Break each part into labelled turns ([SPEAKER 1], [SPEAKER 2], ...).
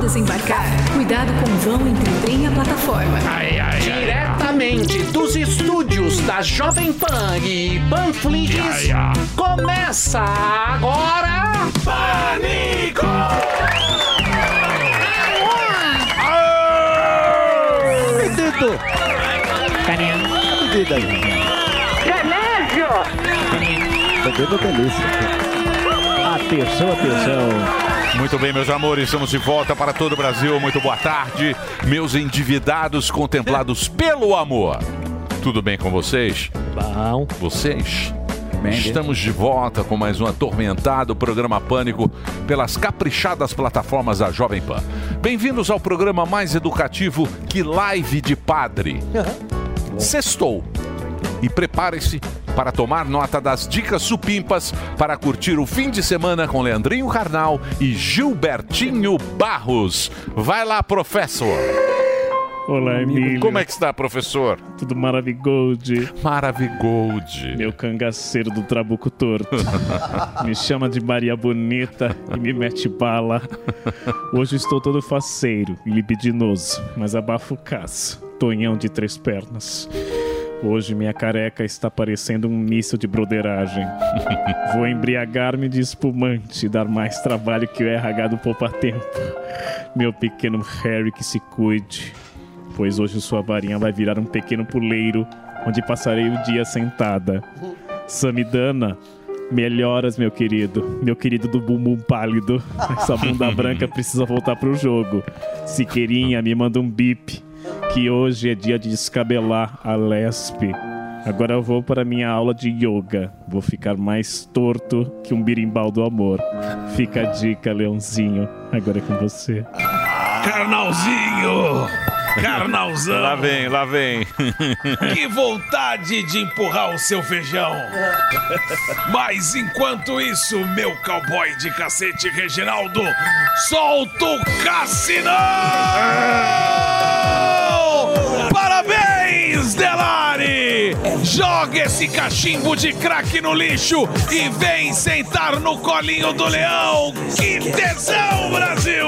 [SPEAKER 1] desembarcar, cuidado com o vão entre o trem e a plataforma.
[SPEAKER 2] Ai, ai,
[SPEAKER 3] Diretamente dos estúdios da Jovem Pan e Panflix,
[SPEAKER 2] Ai, ai.
[SPEAKER 3] começa agora...
[SPEAKER 2] Pânico!
[SPEAKER 4] Dedo! Dedo aí. O dedo é delícia. Atenção, atenção.
[SPEAKER 5] Muito bem, meus amores, estamos de volta para todo o Brasil. Muito boa tarde, meus endividados contemplados pelo amor. Tudo bem com vocês?
[SPEAKER 4] Bom,
[SPEAKER 5] Vocês? Estamos de volta com mais um atormentado programa Pânico pelas caprichadas plataformas da Jovem Pan. Bem-vindos ao programa mais educativo que Live de Padre. Sextou. E prepare-se para tomar nota das dicas supimpas para curtir o fim de semana com Leandrinho Carnal e Gilbertinho Barros. Vai lá, professor.
[SPEAKER 6] Olá, Emílio.
[SPEAKER 5] Como é que está, professor?
[SPEAKER 6] Tudo maravigold,
[SPEAKER 5] Maravigold.
[SPEAKER 6] meu cangaceiro do Trabuco Torto. me chama de Maria Bonita e me mete bala. Hoje estou todo faceiro e libidinoso, mas abafo o caço. Tonhão de três pernas. Hoje minha careca está parecendo um míssil de broderagem. Vou embriagar-me de espumante e dar mais trabalho que o RH do poupa-tempo. Meu pequeno Harry que se cuide, pois hoje sua varinha vai virar um pequeno puleiro onde passarei o dia sentada. Samidana, melhoras, meu querido. Meu querido do bumbum pálido. Essa bunda branca precisa voltar pro jogo. Siqueirinha, me manda um bip que hoje é dia de descabelar a lespe. Agora eu vou para minha aula de yoga. Vou ficar mais torto que um birimbau do amor. Fica a dica, Leãozinho. Agora é com você.
[SPEAKER 2] Carnalzinho!
[SPEAKER 5] Lá
[SPEAKER 2] Carnalzão!
[SPEAKER 5] vem, lá vem.
[SPEAKER 2] Que vontade de empurrar o seu feijão! Mas enquanto isso, meu cowboy de cacete Reginaldo, solta o cassinão! Parabéns, Delari! Joga esse cachimbo de crack no lixo e vem sentar no colinho do leão! Que tesão, Brasil!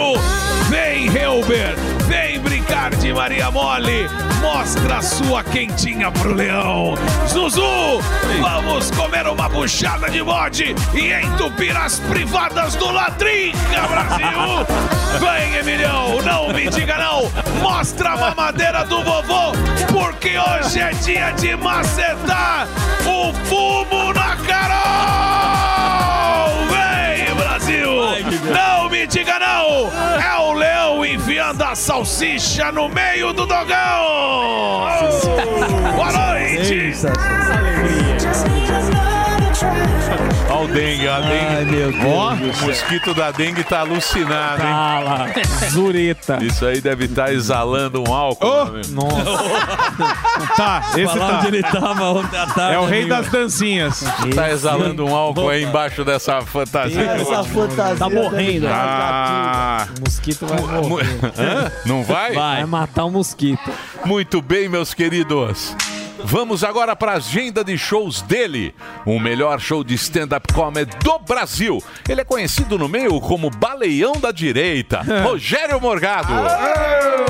[SPEAKER 2] Vem, Helber! Vem brincar de Maria Mole! Mostra a sua quentinha pro leão! Zuzu! Vamos comer uma buchada de bode e entupir as privadas do Ladrinha, Brasil! Vem, Emilhão! Não me diga não! Mostra a mamadeira do vovô, porque hoje é dia de
[SPEAKER 7] Ah.
[SPEAKER 2] macetar o fumo na Carol! Vem, Brasil! Não me diga não! É o leão enfiando a salsicha no meio do dogão! Boa noite!
[SPEAKER 5] Ó o dengue, ó a dengue.
[SPEAKER 4] Ai, meu Deus
[SPEAKER 5] Ó,
[SPEAKER 4] do
[SPEAKER 5] o
[SPEAKER 4] céu.
[SPEAKER 5] mosquito da dengue tá alucinado, hein?
[SPEAKER 4] Fala, zureta.
[SPEAKER 5] Isso aí deve estar exalando um álcool.
[SPEAKER 7] Ô!
[SPEAKER 5] né?
[SPEAKER 4] Nossa,
[SPEAKER 7] Tá, esse
[SPEAKER 8] Falar onde
[SPEAKER 7] tá.
[SPEAKER 8] ele tava ontem à tarde.
[SPEAKER 7] É o rei
[SPEAKER 8] amigo.
[SPEAKER 7] das dancinhas.
[SPEAKER 5] Tá exalando um álcool aí embaixo dessa fantasia.
[SPEAKER 4] essa fantasia. Tá morrendo.
[SPEAKER 5] Ah,
[SPEAKER 4] O mosquito vai
[SPEAKER 5] mu-
[SPEAKER 4] morrer.
[SPEAKER 5] Hã? não vai?
[SPEAKER 4] Vai matar o mosquito.
[SPEAKER 5] Muito bem, meus queridos. Vamos agora para a agenda de shows dele. O melhor show de stand-up comedy do Brasil. Ele é conhecido no meio como Baleião da Direita. Rogério Morgado.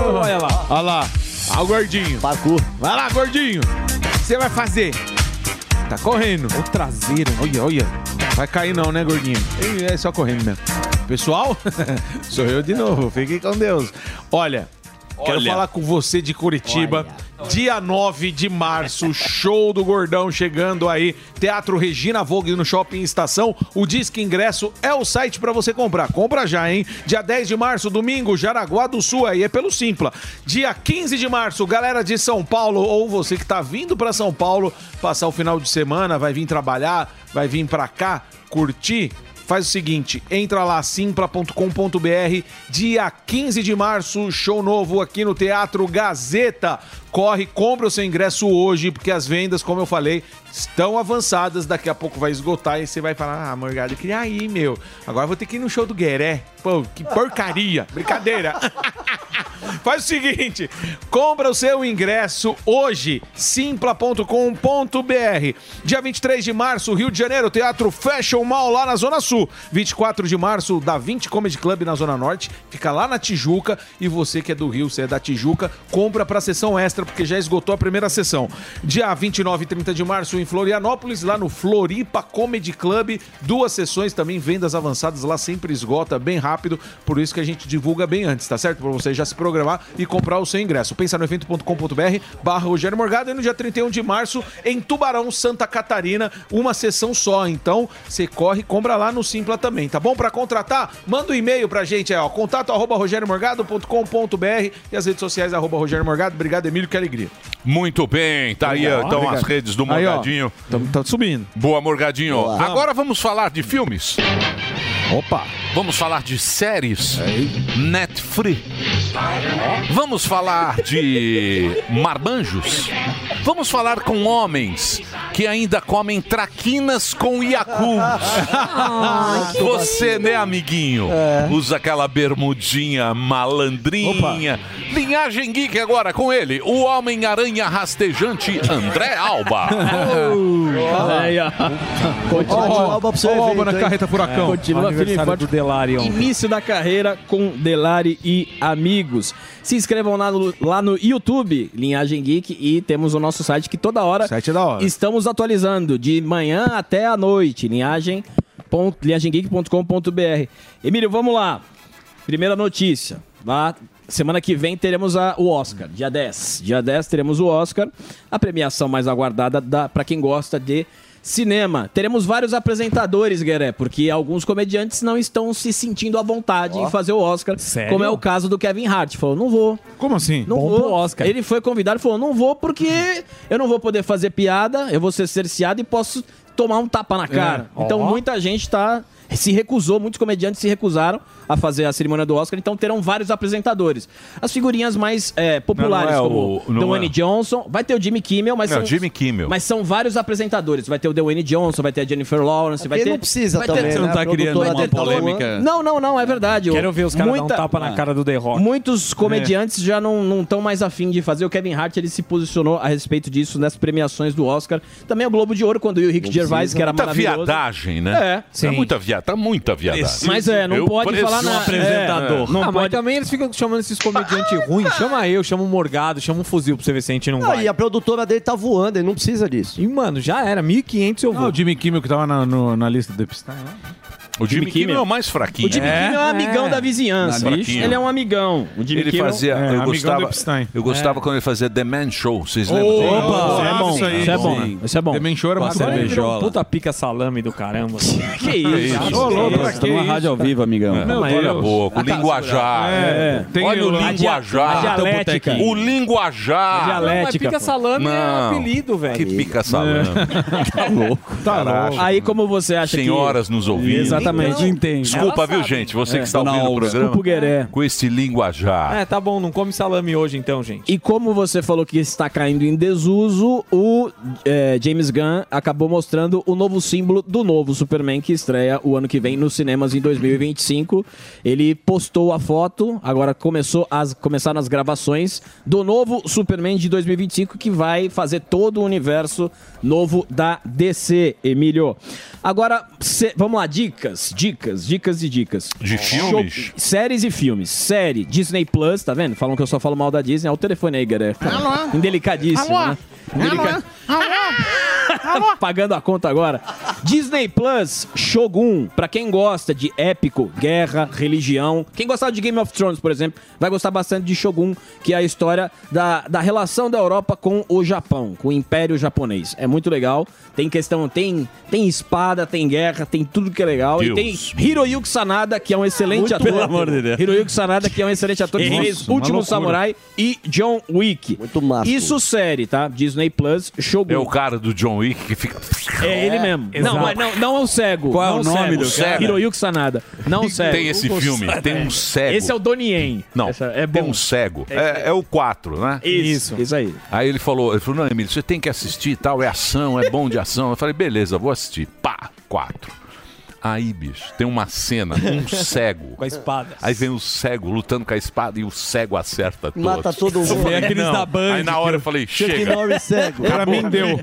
[SPEAKER 4] Olha lá.
[SPEAKER 7] Olha lá. Olha o gordinho.
[SPEAKER 4] Pacu.
[SPEAKER 7] Vai lá, gordinho. O que você vai fazer? Tá correndo.
[SPEAKER 4] O traseiro.
[SPEAKER 7] Olha, olha. Vai cair não, né, gordinho? Ei, É só correndo mesmo. Pessoal, sou eu de novo. Fiquem com Deus. Olha, quero
[SPEAKER 5] Olha.
[SPEAKER 7] falar com você de Curitiba. Dia 9 de março, show do Gordão chegando aí. Teatro Regina Vogue no Shopping Estação. O Disque Ingresso é o site pra você comprar. Compra já, hein? Dia 10 de março, domingo, Jaraguá do Sul, aí é pelo Simpla. Dia 15 de março, galera de São Paulo ou você que tá vindo pra São Paulo passar o final de semana, vai vir trabalhar, vai vir pra cá curtir faz o seguinte, entra lá simpla.com.br, dia 15 de março, show novo aqui no Teatro Gazeta. Corre, compra o seu ingresso hoje, porque as vendas, como eu falei, estão avançadas, daqui a pouco vai esgotar e você vai falar: "Ah, Morgado, queria aí, meu. Agora eu vou ter que ir no show do Gueré. Pô, que porcaria. Brincadeira. Faz o seguinte, compra o seu ingresso hoje, simpla.com.br. Dia 23 de março, Rio de Janeiro, Teatro Fashion Mall lá na Zona Sul. 24 de março, da 20 Comedy Club na Zona Norte, fica lá na Tijuca. E você que é do Rio, você é da Tijuca, compra pra sessão extra, porque já esgotou a primeira sessão. Dia 29 e 30 de março, em Florianópolis, lá no Floripa Comedy Club, duas sessões também, vendas avançadas lá sempre esgota bem rápido, por isso que a gente divulga bem antes, tá certo? Pra você já se programar e comprar o seu ingresso. Pensa no evento.com.br barra Rogério Morgado e no dia 31 de março em Tubarão, Santa Catarina, uma sessão só. Então, você corre e compra lá no Simpla também, tá bom? Pra contratar, manda um e-mail pra gente, é ó, contato arroba rogeriomorgado.com.br e as redes sociais arroba Rogério Morgado. Obrigado, Emílio, que alegria.
[SPEAKER 5] Muito bem, tá aí então as redes do
[SPEAKER 7] Aí, ó,
[SPEAKER 5] Morgadinho.
[SPEAKER 7] tam- tá subindo.
[SPEAKER 5] Boa, Morgadinho. Agora vamos falar de filmes.
[SPEAKER 7] Opa!
[SPEAKER 5] Vamos falar de séries. Netflix. Vamos falar de marmanjos. Vamos falar com homens que ainda comem traquinas com Yakult.
[SPEAKER 3] Ah,
[SPEAKER 5] Você, né, amiguinho? Usa aquela bermudinha malandrinha. Linhagem Geek agora com ele, o Homem-Aranha Rastejante André Alba.
[SPEAKER 9] Aí, ó. Continua,
[SPEAKER 8] Alba pra você ver,
[SPEAKER 7] na
[SPEAKER 8] então, hein?
[SPEAKER 7] carreta furacão.
[SPEAKER 9] continua firme e
[SPEAKER 8] Aniversário
[SPEAKER 9] forte.
[SPEAKER 8] do Delari ontem.
[SPEAKER 9] Início da carreira com Delari e amigos. Se inscrevam lá no, lá no YouTube, Linhagem Geek, e temos o nosso site que toda hora
[SPEAKER 7] Site é da hora.
[SPEAKER 9] estamos atualizando, de manhã até a noite, linhagem, pon- linhagemgeek.com.br. Emílio, vamos lá. Primeira notícia. Lá, semana que vem teremos a- o Oscar, dia 10. Dia 10 teremos o Oscar, a premiação mais aguardada para quem gosta de cinema. Teremos vários apresentadores, Gueré, porque alguns comediantes não estão se sentindo à vontade em fazer o Oscar,
[SPEAKER 8] Sério?
[SPEAKER 9] como é o caso do Kevin Hart. Falou, não vou.
[SPEAKER 7] Como assim?
[SPEAKER 9] Não
[SPEAKER 8] Bom
[SPEAKER 9] vou.
[SPEAKER 8] pro Oscar.
[SPEAKER 9] Ele foi convidado e falou: não vou porque eu não vou poder fazer piada, eu vou ser cerceado e posso tomar um tapa na cara. Então muita gente tá. Se recusou, muitos comediantes se recusaram a fazer a cerimônia do Oscar, então terão vários apresentadores. As figurinhas mais é, populares,
[SPEAKER 5] Não, não é
[SPEAKER 9] como
[SPEAKER 5] o- não
[SPEAKER 9] Dwayne
[SPEAKER 5] é.
[SPEAKER 9] Johnson, vai ter o Jimmy Kimmel, mas
[SPEAKER 5] Não,
[SPEAKER 9] são,
[SPEAKER 5] Jimmy Kimmel.
[SPEAKER 9] mas são vários apresentadores. Vai ter o Dwayne Johnson, vai ter a Jennifer Lawrence, vai
[SPEAKER 8] Porque
[SPEAKER 9] ter.
[SPEAKER 8] não precisa
[SPEAKER 9] vai ter-
[SPEAKER 8] também,
[SPEAKER 9] Você
[SPEAKER 8] né?
[SPEAKER 9] não
[SPEAKER 8] A
[SPEAKER 9] tá
[SPEAKER 8] produtora
[SPEAKER 9] criando
[SPEAKER 8] vai
[SPEAKER 9] uma
[SPEAKER 8] ter todo mundo.
[SPEAKER 9] Não, não, não, é verdade.
[SPEAKER 8] Quero ver os caras
[SPEAKER 9] Muita-
[SPEAKER 8] dar
[SPEAKER 9] Ah.
[SPEAKER 8] um tapa na cara do The Rock. É.
[SPEAKER 9] Muitos comediantes já não estão mais afim de fazer. O Kevin Hart ele se posicionou a respeito disso nas premiações do Oscar. Também o Globo de Ouro, quando o Rick Gervais, que era
[SPEAKER 5] Muita
[SPEAKER 9] maravilhoso.
[SPEAKER 5] viadagem, né?
[SPEAKER 9] É.
[SPEAKER 5] Tá muita viadagem, tá muita viadagem.
[SPEAKER 9] Mas é, não
[SPEAKER 5] Eu
[SPEAKER 9] pode falar
[SPEAKER 5] preciso-
[SPEAKER 9] na...
[SPEAKER 5] um apresentador.
[SPEAKER 9] É, não
[SPEAKER 8] Ah, mas
[SPEAKER 9] pode...
[SPEAKER 8] também eles ficam chamando esses comediantes ruins. Chama eu, chama o Morgado, chama um fuzil pra você ver se a gente não,
[SPEAKER 10] Não,
[SPEAKER 8] vai.
[SPEAKER 10] Ah, e a produtora dele tá voando, ele não precisa disso.
[SPEAKER 8] E, mano, já Ah, era. 1.500 eu vou.
[SPEAKER 7] Ah, o Jimmy Kimmel que tava na, no- na lista do Epstein. né?
[SPEAKER 5] O Jimmy,
[SPEAKER 9] Jimmy
[SPEAKER 5] Kimmel, é
[SPEAKER 9] Kimmel.
[SPEAKER 5] o mais fraquinho.
[SPEAKER 9] O Jimmy Kimmel é um amigão da vizinhança.
[SPEAKER 5] Fraquinho.
[SPEAKER 9] Ele é um amigão. O Jimmy
[SPEAKER 5] ele
[SPEAKER 9] Kimmel... é.
[SPEAKER 5] fazia.
[SPEAKER 7] amigão
[SPEAKER 5] eu
[SPEAKER 7] do
[SPEAKER 5] gostava.
[SPEAKER 7] Epstein.
[SPEAKER 5] Eu gostava quando ele fazia The Man Show. Vocês lembram? dele?
[SPEAKER 7] Opa,
[SPEAKER 9] é bom,
[SPEAKER 7] isso aí.
[SPEAKER 9] isso é bom, isso é bom.
[SPEAKER 7] Também chora muito
[SPEAKER 8] Agora ele
[SPEAKER 7] bem.
[SPEAKER 8] virou um puta pica salame do caramba. assim.
[SPEAKER 9] Que isso?
[SPEAKER 7] Ô, louco, pra
[SPEAKER 11] Tá
[SPEAKER 7] que
[SPEAKER 11] numa
[SPEAKER 7] isso?
[SPEAKER 11] rádio ao vivo, amigão.
[SPEAKER 7] Meu
[SPEAKER 5] Olha
[SPEAKER 7] Deus.
[SPEAKER 5] pouco, o linguajar.
[SPEAKER 7] É, tem
[SPEAKER 5] Olha o
[SPEAKER 7] o-
[SPEAKER 5] linguajar.
[SPEAKER 8] dialética.
[SPEAKER 5] O
[SPEAKER 9] É
[SPEAKER 5] linguajar.
[SPEAKER 8] Não, mas pica salame é
[SPEAKER 3] um
[SPEAKER 5] Não.
[SPEAKER 8] apelido, velho. É.
[SPEAKER 5] Que pica salame.
[SPEAKER 7] Tá louco.
[SPEAKER 9] É. Aí como você acha
[SPEAKER 5] Senhoras nos
[SPEAKER 9] que...
[SPEAKER 5] ouvindo.
[SPEAKER 9] Exatamente. É.
[SPEAKER 11] Não entende.
[SPEAKER 5] Desculpa,
[SPEAKER 8] Então, Ela
[SPEAKER 5] viu,
[SPEAKER 8] sabe.
[SPEAKER 5] gente? Você que está
[SPEAKER 11] Dona
[SPEAKER 5] ouvindo o
[SPEAKER 11] Olga.
[SPEAKER 5] programa.
[SPEAKER 9] Desculpa o Gueré.
[SPEAKER 5] Com esse linguajar.
[SPEAKER 8] É, tá bom, não come salame hoje então, gente.
[SPEAKER 9] E como você falou que está caindo em desuso, o eh, James Gunn acabou mostrando o novo símbolo do novo Superman que estreia o ano que vem nos cinemas em 2025. Ele postou a foto, agora começou as, começaram as gravações do novo Superman de 2025 que vai fazer todo o universo novo da DC, Emílio. Agora, cê- vamos lá, dicas, dicas, dicas e dicas.
[SPEAKER 5] De filmes?
[SPEAKER 9] Séries e filmes. Série, Disney Plus, tá vendo? Falam que eu só falo mal da Disney. Olha o telefone aí, galera. Indelicadíssimo, né? Indelica... Pagando a conta agora. Disney Plus, Shogun. Pra quem gosta de épico, guerra, religião. Quem gostava de Game of Thrones, por exemplo, vai gostar bastante de Shogun, que é a história da, da relação da Europa com o Japão, com o Império Japonês. É muito legal. Tem questão, tem, tem espada, tem guerra, tem tudo que é legal. E
[SPEAKER 5] Deus.
[SPEAKER 9] tem Hiroyuki Sanada, que é um excelente ator.
[SPEAKER 11] pelo amor de Deus.
[SPEAKER 9] Hiroyuki Sanada, que é um excelente ator, que
[SPEAKER 7] Nossa,
[SPEAKER 9] fez
[SPEAKER 7] uma
[SPEAKER 9] Último
[SPEAKER 7] loucura.
[SPEAKER 9] Samurai e John Wick.
[SPEAKER 10] Muito massa.
[SPEAKER 9] Isso série, tá? Disney Plus, Shogun.
[SPEAKER 5] É o cara do John Wick que fica.
[SPEAKER 9] É ele mesmo. não, mas não, não é o cego.
[SPEAKER 11] Qual é
[SPEAKER 9] não
[SPEAKER 11] o nome
[SPEAKER 9] cego.
[SPEAKER 11] do
[SPEAKER 5] cara?
[SPEAKER 9] Hiroyuki Sanada. Não o cego.
[SPEAKER 5] Tem esse filme, tem um cego.
[SPEAKER 9] Esse é o Donnie Yen.
[SPEAKER 5] Não,
[SPEAKER 9] Essa- é
[SPEAKER 5] tem
[SPEAKER 9] bom.
[SPEAKER 5] um cego. É, é o 4, né?
[SPEAKER 9] Isso. Isso aí.
[SPEAKER 5] Aí ele falou, ele falou, não, Emílio, você tem que assistir e tal, é ação, é bom de ação. Eu falei, beleza, vou assistir. Pá, quatro. Aí, bicho, tem uma cena, um cego.
[SPEAKER 8] Com a espada.
[SPEAKER 5] Aí vem o cego lutando com a espada e o cego acerta todos.
[SPEAKER 10] Mata todo mundo.
[SPEAKER 5] Eu falei,
[SPEAKER 10] Tem aqueles
[SPEAKER 5] "Não."
[SPEAKER 10] da Band
[SPEAKER 5] Aí na hora eu falei,
[SPEAKER 10] Chuck
[SPEAKER 5] chega.
[SPEAKER 10] Norris cego.
[SPEAKER 7] Pra mim deu.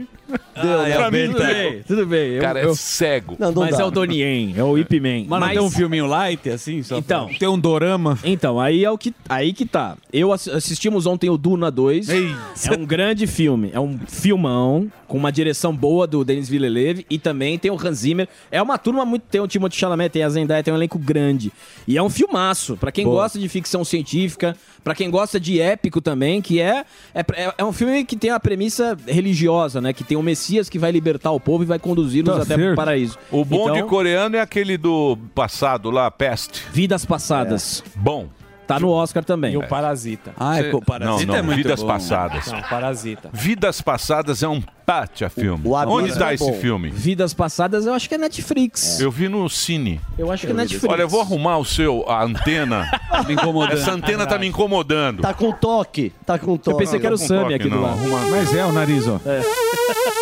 [SPEAKER 10] Deu, né?
[SPEAKER 5] Pra mim,
[SPEAKER 9] Tudo bem, tudo bem. Eu-
[SPEAKER 5] Cara, é
[SPEAKER 9] eu-
[SPEAKER 5] cego.
[SPEAKER 10] Não, não
[SPEAKER 9] mas
[SPEAKER 10] dá.
[SPEAKER 9] é o Donien, é o Ip Man.
[SPEAKER 8] Mas não
[SPEAKER 9] Mas-
[SPEAKER 8] tem um filminho light, assim? Só
[SPEAKER 9] Então,
[SPEAKER 7] Tem um dorama.
[SPEAKER 9] Então, aí é o que, aí que tá. Eu assi- assistimos ontem o Duna 2. É um grande filme, é um filmão com uma direção boa do Denis Villeneuve e também tem o Hans Zimmer. É uma turma muito tem o Timothée Chalamet, tem a Zendaya, tem um elenco grande. E é um filmaço pra quem gosta de ficção científica, pra quem gosta de épico também, que é é, é- é um filme que tem a premissa religiosa, né, que tem o Messias que vai libertar o povo e vai conduzi-los
[SPEAKER 8] Tá
[SPEAKER 9] até o paraíso.
[SPEAKER 5] O bom de
[SPEAKER 9] Então,
[SPEAKER 5] coreano é aquele do passado lá, Peste.
[SPEAKER 9] Vidas passadas.
[SPEAKER 5] Bom.
[SPEAKER 9] Tá no Oscar também.
[SPEAKER 8] E o Parasita.
[SPEAKER 10] Ah, é
[SPEAKER 5] Cê-
[SPEAKER 10] co- para-
[SPEAKER 5] não, não,
[SPEAKER 8] é muito
[SPEAKER 5] Vidas
[SPEAKER 8] bom.
[SPEAKER 5] Passadas.
[SPEAKER 8] Não, Parasita.
[SPEAKER 5] Vidas Passadas é um pátia filme.
[SPEAKER 10] o Abismo
[SPEAKER 5] Onde
[SPEAKER 7] tá
[SPEAKER 5] está
[SPEAKER 10] é
[SPEAKER 5] esse
[SPEAKER 10] bom.
[SPEAKER 5] filme?
[SPEAKER 9] Vidas passadas, eu acho que é Netflix.
[SPEAKER 5] Eu vi no cine.
[SPEAKER 9] Eu acho que é Netflix. Tá
[SPEAKER 5] Olha, eu vou arrumar o seu a antena.
[SPEAKER 8] Me incomodando.
[SPEAKER 5] Essa antena tá me incomodando.
[SPEAKER 10] Tá com toque. Tá com toque.
[SPEAKER 9] Eu pensei que era o
[SPEAKER 5] com
[SPEAKER 9] Sammy
[SPEAKER 5] toque,
[SPEAKER 9] aqui do
[SPEAKER 5] não.
[SPEAKER 9] lado.
[SPEAKER 7] Mas é o nariz, ó.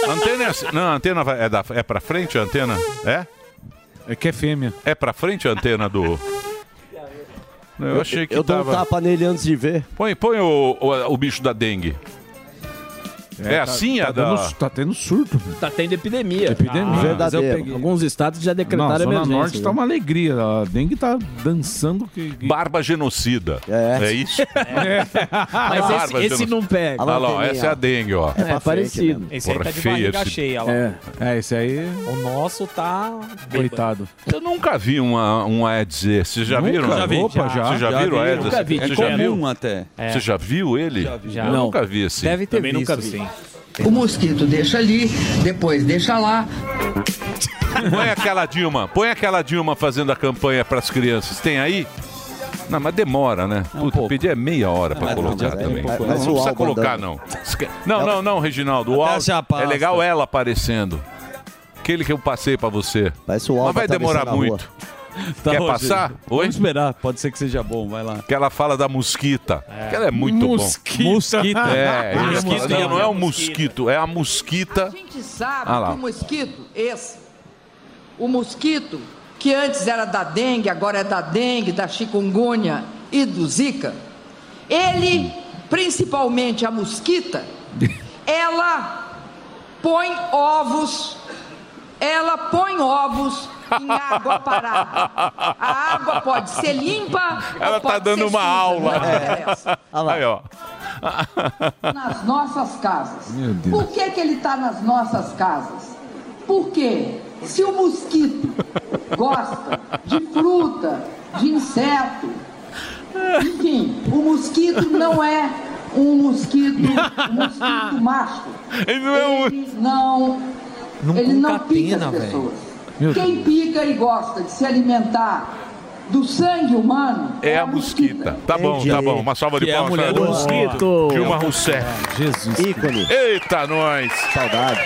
[SPEAKER 5] A Antena é assim. Não, a antena vai- é, da, é pra frente a antena? É?
[SPEAKER 7] É que é fêmea.
[SPEAKER 5] É pra frente a antena do. Eu achei que
[SPEAKER 10] Eu dou um
[SPEAKER 5] tava.
[SPEAKER 10] tapa nele antes de ver.
[SPEAKER 5] Põe, põe o, o, o bicho da dengue. É, assim
[SPEAKER 7] tá,
[SPEAKER 5] a da.
[SPEAKER 7] dando, tá tendo surto. velho.
[SPEAKER 9] Tá tendo epidemia.
[SPEAKER 7] Epidemia.
[SPEAKER 10] Ah, Verdadeiro.
[SPEAKER 9] Alguns estados já
[SPEAKER 7] Não,
[SPEAKER 9] decretaram
[SPEAKER 7] Zona
[SPEAKER 9] emergência.
[SPEAKER 7] Norte tá uma alegria. A dengue tá dançando. Que, que-
[SPEAKER 5] Barba genocida.
[SPEAKER 10] É.
[SPEAKER 5] isso?
[SPEAKER 9] Mas esse,
[SPEAKER 5] Barba
[SPEAKER 9] esse
[SPEAKER 5] genocida.
[SPEAKER 9] não pega.
[SPEAKER 5] Olha lá, ó, essa é a dengue, ó.
[SPEAKER 10] pra
[SPEAKER 9] É
[SPEAKER 10] frente
[SPEAKER 9] parecido.
[SPEAKER 10] mesmo.
[SPEAKER 8] Esse aí
[SPEAKER 5] Porra,
[SPEAKER 8] tá de
[SPEAKER 5] feia
[SPEAKER 8] barriga
[SPEAKER 5] esse-
[SPEAKER 8] cheia lá.
[SPEAKER 9] É.
[SPEAKER 7] É, esse aí,
[SPEAKER 8] O nosso tá...
[SPEAKER 7] coitado.
[SPEAKER 5] Eu nunca vi uma, um Aedes. Vocês já
[SPEAKER 7] Nunca?
[SPEAKER 5] viram?
[SPEAKER 7] Já vi, já.
[SPEAKER 5] Opa, já. Vocês já,
[SPEAKER 8] Já
[SPEAKER 5] viram o
[SPEAKER 8] vi,
[SPEAKER 5] Aedes?
[SPEAKER 9] nunca vi.
[SPEAKER 5] Você
[SPEAKER 9] É
[SPEAKER 5] já viu?
[SPEAKER 11] comum até.
[SPEAKER 5] Você já viu ele? Já vi.
[SPEAKER 8] Já.
[SPEAKER 5] Eu
[SPEAKER 9] Não.
[SPEAKER 5] nunca vi esse.
[SPEAKER 8] Deve ter
[SPEAKER 9] Também
[SPEAKER 8] visto,
[SPEAKER 9] nunca vi.
[SPEAKER 8] sim.
[SPEAKER 12] O mosquito deixa ali, depois deixa lá.
[SPEAKER 5] Põe aquela Dilma. Põe aquela Dilma fazendo a campanha pras crianças. Tem aí? Não, mas demora, né? Puta,
[SPEAKER 8] pouco.
[SPEAKER 5] pedir é meia hora pra
[SPEAKER 11] mas
[SPEAKER 5] colocar
[SPEAKER 7] é
[SPEAKER 11] podia ter um
[SPEAKER 5] também.
[SPEAKER 11] pouco
[SPEAKER 5] não,
[SPEAKER 10] antes.
[SPEAKER 5] não precisa
[SPEAKER 10] Mas o álbum
[SPEAKER 5] colocar,
[SPEAKER 10] andando.
[SPEAKER 5] não. Esque- Não, não, não, Reginaldo. O
[SPEAKER 11] Até
[SPEAKER 5] áudio,
[SPEAKER 11] achar a
[SPEAKER 5] é
[SPEAKER 11] pasta.
[SPEAKER 5] legal ela aparecendo. Aquele que eu passei pra você.
[SPEAKER 10] Parece o Alba
[SPEAKER 5] mas vai demorar
[SPEAKER 10] atravessando a rua.
[SPEAKER 5] muito.
[SPEAKER 7] Tá
[SPEAKER 5] Quer passar? Oi?
[SPEAKER 11] Então, Vamos esperar, pode ser que seja bom, vai lá.
[SPEAKER 5] Que ela fala da mosquita. Que ela é muito bom.
[SPEAKER 8] Mosquito.
[SPEAKER 5] É,
[SPEAKER 8] Ah,
[SPEAKER 5] eles falam,
[SPEAKER 8] mosquito
[SPEAKER 5] não,
[SPEAKER 8] é
[SPEAKER 5] não
[SPEAKER 8] a
[SPEAKER 5] é o mosquito, é a mosquita.
[SPEAKER 12] A gente sabe
[SPEAKER 5] Ah lá.
[SPEAKER 12] que o mosquito, esse, o mosquito que antes era da dengue, agora é da dengue, da chikungunya e do zika, ele, principalmente a mosquita, ela põe ovos, ela põe ovos em água parada. Ah, A água pode ser limpa
[SPEAKER 5] Ela
[SPEAKER 12] ou
[SPEAKER 5] tá
[SPEAKER 12] pode
[SPEAKER 5] dando
[SPEAKER 12] ser
[SPEAKER 5] uma
[SPEAKER 12] suja, É,
[SPEAKER 5] aula.
[SPEAKER 12] não interessa
[SPEAKER 10] Olha lá.
[SPEAKER 5] Aí, ó.
[SPEAKER 12] nas nossas casas. Por que, que ele está nas nossas casas? Porque se o mosquito gosta de fruta, de inseto, enfim, o mosquito não é um mosquito, um mosquito macho.
[SPEAKER 5] Ele não é um-
[SPEAKER 12] Ele não, ele não pica as pessoas. Quem pica e gosta de se alimentar do sangue humano
[SPEAKER 5] É a mosquita. Tá bom, tá bom. Uma salva de
[SPEAKER 8] Que é a
[SPEAKER 5] palmas.
[SPEAKER 8] mulher
[SPEAKER 5] pra
[SPEAKER 8] do
[SPEAKER 5] ela.
[SPEAKER 9] Mosquito.
[SPEAKER 5] Dilma Rousseff.
[SPEAKER 10] Ícone.
[SPEAKER 5] Eita, nós.
[SPEAKER 10] Saudade.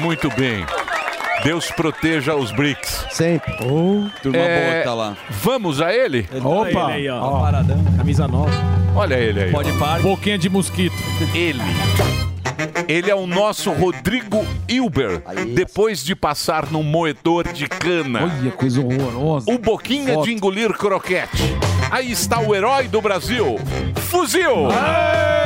[SPEAKER 5] Muito bem. Deus proteja os BRICS.
[SPEAKER 10] Sempre.
[SPEAKER 11] Turma
[SPEAKER 5] É,
[SPEAKER 11] boa que tá lá.
[SPEAKER 5] Vamos a ele?
[SPEAKER 7] Opa!
[SPEAKER 9] Aí, ó.
[SPEAKER 8] Ó, Paradão.
[SPEAKER 9] Camisa nova.
[SPEAKER 5] Olha ele aí.
[SPEAKER 8] Pode par.
[SPEAKER 7] Boquinha de mosquito.
[SPEAKER 5] Ele. Ele é o nosso Rodrigo Hilber, depois de passar num moedor de cana.
[SPEAKER 7] Olha, coisa horrorosa.
[SPEAKER 5] O Boquinha de engolir croquete. Aí está o herói do Brasil. Fuzil!
[SPEAKER 7] Boquinha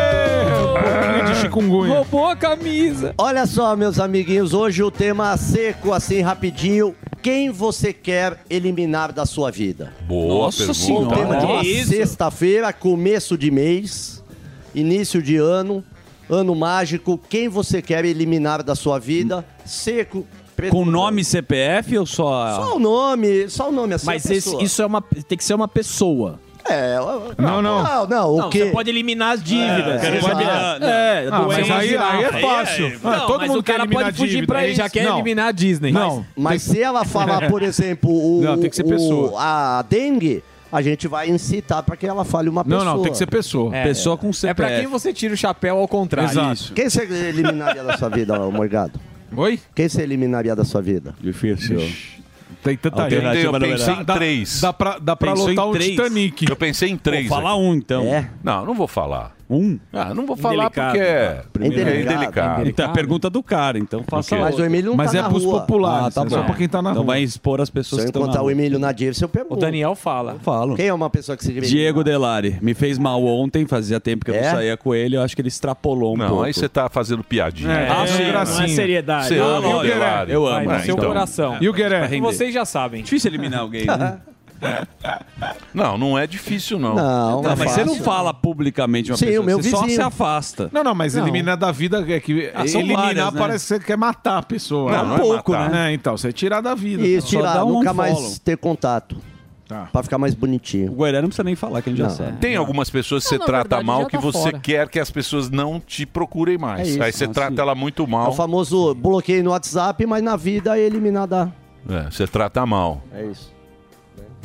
[SPEAKER 7] É
[SPEAKER 5] Ah.
[SPEAKER 7] de chikungunya.
[SPEAKER 8] Roubou a camisa.
[SPEAKER 10] Olha só, meus amiguinhos, hoje o tema seco, assim, rapidinho. Quem você quer eliminar da sua vida?
[SPEAKER 5] Boa pergunta.
[SPEAKER 10] O tema de uma
[SPEAKER 9] Que isso?
[SPEAKER 10] sexta-feira, começo de mês, início de ano, ano mágico. Quem você quer eliminar da sua vida? Seco. preto
[SPEAKER 8] Com
[SPEAKER 10] no
[SPEAKER 8] nome e CPF ou só...
[SPEAKER 10] branco. Só o nome, só o nome assim.
[SPEAKER 9] Mas
[SPEAKER 10] a
[SPEAKER 9] esse-
[SPEAKER 10] pessoa.
[SPEAKER 9] isso é uma, tem que ser uma pessoa.
[SPEAKER 10] É,
[SPEAKER 7] Não, não.
[SPEAKER 10] não, não, o
[SPEAKER 9] Não,
[SPEAKER 10] quê?
[SPEAKER 9] você pode eliminar as dívidas.
[SPEAKER 10] quero
[SPEAKER 9] Você pode-
[SPEAKER 10] eliminar,
[SPEAKER 8] não.
[SPEAKER 9] É,
[SPEAKER 7] É, Ah, mas
[SPEAKER 9] doença
[SPEAKER 7] aí, aí é
[SPEAKER 9] girafa.
[SPEAKER 7] fácil. Ah,
[SPEAKER 9] Não,
[SPEAKER 7] todo
[SPEAKER 9] mas
[SPEAKER 7] mundo
[SPEAKER 9] o cara
[SPEAKER 7] quer eliminar
[SPEAKER 9] pode fugir
[SPEAKER 7] dívida. é
[SPEAKER 9] pra
[SPEAKER 8] Ele já quer
[SPEAKER 7] não.
[SPEAKER 8] eliminar a Disney.
[SPEAKER 7] Não. É.
[SPEAKER 10] Mas se ela falar, por exemplo, o,
[SPEAKER 7] Não, tem que ser
[SPEAKER 10] o-
[SPEAKER 7] pessoa.
[SPEAKER 10] a dengue, a gente vai incitar para que ela fale uma
[SPEAKER 7] Não,
[SPEAKER 10] pessoa.
[SPEAKER 7] não, tem que ser pessoa.
[SPEAKER 8] É.
[SPEAKER 11] Pessoa com
[SPEAKER 8] É pra quem
[SPEAKER 11] CPF.
[SPEAKER 8] você tira o chapéu ao contrário.
[SPEAKER 7] Exato.
[SPEAKER 10] Quem você eliminaria da sua vida, ô Morgado?
[SPEAKER 7] Oi?
[SPEAKER 10] Quem você eliminaria da sua vida?
[SPEAKER 11] Difícil.
[SPEAKER 7] Tem
[SPEAKER 10] tá,
[SPEAKER 7] tanta
[SPEAKER 5] Eu,
[SPEAKER 7] gente.
[SPEAKER 5] tenho- eu
[SPEAKER 11] Alternativa
[SPEAKER 5] pensei em
[SPEAKER 11] numerada.
[SPEAKER 5] três.
[SPEAKER 7] Dá pra, dá pra
[SPEAKER 11] Pensou em
[SPEAKER 7] lotar um
[SPEAKER 11] três.
[SPEAKER 7] Titanic.
[SPEAKER 5] Eu pensei em três.
[SPEAKER 11] Vou falar
[SPEAKER 5] aqui.
[SPEAKER 11] um então.
[SPEAKER 10] É?
[SPEAKER 5] Não, não vou falar.
[SPEAKER 11] Um?
[SPEAKER 5] Ah, não vou falar porque é- Indelicado. é indelicado.
[SPEAKER 11] Então, a pergunta do cara, então faça
[SPEAKER 10] Mas
[SPEAKER 11] outra.
[SPEAKER 10] o Emílio não
[SPEAKER 11] Mas
[SPEAKER 10] tá
[SPEAKER 11] é
[SPEAKER 10] na
[SPEAKER 11] pros
[SPEAKER 10] rua.
[SPEAKER 11] populares,
[SPEAKER 10] Ah, tá
[SPEAKER 11] né?
[SPEAKER 10] bom.
[SPEAKER 11] só pra quem tá na
[SPEAKER 10] Então
[SPEAKER 11] rua.
[SPEAKER 10] vai
[SPEAKER 11] expor as pessoas
[SPEAKER 10] Se eu
[SPEAKER 11] que estão
[SPEAKER 10] encontrar o Emílio na Dirce, eu pergunto.
[SPEAKER 11] O Daniel fala. Falo.
[SPEAKER 10] Quem é uma pessoa que se divide?
[SPEAKER 11] Diego Delari, me fez mal ontem, fazia tempo que eu
[SPEAKER 10] É?
[SPEAKER 11] não saía com ele, eu acho que ele extrapolou um
[SPEAKER 5] Não,
[SPEAKER 11] pouco.
[SPEAKER 5] aí você tá fazendo piadinha.
[SPEAKER 11] É, Ah, é, sim. não é
[SPEAKER 5] Gracinha.
[SPEAKER 11] seriedade. Ah,
[SPEAKER 5] Você
[SPEAKER 11] Não,
[SPEAKER 5] ama
[SPEAKER 11] não,
[SPEAKER 5] o
[SPEAKER 11] eu
[SPEAKER 5] Delari.
[SPEAKER 11] amo. Eu amo.
[SPEAKER 5] Ah,
[SPEAKER 11] Vai, no seu
[SPEAKER 13] Então,
[SPEAKER 11] coração.
[SPEAKER 5] E o Gueré?
[SPEAKER 11] Pra render. Vocês já sabem. Difícil eliminar alguém, né?
[SPEAKER 5] Não, não é difícil, não. é
[SPEAKER 11] Não, mas você não fala publicamente uma
[SPEAKER 5] Sim,
[SPEAKER 11] pessoa,
[SPEAKER 5] o meu
[SPEAKER 11] você só
[SPEAKER 5] vizinho.
[SPEAKER 11] se afasta.
[SPEAKER 7] Não, não, mas
[SPEAKER 11] Não.
[SPEAKER 7] eliminar da vida é que
[SPEAKER 11] Ah, são
[SPEAKER 7] eliminar
[SPEAKER 11] várias, né?
[SPEAKER 7] parece que você quer matar a pessoa.
[SPEAKER 11] Não,
[SPEAKER 5] um
[SPEAKER 7] né?
[SPEAKER 11] não é matar.
[SPEAKER 7] É, então, você é tirar da vida.
[SPEAKER 10] Isso, tirar, nunca mais ter contato.
[SPEAKER 7] Tá.
[SPEAKER 10] Pra ficar mais bonitinho. O
[SPEAKER 11] Guarani não precisa nem falar, que a gente
[SPEAKER 10] Não.
[SPEAKER 11] já sabe.
[SPEAKER 5] Tem algumas pessoas que você
[SPEAKER 10] Não, na
[SPEAKER 5] trata
[SPEAKER 10] verdade,
[SPEAKER 5] mal
[SPEAKER 10] já
[SPEAKER 5] que
[SPEAKER 10] tá
[SPEAKER 5] você
[SPEAKER 10] fora.
[SPEAKER 5] quer que as pessoas não te procurem mais.
[SPEAKER 10] É isso.
[SPEAKER 5] Aí você
[SPEAKER 10] Ah,
[SPEAKER 5] trata ela muito
[SPEAKER 10] É
[SPEAKER 5] mal.
[SPEAKER 10] o famoso bloqueio no WhatsApp, mas na vida é eliminar da.
[SPEAKER 5] É, você trata mal.
[SPEAKER 10] É isso.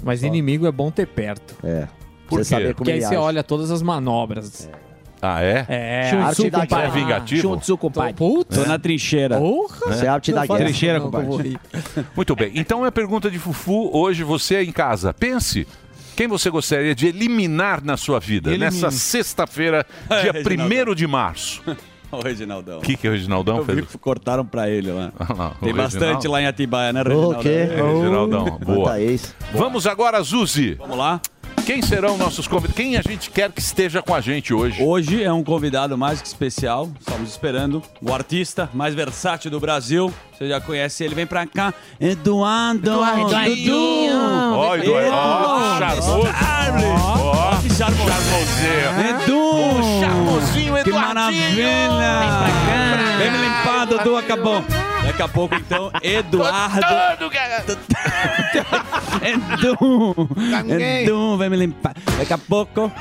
[SPEAKER 13] Mas inimigo é bom ter perto.
[SPEAKER 10] É.
[SPEAKER 5] Por quê?
[SPEAKER 13] Porque aí você olha todas as manobras.
[SPEAKER 5] Ah,
[SPEAKER 11] Né?
[SPEAKER 5] é?
[SPEAKER 13] É,
[SPEAKER 5] Shunsu,
[SPEAKER 13] arte da
[SPEAKER 5] compadre.
[SPEAKER 13] guerra.
[SPEAKER 5] É vingativo?
[SPEAKER 13] Shunsu, compadre.
[SPEAKER 5] Tô
[SPEAKER 11] na trincheira.
[SPEAKER 13] Porra!
[SPEAKER 5] Você é apto da
[SPEAKER 13] Não faz
[SPEAKER 5] guerra.
[SPEAKER 13] isso,
[SPEAKER 5] Trincheira,
[SPEAKER 13] não,
[SPEAKER 5] compadre.
[SPEAKER 13] que eu vou rir.
[SPEAKER 5] Muito bem. Então é a pergunta de Fufu. Hoje você é em casa. Pense. Quem você gostaria de eliminar na sua vida?
[SPEAKER 11] Elimine.
[SPEAKER 5] Nessa sexta-feira,
[SPEAKER 11] É,
[SPEAKER 5] dia
[SPEAKER 11] Reginaldão.
[SPEAKER 5] 1 de março.
[SPEAKER 11] O Reginaldão.
[SPEAKER 5] O que, que o Reginaldão
[SPEAKER 11] Eu vi
[SPEAKER 5] fez?
[SPEAKER 11] que cortaram pra ele lá. Tem
[SPEAKER 5] o
[SPEAKER 11] bastante
[SPEAKER 5] Reginaldo.
[SPEAKER 11] lá em Atibaia, né,
[SPEAKER 5] O
[SPEAKER 11] Reginaldão?
[SPEAKER 5] quê? É, Reginaldão, boa. Quanta Vamos agora, Zuzi.
[SPEAKER 11] Vamos lá.
[SPEAKER 5] Quem serão nossos convidados? Quem a gente quer que esteja com a gente hoje?
[SPEAKER 11] Hoje é um convidado mais que especial, estamos esperando. O artista mais versátil do Brasil, você já conhece ele, vem pra cá. Eduardo!
[SPEAKER 3] Eduardo, Eduardinho.
[SPEAKER 5] Ó, Eduardo, ó, charmoso. Ó, que charmosinho.
[SPEAKER 11] Edu!
[SPEAKER 5] Charmosinho,
[SPEAKER 11] Que maravilha! Vem me limpar, Dudu, acabou. Daqui a pouco, então, Eduardo. É Edu!
[SPEAKER 3] Ganguei.
[SPEAKER 11] Edu, vem É me limpar. Daqui a pouco,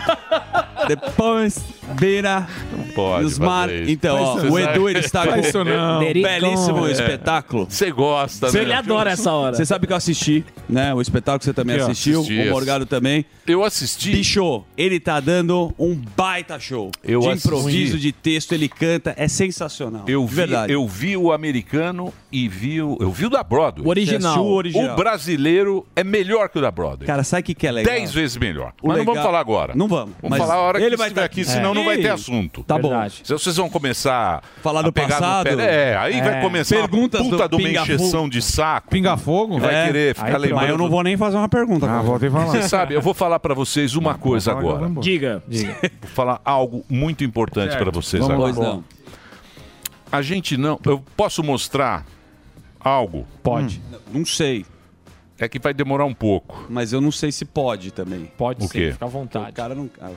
[SPEAKER 11] depois, vira. Não
[SPEAKER 5] pode.
[SPEAKER 11] Os mar...
[SPEAKER 5] fazer isso.
[SPEAKER 11] Então, ó,
[SPEAKER 5] Faz isso
[SPEAKER 11] o Edu
[SPEAKER 5] não.
[SPEAKER 11] ele está com
[SPEAKER 5] Faz isso não.
[SPEAKER 11] um belíssimo
[SPEAKER 5] É.
[SPEAKER 11] espetáculo.
[SPEAKER 5] Você gosta, né?
[SPEAKER 11] Você sabe que eu assisti, né? O espetáculo que você também
[SPEAKER 5] Aqui, ó.
[SPEAKER 11] assistiu,
[SPEAKER 5] Assisti,
[SPEAKER 11] o Morgado também.
[SPEAKER 5] Eu assisti.
[SPEAKER 11] Bicho, ele tá dando um baita show.
[SPEAKER 5] Eu
[SPEAKER 11] de
[SPEAKER 5] assisti.
[SPEAKER 11] improviso, de texto, ele canta, é sensacional.
[SPEAKER 5] Eu
[SPEAKER 11] De
[SPEAKER 5] vi,
[SPEAKER 11] verdade.
[SPEAKER 5] eu vi o americano e vi o. Eu vi o da Broadway.
[SPEAKER 11] O original. Você assistiu o é original.
[SPEAKER 5] O brasileiro é melhor que o da Broadway.
[SPEAKER 11] Cara, sabe o que, que é legal?
[SPEAKER 5] Dez vezes melhor.
[SPEAKER 11] O
[SPEAKER 5] mas não
[SPEAKER 11] legal-
[SPEAKER 5] vamos falar agora.
[SPEAKER 11] Não vamos,
[SPEAKER 5] Vamos
[SPEAKER 11] mas
[SPEAKER 5] falar a hora que
[SPEAKER 11] ele
[SPEAKER 5] ele
[SPEAKER 11] vai
[SPEAKER 5] vai
[SPEAKER 11] tá
[SPEAKER 5] estiver aqui,
[SPEAKER 11] aqui.
[SPEAKER 5] senão não vai
[SPEAKER 11] Ih,
[SPEAKER 5] ter assunto.
[SPEAKER 11] tá bom.
[SPEAKER 5] Verdade. Se vocês vão começar
[SPEAKER 11] Falar
[SPEAKER 5] a
[SPEAKER 11] do
[SPEAKER 5] pegar no
[SPEAKER 11] passado?
[SPEAKER 5] pé- É, aí
[SPEAKER 11] É.
[SPEAKER 5] vai começar
[SPEAKER 11] Perguntas
[SPEAKER 5] uma puta
[SPEAKER 11] do
[SPEAKER 5] de uma
[SPEAKER 11] pinga-fogo.
[SPEAKER 5] encheção de saco.
[SPEAKER 7] Pinga fogo?
[SPEAKER 5] Vai
[SPEAKER 11] É.
[SPEAKER 5] querer ficar
[SPEAKER 11] Aí,
[SPEAKER 5] lembrando.
[SPEAKER 11] Mas eu não vou nem fazer uma pergunta. Ah,
[SPEAKER 7] voltei
[SPEAKER 5] Você sabe, eu vou falar pra vocês uma coisa
[SPEAKER 11] falar que eu
[SPEAKER 5] agora.
[SPEAKER 11] vou embora.
[SPEAKER 5] Diga. Vou falar algo muito importante
[SPEAKER 11] Certo.
[SPEAKER 5] pra vocês
[SPEAKER 11] Vamos lá.
[SPEAKER 5] agora.
[SPEAKER 11] Pois não.
[SPEAKER 5] A gente não. Eu posso mostrar algo?
[SPEAKER 11] Pode. Hum. Não sei.
[SPEAKER 5] É que vai demorar um pouco.
[SPEAKER 11] Mas eu não sei se pode também.
[SPEAKER 13] Pode
[SPEAKER 5] O quê?
[SPEAKER 13] ser, fica à vontade.
[SPEAKER 11] O cara não... Ah,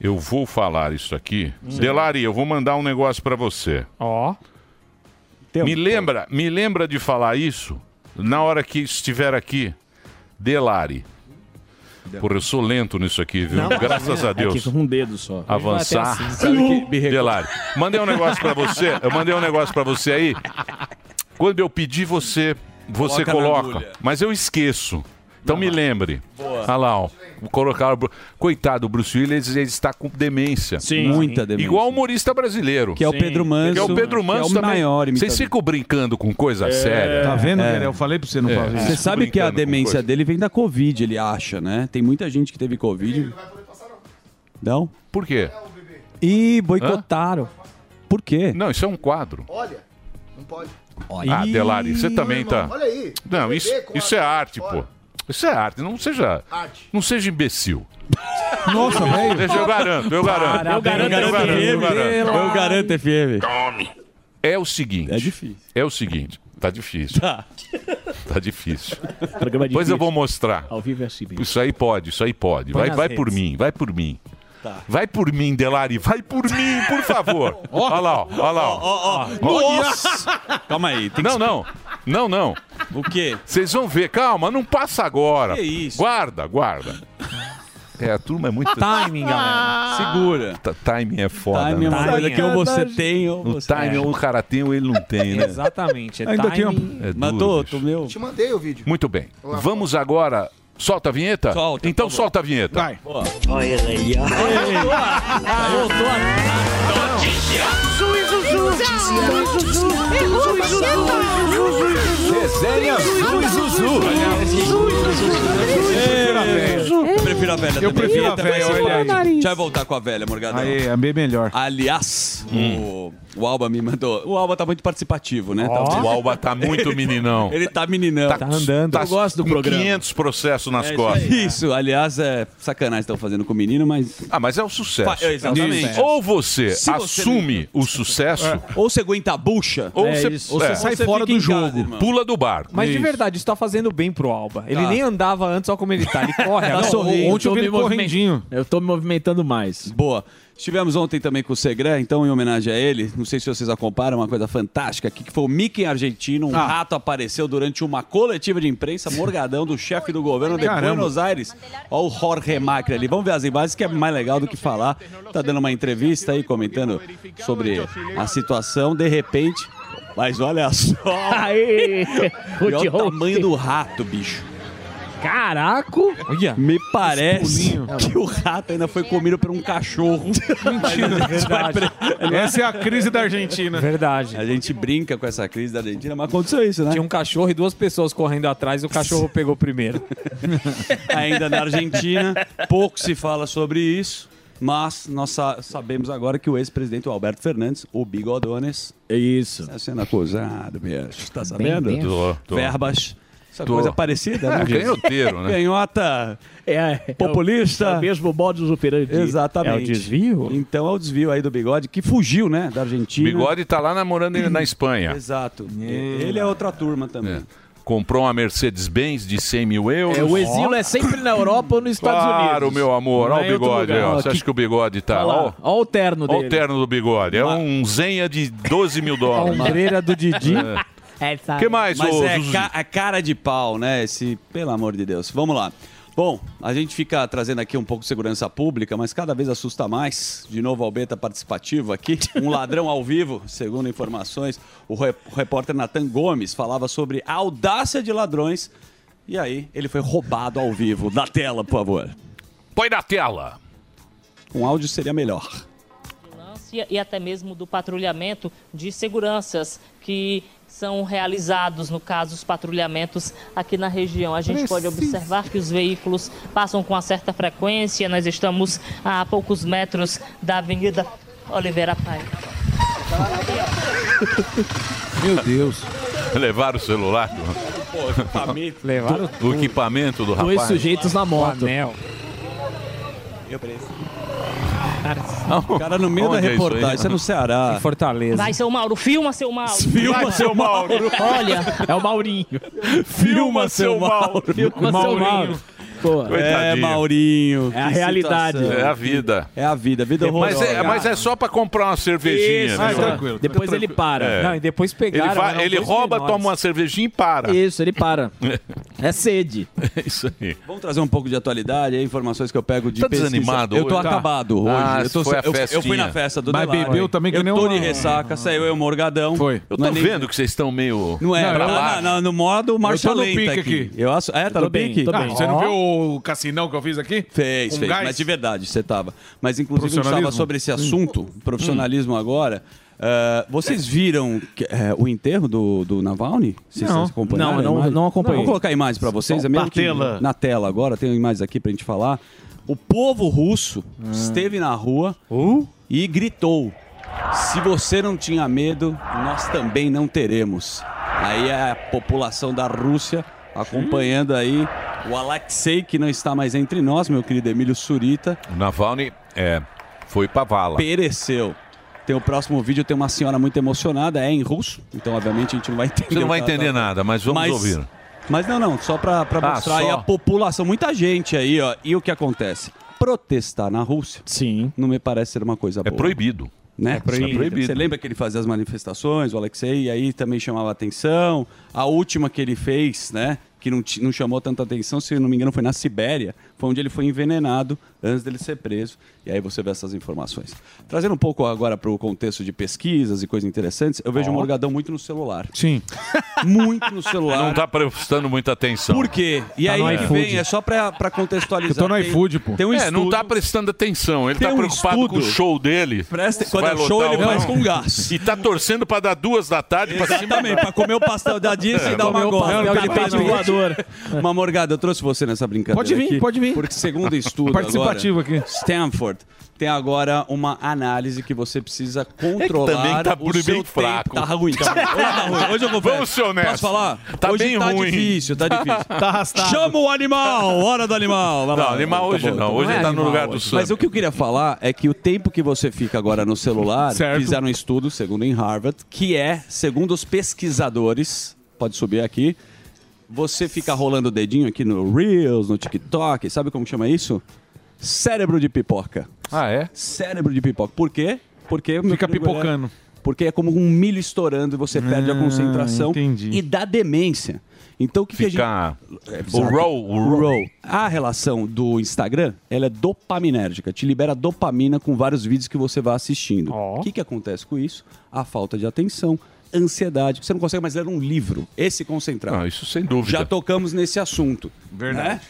[SPEAKER 5] Eu vou falar isso aqui. Delari, eu vou mandar um negócio pra você.
[SPEAKER 13] Ó.
[SPEAKER 5] Me lembra, me lembra de falar isso na hora que estiver aqui. Delari. Porra, eu sou lento nisso aqui, viu? Graças a Deus.
[SPEAKER 9] É que com um dedo só.
[SPEAKER 5] avançar.
[SPEAKER 9] assim,
[SPEAKER 5] Delari, mandei um negócio pra você. Eu mandei um negócio pra você aí. Quando eu pedir você, você
[SPEAKER 11] Coloca na
[SPEAKER 5] coloca.
[SPEAKER 11] agulha.
[SPEAKER 5] mas eu esqueço. Então me lembre.
[SPEAKER 11] Boa.
[SPEAKER 5] Olha lá, ó. Colocaram. o Bru- Coitado, o Bruce Willis ele está com demência.
[SPEAKER 11] Sim. Muita demência.
[SPEAKER 5] Igual o humorista brasileiro.
[SPEAKER 11] Que é o Sim. Pedro Manso,
[SPEAKER 5] Que é o Pedro
[SPEAKER 11] que é o
[SPEAKER 5] Manso também.
[SPEAKER 11] maior
[SPEAKER 5] Vocês
[SPEAKER 11] imitador.
[SPEAKER 5] ficam brincando com coisa séria.
[SPEAKER 11] Tá vendo,
[SPEAKER 5] É.
[SPEAKER 11] Guilherme? Eu
[SPEAKER 7] falei pra você
[SPEAKER 11] não
[SPEAKER 5] É.
[SPEAKER 11] fazer isso. Você sabe que a
[SPEAKER 5] Brincando com
[SPEAKER 11] demência
[SPEAKER 5] coisa.
[SPEAKER 11] dele vem da Covid, ele acha, né? Tem muita gente que teve Covid. Não?
[SPEAKER 5] Por quê?
[SPEAKER 11] Ih, boicotaram. Por quê?
[SPEAKER 5] Não, isso é um quadro.
[SPEAKER 14] Olha, não pode.
[SPEAKER 5] Ah, Delari, você também tá.
[SPEAKER 14] Olha aí.
[SPEAKER 5] Não, isso,
[SPEAKER 14] Bebê com
[SPEAKER 5] isso é arte, pô. Isso é arte, não seja. Não seja imbecil.
[SPEAKER 7] Nossa, velho.
[SPEAKER 5] Deixa eu garanto, eu garanto.
[SPEAKER 11] Parabéns, eu garanto,
[SPEAKER 5] eu
[SPEAKER 11] FM.
[SPEAKER 5] garanto.
[SPEAKER 11] Eu garanto, FM.
[SPEAKER 5] É o seguinte. É difícil. É o seguinte. Tá difícil. Tá. Tá difícil.
[SPEAKER 9] Programa
[SPEAKER 5] Depois
[SPEAKER 9] difícil.
[SPEAKER 5] eu vou mostrar.
[SPEAKER 9] Ao vivo é assim mesmo.
[SPEAKER 5] Isso aí pode, isso aí pode.
[SPEAKER 9] Põe
[SPEAKER 5] Vai,
[SPEAKER 9] nas
[SPEAKER 5] vai por
[SPEAKER 9] redes. Tá.
[SPEAKER 5] mim, vai por mim. Vai por mim, Delari, vai por mim, por favor. Olha lá, ó, olha lá. ó.
[SPEAKER 11] Ó, ó,
[SPEAKER 5] Ó.
[SPEAKER 11] nossa! Calma aí. Tem
[SPEAKER 5] não, não. Não, não.
[SPEAKER 11] O quê?
[SPEAKER 5] Vocês vão ver. Calma, não passa agora.
[SPEAKER 11] Que isso?
[SPEAKER 5] Guarda, guarda. É, a turma é muito...
[SPEAKER 11] Timing, galera. Segura.
[SPEAKER 5] T- timing é foda.
[SPEAKER 11] Timing é uma
[SPEAKER 5] né?
[SPEAKER 11] coisa que ou você tem ou
[SPEAKER 5] O
[SPEAKER 11] você-
[SPEAKER 5] timing,
[SPEAKER 11] É.
[SPEAKER 5] ou o cara tem ou ele não tem, né?
[SPEAKER 13] Exatamente. É
[SPEAKER 5] Ainda tem uma-
[SPEAKER 13] timing.
[SPEAKER 5] É
[SPEAKER 11] Matou,
[SPEAKER 5] duro,
[SPEAKER 11] tu meu.
[SPEAKER 14] Te mandei o vídeo.
[SPEAKER 5] Muito bem.
[SPEAKER 14] Olá,
[SPEAKER 5] Vamos agora... Solta a vinheta?
[SPEAKER 11] Solta,
[SPEAKER 5] então
[SPEAKER 11] por favor.
[SPEAKER 5] solta a vinheta.
[SPEAKER 11] Vai.
[SPEAKER 3] Olha aí, ó.
[SPEAKER 14] Zuizuzu! Zuizuzu! Zuizuzu! Zuizuzu!
[SPEAKER 11] Resenha Zui Zuzu. Eu prefiro a velha
[SPEAKER 7] Eu
[SPEAKER 11] também.
[SPEAKER 7] prefiro a
[SPEAKER 11] Eita, vai
[SPEAKER 7] velha,
[SPEAKER 11] ser
[SPEAKER 7] olha aí.
[SPEAKER 11] forte. Deixa eu voltar com a velha, Morgadão.
[SPEAKER 7] Aí, a bem melhor.
[SPEAKER 11] Aliás, o, o Alba me mandou. O Alba tá muito participativo, né? Tá-
[SPEAKER 5] Hum. O Alba tá muito meninão.
[SPEAKER 11] Ele tá meninão.
[SPEAKER 5] Tá andando. Eu gosto do
[SPEAKER 11] com
[SPEAKER 5] programa.
[SPEAKER 11] 500
[SPEAKER 5] processos nas
[SPEAKER 11] É isso
[SPEAKER 5] costas.
[SPEAKER 11] aí. Isso, aliás, é sacanagem estão fazendo com o menino, mas.
[SPEAKER 5] Ah, mas é o sucesso.
[SPEAKER 11] Fa- exatamente.
[SPEAKER 5] Isso. Ou você
[SPEAKER 11] Se você É.
[SPEAKER 5] assume o sucesso.
[SPEAKER 11] Ou você aguenta a bucha.
[SPEAKER 5] Ou
[SPEAKER 11] É
[SPEAKER 5] você,
[SPEAKER 11] isso. Ou você sai
[SPEAKER 5] Ou
[SPEAKER 11] fora
[SPEAKER 5] fica
[SPEAKER 11] do
[SPEAKER 5] em
[SPEAKER 11] jogo.
[SPEAKER 5] irmão. pula do barco.
[SPEAKER 13] Mas de
[SPEAKER 5] Isso.
[SPEAKER 13] verdade, isso tá fazendo bem pro Alba. Ele
[SPEAKER 9] Tá.
[SPEAKER 13] nem andava antes, só como ele tá. Ele corre agora.
[SPEAKER 9] Ontem eu vi ele correndinho.
[SPEAKER 11] Eu tô me movimentando mais. Boa. Estivemos ontem também com o Segré, então em homenagem a ele, não sei se vocês acompanharam uma coisa fantástica aqui, que foi o Mickey argentino, um rato apareceu durante uma coletiva de imprensa, morgadão do chefe do governo de
[SPEAKER 7] Caramba.
[SPEAKER 11] Buenos Aires. Olha o Jorge Macri ali, vamos ver as imagens que é mais legal do que falar. Tá dando uma entrevista aí, comentando sobre a situação, de repente, mas olha só.
[SPEAKER 13] Aê!
[SPEAKER 11] E olha o tamanho do rato, bicho.
[SPEAKER 13] Caraca!
[SPEAKER 11] Me parece que o rato ainda foi comido por um cachorro. Mentira,
[SPEAKER 7] Essa é a crise da Argentina.
[SPEAKER 13] né?
[SPEAKER 11] Verdade. A gente brinca com essa crise da Argentina, mas aconteceu isso, né?
[SPEAKER 13] Tinha um cachorro e duas pessoas correndo atrás e o cachorro pegou primeiro.
[SPEAKER 11] ainda na Argentina. Pouco se fala sobre isso, mas nós sa- sabemos agora que o ex-presidente Alberto Fernandes, o Bigodones,
[SPEAKER 9] é isso.
[SPEAKER 11] está sendo acusado mesmo. Está sabendo?
[SPEAKER 5] dentro. Tô, tô.
[SPEAKER 11] Verbas. Essa
[SPEAKER 5] Tô.
[SPEAKER 11] coisa parecida,
[SPEAKER 5] É,
[SPEAKER 11] né? gente?
[SPEAKER 5] canhoteiro, né?
[SPEAKER 11] Canhota.
[SPEAKER 9] É,
[SPEAKER 11] populista.
[SPEAKER 9] É o mesmo modus operandi.
[SPEAKER 11] Exatamente.
[SPEAKER 9] É o desvio.
[SPEAKER 11] Então é o desvio aí do Bigode, que fugiu, né, da Argentina.
[SPEAKER 5] Bigode tá lá namorando ele na Espanha.
[SPEAKER 11] Exato. Ele é outra turma também.
[SPEAKER 5] Comprou uma Mercedes-Benz de 100 mil euros.
[SPEAKER 9] É, o exílio é sempre na Europa ou nos Estados
[SPEAKER 5] claro,
[SPEAKER 9] Unidos.
[SPEAKER 5] meu amor.
[SPEAKER 9] Não é
[SPEAKER 5] Olha
[SPEAKER 9] em
[SPEAKER 5] o
[SPEAKER 9] outro
[SPEAKER 5] bigode.
[SPEAKER 9] lugar.
[SPEAKER 5] ó.
[SPEAKER 9] Ó,
[SPEAKER 5] Você
[SPEAKER 9] que-
[SPEAKER 5] acha que o bbigode tá...
[SPEAKER 9] Olha lá.
[SPEAKER 5] Ó,
[SPEAKER 9] Olha o terno
[SPEAKER 5] Olha
[SPEAKER 9] dele.
[SPEAKER 5] o terno do bigode. É um zenha de 12 mil dólares. É.
[SPEAKER 13] Essa...
[SPEAKER 5] Que mais,
[SPEAKER 11] Mas
[SPEAKER 5] ô,
[SPEAKER 11] é,
[SPEAKER 5] Zuzu?
[SPEAKER 11] ca- é cara de pau, né? Esse, pelo amor de Deus. Vamos lá. Bom, a gente fica trazendo aqui um pouco de segurança pública, mas cada vez assusta mais. De novo, Albeta participativo aqui. Um ladrão ao vivo, segundo informações. O re- o repórter Natan Gomes falava sobre a audácia de ladrões. E aí, ele foi roubado ao vivo. Da tela, por favor.
[SPEAKER 5] Põe na tela.
[SPEAKER 11] Com áudio seria melhor.
[SPEAKER 15] vigilância e até mesmo do patrulhamento de seguranças que são realizados, no caso, os patrulhamentos aqui na região. A gente pode observar que os veículos passam com uma certa frequência. Nós estamos a poucos metros da Avenida Oliveira Paiva.
[SPEAKER 5] Meu Deus. Levaram o celular.
[SPEAKER 11] equipamento.
[SPEAKER 5] Levaram o equipamento do rapaz.
[SPEAKER 9] Dois sujeitos na moto.
[SPEAKER 11] Eu O cara no meio
[SPEAKER 5] Onde
[SPEAKER 11] da
[SPEAKER 5] é isso aí?
[SPEAKER 11] reportagem, isso é no Ceará.
[SPEAKER 5] Em
[SPEAKER 11] Fortaleza.
[SPEAKER 15] Vai, seu Mauro, filma, seu Mauro.
[SPEAKER 11] Filma, seu Mauro.
[SPEAKER 15] Olha,
[SPEAKER 9] É o Maurinho.
[SPEAKER 11] Filma, seu Mauro.
[SPEAKER 9] Filma, seu Mauro. Pô.
[SPEAKER 11] É, Maurinho.
[SPEAKER 9] É a
[SPEAKER 11] que
[SPEAKER 9] realidade.
[SPEAKER 11] situação.
[SPEAKER 5] É a vida.
[SPEAKER 11] É a vida, a vida
[SPEAKER 5] Mas
[SPEAKER 11] horrorosa.
[SPEAKER 5] é, mas é só pra comprar uma cervejinha.
[SPEAKER 11] Isso,
[SPEAKER 5] né?
[SPEAKER 11] é, tranquilo. Depois
[SPEAKER 5] Tranquilo.
[SPEAKER 11] ele para. Não, e depois pegaram, né?
[SPEAKER 5] Ele, vai-
[SPEAKER 11] eram
[SPEAKER 5] ele
[SPEAKER 11] dois
[SPEAKER 5] rouba,
[SPEAKER 11] menores.
[SPEAKER 5] toma uma cervejinha e para.
[SPEAKER 9] Isso, ele para. É sede.
[SPEAKER 5] É isso aí.
[SPEAKER 11] Vamos trazer um pouco de atualidade, aí, informações que eu pego de
[SPEAKER 5] Tá
[SPEAKER 11] pesquisa.
[SPEAKER 5] desanimado
[SPEAKER 11] Eu tô
[SPEAKER 5] hoje? Tá.
[SPEAKER 11] acabado hoje.
[SPEAKER 5] Ah,
[SPEAKER 11] eu, tô-
[SPEAKER 5] foi a
[SPEAKER 11] eu- eu fui
[SPEAKER 5] festinha.
[SPEAKER 11] na festa do
[SPEAKER 5] Mas
[SPEAKER 11] Delari.
[SPEAKER 5] bebeu também que
[SPEAKER 11] eu
[SPEAKER 5] nem
[SPEAKER 11] tô
[SPEAKER 5] uma-
[SPEAKER 11] de ressaca, saiu eu, Morgadão. Foi.
[SPEAKER 5] Eu tô vendo que vocês estão meio.
[SPEAKER 11] é Não é,
[SPEAKER 5] pra
[SPEAKER 11] tá
[SPEAKER 5] baixo.
[SPEAKER 11] na- na- no modo Marshall
[SPEAKER 7] no pique
[SPEAKER 11] Lenta aqui.
[SPEAKER 7] aqui.
[SPEAKER 11] Eu acho, é, tá no pique?
[SPEAKER 7] Ah, você não viu o cassinão que eu fiz aqui?
[SPEAKER 11] Fez,
[SPEAKER 7] Com
[SPEAKER 11] fez.
[SPEAKER 7] gás?
[SPEAKER 11] Mas de verdade, você tava. Mas inclusive eu
[SPEAKER 7] Profissionalismo?
[SPEAKER 11] estava sobre
[SPEAKER 9] Hum.
[SPEAKER 11] esse assunto, profissionalismo agora. Ah, vocês viram que- eh, o enterro do, do Navalny? Vocês
[SPEAKER 9] Não.
[SPEAKER 11] vocês acompanharam
[SPEAKER 9] Não,
[SPEAKER 11] a
[SPEAKER 9] não-
[SPEAKER 11] imagem?
[SPEAKER 9] não acompanhei.
[SPEAKER 11] Vou colocar imagens para vocês.
[SPEAKER 9] Só
[SPEAKER 11] é mesmo
[SPEAKER 9] na
[SPEAKER 11] que-
[SPEAKER 9] tela.
[SPEAKER 11] Na tela agora, tem imagens aqui pra gente falar. O povo russo
[SPEAKER 5] Ah.
[SPEAKER 11] esteve na rua
[SPEAKER 5] Hum?
[SPEAKER 11] e gritou. Se você não tinha medo, nós também não teremos. Aí é a população da Rússia acompanhando aí o Alexei, que não está mais entre nós, meu querido Emílio Surita,
[SPEAKER 5] O Navalny é, foi pra vala.
[SPEAKER 11] pereceu. Tem o próximo vídeo, tem uma senhora muito emocionada, é em russo, então obviamente a gente não vai entender.
[SPEAKER 5] Você não
[SPEAKER 11] o
[SPEAKER 5] vai
[SPEAKER 11] que ela tá
[SPEAKER 5] entender nada, mas vamos ouvir.
[SPEAKER 11] Mas não, não, só pra, pra
[SPEAKER 5] Ah,
[SPEAKER 11] mostrar aí
[SPEAKER 5] só.
[SPEAKER 11] a população, muita gente aí, ó. E o que acontece? Protestar na Rússia.
[SPEAKER 9] Sim.
[SPEAKER 11] Não me parece ser uma coisa boa.
[SPEAKER 5] proibido.
[SPEAKER 11] Né?
[SPEAKER 5] É proibido. É proibido.
[SPEAKER 11] Você lembra que ele fazia as manifestações, o Alexei, e aí também chamava atenção. A última que ele fez, né? que não, ti- não chamou tanta atenção, se não me engano, foi na Sibéria, foi onde ele foi envenenado antes dele ser preso. E aí você vê essas informações. Trazendo um pouco agora para o contexto de pesquisas e coisas interessantes, eu vejo
[SPEAKER 5] Ó.
[SPEAKER 11] o Morgadão muito no celular.
[SPEAKER 5] Sim.
[SPEAKER 11] Muito no celular.
[SPEAKER 5] Não tá prestando muita atenção. Por
[SPEAKER 11] quê? E aí que vem, é só pra, pra contextualizar. Tem- Tem um
[SPEAKER 5] é, não
[SPEAKER 11] estudo-
[SPEAKER 5] tá prestando atenção. Ele
[SPEAKER 11] Tem
[SPEAKER 5] tá
[SPEAKER 11] um
[SPEAKER 5] preocupado com o
[SPEAKER 11] estudo.
[SPEAKER 5] show dele.
[SPEAKER 11] Presta-
[SPEAKER 5] Se
[SPEAKER 11] quando
[SPEAKER 5] vai
[SPEAKER 11] é o show,
[SPEAKER 5] lotar
[SPEAKER 11] ele
[SPEAKER 5] ou
[SPEAKER 11] faz
[SPEAKER 5] não.
[SPEAKER 11] com gás.
[SPEAKER 5] E tá torcendo pra dar duas da tarde pra cima.
[SPEAKER 11] Exatamente, pra comer o pastel da Disney
[SPEAKER 5] É,
[SPEAKER 11] e dar uma
[SPEAKER 5] comer o
[SPEAKER 11] gorra.
[SPEAKER 5] pastel de peito
[SPEAKER 11] um voador. Uma morgada, eu trouxe você nessa brincadeira
[SPEAKER 16] Pode vir,
[SPEAKER 11] aqui,
[SPEAKER 16] pode vir.
[SPEAKER 11] Porque segundo estudo
[SPEAKER 16] Participativo
[SPEAKER 11] agora, aqui. Stanford tem agora uma análise que você precisa
[SPEAKER 5] É que
[SPEAKER 11] controlar
[SPEAKER 5] também tá
[SPEAKER 11] o seu
[SPEAKER 5] bem fraco.
[SPEAKER 11] tempo. Tá ruim, tá ruim. Hoje tá ruim. Hoje eu vou
[SPEAKER 5] Vamos ser honestos.
[SPEAKER 11] Posso falar?
[SPEAKER 5] Tá
[SPEAKER 11] hoje
[SPEAKER 5] bem
[SPEAKER 11] tá
[SPEAKER 5] ruim.
[SPEAKER 11] difícil, tá difícil.
[SPEAKER 5] Tá arrastado.
[SPEAKER 11] Chama o animal, hora do animal. Vai
[SPEAKER 5] Não,
[SPEAKER 11] lá.
[SPEAKER 5] animal hoje não. Hoje
[SPEAKER 11] é
[SPEAKER 5] tá no
[SPEAKER 11] animal
[SPEAKER 5] lugar do
[SPEAKER 11] hoje.
[SPEAKER 5] Sam.
[SPEAKER 11] Mas o que eu queria falar é que o tempo que você fica agora no celular,
[SPEAKER 5] Certo.
[SPEAKER 11] fizeram um estudo, segundo em Harvard, que é, segundo os pesquisadores, pode subir aqui, você fica rolando o dedinho aqui no Reels, no TikTok, sabe como chama isso? Cérebro de pipoca.
[SPEAKER 5] Ah, é?
[SPEAKER 11] Cérebro de pipoca. Por quê? Porque meu
[SPEAKER 16] Fica
[SPEAKER 11] primo, ele é-
[SPEAKER 16] pipocando.
[SPEAKER 11] Porque é como um milho estourando e você perde a
[SPEAKER 16] Ah,
[SPEAKER 11] concentração
[SPEAKER 16] entendi.
[SPEAKER 11] e dá demência. Então o que, que a gente... É bizarro.
[SPEAKER 5] o roll, o roll.
[SPEAKER 11] A relação do Instagram, ela é dopaminérgica. Te libera dopamina com vários vídeos que você vai assistindo. O que, que acontece com isso? A falta de atenção, ansiedade. Você não consegue mais ler um livro e se concentrar.
[SPEAKER 5] Não, isso sem dúvida.
[SPEAKER 11] Já tocamos nesse assunto. Né?
[SPEAKER 5] Verdade.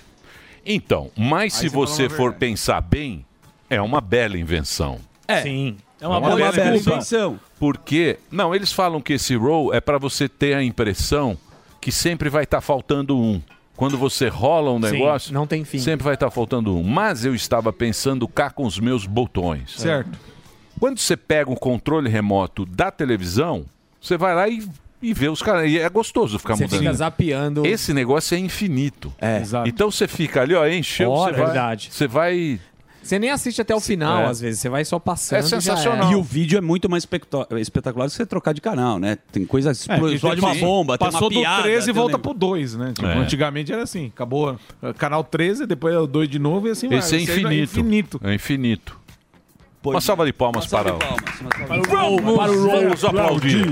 [SPEAKER 5] Então, mas se você for pensar bem, é uma bela invenção.
[SPEAKER 11] É.
[SPEAKER 17] Sim.
[SPEAKER 11] É uma boa desculpa.
[SPEAKER 5] Porque, não, eles falam que esse roll é para você ter a impressão que sempre vai estar faltando um. Quando você rola um
[SPEAKER 13] Sim,
[SPEAKER 5] negócio,
[SPEAKER 13] não tem fim.
[SPEAKER 5] sempre vai estar faltando um. Mas eu estava pensando cá com os meus botões.
[SPEAKER 16] Certo.
[SPEAKER 5] Quando você pega o controle remoto da televisão, você vai lá e, e vê os caras. E é gostoso ficar
[SPEAKER 13] Você
[SPEAKER 5] mudando.
[SPEAKER 13] fica zapeando.
[SPEAKER 5] Esse negócio é infinito.
[SPEAKER 11] É.
[SPEAKER 13] Exato.
[SPEAKER 5] Então você fica ali, ó, encheu,
[SPEAKER 13] Ora,
[SPEAKER 5] você vai,
[SPEAKER 13] verdade.
[SPEAKER 5] Você vai.
[SPEAKER 13] Você nem assiste até o final,
[SPEAKER 11] é.
[SPEAKER 13] às vezes. Você vai só passando. e já
[SPEAKER 11] E
[SPEAKER 13] era.
[SPEAKER 11] o vídeo é muito mais espectó- espetacular se você trocar de canal, né? Tem coisa.
[SPEAKER 7] É,
[SPEAKER 16] É,
[SPEAKER 11] Explode uma bomba, tem
[SPEAKER 16] Passou
[SPEAKER 11] uma
[SPEAKER 16] do
[SPEAKER 11] piada,
[SPEAKER 16] 13 e
[SPEAKER 11] tem um
[SPEAKER 16] volta
[SPEAKER 11] negócio.
[SPEAKER 16] pro 2, né? Tipo,
[SPEAKER 11] É.
[SPEAKER 16] Antigamente era assim, acabou eh, canal 13, depois é o 2 de novo e assim vai.
[SPEAKER 5] Esse é
[SPEAKER 16] Esse aí vai
[SPEAKER 5] infinito. É infinito. uma salva de palmas para o.
[SPEAKER 18] Vamos
[SPEAKER 5] Para o Roll, vamos aplaudir.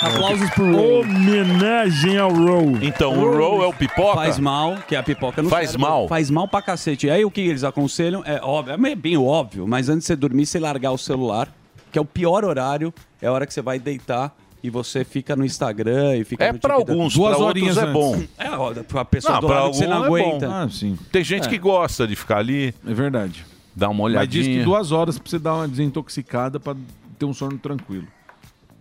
[SPEAKER 18] Aplausos pro Roll. Homenagem ao Roll.
[SPEAKER 5] Então, o roll é o pipoca.
[SPEAKER 11] Faz mal, que é a pipoca no
[SPEAKER 5] Faz
[SPEAKER 11] cérebro.
[SPEAKER 5] mal.
[SPEAKER 11] Faz mal pra cacete. E aí o que eles aconselham é óbvio, é bem óbvio, mas antes de você dormir, você largar o celular, que é o pior horário, é a hora que você vai deitar e você fica no Instagram e fica
[SPEAKER 5] É
[SPEAKER 11] no
[SPEAKER 5] pra
[SPEAKER 11] TikTok.
[SPEAKER 5] alguns, Duas pra horinhas outros é antes. bom.
[SPEAKER 11] É, ó, pra pessoa
[SPEAKER 5] Não,
[SPEAKER 11] do
[SPEAKER 5] pra
[SPEAKER 11] lado que você não
[SPEAKER 5] algum é bom.
[SPEAKER 11] aguenta.
[SPEAKER 5] Ah, sim. Tem gente
[SPEAKER 11] É.
[SPEAKER 5] que gosta de ficar ali.
[SPEAKER 16] É verdade.
[SPEAKER 5] Dá uma
[SPEAKER 16] Mas diz que
[SPEAKER 5] olhadinha.
[SPEAKER 16] duas horas pra você dar uma desintoxicada pra ter um sono tranquilo.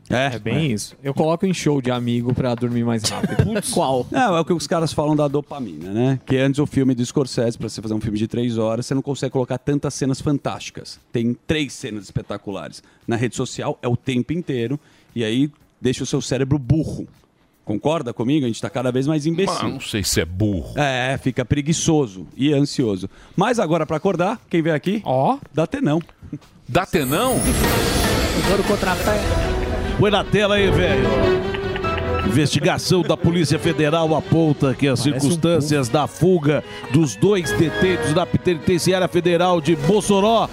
[SPEAKER 11] É,
[SPEAKER 13] bem
[SPEAKER 16] É.
[SPEAKER 13] isso. Eu coloco em show de amigo pra dormir mais rápido. Qual?
[SPEAKER 11] Não, é o que os caras falam da dopamina, né? Que antes o filme do Scorsese, pra você fazer um filme de três horas, você não consegue colocar tantas cenas fantásticas. Tem três cenas espetaculares. Na rede social é o tempo inteiro. E aí deixa o seu cérebro burro. Concorda comigo? A gente tá cada vez mais imbecil.
[SPEAKER 5] Mas não sei se é burro.
[SPEAKER 11] É, fica preguiçoso e ansioso. Mas agora pra acordar, quem vem aqui?
[SPEAKER 13] Ó.
[SPEAKER 11] Datenão.
[SPEAKER 5] Datenão?
[SPEAKER 11] Agora o contrapé.
[SPEAKER 7] Põe na tela aí, velho. Investigação da Polícia Federal aponta que as circunstâncias da fuga dos dois detentos da Penitenciária Federal de Mossoró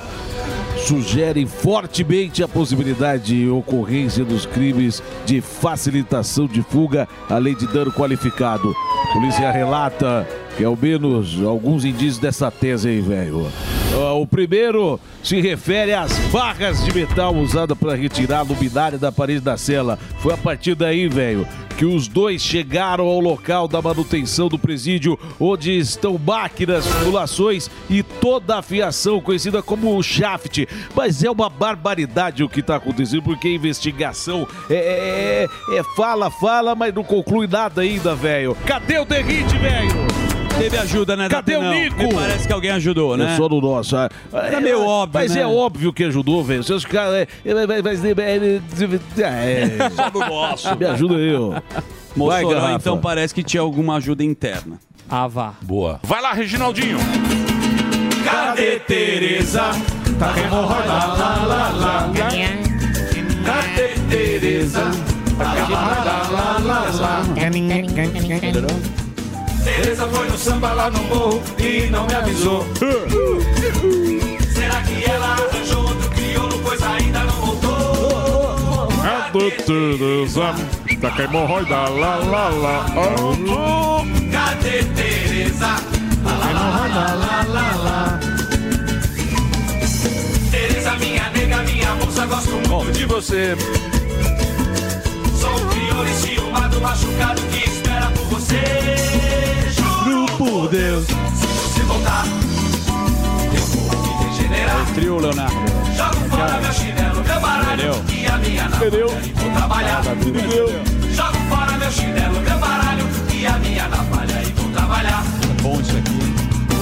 [SPEAKER 7] sugerem fortemente a possibilidade de ocorrência dos crimes de facilitação de fuga, além de dano qualificado. A polícia relata que ao menos alguns indícios dessa tese aí, velho. Ah, o primeiro se refere às barras de metal usada para retirar a luminária da parede da cela. Foi a partir daí, velho, que os dois chegaram ao local da manutenção do presídio, onde estão máquinas, tubulações e toda a fiação conhecida como o shaft. Mas é uma barbaridade o que está acontecendo, porque a investigação é, é- é fala, fala, mas não conclui nada ainda, velho. Cadê o Derrite, velho?
[SPEAKER 11] Teve ajuda, né?
[SPEAKER 7] Cadê o
[SPEAKER 11] Datenão?
[SPEAKER 7] Nico?
[SPEAKER 11] Me parece que alguém ajudou, né?
[SPEAKER 7] É só no nosso. ah.
[SPEAKER 11] Era meio óbvio,
[SPEAKER 7] Mas
[SPEAKER 11] né?
[SPEAKER 7] é óbvio que ajudou, velho. Seus caras. é, Mas, mas, mas, é, é,
[SPEAKER 11] Só no nosso.
[SPEAKER 7] Me ajuda aí, ó. Vai,
[SPEAKER 11] Mossoró,
[SPEAKER 7] garrafa.
[SPEAKER 11] então parece que tinha alguma ajuda interna.
[SPEAKER 13] Ah, vá.
[SPEAKER 5] Boa. Vai lá, Reginaldinho.
[SPEAKER 3] Cadê Tereza? Tá com hemorroida, lá, lá, lá. Cadê Tereza? Tá com hemorroida, lá, lá, lá. Tereza foi no samba lá no morro e não me avisou. Será que ela arranjou outro crioulo, pois ainda não voltou?
[SPEAKER 18] A
[SPEAKER 5] é um
[SPEAKER 18] doutora tá com a hemorroida, lá, lá, lá. Oh,
[SPEAKER 3] Cadê Madre Teresa. Lá, lá, lá, lá, lá, lá, lá. Teresa, minha nega, minha moça, gosto muito de você. Sou um crioulo enciumado, machucado, que espera por você. Juro por Deus. Se você voltar, eu vou me degenerar.
[SPEAKER 11] É Trio, Leonardo.
[SPEAKER 3] Jogo fora meu chinelo, meu baralho
[SPEAKER 11] Entendeu? Ah, tá
[SPEAKER 3] e a minha namorada. E vou trabalhar. Jogo fora meu chinelo, meu baralho e a minha navalha. E vou trabalhar.
[SPEAKER 11] É bom isso aqui.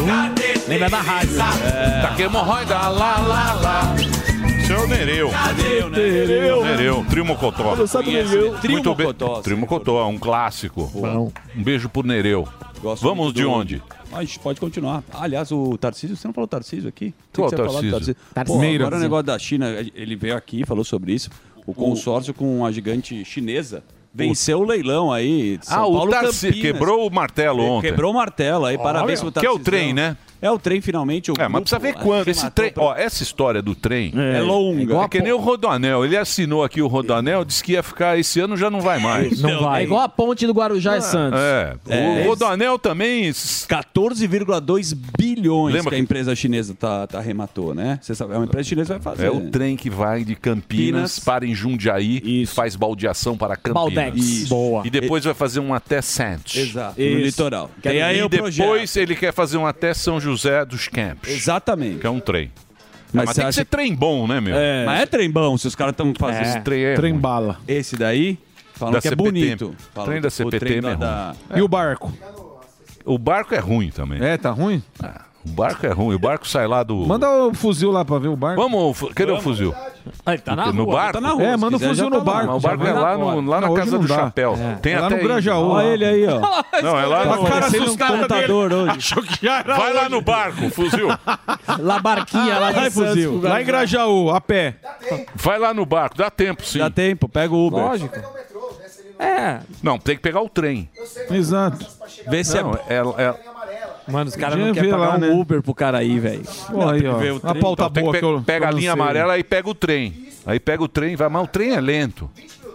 [SPEAKER 3] Cadê
[SPEAKER 11] Lembra da rádio. É.
[SPEAKER 5] Tá que hemorroida, lá, lá, lá. Seu é Nereu.
[SPEAKER 3] Nereu, né?
[SPEAKER 5] Nereu. Nereu. Trio Mocotó.
[SPEAKER 3] Olha, sabe
[SPEAKER 5] Conhece,
[SPEAKER 3] Nereu?
[SPEAKER 5] né?
[SPEAKER 3] Trio
[SPEAKER 5] Muito bem.
[SPEAKER 11] Mocotó,
[SPEAKER 5] Trio Mocotó, um clássico. Um beijo pro Nereu. Vamos
[SPEAKER 11] muito
[SPEAKER 5] de
[SPEAKER 11] do-
[SPEAKER 5] onde?
[SPEAKER 11] Mas pode continuar. Aliás, o Tarcísio, você não falou Tarcísio aqui?
[SPEAKER 5] Qual
[SPEAKER 11] Tem que ser falado
[SPEAKER 5] Tarcísio?
[SPEAKER 11] Pô,
[SPEAKER 5] Meira.
[SPEAKER 11] agora o negócio da China, ele veio aqui, falou sobre isso. O consórcio com a gigante chinesa venceu o leilão aí. de São
[SPEAKER 5] Ah, o
[SPEAKER 11] Paulo,
[SPEAKER 5] Tarcísio
[SPEAKER 11] Campinas.
[SPEAKER 5] quebrou o martelo
[SPEAKER 11] Que-
[SPEAKER 5] ontem.
[SPEAKER 11] Quebrou o martelo aí,
[SPEAKER 5] Olha.
[SPEAKER 11] parabéns pro
[SPEAKER 5] Que é o
[SPEAKER 11] Tarcísio.
[SPEAKER 5] trem, né?
[SPEAKER 11] É o trem finalmente. O
[SPEAKER 5] É, mas precisa ver quando. Esse trem, ó, essa história do trem
[SPEAKER 11] É. É longa.
[SPEAKER 5] igual a que nem o Rodoanel. Ele assinou aqui o Rodoanel, disse que ia ficar esse ano, já não vai mais.
[SPEAKER 9] Não vai. É igual a ponte do Guarujá e Santos.
[SPEAKER 5] É.
[SPEAKER 11] É.
[SPEAKER 5] O Rodoanel também.
[SPEAKER 11] 14,2 bilhões
[SPEAKER 5] Lembra
[SPEAKER 11] que a empresa chinesa tá, tá arrematou, né? Você sabe, é uma empresa chinesa que vai fazer.
[SPEAKER 5] É o trem que vai de Campinas,
[SPEAKER 11] Campinas.
[SPEAKER 5] para em Jundiaí faz baldeação para Campinas.
[SPEAKER 11] Baldex. Isso. Boa.
[SPEAKER 5] E depois vai fazer um até Santos.
[SPEAKER 11] Exato, no Isso. litoral.
[SPEAKER 5] E,
[SPEAKER 11] Tem aí o
[SPEAKER 5] depois
[SPEAKER 11] projeto.
[SPEAKER 5] ele quer fazer um até São José dos Campos.
[SPEAKER 11] Exatamente.
[SPEAKER 5] Que é um trem.
[SPEAKER 11] Mas
[SPEAKER 5] Mas,
[SPEAKER 11] você
[SPEAKER 5] tem que
[SPEAKER 11] acha
[SPEAKER 5] ser trem bom, né, meu?
[SPEAKER 11] É. Mas é trem bom, se os caras estão fazendo
[SPEAKER 5] É.
[SPEAKER 11] esse
[SPEAKER 5] Trem
[SPEAKER 11] bala. Esse daí, falam
[SPEAKER 5] Da
[SPEAKER 11] que é
[SPEAKER 5] CPT.
[SPEAKER 11] bonito. Falam
[SPEAKER 5] Trem da
[SPEAKER 11] que o
[SPEAKER 5] CPT
[SPEAKER 11] trem
[SPEAKER 5] mesmo.
[SPEAKER 7] E o barco?
[SPEAKER 5] O barco é ruim também. É,
[SPEAKER 7] tá ruim?
[SPEAKER 5] o barco é ruim. O barco sai lá do...
[SPEAKER 7] Manda o fuzil lá pra ver o barco.
[SPEAKER 5] Vamos, fu- cadê o
[SPEAKER 7] Vamos.
[SPEAKER 5] fuzil?
[SPEAKER 7] tá na
[SPEAKER 5] no
[SPEAKER 7] rua,
[SPEAKER 5] barco?
[SPEAKER 7] tá na rua. É, manda Se o quiser, fuzil já no tá lá. barco,
[SPEAKER 5] O
[SPEAKER 7] já
[SPEAKER 5] barco
[SPEAKER 7] vai
[SPEAKER 5] é
[SPEAKER 7] lá
[SPEAKER 5] lá,
[SPEAKER 7] fora.
[SPEAKER 5] no, lá na
[SPEAKER 7] Não, hoje
[SPEAKER 5] casa
[SPEAKER 7] não
[SPEAKER 5] do
[SPEAKER 7] dá.
[SPEAKER 5] Chapéu.
[SPEAKER 7] É.
[SPEAKER 5] Tem
[SPEAKER 7] É lá
[SPEAKER 5] até
[SPEAKER 7] no Grajaú. Olha ele aí, ó.
[SPEAKER 5] Não, é lá
[SPEAKER 7] Tá Com a cara
[SPEAKER 5] Parecendo um
[SPEAKER 7] assustada dele.
[SPEAKER 5] contador hoje.
[SPEAKER 7] Achou que já era
[SPEAKER 5] Vai lá
[SPEAKER 7] hoje.
[SPEAKER 5] no barco, fuzil.
[SPEAKER 9] Lá barquinha, lá
[SPEAKER 7] Vai,
[SPEAKER 9] de Santos,
[SPEAKER 7] fuzil.
[SPEAKER 9] pro
[SPEAKER 7] Lá em Grajaú, a pé.
[SPEAKER 5] Vai lá no barco, dá tempo sim. Dá
[SPEAKER 11] tempo, pega o
[SPEAKER 5] Uber. Lógico. É. Não, tem que pegar o trem.
[SPEAKER 7] Exato.
[SPEAKER 5] Vê se
[SPEAKER 7] Não,
[SPEAKER 5] é...
[SPEAKER 13] Mano, os caras
[SPEAKER 5] Podia
[SPEAKER 13] não querem
[SPEAKER 5] ver
[SPEAKER 13] pagar
[SPEAKER 5] lá,
[SPEAKER 13] um
[SPEAKER 5] né?
[SPEAKER 13] Uber pro cara aí, velho.
[SPEAKER 5] Não, tem que ver o
[SPEAKER 13] Uma
[SPEAKER 5] trem. Então tem pe- Pega a linha amarela e pega o trem. Aí pega o trem, vai, mas o trem é lento.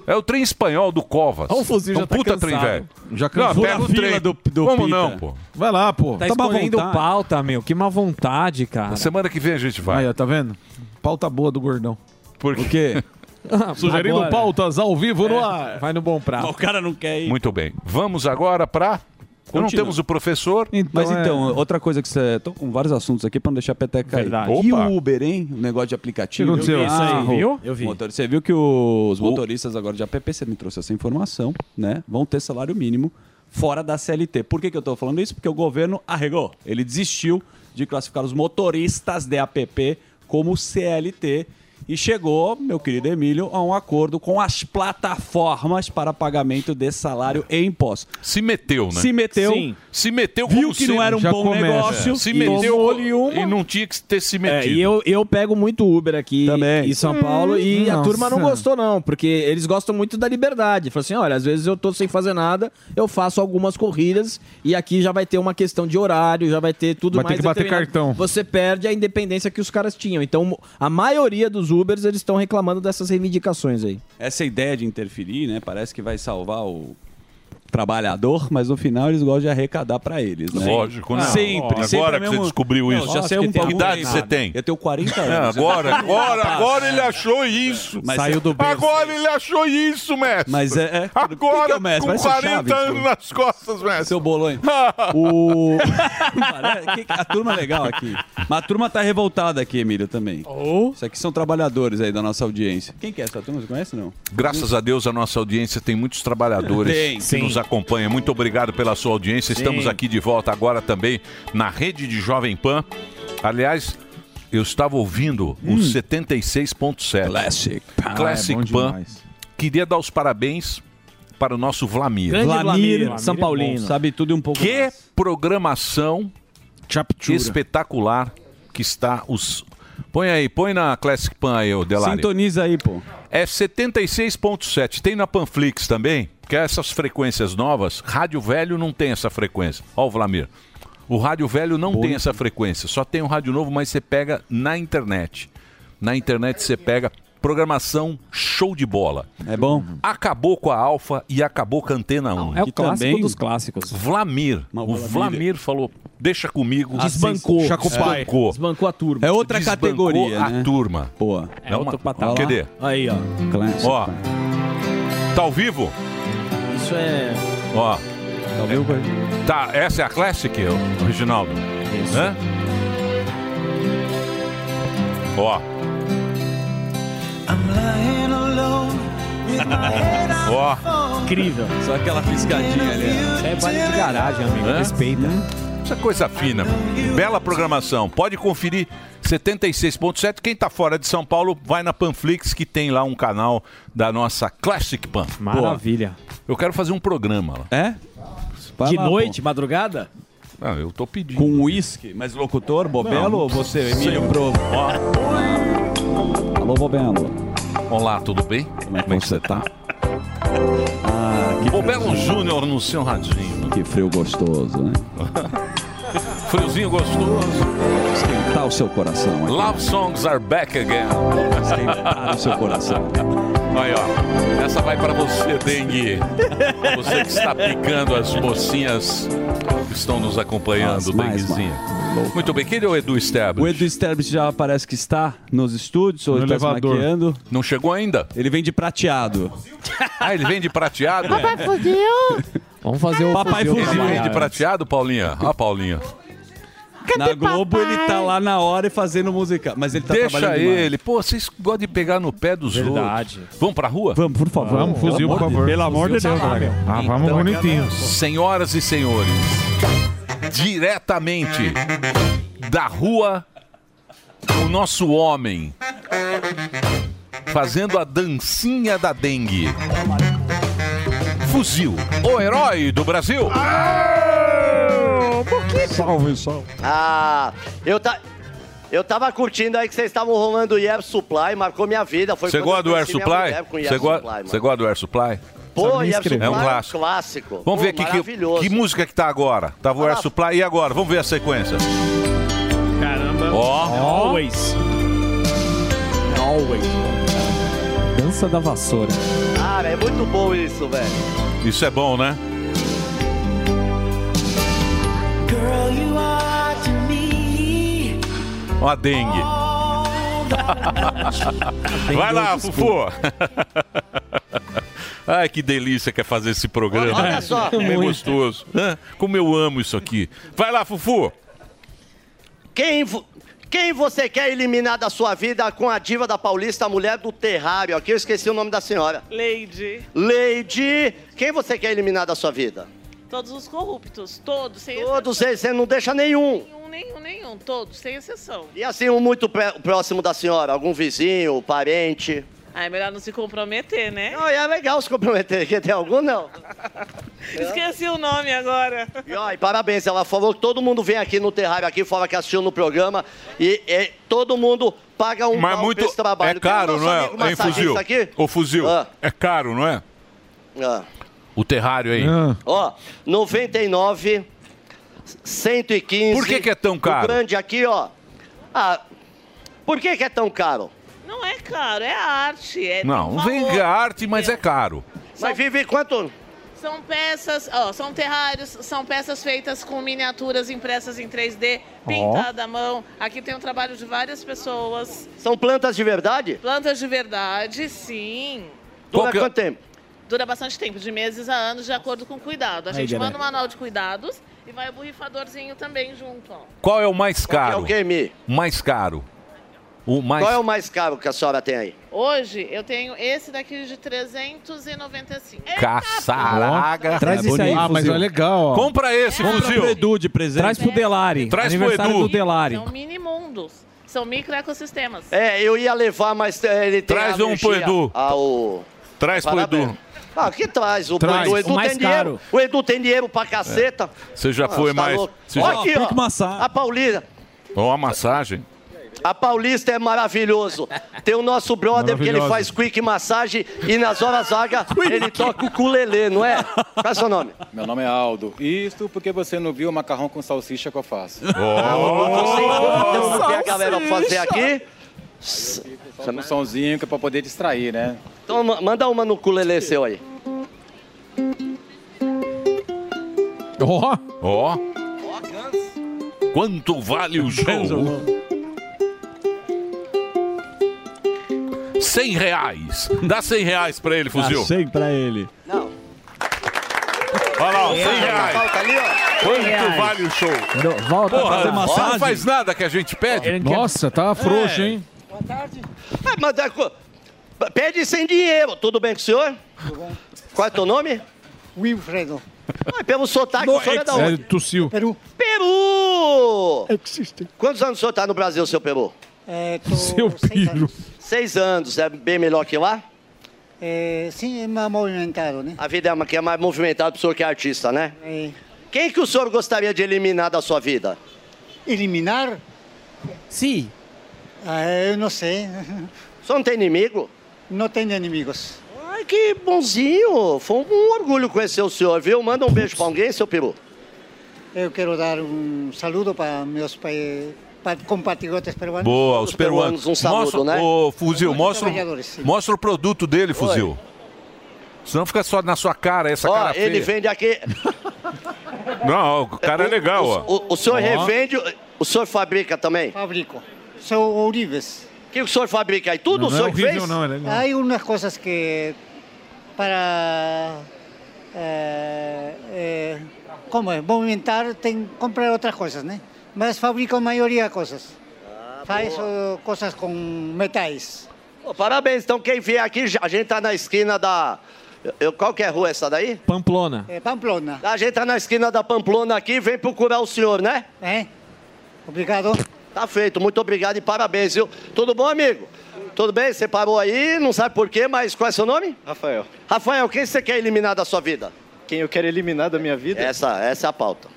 [SPEAKER 5] É o trem espanhol do Covas.
[SPEAKER 13] Olha o fuzil,
[SPEAKER 5] É um
[SPEAKER 13] já tá
[SPEAKER 5] puta
[SPEAKER 13] cansado.
[SPEAKER 5] trem, velho.
[SPEAKER 13] Já
[SPEAKER 5] Não,
[SPEAKER 13] cansou.
[SPEAKER 5] pega
[SPEAKER 13] Vou
[SPEAKER 5] o
[SPEAKER 13] na
[SPEAKER 5] trem.
[SPEAKER 13] fila do- do
[SPEAKER 5] Como
[SPEAKER 13] Pita.
[SPEAKER 5] não, pô?
[SPEAKER 7] Vai lá, pô.
[SPEAKER 13] Tá
[SPEAKER 7] Tá má
[SPEAKER 13] escolhendo
[SPEAKER 7] vontade.
[SPEAKER 13] pauta, meu. Que má vontade, cara.
[SPEAKER 5] Semana que vem a gente vai.
[SPEAKER 7] Aí, ó, tá vendo? Pauta boa do gordão.
[SPEAKER 5] Por
[SPEAKER 7] quê? Sugerindo
[SPEAKER 5] Agora.
[SPEAKER 7] pautas ao vivo no
[SPEAKER 5] É,
[SPEAKER 7] ar.
[SPEAKER 13] Vai no bom prato.
[SPEAKER 11] O cara não quer ir.
[SPEAKER 5] Muito bem. Vamos agora pra... Não
[SPEAKER 11] Continua.
[SPEAKER 5] temos o professor.
[SPEAKER 11] Mas então, outra coisa que você. Tô com vários assuntos aqui pra não deixar a peteca cair.
[SPEAKER 5] Verdade.
[SPEAKER 11] E
[SPEAKER 5] Opa.
[SPEAKER 11] o Uber, hein? O negócio de aplicativo.
[SPEAKER 5] O que aconteceu?
[SPEAKER 11] Eu vi isso aí,
[SPEAKER 5] Ah,
[SPEAKER 11] viu?
[SPEAKER 5] eu vi.
[SPEAKER 11] Motor- Você viu que os motoristas agora de app, você me trouxe essa informação, né? Vão ter salário mínimo fora da CLT. Por que, que eu tô falando isso? Porque o governo arregou. Ele desistiu de classificar os motoristas de app como CLT. E chegou, meu querido Emílio, a um acordo com as plataformas para pagamento de salário e impostos.
[SPEAKER 5] Se meteu, né?
[SPEAKER 11] Se meteu.
[SPEAKER 5] Sim. Se meteu
[SPEAKER 11] Viu
[SPEAKER 5] como
[SPEAKER 11] que
[SPEAKER 5] se-
[SPEAKER 11] não era um
[SPEAKER 5] Já
[SPEAKER 11] bom
[SPEAKER 5] começa.
[SPEAKER 11] negócio.
[SPEAKER 5] É. Se meteu e não tinha que ter se metido.
[SPEAKER 9] É, e eu, eu pego muito Uber aqui em São Paulo
[SPEAKER 7] Uhum.
[SPEAKER 9] e a
[SPEAKER 5] nossa.
[SPEAKER 9] turma não gostou, não, porque eles gostam muito da liberdade. Falou assim: olha, às vezes eu tô sem fazer nada, eu faço algumas corridas e aqui já vai ter uma questão de horário, já vai ter tudo
[SPEAKER 7] Vai ter
[SPEAKER 9] mais.
[SPEAKER 7] que bater
[SPEAKER 9] determinado.
[SPEAKER 7] cartão.
[SPEAKER 9] Você perde a independência que os caras tinham. Então, a maioria dos Ubers eles estão reclamando dessas reivindicações aí.
[SPEAKER 11] Essa ideia de interferir, né? Parece que vai salvar o trabalhador, mas no final eles gostam de arrecadar pra eles, né?
[SPEAKER 5] Lógico, né?
[SPEAKER 11] Sempre.
[SPEAKER 5] Agora
[SPEAKER 11] sempre
[SPEAKER 5] que
[SPEAKER 11] a mesma-
[SPEAKER 5] você descobriu
[SPEAKER 11] Não,
[SPEAKER 5] isso.
[SPEAKER 11] Já sei um
[SPEAKER 5] Que
[SPEAKER 11] bagulho
[SPEAKER 5] idade
[SPEAKER 11] aí,
[SPEAKER 5] você
[SPEAKER 11] cara.
[SPEAKER 5] tem?
[SPEAKER 11] Eu tenho 40
[SPEAKER 5] É,
[SPEAKER 11] anos.
[SPEAKER 5] agora, agora,
[SPEAKER 11] Tá.
[SPEAKER 5] agora ele achou isso.
[SPEAKER 11] Mas Saiu do berço.
[SPEAKER 5] Agora ele achou isso, mestre.
[SPEAKER 11] Mas é- é.
[SPEAKER 5] Agora,
[SPEAKER 11] Quem que é o mestre?
[SPEAKER 5] com
[SPEAKER 11] Parece o
[SPEAKER 5] 40
[SPEAKER 11] Chaves, pô.
[SPEAKER 5] anos nas costas, mestre.
[SPEAKER 11] Seu bolonho. O... Parece- que- a turma é legal aqui. Mas a turma tá revoltada aqui, Emílio, também. Isso aqui são trabalhadores aí da nossa audiência. Quem que é essa turma? Você conhece, não?
[SPEAKER 5] Graças a Deus, a nossa audiência tem muitos trabalhadores
[SPEAKER 11] Tem,
[SPEAKER 5] que
[SPEAKER 11] sim.
[SPEAKER 5] nos acompanham. Muito obrigado pela sua audiência. Estamos
[SPEAKER 11] Sim.
[SPEAKER 5] aqui de volta agora também na rede de Jovem Pan. Aliás, eu estava ouvindo o 76.7. Classic
[SPEAKER 11] Hum. Pan.
[SPEAKER 5] Classic
[SPEAKER 11] Ah, é bom
[SPEAKER 5] Pan.
[SPEAKER 11] demais.
[SPEAKER 5] Queria dar os parabéns para o nosso Vlamir.
[SPEAKER 11] Grande Vlamir, Vlamir São é bom, Paulino. sabe
[SPEAKER 5] tudo um pouco Que programação espetacular que está os... Põe aí, põe na Classic Pan aí, ô Delari.
[SPEAKER 11] Sintoniza aí, pô.
[SPEAKER 5] É 76.7. Tem na Panflix também, que essas frequências novas, rádio velho não tem essa frequência. Ó o Vlamir. O rádio velho não tem um essa frequência, só tem o rádio novo, mas você pega na internet. Na internet você pega Programação show de bola.
[SPEAKER 11] É bom.
[SPEAKER 5] Acabou com a Alfa e acabou com a Antena 1.
[SPEAKER 13] é o clássico dos
[SPEAKER 5] clássicos. Vlamir. O
[SPEAKER 13] Vlamir.
[SPEAKER 5] Vlamir falou, deixa comigo.
[SPEAKER 9] Desbancou.
[SPEAKER 5] Chacopai.
[SPEAKER 9] Desbancou. Desbancou a turma.
[SPEAKER 5] É outra Desbancou categoria, a né? turma.
[SPEAKER 11] Boa.
[SPEAKER 5] É É uma- outro patamar. Cadê?
[SPEAKER 9] Aí, ó.
[SPEAKER 5] Ó. Tá ao vivo?
[SPEAKER 9] Isso é.
[SPEAKER 5] Ó. Tá ao vivo, Tá, essa é a Classic, o- o Reginaldo? Isso. Ó. Ó.
[SPEAKER 11] Incrível. Só aquela piscadinha ali. É baile de garagem, amigo.
[SPEAKER 5] Hã? Isso é coisa fina. Bela programação. Pode conferir 76.7. Quem tá fora de São Paulo, vai na Panflix, que tem lá um canal da nossa Classic Pan.
[SPEAKER 9] Maravilha.
[SPEAKER 5] Pô, eu quero fazer um programa lá.
[SPEAKER 11] É?
[SPEAKER 9] De noite, madrugada?
[SPEAKER 5] Não, eu tô pedindo.
[SPEAKER 11] Com uísque, mas locutor, Bobelo
[SPEAKER 5] Não.
[SPEAKER 11] ou você, Emílio Provo? Alô, Bobelo.
[SPEAKER 5] Olá, tudo bem?
[SPEAKER 11] Como é que você Ah, tá?
[SPEAKER 5] O Belo tá? Júnior no seu radinho.
[SPEAKER 11] Que frio gostoso, né?
[SPEAKER 5] Friozinho gostoso.
[SPEAKER 11] Esquentar o seu coração. hein?
[SPEAKER 5] Love songs are back again.
[SPEAKER 11] Esquentar o seu coração.
[SPEAKER 5] Aí, ó. Essa vai pra você, Dengue. Você que está picando as mocinhas que estão nos acompanhando,
[SPEAKER 11] mais
[SPEAKER 5] Denguezinha. Muito bem. Quem é o Edu Sterblitz?
[SPEAKER 11] O Edu Sterbitz já parece que está nos estúdios, ou
[SPEAKER 5] No
[SPEAKER 11] está
[SPEAKER 5] elevador.
[SPEAKER 11] se maquiando.
[SPEAKER 5] Não chegou ainda?
[SPEAKER 11] Ele vem de prateado.
[SPEAKER 5] Ah, ele vem de prateado? É.
[SPEAKER 13] Vamos fazer o né?
[SPEAKER 5] Papai
[SPEAKER 13] fuzil
[SPEAKER 5] Ele vem
[SPEAKER 13] trabalhar.
[SPEAKER 5] de prateado, Paulinha? Ó, Paulinha.
[SPEAKER 11] Na Globo ele tá lá na hora e fazendo música. Mas ele tá
[SPEAKER 5] Deixa
[SPEAKER 11] trabalhando demais.
[SPEAKER 5] ele. Pô, vocês gostam de pegar no pé dos
[SPEAKER 11] Verdade.
[SPEAKER 5] outros. Vamos pra rua?
[SPEAKER 11] Vamos, por favor.
[SPEAKER 5] Vamos,
[SPEAKER 19] fuzil, por favor. Pelo amor de Deus, Braga. Ah, vamos bonitinho.
[SPEAKER 5] Então, Senhoras e senhores, diretamente da rua, o nosso homem fazendo a dancinha da dengue. Fuzil, o herói do Brasil.
[SPEAKER 19] Salve, salve.
[SPEAKER 10] Ah, eu tá. Eu tava curtindo aí que vocês estavam rolando o Air Supply, marcou minha vida. Foi
[SPEAKER 5] Você
[SPEAKER 10] quando eu
[SPEAKER 5] gosta do Air
[SPEAKER 10] conheci minha mulher com o
[SPEAKER 5] Supply?
[SPEAKER 10] Air
[SPEAKER 5] Você
[SPEAKER 10] Supply,
[SPEAKER 5] gosta
[SPEAKER 10] mano.
[SPEAKER 5] você gosta do Air Supply?
[SPEAKER 10] Pô, Air Supply
[SPEAKER 5] É um clássico.
[SPEAKER 10] clássico.
[SPEAKER 5] Vamos
[SPEAKER 10] Pô,
[SPEAKER 5] ver aqui que,
[SPEAKER 10] maravilhoso.
[SPEAKER 5] que música que tá agora. Tava o Air Supply e agora? Vamos ver a sequência.
[SPEAKER 16] Caramba.
[SPEAKER 5] Ó.
[SPEAKER 16] Always.
[SPEAKER 13] Always. Dança da vassoura.
[SPEAKER 10] Cara, é muito bom isso, velho.
[SPEAKER 5] Isso é bom, né?
[SPEAKER 3] Girl, you are to me.
[SPEAKER 5] Ó a dengue. Vai lá, Fufu. Ai, que delícia que é fazer esse programa.
[SPEAKER 3] Olha só.
[SPEAKER 5] É
[SPEAKER 3] Muito.
[SPEAKER 5] gostoso. Hã? Como eu amo isso aqui. Vai lá, Fufu.
[SPEAKER 10] Quem, vo- quem você quer eliminar da sua vida com a diva da Paulista, a mulher do terrário? Aqui eu esqueci o nome da senhora.
[SPEAKER 20] Lady.
[SPEAKER 10] Lady, quem você quer eliminar da sua vida?
[SPEAKER 20] Todos os corruptos, todos, sem
[SPEAKER 10] Todos eles, você não deixa nenhum.
[SPEAKER 20] exceção. Nenhum, nenhum, todos, sem exceção.
[SPEAKER 10] E assim, um muito pré- próximo da senhora, algum vizinho, parente.
[SPEAKER 20] Ah, é melhor não se comprometer, né?
[SPEAKER 10] Não, e é legal se comprometer, que tem algum não.
[SPEAKER 20] Esqueci o nome agora.
[SPEAKER 10] E, ó, e parabéns, ela falou que todo mundo vem aqui no terrário, aqui fora que assistiu no programa, e, e todo mundo paga um
[SPEAKER 5] Mas
[SPEAKER 10] pau
[SPEAKER 5] muito.
[SPEAKER 10] pra esse trabalho.
[SPEAKER 5] É
[SPEAKER 10] Tem um
[SPEAKER 5] caro,
[SPEAKER 10] nosso
[SPEAKER 5] não
[SPEAKER 10] amigo
[SPEAKER 5] é? Hein,
[SPEAKER 10] massagista
[SPEAKER 5] fuzil?
[SPEAKER 10] Aqui?
[SPEAKER 5] Ô, fuzil. É caro, não é?
[SPEAKER 10] Ah.
[SPEAKER 5] O terrário aí.
[SPEAKER 13] Ah.
[SPEAKER 10] Ó, 99, 115.
[SPEAKER 5] Por que que é tão caro?
[SPEAKER 10] O grande aqui, ó. Ah, por que que é tão caro?
[SPEAKER 20] Não é caro, é arte. É,
[SPEAKER 5] Não,
[SPEAKER 20] tem
[SPEAKER 5] vem
[SPEAKER 20] valor.
[SPEAKER 5] arte, mas é caro.
[SPEAKER 10] Mas vive quanto?
[SPEAKER 20] São peças, ó, são terrários, são peças feitas com miniaturas impressas em 3D,
[SPEAKER 10] Ó.
[SPEAKER 20] pintada à mão. Aqui tem um trabalho de várias pessoas.
[SPEAKER 10] São plantas de verdade?
[SPEAKER 20] Plantas de verdade, sim.
[SPEAKER 10] Dura
[SPEAKER 5] é-
[SPEAKER 10] quanto tempo?
[SPEAKER 20] Dura bastante tempo, de meses a anos, de acordo com o cuidado. A
[SPEAKER 5] Aí,
[SPEAKER 20] gente
[SPEAKER 5] galera.
[SPEAKER 20] manda um manual de cuidados e vai o borrifadorzinho também junto, ó.
[SPEAKER 5] Qual é o mais caro?
[SPEAKER 10] que é o game?
[SPEAKER 5] Mais caro. O mais...
[SPEAKER 10] Qual é o mais caro que a senhora tem aí?
[SPEAKER 20] Hoje eu tenho esse daqui de 395.
[SPEAKER 5] Caçaraga.
[SPEAKER 13] Traz isso aí,
[SPEAKER 5] Ah, mas
[SPEAKER 13] fuzil.
[SPEAKER 5] é legal, ó. Compra esse,
[SPEAKER 13] Compra
[SPEAKER 5] fuzil.
[SPEAKER 13] pro Edu de presente. Traz pro Delari.
[SPEAKER 5] Traz pro
[SPEAKER 13] Aniversário
[SPEAKER 5] Edu.
[SPEAKER 13] do Delari.
[SPEAKER 20] São um mini mundos, são microecossistemas.
[SPEAKER 10] É, eu ia levar, mas é, ele tem
[SPEAKER 5] Traz
[SPEAKER 10] a
[SPEAKER 5] um pro
[SPEAKER 10] alergia
[SPEAKER 5] Edu.
[SPEAKER 10] Ao...
[SPEAKER 5] Traz pro
[SPEAKER 10] Parabéns.
[SPEAKER 5] Edu.
[SPEAKER 10] Ah, que traz? O,
[SPEAKER 5] Traz,
[SPEAKER 10] o Edu
[SPEAKER 5] o mais
[SPEAKER 10] tem
[SPEAKER 5] caro.
[SPEAKER 10] dinheiro. O Edu tem dinheiro pra caceta.
[SPEAKER 5] Você já
[SPEAKER 10] Ah,
[SPEAKER 5] foi
[SPEAKER 10] tá
[SPEAKER 5] mais-
[SPEAKER 10] louco.
[SPEAKER 5] você
[SPEAKER 10] Ó
[SPEAKER 5] já-
[SPEAKER 10] aqui,
[SPEAKER 5] Tem que
[SPEAKER 10] ó. A Paulina.
[SPEAKER 5] Ó, a massagem.
[SPEAKER 10] A Paulista é maravilhoso. Tem o nosso brother que ele
[SPEAKER 5] Maravilhoso.
[SPEAKER 10] faz quick massagem e nas horas vagas ele toca o culelê, não é? Qual é seu nome?
[SPEAKER 21] Meu nome é Aldo. Isto porque você não viu o macarrão com salsicha que eu faço.
[SPEAKER 3] Tá,
[SPEAKER 10] Então, o que a galera vai fazer aqui?
[SPEAKER 21] Só um somzinho que é pra poder distrair, né?
[SPEAKER 10] Então ma- manda uma no culelê seu aí.
[SPEAKER 5] Ó! Ó! Quanto vale o jogo? 100 reais. Dá 100 reais pra ele, fuzil.
[SPEAKER 22] Dá 100 pra ele.
[SPEAKER 5] Olha lá, ó, 100 reais.
[SPEAKER 3] Falta ali, ó.
[SPEAKER 5] Quanto vale o show?
[SPEAKER 3] Não,
[SPEAKER 9] tá
[SPEAKER 3] volta pra fazer
[SPEAKER 5] você
[SPEAKER 3] massagem.
[SPEAKER 5] não faz nada que a gente pede?
[SPEAKER 10] Nossa,
[SPEAKER 5] tá
[SPEAKER 10] frouxo,
[SPEAKER 5] hein?
[SPEAKER 10] É. Ah, mas é co- pede sem dinheiro. Tudo bem com o senhor? Tudo bem. Qual é o teu nome? Wilfredo. Ah, pelo sotaque, o senhor é da onde?
[SPEAKER 23] tossiu.
[SPEAKER 10] Peru. Peru! Quantos anos o senhor está no Brasil, seu Peru?
[SPEAKER 4] É,
[SPEAKER 23] Seu
[SPEAKER 10] Peru. Seis anos. É bem melhor que lá?
[SPEAKER 4] é, sim, é mais movimentado, né?
[SPEAKER 10] A vida é uma que é mais movimentada pro senhor que é artista, né?
[SPEAKER 4] É,
[SPEAKER 10] Quem que o senhor gostaria de eliminar da sua vida?
[SPEAKER 4] eliminar? é Eh, Sim. é eu não sei.
[SPEAKER 10] O senhor não tem
[SPEAKER 4] né?
[SPEAKER 10] inimigo?
[SPEAKER 4] Não tenho inimigos.
[SPEAKER 10] Ai, que bonzinho. Foi um orgulho conhecer o senhor, viu? Manda um beijo pra alguém, seu Peru.
[SPEAKER 4] Eu quero dar um saludo para meus pai, pa- compatriotas peruanos.
[SPEAKER 5] Boa, os peruanos.
[SPEAKER 10] um
[SPEAKER 5] mostra,
[SPEAKER 10] né?
[SPEAKER 5] Ô, Fuzil,
[SPEAKER 4] Peruanos
[SPEAKER 5] mostra, o-
[SPEAKER 4] trabalhadores, sim.
[SPEAKER 5] mostra o produto dele, Fuzil. Senão fica só na sua cara, essa
[SPEAKER 10] Ó,
[SPEAKER 5] cara
[SPEAKER 10] ele
[SPEAKER 5] feia.
[SPEAKER 10] vende aqui.
[SPEAKER 5] Não, o cara é legal, ó.
[SPEAKER 10] O, o senhor
[SPEAKER 5] Ó.
[SPEAKER 10] revende, o senhor fabrica também?
[SPEAKER 4] Fabrico. Sou ourives.
[SPEAKER 10] O que o senhor fabrica aí? Tudo o
[SPEAKER 5] é
[SPEAKER 10] senhor que fez?
[SPEAKER 4] Hay unas cosas que para eh, eh, ¿cómo es? movimentar, ten- comprar otras cosas, ¿no? Más fabrico mayoría cosas. Faz o, cosas con metais.
[SPEAKER 10] Ô, parabéns, então quem vier aqui, já- a gente tá na esquina da... Eu, qual que é a rua essa daí?
[SPEAKER 8] Pamplona.
[SPEAKER 4] Eh, Pamplona.
[SPEAKER 10] A gente tá na esquina da Pamplona aqui, vem procurar o senhor, né?
[SPEAKER 4] É. Obrigado.
[SPEAKER 10] Tá feito, muito obrigado e parabéns, viu? Tudo bom, amigo? Tudo bem? Você parou aí, não sabe por quê, mas qual é seu nome?
[SPEAKER 6] Rafael,
[SPEAKER 10] Rafael, quem você quer eliminar da sua vida?
[SPEAKER 6] quem eu quero eliminar da minha vida?
[SPEAKER 10] Essa, essa é a pauta.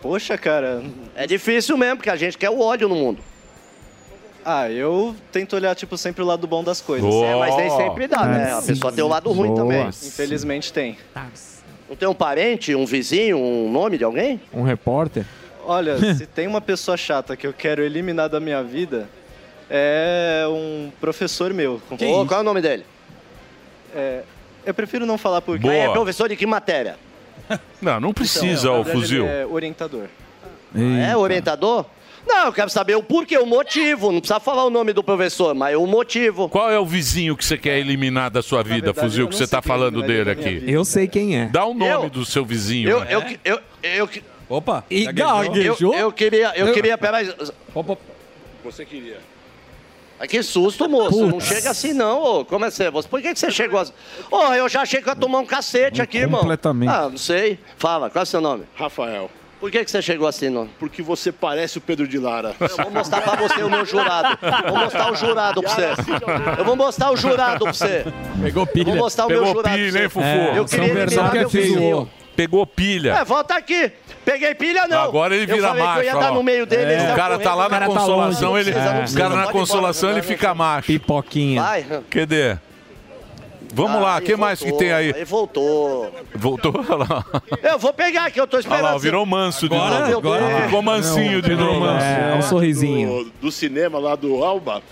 [SPEAKER 6] Poxa, cara.
[SPEAKER 10] É difícil mesmo, porque a gente quer o ódio no mundo.
[SPEAKER 6] Ah, eu tento olhar, tipo, sempre o lado bom das coisas.
[SPEAKER 10] É, mas nem sempre dá,
[SPEAKER 9] Ah,
[SPEAKER 10] né? A pessoa tem o lado ruim também.
[SPEAKER 6] Infelizmente tem.
[SPEAKER 9] Tá.
[SPEAKER 10] Não tem um parente, um vizinho, um nome de alguém?
[SPEAKER 8] Um repórter?
[SPEAKER 6] Olha, se tem uma pessoa chata que eu quero eliminar da minha vida, é um professor meu.
[SPEAKER 10] Ô, qual é o nome dele?
[SPEAKER 6] É, eu prefiro não falar porque...
[SPEAKER 10] Mas É professor de que matéria?
[SPEAKER 5] Não, não precisa,
[SPEAKER 6] Então, na
[SPEAKER 5] o
[SPEAKER 6] verdade,
[SPEAKER 5] fuzil.
[SPEAKER 6] ele É orientador.
[SPEAKER 10] É orientador? Não, eu quero saber o porquê, o motivo. Não precisa falar o nome do professor, mas o motivo.
[SPEAKER 5] Qual é o vizinho que você quer eliminar da sua vida,
[SPEAKER 10] É. verdade,
[SPEAKER 5] fuzil,
[SPEAKER 10] eu
[SPEAKER 5] que
[SPEAKER 10] não
[SPEAKER 5] você
[SPEAKER 10] sei
[SPEAKER 5] tá
[SPEAKER 10] quem é,
[SPEAKER 5] falando
[SPEAKER 10] vai
[SPEAKER 5] dele
[SPEAKER 10] eliminar minha
[SPEAKER 5] aqui?
[SPEAKER 10] vida.
[SPEAKER 8] Eu sei quem é.
[SPEAKER 5] Dá o nome do seu vizinho.
[SPEAKER 10] Eu,
[SPEAKER 5] né?
[SPEAKER 10] eu, eu, eu, eu-
[SPEAKER 8] Opa! E
[SPEAKER 10] Eu, eu queria, eu queria, peraí.
[SPEAKER 5] Você queria.
[SPEAKER 10] Ah, Que susto, moço. Não
[SPEAKER 5] Putz.
[SPEAKER 10] chega assim, não, ô. Como é que você? você- Por que, que você chegou assim? Ô, eu já achei que ia tomar um cacete aqui, irmão.
[SPEAKER 18] Completamente.
[SPEAKER 10] Ah, não sei. Fala, qual é o seu nome?
[SPEAKER 18] Rafael.
[SPEAKER 10] Por que, que você chegou assim, não?
[SPEAKER 18] Porque você parece o Pedro de Lara. Eu
[SPEAKER 10] vou mostrar pra você o meu jurado. Vou mostrar o jurado pra você. Eu vou mostrar o jurado pra você.
[SPEAKER 8] Pegou
[SPEAKER 10] pilha. vou mostrar o meu
[SPEAKER 5] Pegou
[SPEAKER 10] jurado
[SPEAKER 5] pilha,
[SPEAKER 10] pra
[SPEAKER 5] hein,
[SPEAKER 10] você.
[SPEAKER 5] Fufu?
[SPEAKER 10] É, Eu São queria Bernardo eliminar que é meu feio. vizinho.
[SPEAKER 5] Pegou pilha.
[SPEAKER 10] É, volta aqui. Peguei pilha, não.
[SPEAKER 5] Agora ele vira
[SPEAKER 10] eu falei
[SPEAKER 5] macho.
[SPEAKER 10] Que eu ia
[SPEAKER 5] ó.
[SPEAKER 10] dar no meio dele. ele
[SPEAKER 5] o
[SPEAKER 10] saiu
[SPEAKER 5] cara tá
[SPEAKER 10] correndo.
[SPEAKER 5] lá na consolação, ele.
[SPEAKER 10] Não precisa, não
[SPEAKER 5] O
[SPEAKER 10] precisa,
[SPEAKER 5] cara na
[SPEAKER 10] pode ir embora.
[SPEAKER 5] consolação ele fica macho.
[SPEAKER 8] Pipoquinha.
[SPEAKER 10] né? Vai.
[SPEAKER 5] Cadê? Vamos
[SPEAKER 10] Ah,
[SPEAKER 5] lá, o
[SPEAKER 10] aí
[SPEAKER 5] que mais que
[SPEAKER 10] voltou,
[SPEAKER 5] tem aí?
[SPEAKER 10] Aí voltou.
[SPEAKER 5] Voltou? Olha lá.
[SPEAKER 10] Eu vou pegar aqui, eu tô
[SPEAKER 5] Olha
[SPEAKER 10] esperando.
[SPEAKER 5] lá, virou manso
[SPEAKER 18] Agora-
[SPEAKER 5] de novo.
[SPEAKER 18] agora-
[SPEAKER 5] Ficou mansinho de novo.
[SPEAKER 10] É, um
[SPEAKER 18] Do, do cinema lá do Alba.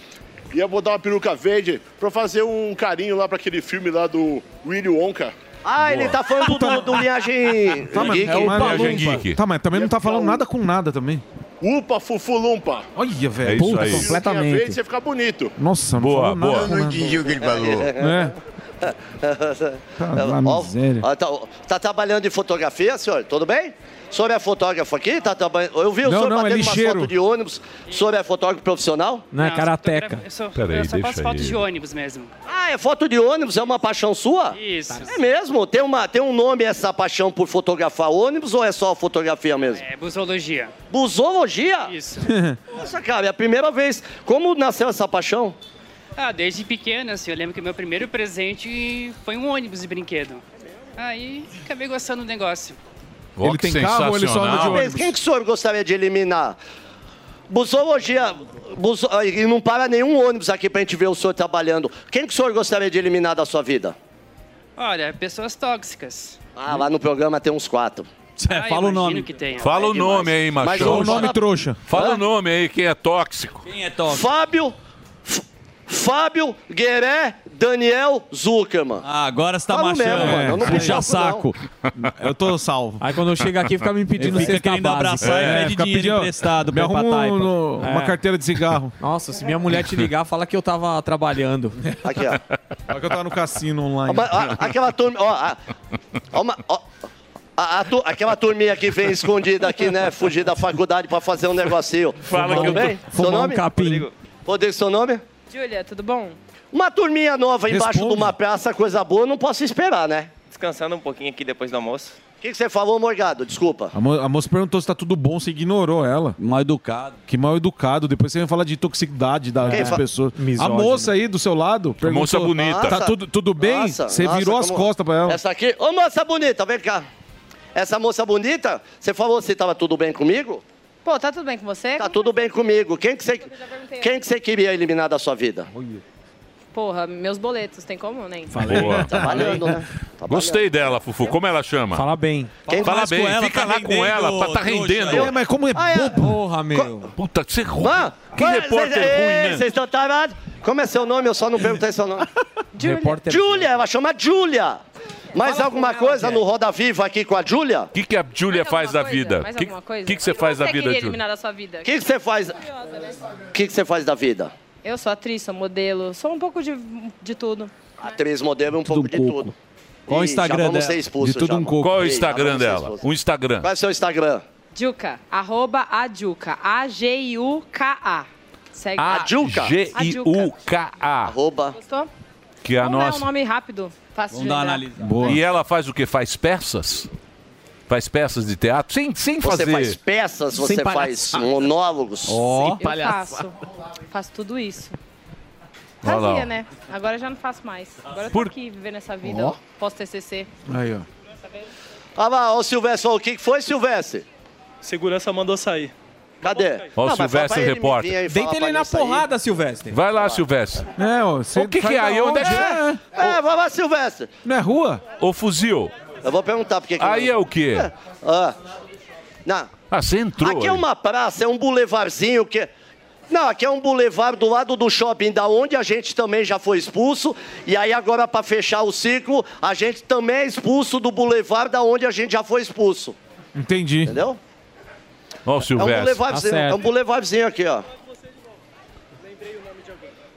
[SPEAKER 18] E eu vou dar uma peruca verde pra fazer um carinho lá pra aquele filme lá do Willy Wonka.
[SPEAKER 10] Ah, ele
[SPEAKER 18] Boa.
[SPEAKER 10] tá falando do, do linhagem.
[SPEAKER 18] Tá, mas-
[SPEAKER 10] Geek.
[SPEAKER 18] é o Palumpa.
[SPEAKER 5] Geek.
[SPEAKER 22] Tá, mas também não tá falando nada com nada também.
[SPEAKER 18] Upa, Fufulumpa.
[SPEAKER 22] Olha, velho.
[SPEAKER 18] É isso aí.
[SPEAKER 22] completamente.
[SPEAKER 18] Verde, você fica bonito.
[SPEAKER 22] Nossa, não
[SPEAKER 18] Boa,
[SPEAKER 22] falou nada
[SPEAKER 18] boa.
[SPEAKER 22] com
[SPEAKER 18] Eu não
[SPEAKER 22] nada.
[SPEAKER 18] entendi o que ele falou.
[SPEAKER 8] Né?
[SPEAKER 22] É. Tá na
[SPEAKER 10] Ó,
[SPEAKER 22] miséria.
[SPEAKER 10] ó, tá, tá trabalhando em fotografia, senhor? Tudo bem? O senhor é fotógrafo aqui? Tá trabalhando. Eu vi o
[SPEAKER 8] Não,
[SPEAKER 10] senhor
[SPEAKER 8] não, é
[SPEAKER 10] batendo umas
[SPEAKER 8] lixeiro.
[SPEAKER 10] fotos de ônibus. O senhor é fotógrafo profissional?
[SPEAKER 8] Não,
[SPEAKER 24] Ah,
[SPEAKER 8] é karateca.
[SPEAKER 24] Eu só,
[SPEAKER 8] Peraí,
[SPEAKER 24] eu só
[SPEAKER 8] deixa
[SPEAKER 24] faço foto
[SPEAKER 8] aí.
[SPEAKER 24] de ônibus mesmo.
[SPEAKER 10] Ah, é foto de ônibus? É uma paixão sua?
[SPEAKER 24] Isso.
[SPEAKER 10] É mesmo? Tem, uma, tem um nome essa paixão por fotografar ônibus ou é só fotografia mesmo?
[SPEAKER 24] É busologia.
[SPEAKER 10] Busologia?
[SPEAKER 24] Isso.
[SPEAKER 10] Nossa, cara, é a primeira vez. Como nasceu essa paixão?
[SPEAKER 24] Ah, desde pequena, assim, eu lembro que meu primeiro presente foi um ônibus de brinquedo. Aí acabei gostando do negócio.
[SPEAKER 5] Ó, que sensacional.
[SPEAKER 10] Mas Quem que o senhor gostaria de eliminar? Busologia. buso- ah, E não para nenhum ônibus aqui pra gente ver o senhor trabalhando. Quem que o senhor gostaria de eliminar da sua vida?
[SPEAKER 24] Olha, pessoas tóxicas.
[SPEAKER 10] Ah, lá no programa tem uns quatro.
[SPEAKER 24] Ah, fala o imagino nome. que tenha.
[SPEAKER 5] Fala o nome aí,
[SPEAKER 10] Mas
[SPEAKER 5] machão.
[SPEAKER 10] o nome
[SPEAKER 5] trouxa. Fala o nome aí, quem é tóxico.
[SPEAKER 10] Fábio Fábio Gueré Daniel Zuckerman.
[SPEAKER 8] Ah, agora você tá
[SPEAKER 10] Falo
[SPEAKER 8] machando.
[SPEAKER 10] mesmo, mano, eu não
[SPEAKER 8] é,
[SPEAKER 10] tenho
[SPEAKER 8] puxa
[SPEAKER 10] papo,
[SPEAKER 8] saco.
[SPEAKER 7] Eu tô salvo.
[SPEAKER 8] Aí quando eu chego aqui, fica me pedindo cesta básica. É, fica pedindo- me
[SPEAKER 7] Me
[SPEAKER 8] arruma
[SPEAKER 7] arruma
[SPEAKER 8] um- no-
[SPEAKER 9] É.
[SPEAKER 7] uma
[SPEAKER 8] uma
[SPEAKER 7] carteira
[SPEAKER 8] carteira
[SPEAKER 7] de cigarro.
[SPEAKER 8] Nossa, se minha mulher te ligar, fala que eu tava trabalhando.
[SPEAKER 10] Aqui, ó.
[SPEAKER 7] Só que eu tava no cassino online.
[SPEAKER 10] Mas, ó, aquela turma, ó, a- Ah, ó, uma- ó, a- a tu- aquela turminha que vem escondida aqui, né? Fugir da faculdade pra fazer um negocinho.
[SPEAKER 8] Fala
[SPEAKER 10] Tudo
[SPEAKER 8] que eu tô-
[SPEAKER 10] bem?
[SPEAKER 8] fumar um capim.
[SPEAKER 10] Rodrigo. Rodrigo, seu nome?
[SPEAKER 25] Júlia, tudo bom?
[SPEAKER 10] Uma turminha nova embaixo
[SPEAKER 25] Responde.
[SPEAKER 10] de uma praça, coisa boa, não posso esperar, né?
[SPEAKER 25] Descansando um pouquinho aqui depois do almoço.
[SPEAKER 10] O que, que você falou, Morgado? Desculpa.
[SPEAKER 7] A, mo- a moça perguntou se tá tudo bom, você ignorou ela.
[SPEAKER 11] Mal educado.
[SPEAKER 7] Que mal educado. Depois você vai falar de toxicidade da-
[SPEAKER 10] Quem
[SPEAKER 7] das
[SPEAKER 10] fa-
[SPEAKER 7] pessoas.
[SPEAKER 10] Misógino.
[SPEAKER 7] A moça aí do seu lado perguntou.
[SPEAKER 5] moça bonita.
[SPEAKER 7] Tá
[SPEAKER 10] Nossa,
[SPEAKER 7] tudo, tudo bem?
[SPEAKER 10] nossa,
[SPEAKER 7] você
[SPEAKER 10] nossa,
[SPEAKER 7] virou as
[SPEAKER 10] como-
[SPEAKER 7] costas pra ela.
[SPEAKER 10] Essa aqui. Ô, moça bonita, vem cá. Essa moça bonita, você falou se tava tudo bem comigo?
[SPEAKER 25] Pô, tá tudo bem com você?
[SPEAKER 10] Tá tudo bem comigo. Quem que você,
[SPEAKER 25] perguntei.
[SPEAKER 10] quem que você queria eliminar da sua vida?
[SPEAKER 25] Porra, meus boletos, tem como, nem?
[SPEAKER 5] Boa.
[SPEAKER 10] Trabalhando, né?
[SPEAKER 5] Gostei dela, Fufu. Como ela chama? Fala
[SPEAKER 8] bem.
[SPEAKER 5] Fala,
[SPEAKER 10] Fala mais
[SPEAKER 5] bem.
[SPEAKER 10] com ela,
[SPEAKER 5] Fica
[SPEAKER 10] tá
[SPEAKER 5] lá
[SPEAKER 10] rendendo,
[SPEAKER 5] com ela, pra tá
[SPEAKER 10] trouxa.
[SPEAKER 5] rendendo.
[SPEAKER 10] É, mas como é Ah, é. bobo.
[SPEAKER 8] Porra, meu.
[SPEAKER 5] Puta, você é
[SPEAKER 10] Mano,
[SPEAKER 5] Que repórter ruim, né?
[SPEAKER 10] Vocês estão tarados. Como é seu nome? Eu só não perguntei seu nome.
[SPEAKER 8] Repórter-
[SPEAKER 10] Júlia, ela chama Júlia. Mais alguma coisa no Roda Viva aqui com a Júlia?
[SPEAKER 5] O que, que a Júlia faz da vida?
[SPEAKER 25] Mais
[SPEAKER 5] O que,
[SPEAKER 25] alguma coisa?
[SPEAKER 5] que, que você faz da
[SPEAKER 25] Você é
[SPEAKER 5] vida,
[SPEAKER 25] queria
[SPEAKER 5] Júlia?
[SPEAKER 25] eliminar da sua vida?
[SPEAKER 10] O que que você faz?
[SPEAKER 25] Curiosa, né?
[SPEAKER 10] O que que você faz da vida?
[SPEAKER 25] Eu sou atriz, sou modelo, sou um pouco de, de tudo.
[SPEAKER 10] Atriz, modelo, um pouco de tudo.
[SPEAKER 25] Qual o
[SPEAKER 10] Ih,
[SPEAKER 25] Instagram
[SPEAKER 10] já vamos
[SPEAKER 25] dela?
[SPEAKER 10] ser expulsos
[SPEAKER 5] De tudo
[SPEAKER 10] já,
[SPEAKER 5] um
[SPEAKER 10] mano.
[SPEAKER 5] coco. Qual é o
[SPEAKER 10] Ih, já
[SPEAKER 5] Instagram
[SPEAKER 10] vamos ser
[SPEAKER 5] dela?
[SPEAKER 10] expulsos.
[SPEAKER 5] O Instagram.
[SPEAKER 10] Qual é o seu Instagram?
[SPEAKER 25] Juca, arroba a Juca. A-G-I-U-K-A. Segue. A Juca.
[SPEAKER 5] G-I-U-K-A.
[SPEAKER 10] Arroba.
[SPEAKER 25] Gostou?
[SPEAKER 5] Que é a
[SPEAKER 25] Não é um
[SPEAKER 5] nossa.
[SPEAKER 25] nome rápido, fácil de lembrar.
[SPEAKER 5] E ela faz o quê? Faz peças? Faz peças de teatro? Sem, sem
[SPEAKER 10] Você
[SPEAKER 5] fazer.
[SPEAKER 10] faz peças, você
[SPEAKER 5] Sem
[SPEAKER 10] faz
[SPEAKER 5] palhaçada.
[SPEAKER 10] monólogos.
[SPEAKER 5] Ó.
[SPEAKER 25] Eu faço. Faço tudo isso.
[SPEAKER 10] Olha lá,
[SPEAKER 25] Fazia,
[SPEAKER 10] ó.
[SPEAKER 25] né? Agora eu já não faço mais. Agora eu tô aqui vivendo essa vida.
[SPEAKER 10] Ó.
[SPEAKER 25] Pós-TCC.
[SPEAKER 7] Aí, ó.
[SPEAKER 10] Olha lá, ó, o Silvestre, ó, o que que foi, Silvestre?
[SPEAKER 26] Segurança mandou sair. Tá
[SPEAKER 10] Cadê?
[SPEAKER 5] Ó,
[SPEAKER 10] Não,
[SPEAKER 5] o
[SPEAKER 10] mas fala pra
[SPEAKER 5] Silvestre,
[SPEAKER 10] ele
[SPEAKER 5] repórter.
[SPEAKER 10] vir aí falar pra nós aí.
[SPEAKER 8] Silvestre.
[SPEAKER 5] Vai lá, Silvestre.
[SPEAKER 7] É, ó, você
[SPEAKER 5] O que, que
[SPEAKER 7] faz
[SPEAKER 5] é aí?
[SPEAKER 7] da
[SPEAKER 5] Onde é
[SPEAKER 7] onde?
[SPEAKER 5] que
[SPEAKER 10] É, vai lá, Silvestre.
[SPEAKER 7] Não é rua?
[SPEAKER 5] Ô, fuzil.
[SPEAKER 10] Eu vou perguntar porque.
[SPEAKER 5] Aí é o quê?
[SPEAKER 10] Ah, não.
[SPEAKER 5] Ah, você entrou.
[SPEAKER 10] Aqui é
[SPEAKER 5] aí.
[SPEAKER 10] uma praça, é um bulevarzinho que. Não, aqui é um bulevar do lado do shopping, da onde a gente também já foi expulso. E aí agora, para fechar o ciclo, a gente também é expulso do bulevar da onde a gente já foi expulso.
[SPEAKER 7] Entendi.
[SPEAKER 10] Entendeu?
[SPEAKER 5] Ó, o
[SPEAKER 10] É um
[SPEAKER 5] Silvestre.
[SPEAKER 8] Tá
[SPEAKER 10] bulevarzinho, é um bulevarzinho aqui, ó.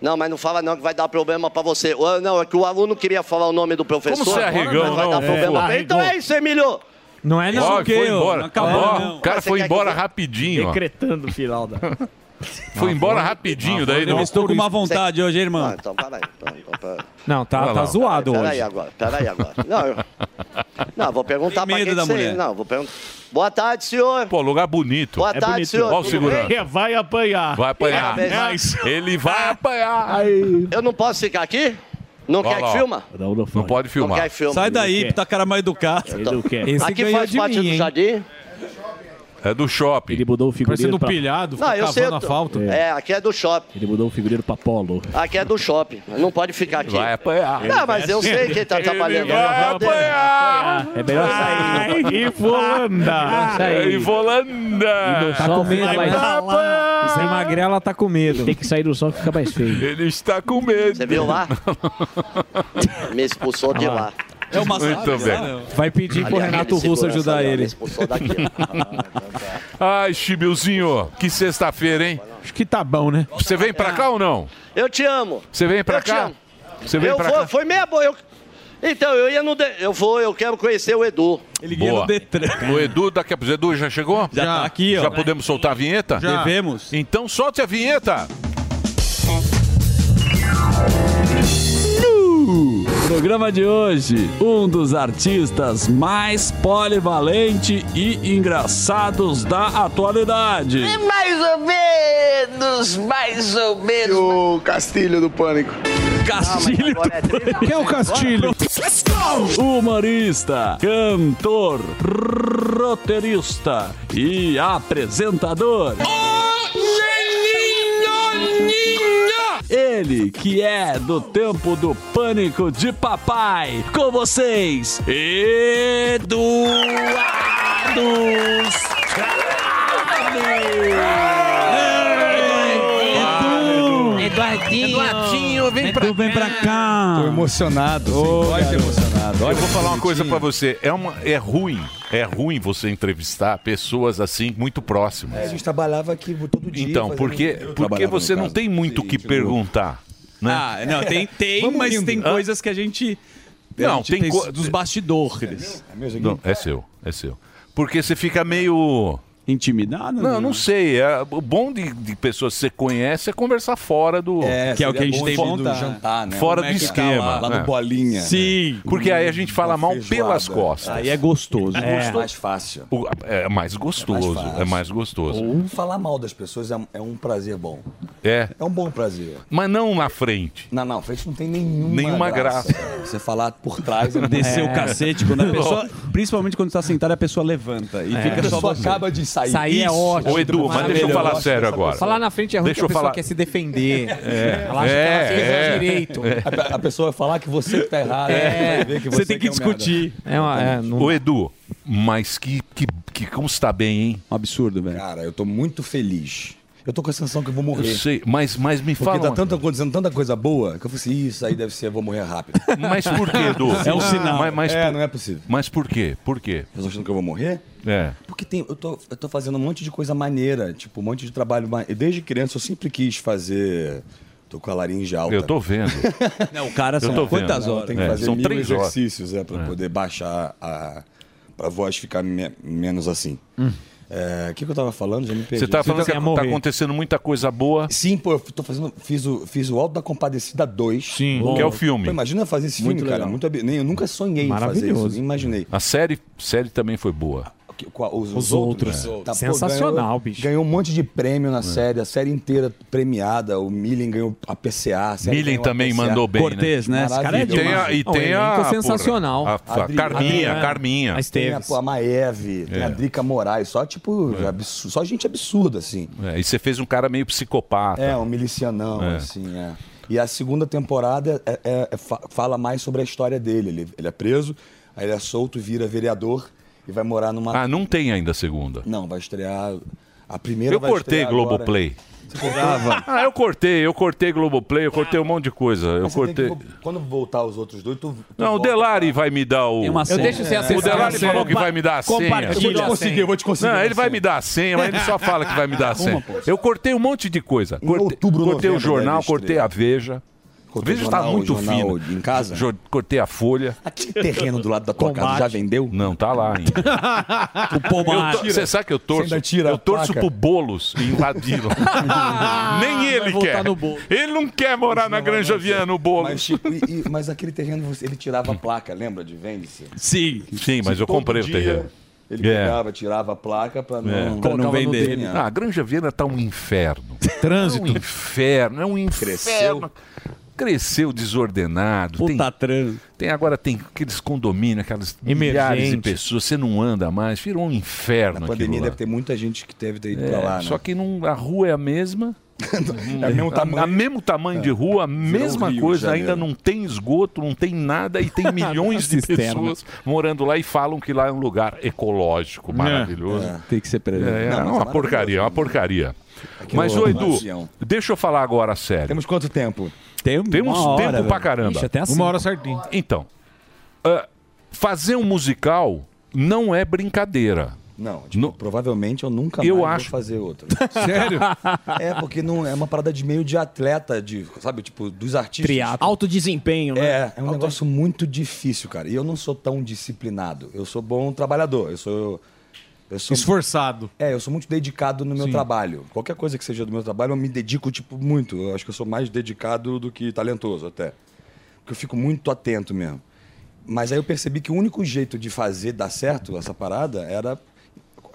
[SPEAKER 10] Não, mas não fala não que vai dar problema pra você. Ou, Não, é que o aluno queria falar o nome do professor.
[SPEAKER 5] você é
[SPEAKER 10] agora,
[SPEAKER 5] arregão,
[SPEAKER 10] mas vai
[SPEAKER 5] não,
[SPEAKER 10] dar
[SPEAKER 5] é.
[SPEAKER 10] problema. pra ele. Então é
[SPEAKER 5] Arregou.
[SPEAKER 10] isso, Emílio.
[SPEAKER 8] Não é
[SPEAKER 5] Ó,
[SPEAKER 8] não, o quê?
[SPEAKER 5] foi
[SPEAKER 8] ô?
[SPEAKER 5] embora.
[SPEAKER 8] Acabou,
[SPEAKER 5] Ó,
[SPEAKER 8] não.
[SPEAKER 5] O cara
[SPEAKER 8] Você
[SPEAKER 5] foi
[SPEAKER 8] quer que eu
[SPEAKER 5] embora
[SPEAKER 8] vou-
[SPEAKER 5] rapidinho. ó.
[SPEAKER 9] Decretando o final da.
[SPEAKER 5] Foi embora rapidinho daí.
[SPEAKER 8] Eu
[SPEAKER 5] né?
[SPEAKER 8] estou com má vontade hoje, hein, irmão.
[SPEAKER 10] Ah, então, peraí. peraí.
[SPEAKER 8] Não,
[SPEAKER 5] Olha
[SPEAKER 8] tá,
[SPEAKER 5] lá,
[SPEAKER 8] tá
[SPEAKER 5] ó.
[SPEAKER 8] zoado
[SPEAKER 10] Peraí
[SPEAKER 8] hoje.
[SPEAKER 10] agora, peraí agora. Não, eu... não vou perguntar pra
[SPEAKER 8] medo
[SPEAKER 10] quem
[SPEAKER 8] da
[SPEAKER 10] que você-
[SPEAKER 8] mulher.
[SPEAKER 10] Não, vou perguntar. Boa tarde, senhor.
[SPEAKER 5] Pô, lugar bonito.
[SPEAKER 10] Boa tarde, senhor.
[SPEAKER 5] Ó, o
[SPEAKER 10] Tudo
[SPEAKER 5] segurança.
[SPEAKER 10] bem?
[SPEAKER 19] Vai apanhar.
[SPEAKER 5] Vai apanhar.
[SPEAKER 10] É, é
[SPEAKER 5] Ele vai apanhar.
[SPEAKER 10] Eu não posso ficar aqui? Não
[SPEAKER 5] Olha
[SPEAKER 10] quer
[SPEAKER 5] lá,
[SPEAKER 10] que
[SPEAKER 5] ó.
[SPEAKER 10] filma?
[SPEAKER 5] Não pode filmar.
[SPEAKER 10] Não quer que filma.
[SPEAKER 8] Sai daí, tá cara mais educado.
[SPEAKER 10] aqui faz parte do jardim.
[SPEAKER 5] É do shopping. Ele
[SPEAKER 9] mudou o
[SPEAKER 8] um
[SPEAKER 9] figurino. pra-
[SPEAKER 10] Não, eu sei. eu tô- É. aqui é do shopping.
[SPEAKER 9] Ele mudou o figurino pra Polo.
[SPEAKER 10] Aqui é do shopping. Não pode ficar aqui.
[SPEAKER 9] Vai apanhar.
[SPEAKER 10] Não, mas eu sei quem tá trabalhando. Vai apanhar.
[SPEAKER 9] É melhor sair. Ivolanda.
[SPEAKER 5] E volanda.
[SPEAKER 9] Tá com medo, mas...
[SPEAKER 8] Isso é magrela, tá com medo.
[SPEAKER 9] Tem que sair do sol que fica mais feio.
[SPEAKER 5] Ele está com medo. Você
[SPEAKER 10] viu lá? Me expulsou de lá.
[SPEAKER 8] É uma
[SPEAKER 5] Muito bem.
[SPEAKER 16] né?
[SPEAKER 8] Vai pedir pro
[SPEAKER 10] Ali,
[SPEAKER 8] Renato
[SPEAKER 10] aquele
[SPEAKER 8] Russo
[SPEAKER 10] segurança
[SPEAKER 8] ajudar
[SPEAKER 10] ali, ó, Me
[SPEAKER 8] ele.
[SPEAKER 10] expulsou daqui.
[SPEAKER 5] Ai, Chibilzinho, que sexta-feira, hein?
[SPEAKER 7] Acho que tá bom, né?
[SPEAKER 5] Você vem pra cá ou não?
[SPEAKER 10] Eu te amo.
[SPEAKER 5] Você vem pra
[SPEAKER 10] Eu te
[SPEAKER 5] cá?
[SPEAKER 10] amo.
[SPEAKER 5] Você vem
[SPEAKER 10] eu
[SPEAKER 5] pra
[SPEAKER 10] vou,
[SPEAKER 5] cá?
[SPEAKER 10] foi meia boa. Eu... Então, eu ia no. de- Eu vou, eu quero conhecer o Edu.
[SPEAKER 8] Ele
[SPEAKER 5] Boa. O Edu, daqui a pouco. Edu já chegou?
[SPEAKER 8] Já tá aqui, ó.
[SPEAKER 5] Já podemos soltar a vinheta?
[SPEAKER 8] Já.
[SPEAKER 5] Devemos. Então solte a vinheta.
[SPEAKER 12] No programa de hoje, um dos artistas mais polivalente e engraçados da atualidade.
[SPEAKER 3] Mais ou menos, mais ou menos. O Castilho do Pânico.
[SPEAKER 12] Castilho.
[SPEAKER 3] Quem é o Castilho?
[SPEAKER 12] Humorista, cantor, roteirista e apresentador.
[SPEAKER 5] Ah.
[SPEAKER 12] Ele que é do tempo do pânico de papai. Com vocês, Eduardo Scrafani. Edu!
[SPEAKER 2] Eduardinho.
[SPEAKER 3] Eduardinho,
[SPEAKER 2] vem pra
[SPEAKER 5] vem pra cá.
[SPEAKER 2] Tô emocionado.
[SPEAKER 5] Ô,
[SPEAKER 2] Tô
[SPEAKER 5] garoto.
[SPEAKER 2] emocionado.
[SPEAKER 5] eu vou falar uma coisa pra você. É, uma, é ruim. É ruim você entrevistar pessoas assim muito próximas.
[SPEAKER 16] É, A gente trabalhava aqui todo dia.
[SPEAKER 5] Então,
[SPEAKER 16] fazendo-
[SPEAKER 5] porque, porque
[SPEAKER 16] trabalhava,
[SPEAKER 5] você
[SPEAKER 16] no
[SPEAKER 5] não
[SPEAKER 16] caso.
[SPEAKER 5] tem muito o que perguntar. Né?
[SPEAKER 11] Ah, não, tem, tem mas tem coisas que a gente. a
[SPEAKER 5] Não,
[SPEAKER 11] gente
[SPEAKER 5] tem
[SPEAKER 11] pensa
[SPEAKER 5] co-
[SPEAKER 11] Dos bastidores.
[SPEAKER 5] Não, é seu, é seu. Porque você fica meio.
[SPEAKER 11] Intimidado? né?
[SPEAKER 5] Não, não sei. É, o bom de, de pessoas que você conhece é conversar fora do.
[SPEAKER 11] É, Que é o que a gente seria bom teve do contar. jantar, né?
[SPEAKER 5] Fora
[SPEAKER 11] Como
[SPEAKER 5] do
[SPEAKER 11] é que tá
[SPEAKER 5] esquema.
[SPEAKER 11] lá, lá
[SPEAKER 5] né?
[SPEAKER 11] no Bolinha,
[SPEAKER 5] Sim.
[SPEAKER 11] né?
[SPEAKER 5] Porque aí a gente fala mal pelas
[SPEAKER 11] feijoada.
[SPEAKER 5] costas.
[SPEAKER 11] Aí é gostoso.
[SPEAKER 16] É mais fácil.
[SPEAKER 5] O- é mais gostoso. É mais,
[SPEAKER 16] fácil.
[SPEAKER 5] gostoso.
[SPEAKER 16] Ou falar mal das pessoas é, é um prazer bom.
[SPEAKER 5] É.
[SPEAKER 16] É um bom prazer.
[SPEAKER 5] Mas não na frente.
[SPEAKER 16] Na, na frente não tem nenhuma,
[SPEAKER 5] Nenhuma graça.
[SPEAKER 16] Você falar por trás... é muito-
[SPEAKER 11] Descer o
[SPEAKER 16] É.
[SPEAKER 11] cacete quando a pessoa. principalmente quando está sentada, a pessoa levanta. E
[SPEAKER 16] É.
[SPEAKER 11] fica
[SPEAKER 16] A
[SPEAKER 11] só
[SPEAKER 16] pessoa
[SPEAKER 11] você.
[SPEAKER 16] acaba de sair.
[SPEAKER 13] é
[SPEAKER 11] Isso.
[SPEAKER 5] Ô, Edu, mas deixa eu falar sério agora.
[SPEAKER 11] Falar
[SPEAKER 13] na frente é ruim
[SPEAKER 5] Deixa
[SPEAKER 13] que a
[SPEAKER 5] eu
[SPEAKER 13] pessoa
[SPEAKER 5] falar...
[SPEAKER 13] quer se defender.
[SPEAKER 5] É.
[SPEAKER 13] Ela acha que ela fez
[SPEAKER 5] É,
[SPEAKER 13] ela
[SPEAKER 5] é.
[SPEAKER 13] direito.
[SPEAKER 5] É.
[SPEAKER 16] A, pe- a pessoa falar que você que tá errado.
[SPEAKER 13] É.
[SPEAKER 16] vai ver que
[SPEAKER 13] Você tem que
[SPEAKER 16] é um merda.
[SPEAKER 13] discutir. É uma- é, não-
[SPEAKER 5] Ô, Edu, mas que, que, que como está bem, hein?
[SPEAKER 11] Um absurdo, velho.
[SPEAKER 16] Cara, eu tô muito feliz. Eu tô com a sensação que eu vou morrer.
[SPEAKER 5] Eu sei, mas, mas me
[SPEAKER 16] Porque
[SPEAKER 5] fala.
[SPEAKER 16] tá
[SPEAKER 5] uma-
[SPEAKER 16] tanto acontecendo tanta coisa boa que eu falei assim, isso aí deve ser, eu vou morrer rápido.
[SPEAKER 5] Mas por quê, Edu? Ah, Mas, mas
[SPEAKER 16] é,
[SPEAKER 5] por-
[SPEAKER 16] não é possível.
[SPEAKER 5] Mas por quê? Por quê?
[SPEAKER 16] Vocês achando que eu vou morrer?
[SPEAKER 5] É.
[SPEAKER 16] Porque tem, eu, tô, eu tô fazendo um monte de coisa maneira, tipo, um monte de trabalho. ma- Eu, desde criança eu sempre quis fazer. Tô com a laringe alta.
[SPEAKER 5] Eu tô vendo.
[SPEAKER 11] Não, o cara
[SPEAKER 5] Eu
[SPEAKER 11] são
[SPEAKER 5] tô
[SPEAKER 11] quantas
[SPEAKER 5] vendo.
[SPEAKER 11] horas?
[SPEAKER 16] Tem que
[SPEAKER 5] É,
[SPEAKER 16] fazer
[SPEAKER 5] são
[SPEAKER 16] mil
[SPEAKER 5] três horas.
[SPEAKER 16] exercícios, é, pra poder baixar a. pra voz ficar me- menos assim. É, O que, que eu tava falando? Já me perdi.
[SPEAKER 5] Hum. Você tá falando que tá acontecendo muita coisa boa.
[SPEAKER 16] Sim, pô, eu tô fazendo. Fiz o, fiz o Alto da Compadecida 2.
[SPEAKER 5] Sim. Que é o filme.
[SPEAKER 16] Pô, imagina fazer esse
[SPEAKER 5] Muito
[SPEAKER 16] filme, cara.
[SPEAKER 5] legal.
[SPEAKER 16] Muito, ab- nem, eu nunca sonhei em fazer isso.
[SPEAKER 5] Maravilhoso.
[SPEAKER 16] Nem imaginei.
[SPEAKER 5] A série, série também foi boa.
[SPEAKER 16] Que- qual- os,
[SPEAKER 5] Os outros. É.
[SPEAKER 16] né? pô,
[SPEAKER 5] Sensacional,
[SPEAKER 16] ganhou,
[SPEAKER 5] bicho.
[SPEAKER 16] Ganhou um monte de prêmio na série, a série inteira premiada. O Millen ganhou a PCA. a série
[SPEAKER 5] Millen
[SPEAKER 16] ganhou a
[SPEAKER 5] também
[SPEAKER 16] PCA.
[SPEAKER 5] mandou bem, né?
[SPEAKER 16] Cortez,
[SPEAKER 5] Esse cara é
[SPEAKER 16] Maravilhoso.
[SPEAKER 5] demais. E tem a- e tem a, porra, a- a Carminha, a Carminha. A
[SPEAKER 16] Tem a,
[SPEAKER 5] Esteves.
[SPEAKER 16] pô, a Maeve, tem
[SPEAKER 5] É.
[SPEAKER 16] a Drica Moraes. Só, tipo, absu- só gente absurda, assim.
[SPEAKER 5] É, e você fez um cara meio psicopata.
[SPEAKER 16] É, um milicianão,
[SPEAKER 5] tá. É.
[SPEAKER 16] assim, é. E a segunda temporada é- é- é fa- fala mais sobre a história dele. Ele, ele é preso, aí ele é solto, vira vereador e vai morar numa.
[SPEAKER 5] Ah, não tem ainda a segunda.
[SPEAKER 16] Não, vai estrear. A primeira
[SPEAKER 5] Eu
[SPEAKER 16] vai
[SPEAKER 5] cortei
[SPEAKER 16] estrear agora.
[SPEAKER 5] Globoplay.
[SPEAKER 16] Você cortava? Ah.
[SPEAKER 5] Ah, eu cortei, eu cortei Globoplay, eu cortei um monte de coisa. Eu
[SPEAKER 16] Mas você tem que
[SPEAKER 5] cortei.
[SPEAKER 16] vo- quando voltar os outros dois, tu. tu
[SPEAKER 5] Não, o
[SPEAKER 16] volta.
[SPEAKER 5] Delari vai me dar o.
[SPEAKER 16] Tem uma Eu senha. deixo você
[SPEAKER 5] O
[SPEAKER 16] acessar
[SPEAKER 5] Delari
[SPEAKER 16] a senha.
[SPEAKER 5] falou que vai me dar a senha.
[SPEAKER 16] Compartilha Eu vou te a conseguir, senha. eu vou te conseguir
[SPEAKER 5] Não,
[SPEAKER 16] a
[SPEAKER 5] ele vai
[SPEAKER 16] senha.
[SPEAKER 5] me dar a senha, mas ele só fala que vai me dar a
[SPEAKER 16] Arruma,
[SPEAKER 5] senha.
[SPEAKER 16] pô.
[SPEAKER 5] Eu cortei um monte de coisa.
[SPEAKER 16] Em
[SPEAKER 5] Cortei,
[SPEAKER 16] outubro,
[SPEAKER 5] cortei o
[SPEAKER 16] novembro,
[SPEAKER 5] jornal,
[SPEAKER 16] deve
[SPEAKER 5] cortei a Veja.
[SPEAKER 16] Cortou
[SPEAKER 5] Veja está
[SPEAKER 16] jornal-
[SPEAKER 5] muito
[SPEAKER 16] jornal
[SPEAKER 5] fino.
[SPEAKER 16] em casa?
[SPEAKER 5] Jo- Cortei a Folha.
[SPEAKER 16] Aquele terreno do lado da tua casa já vendeu?
[SPEAKER 5] Não, tá lá ainda. o
[SPEAKER 16] pomar.
[SPEAKER 5] Você sabe que eu torço?
[SPEAKER 16] Você ainda tira a
[SPEAKER 5] eu torço
[SPEAKER 16] placa?
[SPEAKER 5] pro Bolos em Ladilo. Nem ele quer. Ele não quer morar na Granja Viana, o Bolo.
[SPEAKER 16] Mas, Chico, e- e- mas aquele terreno, você- ele tirava a placa, lembra de vende-se?
[SPEAKER 11] Sim.
[SPEAKER 5] Sim, mas
[SPEAKER 16] Se
[SPEAKER 5] eu
[SPEAKER 16] todo
[SPEAKER 5] comprei o
[SPEAKER 16] dia
[SPEAKER 5] terreno.
[SPEAKER 16] Ele
[SPEAKER 5] É.
[SPEAKER 16] pegava, tirava a placa pra não,
[SPEAKER 5] É.
[SPEAKER 16] pra
[SPEAKER 5] Colocava
[SPEAKER 16] não
[SPEAKER 5] no
[SPEAKER 16] vender.
[SPEAKER 5] DNA. Ah, a Granja Viana tá um inferno. Trânsito. É um inferno, é um inferno. Cresceu. desordenado. tem, Tem, agora tem aqueles condomínios, aquelas milhares de
[SPEAKER 16] Emergente.
[SPEAKER 5] pessoas, você não anda mais, virou um inferno
[SPEAKER 16] Na
[SPEAKER 5] aquilo
[SPEAKER 16] pandemia
[SPEAKER 5] lá.
[SPEAKER 16] deve ter muita gente que deve ter ido
[SPEAKER 5] É,
[SPEAKER 16] pra lá, né?
[SPEAKER 5] Só que não, a rua é a mesma.
[SPEAKER 16] É o mesmo tamanho.
[SPEAKER 5] A, a mesmo tamanho de
[SPEAKER 16] É.
[SPEAKER 5] rua, a
[SPEAKER 16] Virou
[SPEAKER 5] mesma
[SPEAKER 16] Rio de
[SPEAKER 5] coisa,
[SPEAKER 16] Janeiro.
[SPEAKER 5] ainda não tem esgoto, não tem nada e tem milhões de
[SPEAKER 16] Cisterna.
[SPEAKER 5] pessoas morando lá e falam que lá é um lugar ecológico, maravilhoso.
[SPEAKER 11] É. Tem que ser
[SPEAKER 5] É,
[SPEAKER 11] preso.
[SPEAKER 5] é uma porcaria, é uma porcaria.
[SPEAKER 11] Aquilo
[SPEAKER 5] Mas,
[SPEAKER 11] é
[SPEAKER 5] ô
[SPEAKER 11] uma
[SPEAKER 5] Edu,
[SPEAKER 11] região.
[SPEAKER 5] deixa eu falar agora a sério.
[SPEAKER 16] Temos quanto tempo?
[SPEAKER 11] Tem,
[SPEAKER 5] Temos
[SPEAKER 11] uma hora,
[SPEAKER 5] tempo
[SPEAKER 11] velho.
[SPEAKER 5] pra caramba.
[SPEAKER 11] Ixi, até assim. Uma hora
[SPEAKER 5] certinho. Então, ah, fazer um musical não é brincadeira.
[SPEAKER 16] Não, tipo, provavelmente eu nunca
[SPEAKER 5] Eu
[SPEAKER 16] mais
[SPEAKER 5] acho.
[SPEAKER 16] vou fazer outro. É, porque não, é uma parada de meio de atleta, de, sabe, tipo, dos artistas.
[SPEAKER 9] Triatlo. Alto desempenho, né?
[SPEAKER 16] É, é um negócio muito difícil, cara. E eu não sou tão disciplinado. Eu sou bom trabalhador. Eu sou. Eu sou
[SPEAKER 23] Esforçado.
[SPEAKER 16] É, eu sou muito dedicado no meu
[SPEAKER 23] Sim.
[SPEAKER 16] trabalho. Qualquer coisa que seja do meu trabalho, eu me dedico, tipo, muito. Eu acho que eu sou mais dedicado do que talentoso, até. Porque eu fico muito atento mesmo. Mas aí eu percebi que o único jeito de fazer dar certo essa parada era,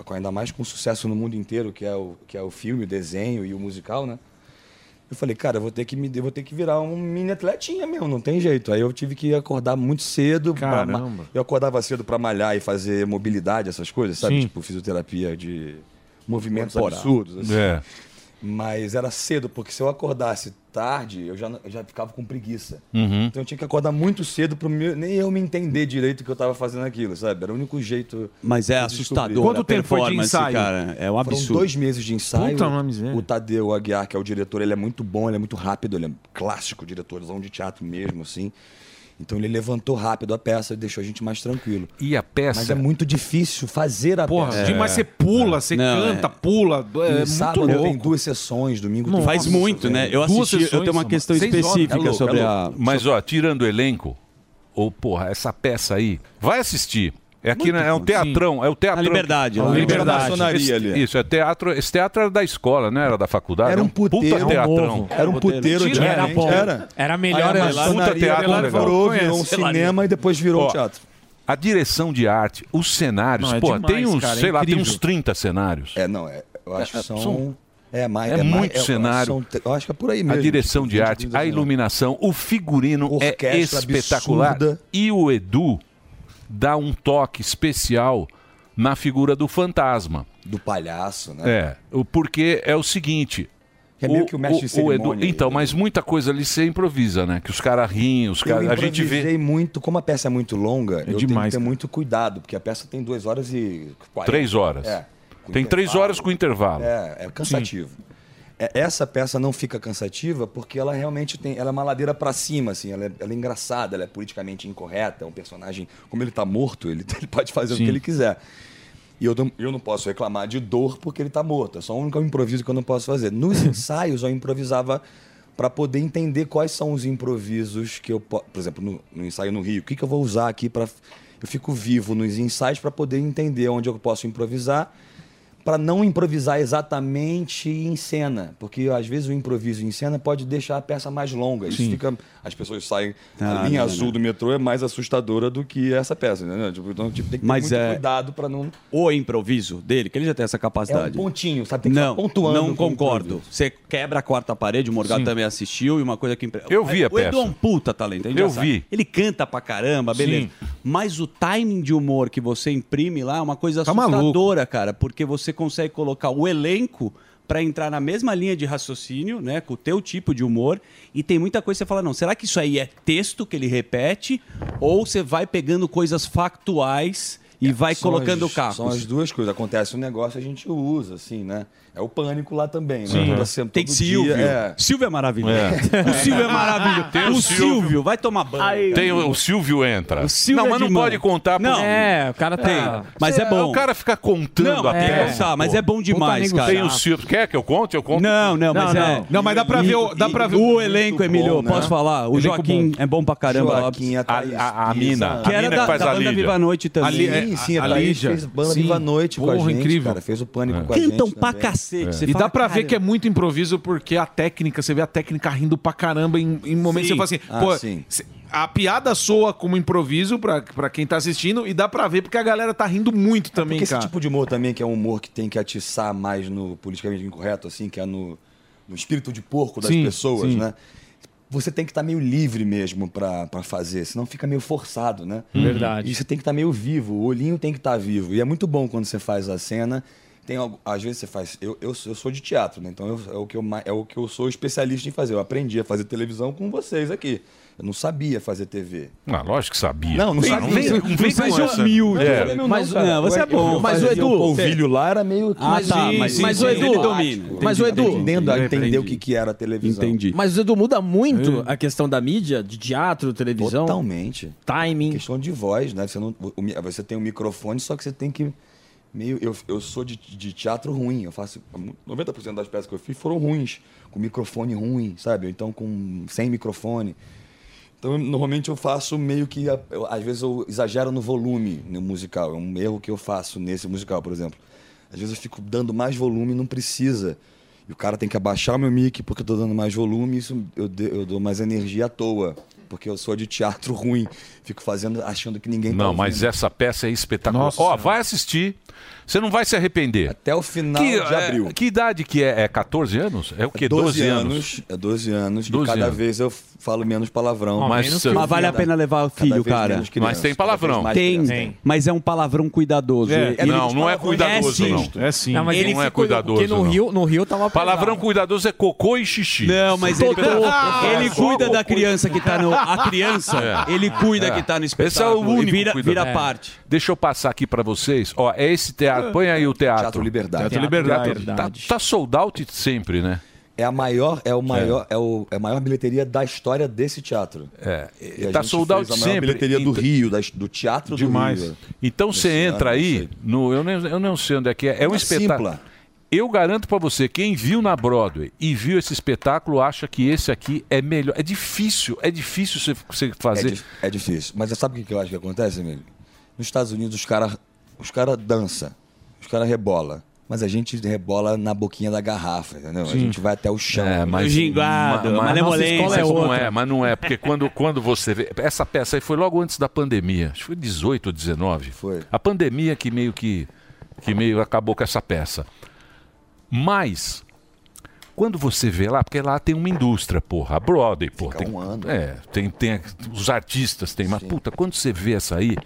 [SPEAKER 16] com- ainda mais com sucesso no mundo inteiro, que é o, que é o filme, o desenho e o musical, né? Eu falei, cara, eu vou ter que me, eu vou ter que virar um mini atletinha mesmo, não tem jeito. Aí eu tive que acordar muito cedo. pra ma-
[SPEAKER 23] Caramba.
[SPEAKER 16] eu acordava cedo pra malhar e fazer mobilidade, essas coisas, sabe? Tipo fisioterapia de movimentos
[SPEAKER 23] Corporal.
[SPEAKER 16] absurdos. assim.
[SPEAKER 5] É.
[SPEAKER 16] Mas era cedo, porque se eu acordasse tarde, eu já, eu já ficava com preguiça.
[SPEAKER 5] Uhum.
[SPEAKER 16] Então eu tinha que acordar muito cedo para nem eu me entender direito que eu tava fazendo aquilo, sabe? Era o único jeito.
[SPEAKER 11] Mas é
[SPEAKER 16] de descobrir.
[SPEAKER 11] assustador Quanto a tempo foi de performance, ensaio? cara. É um absurdo.
[SPEAKER 16] Foram dois meses de ensaio.
[SPEAKER 11] Puta, uma
[SPEAKER 16] o Tadeu Aguiar, que é o diretor, ele é muito bom, ele é muito rápido, ele é um clássico diretorzão de teatro mesmo, assim. Então ele levantou rápido a peça e deixou a gente mais tranquilo.
[SPEAKER 5] E a peça?
[SPEAKER 16] Mas é muito difícil fazer a
[SPEAKER 7] Porra,
[SPEAKER 11] É.
[SPEAKER 16] peça.
[SPEAKER 7] demais você
[SPEAKER 12] É.
[SPEAKER 7] pula, você canta, pula. É muito
[SPEAKER 16] sábado tem
[SPEAKER 7] louco.
[SPEAKER 16] duas sessões, domingo tem
[SPEAKER 11] Nossa, Faz muito,
[SPEAKER 16] velho.
[SPEAKER 11] né? Eu
[SPEAKER 16] Duas
[SPEAKER 11] assisti, eu
[SPEAKER 16] sessões,
[SPEAKER 11] tenho uma
[SPEAKER 16] mano.
[SPEAKER 11] questão
[SPEAKER 16] Seis horas.
[SPEAKER 11] específica
[SPEAKER 16] É louco,
[SPEAKER 11] sobre
[SPEAKER 16] é louco.
[SPEAKER 11] a.
[SPEAKER 5] Mas, ó, tirando o elenco, ô, porra, essa peça aí, vai assistir. É aqui, né? é um teatrão, é o teatro.
[SPEAKER 11] Liberdade, lá. Liberdade.
[SPEAKER 5] Esse,
[SPEAKER 11] ali.
[SPEAKER 5] Isso, é teatro. Esse teatro era da escola, não era da faculdade? É
[SPEAKER 16] Era um puteiro.
[SPEAKER 5] puta teatrão.
[SPEAKER 16] novo. Era um puteiro
[SPEAKER 5] Tira-
[SPEAKER 16] diferente. Era. Aí a maçonaria
[SPEAKER 5] puta teatro
[SPEAKER 16] lá
[SPEAKER 5] legal.
[SPEAKER 16] Virou, virou um cinema e depois virou
[SPEAKER 5] Ó,
[SPEAKER 16] um teatro.
[SPEAKER 5] A direção de arte, os cenários,
[SPEAKER 16] Não, é
[SPEAKER 5] pô,
[SPEAKER 16] demais,
[SPEAKER 5] tem uns,
[SPEAKER 16] cara, é
[SPEAKER 5] sei lá, tem
[SPEAKER 16] incrível.
[SPEAKER 5] uns 30 cenários.
[SPEAKER 16] É, não, é, eu acho que são...
[SPEAKER 5] são-
[SPEAKER 16] É, mais,
[SPEAKER 5] É,
[SPEAKER 16] mais-
[SPEAKER 5] muito
[SPEAKER 16] eu acho que
[SPEAKER 5] cenário.
[SPEAKER 16] são te- eu acho que é por aí mesmo. tipo, assim,
[SPEAKER 5] A direção de arte, a iluminação, o figurino é
[SPEAKER 16] Orquestra
[SPEAKER 5] espetacular.
[SPEAKER 16] absurda.
[SPEAKER 5] E o Edu dá um toque especial na figura do fantasma.
[SPEAKER 16] Do palhaço, né?
[SPEAKER 5] É, o porque é o seguinte.
[SPEAKER 16] É meio que o mestre de cerimônia, né?
[SPEAKER 5] Edu- Então, mas muita coisa ali você improvisa, né? Que os caras riem, os
[SPEAKER 16] Eu
[SPEAKER 5] caras. A gente vê.
[SPEAKER 16] improvisei muito, como a peça é muito longa, eu tenho que
[SPEAKER 5] demais,
[SPEAKER 16] ter muito cuidado, porque a peça tem duas horas e 40.
[SPEAKER 5] Três horas.
[SPEAKER 16] É, com
[SPEAKER 5] Tem três
[SPEAKER 16] intervalo.
[SPEAKER 5] horas com intervalo.
[SPEAKER 16] É, é cansativo. É, essa peça não fica cansativa porque ela realmente tem. Ela é uma ladeira pra cima, assim. Ela é, ela é engraçada, ela é politicamente incorreta. É um personagem. Como ele tá morto, ele, ele pode fazer o
[SPEAKER 5] Sim.
[SPEAKER 16] que ele quiser. E eu não, eu não posso reclamar de dor porque ele tá morto. É só o único improviso que eu não posso fazer. Nos ensaios, eu improvisava pra poder entender quais são os improvisos que eu posso. Por exemplo, no, no ensaio no Rio, o que, que eu vou usar aqui pra. Eu fico vivo nos ensaios pra poder entender onde eu posso improvisar para não improvisar exatamente em cena, porque às vezes o improviso em cena pode deixar a peça mais longa. Isso
[SPEAKER 5] Sim.
[SPEAKER 16] fica, as pessoas saem, a
[SPEAKER 11] Ah,
[SPEAKER 16] linha
[SPEAKER 11] não,
[SPEAKER 16] azul
[SPEAKER 11] não.
[SPEAKER 16] do metrô é mais assustadora do que essa peça, né? Tipo, então tipo, tem que ter
[SPEAKER 11] Mas
[SPEAKER 16] muito
[SPEAKER 11] é-
[SPEAKER 16] cuidado para não
[SPEAKER 11] O improviso dele, que ele já tem essa
[SPEAKER 16] é um
[SPEAKER 11] capacidade.
[SPEAKER 16] pontinho, sabe? Tem que
[SPEAKER 11] Não,
[SPEAKER 16] ficar pontuando.
[SPEAKER 11] não
[SPEAKER 16] com o
[SPEAKER 11] concordo. Você quebra a quarta parede, o Morgado
[SPEAKER 16] Sim.
[SPEAKER 11] também assistiu, e uma coisa que... impre-
[SPEAKER 5] Eu vi a
[SPEAKER 11] O Edu é um
[SPEAKER 5] peça.
[SPEAKER 11] puta talento, a gente
[SPEAKER 5] Eu
[SPEAKER 11] já sabe.
[SPEAKER 5] vi.
[SPEAKER 11] Ele canta pra caramba, beleza.
[SPEAKER 5] Sim.
[SPEAKER 11] Mas o timing de humor que você imprime lá é uma coisa
[SPEAKER 5] Tá maluco.
[SPEAKER 11] assustadora, cara, porque você consegue colocar o elenco pra entrar na mesma linha de raciocínio, né, com o teu tipo de humor, e tem muita coisa que você fala, não, será que isso aí é texto que ele repete ou você vai pegando coisas factuais e vai
[SPEAKER 16] São
[SPEAKER 11] colocando
[SPEAKER 16] É, as-
[SPEAKER 11] cacos?
[SPEAKER 16] São as duas coisas. Acontece um negócio, a gente usa, assim, né? É o pânico lá também, né?
[SPEAKER 11] Sim.
[SPEAKER 16] Toda semana,
[SPEAKER 11] Tem
[SPEAKER 16] todo
[SPEAKER 11] Silvio.
[SPEAKER 16] Dia, é.
[SPEAKER 11] Silvio é maravilhoso.
[SPEAKER 5] É.
[SPEAKER 11] O Silvio é maravilhoso.
[SPEAKER 5] Tem o
[SPEAKER 11] o
[SPEAKER 5] Silvio.
[SPEAKER 11] Silvio. vai tomar banho.
[SPEAKER 5] Tem o, o Silvio entra.
[SPEAKER 11] Silvio
[SPEAKER 5] não,
[SPEAKER 11] é
[SPEAKER 5] mas não
[SPEAKER 11] de mão.
[SPEAKER 5] pode contar.
[SPEAKER 11] Não. É, o cara tem. Mas é bom.
[SPEAKER 5] O cara fica contando
[SPEAKER 11] Não,
[SPEAKER 5] a
[SPEAKER 11] tem que
[SPEAKER 5] peça.
[SPEAKER 11] contar, mas é bom demais, cara.
[SPEAKER 5] Tem o Silvio. Quer que eu conte? Eu conto.
[SPEAKER 11] Não, não, mas é. E- e O elenco, Emílio,
[SPEAKER 5] bom, né?
[SPEAKER 11] posso falar? O
[SPEAKER 5] Elenco
[SPEAKER 11] Joaquim é bom pra caramba.
[SPEAKER 16] Joaquim, a, Thaís,
[SPEAKER 11] a,
[SPEAKER 5] a mina.
[SPEAKER 11] Que
[SPEAKER 5] A
[SPEAKER 11] era
[SPEAKER 5] mina
[SPEAKER 11] da,
[SPEAKER 5] que faz
[SPEAKER 11] da
[SPEAKER 5] a
[SPEAKER 11] banda
[SPEAKER 5] Lídia.
[SPEAKER 11] Viva a Noite também.
[SPEAKER 16] Sim, sim, a, Thaís fez banda
[SPEAKER 7] Sim.
[SPEAKER 16] Viva a Noite com a
[SPEAKER 7] Porra,
[SPEAKER 16] gente,
[SPEAKER 7] incrível. É.
[SPEAKER 16] cara. Fez o pânico com a gente.
[SPEAKER 11] Cantam pra
[SPEAKER 16] também.
[SPEAKER 11] cacete. Você
[SPEAKER 7] E
[SPEAKER 11] fala,
[SPEAKER 7] dá pra ver
[SPEAKER 11] "Caralho".
[SPEAKER 7] que é muito improviso porque a técnica, você vê a técnica rindo pra caramba em, em momentos
[SPEAKER 11] Sim.
[SPEAKER 7] que você fala
[SPEAKER 11] Ah,
[SPEAKER 7] assim, pô,
[SPEAKER 11] sim.
[SPEAKER 7] se- a piada soa como improviso pra, pra quem tá assistindo e dá pra ver porque a galera tá rindo muito também,
[SPEAKER 16] Porque esse
[SPEAKER 7] cara.
[SPEAKER 16] tipo de humor também, que é um humor que tem que atiçar mais no politicamente incorreto, assim, que é no, no espírito de porco das
[SPEAKER 7] Sim,
[SPEAKER 16] pessoas,
[SPEAKER 7] sim.
[SPEAKER 16] né? Você tem que estar meio livre mesmo pra pra fazer, senão fica meio forçado, né?
[SPEAKER 7] Uhum.
[SPEAKER 13] Verdade.
[SPEAKER 16] E você tem que estar meio vivo, o olhinho tem que estar vivo. E é muito bom quando você faz a cena. Tem, algo- às vezes você faz. Eu, eu, sou- eu sou de teatro, né? Então eu- é, o que eu, mai- é o que eu sou especialista em fazer. Eu aprendi a fazer televisão com vocês aqui. Eu não sabia fazer TV.
[SPEAKER 5] Ah, lógico que sabia.
[SPEAKER 16] Não, não
[SPEAKER 5] Vem-
[SPEAKER 16] sabia.
[SPEAKER 5] vem- vem com essa. É.
[SPEAKER 16] Mas,
[SPEAKER 9] Mas-
[SPEAKER 16] não,
[SPEAKER 9] não,
[SPEAKER 16] você é bom.
[SPEAKER 9] Mas o Edu-
[SPEAKER 16] O é. vídeo lá era meio.
[SPEAKER 9] Ah, tá, mas- mas o Edu- Mas o Edu-
[SPEAKER 16] Entendendo, a
[SPEAKER 9] Entendi.
[SPEAKER 16] entender o que, que era a televisão.
[SPEAKER 9] Entendi. Então. Mas Edu muda muito a questão da mídia, de teatro, televisão.
[SPEAKER 16] Totalmente.
[SPEAKER 9] Timing.
[SPEAKER 16] Questão de voz, né? Você, não, o mi- você tem um microfone, só que você tem que. Meio, eu, eu sou de, de teatro ruim. Eu faço. 90% das peças que eu fiz foram ruins. Com microfone ruim, sabe? Ou Então, com sem microfone. Então, eu- normalmente eu faço meio que. a- eu- às vezes eu exagero no volume no musical. É um erro que eu faço nesse musical, por exemplo. Às vezes eu fico dando mais volume e não precisa. E o cara tem que abaixar o meu mic porque eu tô dando mais volume, isso eu, de- eu dou mais energia à toa. Porque eu sou de teatro ruim. Fico fazendo, achando que ninguém tá
[SPEAKER 5] Não, mas
[SPEAKER 16] ouvindo.
[SPEAKER 5] essa peça é espetacular. Ó, vai assistir. Você não vai se arrepender.
[SPEAKER 16] Até o final
[SPEAKER 5] que,
[SPEAKER 16] de abril.
[SPEAKER 5] é- que idade que é? É 14 anos? É o quê? 12, anos.
[SPEAKER 16] É 12 anos.
[SPEAKER 5] 12
[SPEAKER 16] e cada
[SPEAKER 5] anos.
[SPEAKER 16] vez eu f- falo menos palavrão.
[SPEAKER 11] mas vale a pena levar o filho, cara.
[SPEAKER 5] Mas tem palavrão.
[SPEAKER 11] Tem, mas é um palavrão cuidadoso.
[SPEAKER 5] É.
[SPEAKER 11] Ele-
[SPEAKER 5] Não,
[SPEAKER 11] ele-
[SPEAKER 5] não é cuidadoso,
[SPEAKER 11] É sim.
[SPEAKER 5] não. Não, mas ele não é cuidadoso.
[SPEAKER 11] porque no
[SPEAKER 5] não.
[SPEAKER 11] Rio-
[SPEAKER 13] no Rio tava
[SPEAKER 5] Palavrão cuidadoso é cocô e xixi.
[SPEAKER 11] Não, mas ele, ele cuida da criança que tá no. A criança,
[SPEAKER 5] É.
[SPEAKER 11] ele cuida
[SPEAKER 5] É.
[SPEAKER 11] que tá no
[SPEAKER 5] Esse é o
[SPEAKER 11] espetáculo. e
[SPEAKER 5] único
[SPEAKER 11] vira,
[SPEAKER 5] cuidador.
[SPEAKER 11] vira
[SPEAKER 5] É.
[SPEAKER 11] parte.
[SPEAKER 5] Deixa eu passar aqui pra vocês. Ó, é esse teatro. Põe aí o teatro.
[SPEAKER 16] Teatro Liberdade.
[SPEAKER 5] Teatro
[SPEAKER 16] Teatro
[SPEAKER 5] Liberdade.
[SPEAKER 16] Liberdade.
[SPEAKER 5] Tá, tá sold out sempre, né?
[SPEAKER 16] É a maior, é o maior, é, o, é a maior bilheteria da história desse teatro.
[SPEAKER 5] É.
[SPEAKER 16] E a
[SPEAKER 5] tá
[SPEAKER 16] gente
[SPEAKER 5] sold out
[SPEAKER 16] fez a maior
[SPEAKER 5] sempre.
[SPEAKER 16] bilheteria do
[SPEAKER 5] Então-
[SPEAKER 16] Rio, das- do teatro
[SPEAKER 5] Demais.
[SPEAKER 16] do Rio. né?
[SPEAKER 5] Então você entra aí, no, eu, nem, eu não sei onde é que é, é um
[SPEAKER 16] Na
[SPEAKER 5] espetáculo.
[SPEAKER 16] Simpla.
[SPEAKER 5] Eu garanto pra você, quem viu na Broadway e viu esse espetáculo acha que esse aqui é melhor. É difícil, é difícil você- você fazer.
[SPEAKER 16] É, dif- é difícil. Mas sabe o que que eu acho que acontece, amigo? Nos Estados Unidos, os caras os cara dança, os caras rebola. Mas a gente rebola na boquinha da garrafa, entendeu? A
[SPEAKER 5] Sim.
[SPEAKER 16] gente vai até o chão.
[SPEAKER 5] É, mas, ma- ma- nossa escola não é, mas não é, porque quando, quando você vê. Essa peça aí foi logo antes da pandemia, acho que foi 18 ou 19. Foi. A pandemia que meio que, que meio acabou com essa peça. Mas, quando você vê lá, porque lá tem uma indústria, porra, a Broadway, porra. Tem, É, tem, tem os artistas, tem. Mas, puta, quando você vê essa aí,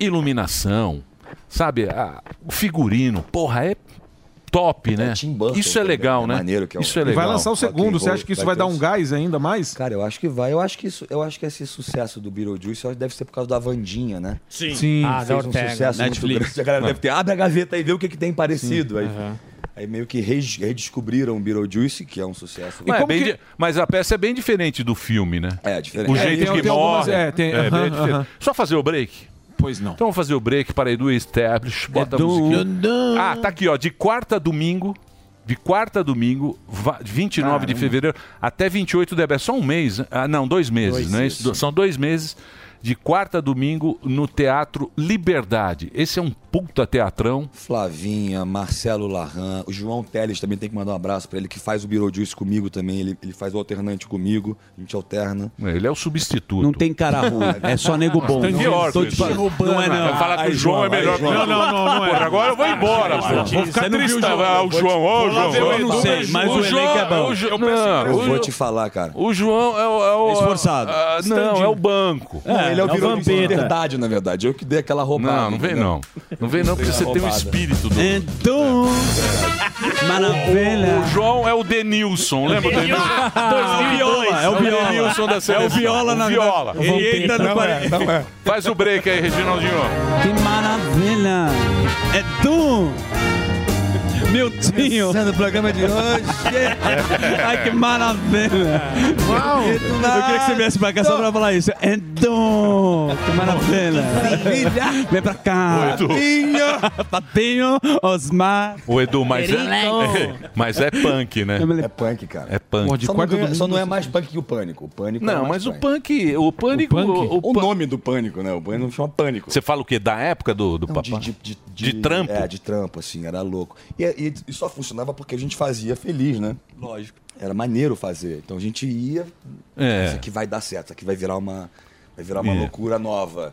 [SPEAKER 5] iluminação, sabe? a- o figurino, porra, é. Top, né? isso é legal, né? Isso é legal.
[SPEAKER 7] Vai lançar o segundo,
[SPEAKER 16] Ok,
[SPEAKER 7] você
[SPEAKER 16] vou-
[SPEAKER 7] acha que isso vai,
[SPEAKER 16] vai
[SPEAKER 7] dar
[SPEAKER 16] ter
[SPEAKER 7] um
[SPEAKER 16] um-
[SPEAKER 7] gás ainda mais?
[SPEAKER 16] Cara, eu acho que vai. Eu acho que isso, eu acho que esse sucesso do Beetlejuice só deve ser por causa da Vandinha, né?
[SPEAKER 7] Sim. Sim. Ah, da
[SPEAKER 16] Fez um
[SPEAKER 7] Ortega.
[SPEAKER 16] sucesso
[SPEAKER 7] Netflix.
[SPEAKER 16] muito grande. A galera deve ter, abre a gaveta e vê o que, que tem parecido.
[SPEAKER 5] Sim,
[SPEAKER 16] Aí,
[SPEAKER 5] aham.
[SPEAKER 16] aí meio que res- redescobriram o Beetlejuice, que é um sucesso.
[SPEAKER 5] Mas, é bem di- mas a peça é bem diferente do filme, né?
[SPEAKER 16] É, diferente.
[SPEAKER 5] O
[SPEAKER 16] É,
[SPEAKER 5] jeito
[SPEAKER 16] tem-
[SPEAKER 5] que
[SPEAKER 16] tem algumas-
[SPEAKER 5] morre.
[SPEAKER 16] é, tem-
[SPEAKER 5] bem
[SPEAKER 16] aham,
[SPEAKER 5] diferente.
[SPEAKER 16] aham.
[SPEAKER 5] Só fazer o break?
[SPEAKER 7] Pois não.
[SPEAKER 5] Então vamos fazer o break para Edu
[SPEAKER 16] É
[SPEAKER 5] Establish. Bota a
[SPEAKER 7] Edu.
[SPEAKER 5] musiquinha. Ah, tá aqui, ó. De quarta a domingo. De quarta a domingo, va- 29 de fevereiro, até 28 deve. É só um mês. né? Ah, não, dois meses,
[SPEAKER 16] Dois,
[SPEAKER 5] né? Isso, do- São dois meses. De quarta a domingo no Teatro Liberdade. Esse é um puta teatrão.
[SPEAKER 16] Flavinha, Marcelo Larran, o João Teles também tem que mandar um abraço pra ele, que faz o Beetlejuice comigo também. Ele, ele faz o alternante comigo, a gente alterna.
[SPEAKER 5] Ele é o substituto.
[SPEAKER 11] Não tem cara ruim, é só nego bom.
[SPEAKER 16] Tem
[SPEAKER 5] pior,
[SPEAKER 11] Tô te falando.
[SPEAKER 5] Cleiton.
[SPEAKER 11] Não é não.
[SPEAKER 5] Vai falar que
[SPEAKER 11] Aí,
[SPEAKER 5] o João é
[SPEAKER 11] aí,
[SPEAKER 5] melhor
[SPEAKER 11] João.
[SPEAKER 5] que o
[SPEAKER 3] é.
[SPEAKER 5] Porra, Agora eu vou embora, pô.
[SPEAKER 11] Vou ficar
[SPEAKER 5] Você não viu
[SPEAKER 11] triste,
[SPEAKER 5] o João. Ah, o João, ó, o João.
[SPEAKER 11] Eu não sei, mas o elenco é bom.
[SPEAKER 5] o Jo- não,
[SPEAKER 16] eu
[SPEAKER 5] o
[SPEAKER 16] vou
[SPEAKER 5] Jo-
[SPEAKER 16] te falar, cara.
[SPEAKER 5] O João é o. É o-
[SPEAKER 16] Esforçado.
[SPEAKER 5] Ah, não, é o banco.
[SPEAKER 16] Não, ele é o Beetlejuice de verdade, na verdade. Eu que dei aquela roubada.
[SPEAKER 5] Não, não vem
[SPEAKER 16] entendeu?
[SPEAKER 5] não. Não vem não, porque você tem um
[SPEAKER 16] Roubada.
[SPEAKER 5] espírito do.
[SPEAKER 11] Então. Maravilha.
[SPEAKER 5] O João é o Denilson, lembra o Denilson?
[SPEAKER 11] Viola, é o Viola.
[SPEAKER 5] Denilson
[SPEAKER 11] É
[SPEAKER 5] da
[SPEAKER 11] o
[SPEAKER 5] seleção.
[SPEAKER 11] Viola na-
[SPEAKER 5] Viola.
[SPEAKER 11] Ele entra no Não é, quarenta. não é.
[SPEAKER 5] Faz o break aí, Reginaldinho.
[SPEAKER 11] Que maravilha. É tu. Meu tio. no programa de hoje. Ai, que maravilha.
[SPEAKER 3] Uau.
[SPEAKER 11] Eu queria que você viesse pra cá só pra falar isso. É tu. Que maravilha. Vem pra
[SPEAKER 5] Oi,
[SPEAKER 11] cá.
[SPEAKER 5] Edu.
[SPEAKER 11] Patinho. Patinho. Osmar.
[SPEAKER 5] O Edu, mas é,
[SPEAKER 11] Elenco.
[SPEAKER 5] mas é punk, né?
[SPEAKER 16] É punk, cara.
[SPEAKER 5] É punk.
[SPEAKER 16] só, não ganha- só não é mais punk que o pânico. O pânico é
[SPEAKER 5] Não, mas o punk. O pânico.
[SPEAKER 16] O,
[SPEAKER 5] o- o
[SPEAKER 16] nome do pânico, né? O pânico não chama pânico.
[SPEAKER 5] Você fala o quê? Da época do, do papai?
[SPEAKER 16] De,
[SPEAKER 5] trampo?
[SPEAKER 16] É, de trampo, assim, era louco. E, e- e só funcionava porque a gente fazia feliz, né? Lógico. Era maneiro fazer. Então a gente ia.
[SPEAKER 5] É.
[SPEAKER 16] Isso aqui vai dar certo, isso aqui vai virar uma, vai virar uma
[SPEAKER 5] É.
[SPEAKER 16] loucura nova.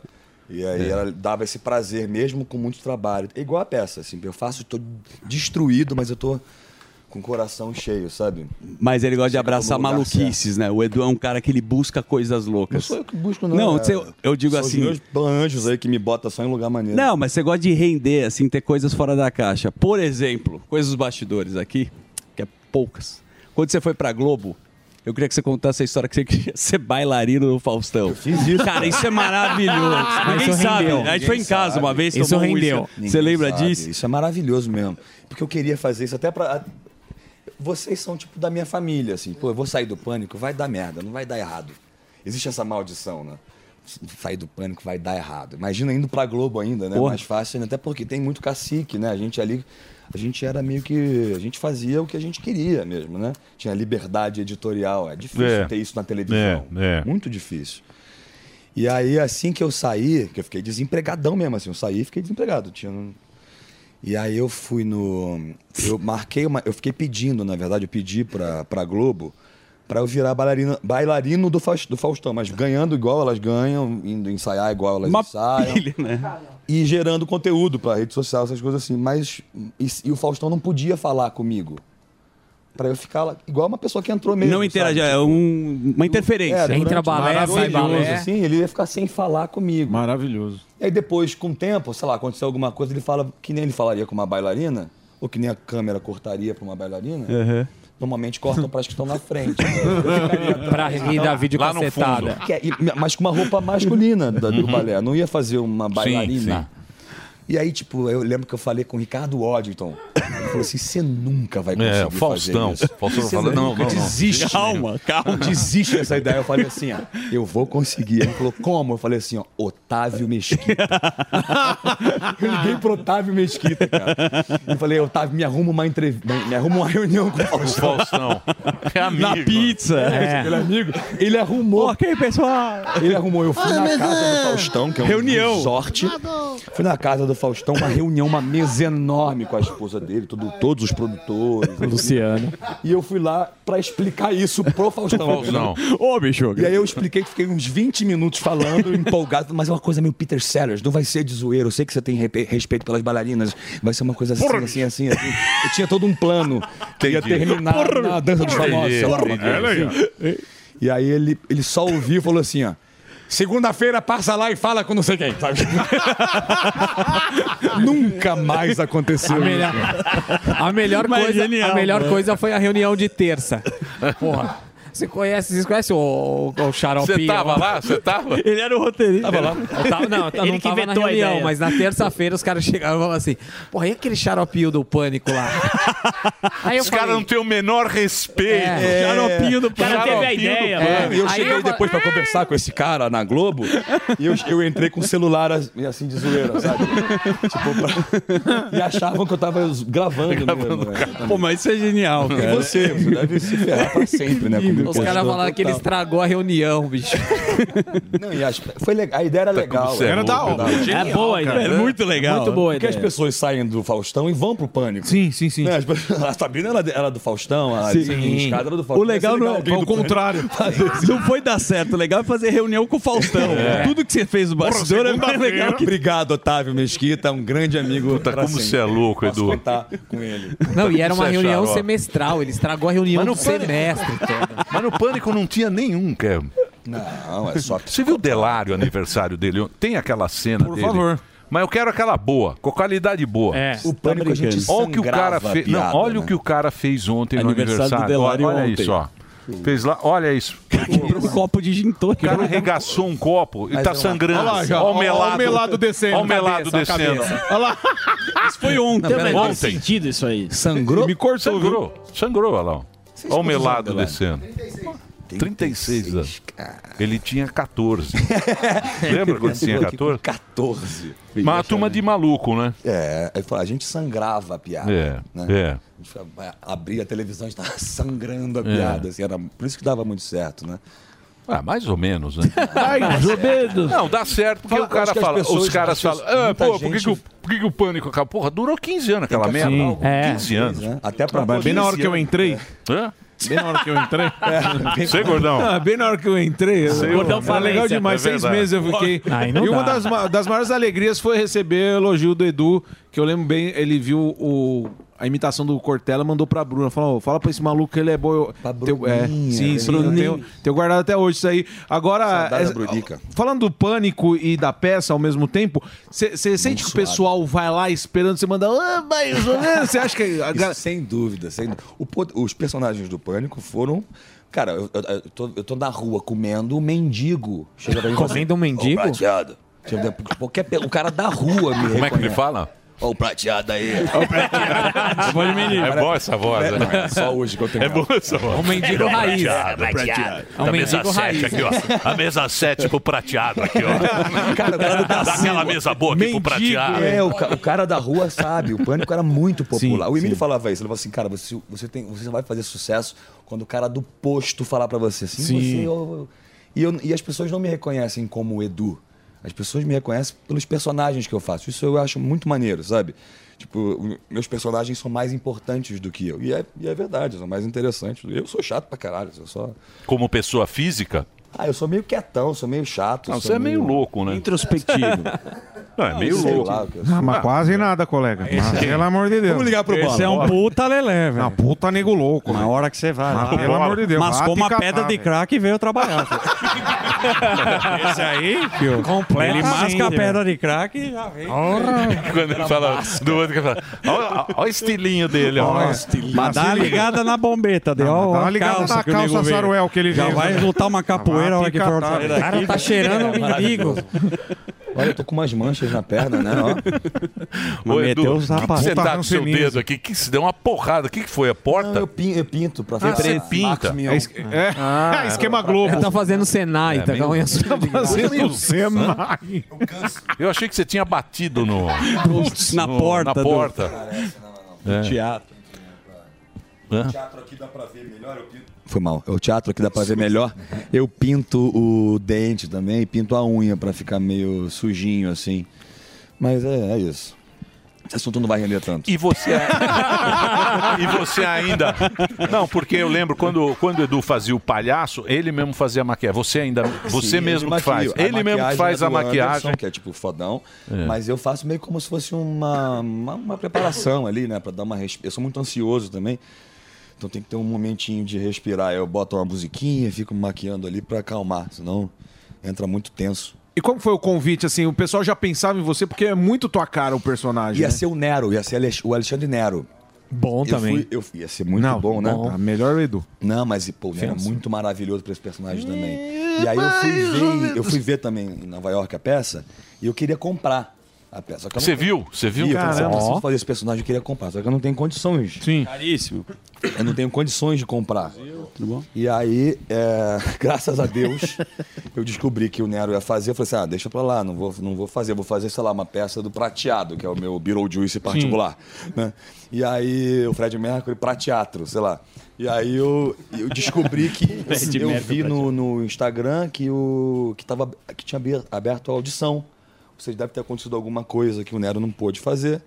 [SPEAKER 16] E aí
[SPEAKER 5] É.
[SPEAKER 16] ela dava esse prazer, mesmo com muito trabalho. É igual a peça, assim, eu faço, tô destruído, mas eu tô com o coração cheio, sabe?
[SPEAKER 11] Mas ele gosta de abraçar
[SPEAKER 16] no lugar
[SPEAKER 11] maluquices, né? O Edu é um cara que ele busca coisas loucas.
[SPEAKER 16] Não sou eu que busco, não.
[SPEAKER 11] Não,
[SPEAKER 16] é-
[SPEAKER 11] você- eu digo
[SPEAKER 16] são
[SPEAKER 11] assim-
[SPEAKER 16] Os meus anjos aí que me bota só em lugar maneiro.
[SPEAKER 11] Não, mas você gosta de render, assim, ter coisas fora da caixa. Por exemplo, coisas dos bastidores aqui, que é poucas. Quando você foi pra Globo, eu queria que você contasse a história que você queria ser bailarino do Faustão. Eu
[SPEAKER 16] fiz isso.
[SPEAKER 11] Cara, isso é maravilhoso.
[SPEAKER 16] Ah, Mas
[SPEAKER 11] Ninguém
[SPEAKER 16] isso
[SPEAKER 11] sabe.
[SPEAKER 16] rendeu.
[SPEAKER 11] A gente foi em
[SPEAKER 16] Ninguém
[SPEAKER 11] casa
[SPEAKER 16] sabe.
[SPEAKER 11] uma vez, tomou um uísque. Você
[SPEAKER 16] Ninguém
[SPEAKER 11] lembra
[SPEAKER 16] sabe.
[SPEAKER 11] disso?
[SPEAKER 16] Isso é maravilhoso mesmo. Porque eu queria fazer isso até pra. Vocês são tipo da minha família, assim. Pô, eu vou sair do pânico, vai dar merda, não vai dar errado. Existe essa maldição, né? Sair do pânico vai dar errado. Imagina indo pra Globo ainda, né?
[SPEAKER 11] Porra.
[SPEAKER 16] Mais fácil, né? até porque tem muito cacique, né? A gente ali. A gente era meio que. A gente fazia o que a gente queria mesmo, né? Tinha liberdade editorial. É difícil
[SPEAKER 5] É.
[SPEAKER 16] ter isso na televisão.
[SPEAKER 5] É, é.
[SPEAKER 16] Muito difícil. E aí, assim que eu saí, que eu fiquei desempregadão mesmo, assim, eu saí e fiquei desempregado. Tinha... um- E aí eu fui no. Eu marquei uma. Eu fiquei pedindo, na verdade, eu pedi pra, pra Globo pra eu virar bailarina, bailarino do, Faus- do Faustão, mas ganhando igual elas ganham, indo ensaiar igual elas ensaiam.
[SPEAKER 5] né?
[SPEAKER 11] né?
[SPEAKER 16] E gerando conteúdo pra rede social, essas coisas assim. Mas. E, e o Faustão não podia falar comigo. Pra eu ficar lá, igual uma pessoa que entrou mesmo. Tipo,
[SPEAKER 11] Não interage, é um- uma interferência.
[SPEAKER 16] é, durante dois dias, assim, ele ia ficar sem falar comigo. Maravilhoso. E aí depois, com o tempo, sei lá, aconteceu alguma coisa, ele fala que nem ele falaria com uma bailarina, ou que nem a câmera cortaria pra uma bailarina.
[SPEAKER 11] Uhum.
[SPEAKER 16] Normalmente cortam para as que estão na frente.
[SPEAKER 13] Pra rir
[SPEAKER 16] Então,
[SPEAKER 13] da videocacetada.
[SPEAKER 16] Que é- e- Mas com uma roupa masculina da- do
[SPEAKER 13] Uhum.
[SPEAKER 16] balé. Não ia fazer uma bailarina.
[SPEAKER 13] sim.
[SPEAKER 16] E aí, tipo, eu lembro que eu falei com o Ricardo Waddington. Ele falou assim: você nunca vai conseguir.
[SPEAKER 5] É,
[SPEAKER 16] fazer
[SPEAKER 5] Faustão.
[SPEAKER 16] isso.
[SPEAKER 5] Faustão
[SPEAKER 16] Você
[SPEAKER 5] fala, não,
[SPEAKER 16] nunca
[SPEAKER 5] não, não.
[SPEAKER 16] Desiste.
[SPEAKER 5] Calma,
[SPEAKER 16] menino.
[SPEAKER 5] calma.
[SPEAKER 16] Desiste dessa ideia. Eu falei assim: ó, eu vou conseguir. Ele falou: como? Eu falei assim: ó, Otávio Mesquita. eu liguei pro Otávio Mesquita, cara. Eu falei: Otávio, me arruma uma entrevista, me arruma uma reunião com o Faustão.
[SPEAKER 5] Faustão. É amigo.
[SPEAKER 16] Na pizza.
[SPEAKER 5] É.
[SPEAKER 16] Ele é amigo. Ele arrumou. Ok, pessoal. Ele arrumou. Eu fui
[SPEAKER 3] Olha,
[SPEAKER 16] na
[SPEAKER 3] mas
[SPEAKER 16] casa
[SPEAKER 3] é.
[SPEAKER 16] do Faustão, que é um
[SPEAKER 3] Reunião.
[SPEAKER 16] resort. Fui na casa do Faustão, uma reunião, uma mesa enorme com a esposa dele, todo- todos os produtores.
[SPEAKER 13] Luciano.
[SPEAKER 16] E eu fui lá pra explicar isso pro Faustão.
[SPEAKER 5] Faustão.
[SPEAKER 16] Ô, bicho. E aí eu expliquei que fiquei uns 20 minutos falando, empolgado, mas é uma coisa meio Peter Sellers, não vai ser de zoeiro. Eu sei que você tem repe- respeito pelas bailarinas, vai ser uma coisa assim,
[SPEAKER 3] Porra,
[SPEAKER 16] assim, assim, assim. Eu tinha todo um plano que ia
[SPEAKER 3] Entendi.
[SPEAKER 16] terminar
[SPEAKER 3] Porra,
[SPEAKER 16] na dança dos
[SPEAKER 3] entendi,
[SPEAKER 16] famosos. sei lá, uma
[SPEAKER 3] entendi.
[SPEAKER 16] coisa
[SPEAKER 3] É
[SPEAKER 16] assim. E aí ele, ele só ouviu e falou assim, ó. Segunda-feira passa lá e fala com não sei quem, sabe? Nunca mais aconteceu.
[SPEAKER 13] A melhor- A melhor, coisa, a melhor coisa foi a reunião de terça. Porra. Você conhece, vocês conhecem o, o, o Xaropinho?
[SPEAKER 5] Você tava lá? Você tava?
[SPEAKER 13] Ele era o roteirista.
[SPEAKER 5] Tava lá?
[SPEAKER 13] Eu tava- não, eu tava-
[SPEAKER 5] Ele
[SPEAKER 13] não
[SPEAKER 5] que
[SPEAKER 13] tava na
[SPEAKER 5] vetou a
[SPEAKER 13] reunião,
[SPEAKER 5] ideia.
[SPEAKER 13] mas na terça-feira os caras chegaram e falaram assim, porra, e aquele xaropinho do pânico lá? Aí eu
[SPEAKER 5] Os caras
[SPEAKER 13] falei-
[SPEAKER 5] não têm o menor respeito.
[SPEAKER 13] É. Xaropinho do O cara teve a
[SPEAKER 5] Xaropinho
[SPEAKER 13] ideia,
[SPEAKER 5] do
[SPEAKER 16] É,
[SPEAKER 5] pânico.
[SPEAKER 16] e eu cheguei depois pra conversar com esse cara na Globo e eu, eu entrei com o celular as- assim de zoeira, sabe? tipo, pra- E achavam que eu tava z- gravando, mesmo, né?
[SPEAKER 11] Pô, mas isso é genial,
[SPEAKER 16] E
[SPEAKER 11] cara.
[SPEAKER 16] você, você deve se ferrar pra sempre, né? comigo.
[SPEAKER 13] Os caras falaram que ele estragou a reunião, bicho.
[SPEAKER 16] Não, e as- foi legal. A ideia
[SPEAKER 5] Tá
[SPEAKER 16] era legal.
[SPEAKER 13] você é Era da louco, hora. né? É boa a ideia. É muito legal.
[SPEAKER 5] né?
[SPEAKER 13] Muito boa a
[SPEAKER 16] Porque as
[SPEAKER 13] ideia.
[SPEAKER 16] pessoas saem do Faustão e vão pro pânico. Sim, sim, sim. A Sabrina era, era é do Faustão, a
[SPEAKER 11] Sim.
[SPEAKER 16] Escada era do Faustão.
[SPEAKER 11] O legal não é-
[SPEAKER 16] alguém
[SPEAKER 11] ao
[SPEAKER 16] do Pânico
[SPEAKER 11] contrário.
[SPEAKER 16] fazer isso.
[SPEAKER 11] Não foi dar certo. O legal é fazer reunião com o Faustão.
[SPEAKER 16] É.
[SPEAKER 11] Tudo que você fez no bastidor é mais legal que
[SPEAKER 16] Obrigado, Otávio Mesquita, um grande amigo. Puta,
[SPEAKER 5] como você é louco, Edu.
[SPEAKER 16] contar com ele.
[SPEAKER 13] Não, e era uma
[SPEAKER 5] Isso é
[SPEAKER 13] reunião
[SPEAKER 5] xarope.
[SPEAKER 13] semestral, ele estragou a reunião
[SPEAKER 5] Mas
[SPEAKER 13] do
[SPEAKER 5] no pânico-
[SPEAKER 13] semestre.
[SPEAKER 5] Mas no pânico não tinha nenhum, cara.
[SPEAKER 16] Não, é só.
[SPEAKER 5] Você viu o Delário, aniversário dele? Tem aquela cena
[SPEAKER 16] Por
[SPEAKER 5] dele?
[SPEAKER 16] favor.
[SPEAKER 5] Mas eu quero aquela boa, com qualidade boa.
[SPEAKER 16] É. O
[SPEAKER 11] Tá
[SPEAKER 16] pânico a gente
[SPEAKER 5] olha o que o cara
[SPEAKER 16] sangrava a
[SPEAKER 5] fez.
[SPEAKER 16] piada,
[SPEAKER 5] Não, olha o
[SPEAKER 16] né?
[SPEAKER 5] que o cara fez ontem
[SPEAKER 11] Aniversário do
[SPEAKER 5] no aniversário.
[SPEAKER 11] Delário
[SPEAKER 5] olha
[SPEAKER 11] ontem.
[SPEAKER 5] isso, ó. Fez lá, olha isso.
[SPEAKER 11] um copo de gin
[SPEAKER 5] O cara arregaçou um copo e
[SPEAKER 11] Mas
[SPEAKER 5] tá
[SPEAKER 11] é uma-
[SPEAKER 5] sangrando.
[SPEAKER 11] Olha lá, já.
[SPEAKER 5] Ó o melado.
[SPEAKER 11] Olha o melado descendo.
[SPEAKER 5] Olha o melado
[SPEAKER 11] Cabeça, a
[SPEAKER 5] descendo.
[SPEAKER 11] cabeça.
[SPEAKER 5] Olha lá.
[SPEAKER 11] Isso foi ontem.
[SPEAKER 5] Não,
[SPEAKER 11] né?
[SPEAKER 2] né?
[SPEAKER 5] peraí,
[SPEAKER 11] velho.
[SPEAKER 5] faz sentido
[SPEAKER 9] isso aí.
[SPEAKER 5] Sangrou? Me cortou. Sangrou. Sangrou, olha lá. ó. Olha o
[SPEAKER 11] quantos
[SPEAKER 5] melado
[SPEAKER 11] anos, Delari?
[SPEAKER 5] descendo. 36 anos. Ele tinha 14. Lembra quando tinha 14?
[SPEAKER 16] 14.
[SPEAKER 5] Mas a turma de maluco, né?
[SPEAKER 16] É, aí fala, a gente sangrava a piada.
[SPEAKER 5] É,
[SPEAKER 16] né?
[SPEAKER 5] é.
[SPEAKER 16] A gente ficava- abria a televisão e estava sangrando a
[SPEAKER 5] É.
[SPEAKER 16] piada. assim, era, por isso que dava muito certo, né?
[SPEAKER 5] Ah, mais ou menos, né?
[SPEAKER 16] Mais ou menos.
[SPEAKER 5] Não, dá certo, porque
[SPEAKER 16] Fala-
[SPEAKER 5] o
[SPEAKER 16] acho
[SPEAKER 5] cara
[SPEAKER 16] que as
[SPEAKER 5] fala.
[SPEAKER 16] pessoas-
[SPEAKER 5] os caras
[SPEAKER 16] as pessoas-
[SPEAKER 5] falam. Ah,
[SPEAKER 16] muita
[SPEAKER 5] pô, por, que,
[SPEAKER 16] gente-
[SPEAKER 5] que o, por que, que o pânico acabou? Porra, durou 15 anos aquela
[SPEAKER 16] Tem que
[SPEAKER 5] merda.
[SPEAKER 16] acabar com
[SPEAKER 5] É. 15 anos.
[SPEAKER 16] né? Até pra
[SPEAKER 5] Ah, mas
[SPEAKER 23] bem na hora que eu
[SPEAKER 5] 15
[SPEAKER 23] entrei.
[SPEAKER 5] Hã?
[SPEAKER 23] Bem na hora que eu entrei.
[SPEAKER 5] É. Você, gordão?
[SPEAKER 23] Ah, bem na hora que eu entrei.
[SPEAKER 5] Você,
[SPEAKER 23] eu,
[SPEAKER 5] gordão,
[SPEAKER 23] foi legal
[SPEAKER 5] falência.
[SPEAKER 23] demais.
[SPEAKER 5] É
[SPEAKER 23] Seis
[SPEAKER 5] verdade.
[SPEAKER 23] meses eu fiquei.
[SPEAKER 5] Aí não
[SPEAKER 23] e uma
[SPEAKER 5] dá.
[SPEAKER 23] das, ma- das maiores alegrias foi receber elogio do Edu, que eu lembro bem, ele viu o. A imitação do Cortella mandou pra Bruna. Falou, "Ô, fala pra esse maluco que ele é bom. Eu, teu, é, sim, sim. eu
[SPEAKER 16] Bruninha.
[SPEAKER 23] Tenho, tenho guardado até hoje isso aí. Agora,
[SPEAKER 16] Saudade da
[SPEAKER 23] essa-
[SPEAKER 16] Brunica.
[SPEAKER 23] falando do pânico e da peça ao mesmo tempo, você sente que o pessoal vai lá esperando, você manda, ah, mais ou menos", Você acha que. a
[SPEAKER 16] Isso,
[SPEAKER 23] galera-
[SPEAKER 16] sem dúvida, sem dú- O pot- os personagens do Pânico foram. Cara, eu, eu- eu tô, eu tô na rua comendo um mendigo. Chega pra mim e fala assim,
[SPEAKER 13] Comendo um
[SPEAKER 16] "Ô,
[SPEAKER 13] mendigo?"
[SPEAKER 16] prateado. Chega- Qualquer, pe- o cara da rua me
[SPEAKER 5] Como é que ele
[SPEAKER 16] reconhece.
[SPEAKER 5] fala?
[SPEAKER 16] Ó, o prateado aí.
[SPEAKER 5] É boa essa voz, né?
[SPEAKER 16] Não, é só hoje que eu tenho.
[SPEAKER 5] É boa essa voz.
[SPEAKER 16] É um mendigo
[SPEAKER 5] Era
[SPEAKER 16] raiz.
[SPEAKER 5] prateado, prateado.
[SPEAKER 16] É um
[SPEAKER 5] A mesa
[SPEAKER 16] mendigo
[SPEAKER 5] 7
[SPEAKER 16] raiz. né?
[SPEAKER 5] aqui, ó. A mesa 7 pro prateado aqui, ó. Daquela mesa boa aqui pro prateado.
[SPEAKER 16] É, o, ca- o cara da rua sabe, o pânico era muito popular. o Emílio falava isso, ele falava assim, cara, você, você, tem, você só vai fazer sucesso quando o cara do posto falar pra você assim,
[SPEAKER 3] Sim.
[SPEAKER 16] você, eu- eu- e, eu- e as pessoas não me reconhecem como o Edu. As pessoas me reconhecem pelos personagens que eu faço. Isso eu acho muito maneiro, sabe? Tipo, o- meus personagens são mais importantes do que eu. E é, e é verdade, são mais interessantes. Eu sou chato pra caralho, eu só.
[SPEAKER 5] Como pessoa física?
[SPEAKER 16] Ah, eu sou meio quietão, sou meio chato.
[SPEAKER 5] Não,
[SPEAKER 16] sou
[SPEAKER 5] você é meio louco, né?
[SPEAKER 16] Introspectivo.
[SPEAKER 5] Não, é meio
[SPEAKER 16] Sei
[SPEAKER 5] louco.
[SPEAKER 16] lá o que eu
[SPEAKER 7] Ah, mas quase nada, colega. Mas,
[SPEAKER 5] Esse-
[SPEAKER 7] pelo amor de Deus.
[SPEAKER 5] Vamos ligar pro
[SPEAKER 7] Esse
[SPEAKER 5] Bola.
[SPEAKER 7] é um puta lelé, velho. puta nego louco.
[SPEAKER 3] né?
[SPEAKER 11] Na hora que você vai.
[SPEAKER 3] Ah,
[SPEAKER 7] lá. pelo amor de Deus, vai
[SPEAKER 11] Mascou
[SPEAKER 7] te
[SPEAKER 11] uma
[SPEAKER 7] catar,
[SPEAKER 11] pedra de
[SPEAKER 7] velho.
[SPEAKER 11] crack e veio trabalhar. filho.
[SPEAKER 7] Esse aí, filho.
[SPEAKER 11] Ele masca a pedra de crack e já vem.
[SPEAKER 5] Quando ele fala do outro, que ele fala, olha, olha o estilinho dele, ó.
[SPEAKER 11] Olha,
[SPEAKER 5] Olha o estilinho.
[SPEAKER 11] Mas dá uma ligada na bombeta, deu.
[SPEAKER 5] dá
[SPEAKER 11] Dá
[SPEAKER 5] uma ligada
[SPEAKER 11] calça
[SPEAKER 5] na
[SPEAKER 11] que o nego
[SPEAKER 5] calça
[SPEAKER 11] vê.
[SPEAKER 5] saruel que ele
[SPEAKER 11] Já
[SPEAKER 5] vê,
[SPEAKER 11] vai
[SPEAKER 5] né?
[SPEAKER 11] lutar uma capoeira a hora que for sair daqui.
[SPEAKER 16] Olha, eu tô com umas manchas na perna, né? Ó.
[SPEAKER 5] Ô,
[SPEAKER 16] Mas
[SPEAKER 5] Edu,
[SPEAKER 16] meteu
[SPEAKER 5] o
[SPEAKER 16] os
[SPEAKER 5] que que
[SPEAKER 16] rapazes.
[SPEAKER 5] você
[SPEAKER 16] Puta
[SPEAKER 5] tá com seu
[SPEAKER 16] rancenismo.
[SPEAKER 5] dedo aqui? que se deu uma porrada? O que, que foi? A porta?
[SPEAKER 16] eu, pin- eu pinto pra
[SPEAKER 5] Ah, você
[SPEAKER 16] fazer
[SPEAKER 5] pinta.
[SPEAKER 16] Mignon.
[SPEAKER 5] É es- é.
[SPEAKER 9] Ah,
[SPEAKER 5] Esquema Globo.
[SPEAKER 13] Ele tá fazendo Senai, tá com a unha suja de graça.
[SPEAKER 5] Eu achei que você tinha batido no...
[SPEAKER 11] Putz, na
[SPEAKER 5] no-
[SPEAKER 11] porta
[SPEAKER 5] Na
[SPEAKER 11] do-
[SPEAKER 5] porta.
[SPEAKER 11] Do
[SPEAKER 5] É.
[SPEAKER 11] teatro. Né?
[SPEAKER 5] Hã?
[SPEAKER 16] Foi mal. O teatro aqui dá pra ver melhor. Eu pinto o dente também e pinto a unha pra ficar meio sujinho assim. Mas é, é isso. Esse assunto não vai render tanto.
[SPEAKER 5] E você, Ah, e você ainda. Não, porque eu lembro quando, quando o Edu fazia o palhaço, ele mesmo fazia a maquiagem. Você ainda. Você
[SPEAKER 16] Sim,
[SPEAKER 5] mesmo
[SPEAKER 16] ele
[SPEAKER 5] que faz.
[SPEAKER 16] maquia. A
[SPEAKER 5] Ele mesmo que
[SPEAKER 16] maquiagem
[SPEAKER 5] faz
[SPEAKER 16] é
[SPEAKER 5] a
[SPEAKER 16] do Anderson,
[SPEAKER 5] maquiagem. É.
[SPEAKER 16] que é tipo fodão. Mas eu faço meio como se fosse uma, uma, uma preparação ali, né? Pra dar uma resp... Eu sou muito ansioso também. Então tem que ter um momentinho de respirar. Eu boto uma musiquinha e fico maquiando ali pra acalmar. Senão entra muito tenso.
[SPEAKER 7] E como foi o convite, assim? O pessoal já pensava em você porque é muito tua cara o personagem.
[SPEAKER 16] Ia
[SPEAKER 7] né?
[SPEAKER 16] ser o Nero, ia ser Alex- o Alexandre Nero.
[SPEAKER 7] Bom
[SPEAKER 16] Eu fui- eu fui- ia ser muito
[SPEAKER 7] Não,
[SPEAKER 16] bom, né?
[SPEAKER 7] bom. Tá, melhor o Edu.
[SPEAKER 16] Não, mas pô, o Nero é
[SPEAKER 7] Pensa.
[SPEAKER 16] muito maravilhoso pra esse personagem também.
[SPEAKER 7] É,
[SPEAKER 16] E aí eu fui ver, eu fui ver também em Nova York a peça e eu queria comprar a peça. Só que eu não
[SPEAKER 5] Você
[SPEAKER 16] tenho-
[SPEAKER 5] viu? Você viu?
[SPEAKER 16] Vi, Eu falei, assim, eu
[SPEAKER 5] Caramba.
[SPEAKER 16] preciso fazer esse personagem, eu queria comprar, só que eu não tenho condições.
[SPEAKER 7] Sim.
[SPEAKER 11] Caríssimo.
[SPEAKER 16] Eu não tenho condições de comprar. Tudo bom? E aí, é, graças a Deus, eu descobri que o Nero ia fazer. Eu falei assim: ah, deixa pra lá, não vou, não vou fazer. Vou fazer, sei lá, uma peça do prateado, que é o meu Beetlejuice particular. Né? E aí, o Fred Mercury pra teatro, sei lá. E aí, eu, eu descobri que.
[SPEAKER 3] Fred
[SPEAKER 16] eu
[SPEAKER 3] Mercury
[SPEAKER 16] vi
[SPEAKER 3] pra
[SPEAKER 16] no, no Instagram que, o, que, tava, que tinha abe- aberto a audição. Ou seja, deve ter acontecido alguma coisa que o Nero não pôde fazer.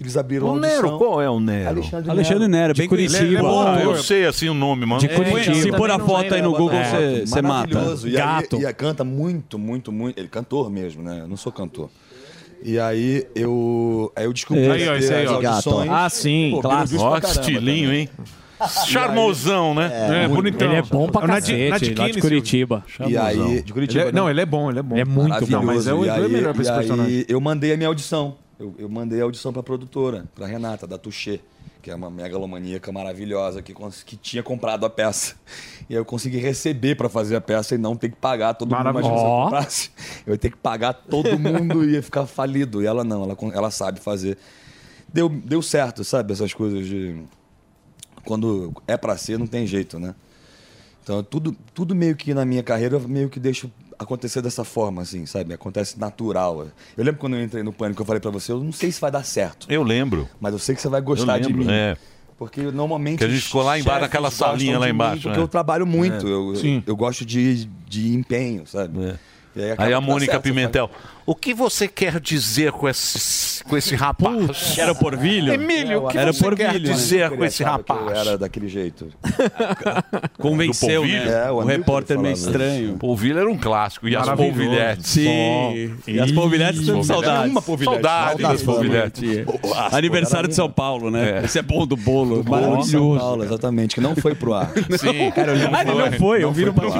[SPEAKER 16] Eles abriram a
[SPEAKER 5] O
[SPEAKER 16] audição.
[SPEAKER 5] Nero, qual é o Nero?
[SPEAKER 16] Alexandre,
[SPEAKER 11] Alexandre Nero,
[SPEAKER 5] Ele
[SPEAKER 11] bem
[SPEAKER 5] é
[SPEAKER 11] Curitiba.
[SPEAKER 5] bom,
[SPEAKER 11] Ah,
[SPEAKER 5] eu
[SPEAKER 11] eu-
[SPEAKER 5] sei assim o nome, mano.
[SPEAKER 11] De Curitiba. Se pôr a foto
[SPEAKER 5] é
[SPEAKER 11] aí no Google, você você mata.
[SPEAKER 16] É, Maravilhoso. E, Gato. Aí, e aí canta muito, muito, muito. Ele é cantor mesmo, né? Eu não sou cantor. E aí eu, aí eu
[SPEAKER 11] É.
[SPEAKER 16] descobri
[SPEAKER 5] Aí, ó,
[SPEAKER 16] as-
[SPEAKER 5] esse aí,
[SPEAKER 16] as
[SPEAKER 5] ó.
[SPEAKER 16] audições.
[SPEAKER 5] Gato, ó. Ah, sim,
[SPEAKER 16] Pô,
[SPEAKER 5] claro.
[SPEAKER 16] Beetlejuice
[SPEAKER 5] Ó,
[SPEAKER 16] pra
[SPEAKER 5] que
[SPEAKER 16] caramba
[SPEAKER 5] estilinho,
[SPEAKER 16] também.
[SPEAKER 5] hein? Charmosão, né?
[SPEAKER 16] É,
[SPEAKER 5] Muito
[SPEAKER 16] bonitão. Ele é bom pra
[SPEAKER 5] O Nadi-
[SPEAKER 16] cacete,
[SPEAKER 5] Nadiquini,
[SPEAKER 16] lá de
[SPEAKER 5] Silvio.
[SPEAKER 16] Curitiba. E aí, de Curitiba,
[SPEAKER 7] Ele é-
[SPEAKER 16] né?
[SPEAKER 7] Não, ele é bom, ele é bom. É
[SPEAKER 16] Maravilhoso.
[SPEAKER 7] mas é o
[SPEAKER 16] E
[SPEAKER 7] Edu é
[SPEAKER 16] aí-
[SPEAKER 7] melhor pra esse
[SPEAKER 16] e aí
[SPEAKER 7] personagem.
[SPEAKER 16] Eu mandei a minha audição. Eu, eu mandei a audição pra produtora, pra Renata, da Touché, que é uma megalomaníaca maravilhosa que, cons- que tinha comprado a peça. E aí eu consegui receber pra fazer a peça e não ter que pagar todo mundo. Imagina se eu
[SPEAKER 3] Ó.
[SPEAKER 16] comprasse. Eu ia ter que pagar todo mundo e ia ficar falido. E ela não, ela, con- ela sabe fazer. Deu, deu certo, sabe? Essas coisas de. Quando é pra ser, não tem jeito, né? Então, tudo, tudo meio que na minha carreira, eu meio que deixo acontecer dessa forma, assim, sabe? Acontece natural. Eu lembro quando eu entrei no Pânico, eu falei pra você, eu não sei se vai dar certo,
[SPEAKER 5] Eu lembro.
[SPEAKER 16] mas eu sei que você vai
[SPEAKER 5] Eu
[SPEAKER 16] gostar de
[SPEAKER 5] lembro,
[SPEAKER 16] mim.
[SPEAKER 5] é.
[SPEAKER 16] Porque normalmente.
[SPEAKER 5] Que a gente ficou lá
[SPEAKER 16] os
[SPEAKER 5] embaixo,
[SPEAKER 16] chefes
[SPEAKER 5] naquela
[SPEAKER 16] gostam
[SPEAKER 5] salinha lá
[SPEAKER 16] de mim
[SPEAKER 5] embaixo,
[SPEAKER 16] Porque
[SPEAKER 5] né?
[SPEAKER 16] eu trabalho muito,
[SPEAKER 5] É.
[SPEAKER 16] eu,
[SPEAKER 5] Sim. É.
[SPEAKER 16] eu gosto de, de empenho, sabe? E acaba
[SPEAKER 5] Aí a
[SPEAKER 16] que dá
[SPEAKER 5] Mônica
[SPEAKER 16] certo, você
[SPEAKER 5] Pimentel. O que você quer dizer com esse, com esse rapaz?
[SPEAKER 11] era porvilho?
[SPEAKER 5] Emílio, o que
[SPEAKER 11] Era
[SPEAKER 5] você
[SPEAKER 11] porvilho,
[SPEAKER 5] quer
[SPEAKER 11] né?
[SPEAKER 5] dizer
[SPEAKER 11] Eu
[SPEAKER 5] com esse
[SPEAKER 11] achava que eu
[SPEAKER 5] rapaz?
[SPEAKER 16] Era daquele jeito.
[SPEAKER 11] Convenceu,
[SPEAKER 5] Do Polvilho?
[SPEAKER 11] né?
[SPEAKER 5] É, o
[SPEAKER 11] o
[SPEAKER 5] Hamilton
[SPEAKER 11] repórter meio
[SPEAKER 5] falava.
[SPEAKER 11] estranho.
[SPEAKER 5] Polvilho era um clássico. E as
[SPEAKER 11] Maravilhoso.
[SPEAKER 5] polvilhetes.
[SPEAKER 11] Sim.
[SPEAKER 5] Só.
[SPEAKER 11] E as polvilhetes tendo saudades.
[SPEAKER 5] Uma polvilhete. Saudade das polvilhetes.
[SPEAKER 11] Boa. Aniversário de São Paulo, né? Esse é bom do
[SPEAKER 16] Paulo
[SPEAKER 11] bolo.
[SPEAKER 16] de São
[SPEAKER 11] Maravilhoso.
[SPEAKER 16] Paulo, exatamente, que não foi pro ar.
[SPEAKER 11] Sim.
[SPEAKER 16] Cara, eu lembro
[SPEAKER 11] Ah, ele não foi, eu vi no bolo.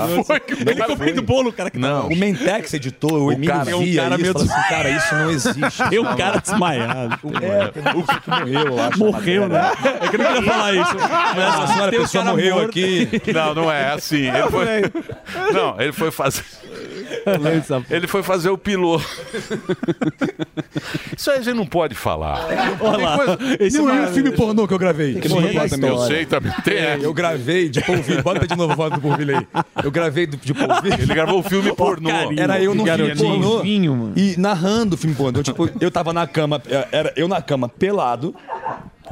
[SPEAKER 11] Ele comeu do bolo, cara. que
[SPEAKER 5] Não.
[SPEAKER 16] O Mentex editor, o, Emílio
[SPEAKER 11] cara- um
[SPEAKER 16] via
[SPEAKER 11] cara
[SPEAKER 16] isso,
[SPEAKER 11] meio
[SPEAKER 16] falou assim, cara, isso não existe.
[SPEAKER 11] Tem um cara desmaiado.
[SPEAKER 16] É, tem um cara que morreu, eu acho.
[SPEAKER 11] Morreu, né? É que eu não queria falar isso.
[SPEAKER 5] Mas
[SPEAKER 11] Mas
[SPEAKER 5] senhora,
[SPEAKER 11] tem um cara morto.
[SPEAKER 5] Não, não é assim. Ele foi... Não, ele foi fazer. Ele foi fazer o piloto. Isso aí a gente não pode falar. Tem coisa-
[SPEAKER 16] não é um filme pornô que eu gravei. Que não
[SPEAKER 5] Sim,
[SPEAKER 16] conta a minha
[SPEAKER 5] eu
[SPEAKER 16] história.
[SPEAKER 5] sei também. Tem
[SPEAKER 16] É,
[SPEAKER 5] essa.
[SPEAKER 16] eu gravei de polvilho. Bota de novo a foto do polvilho aí. Eu gravei do- de polvilho.
[SPEAKER 5] Ele gravou o filme pornô.
[SPEAKER 16] Era eu no filme
[SPEAKER 5] Garotinho.
[SPEAKER 16] pornô
[SPEAKER 5] Vinho, mano.
[SPEAKER 16] Então, é, e narrando o filme pornô. Tipo, eu tava na cama, era eu na cama pelado.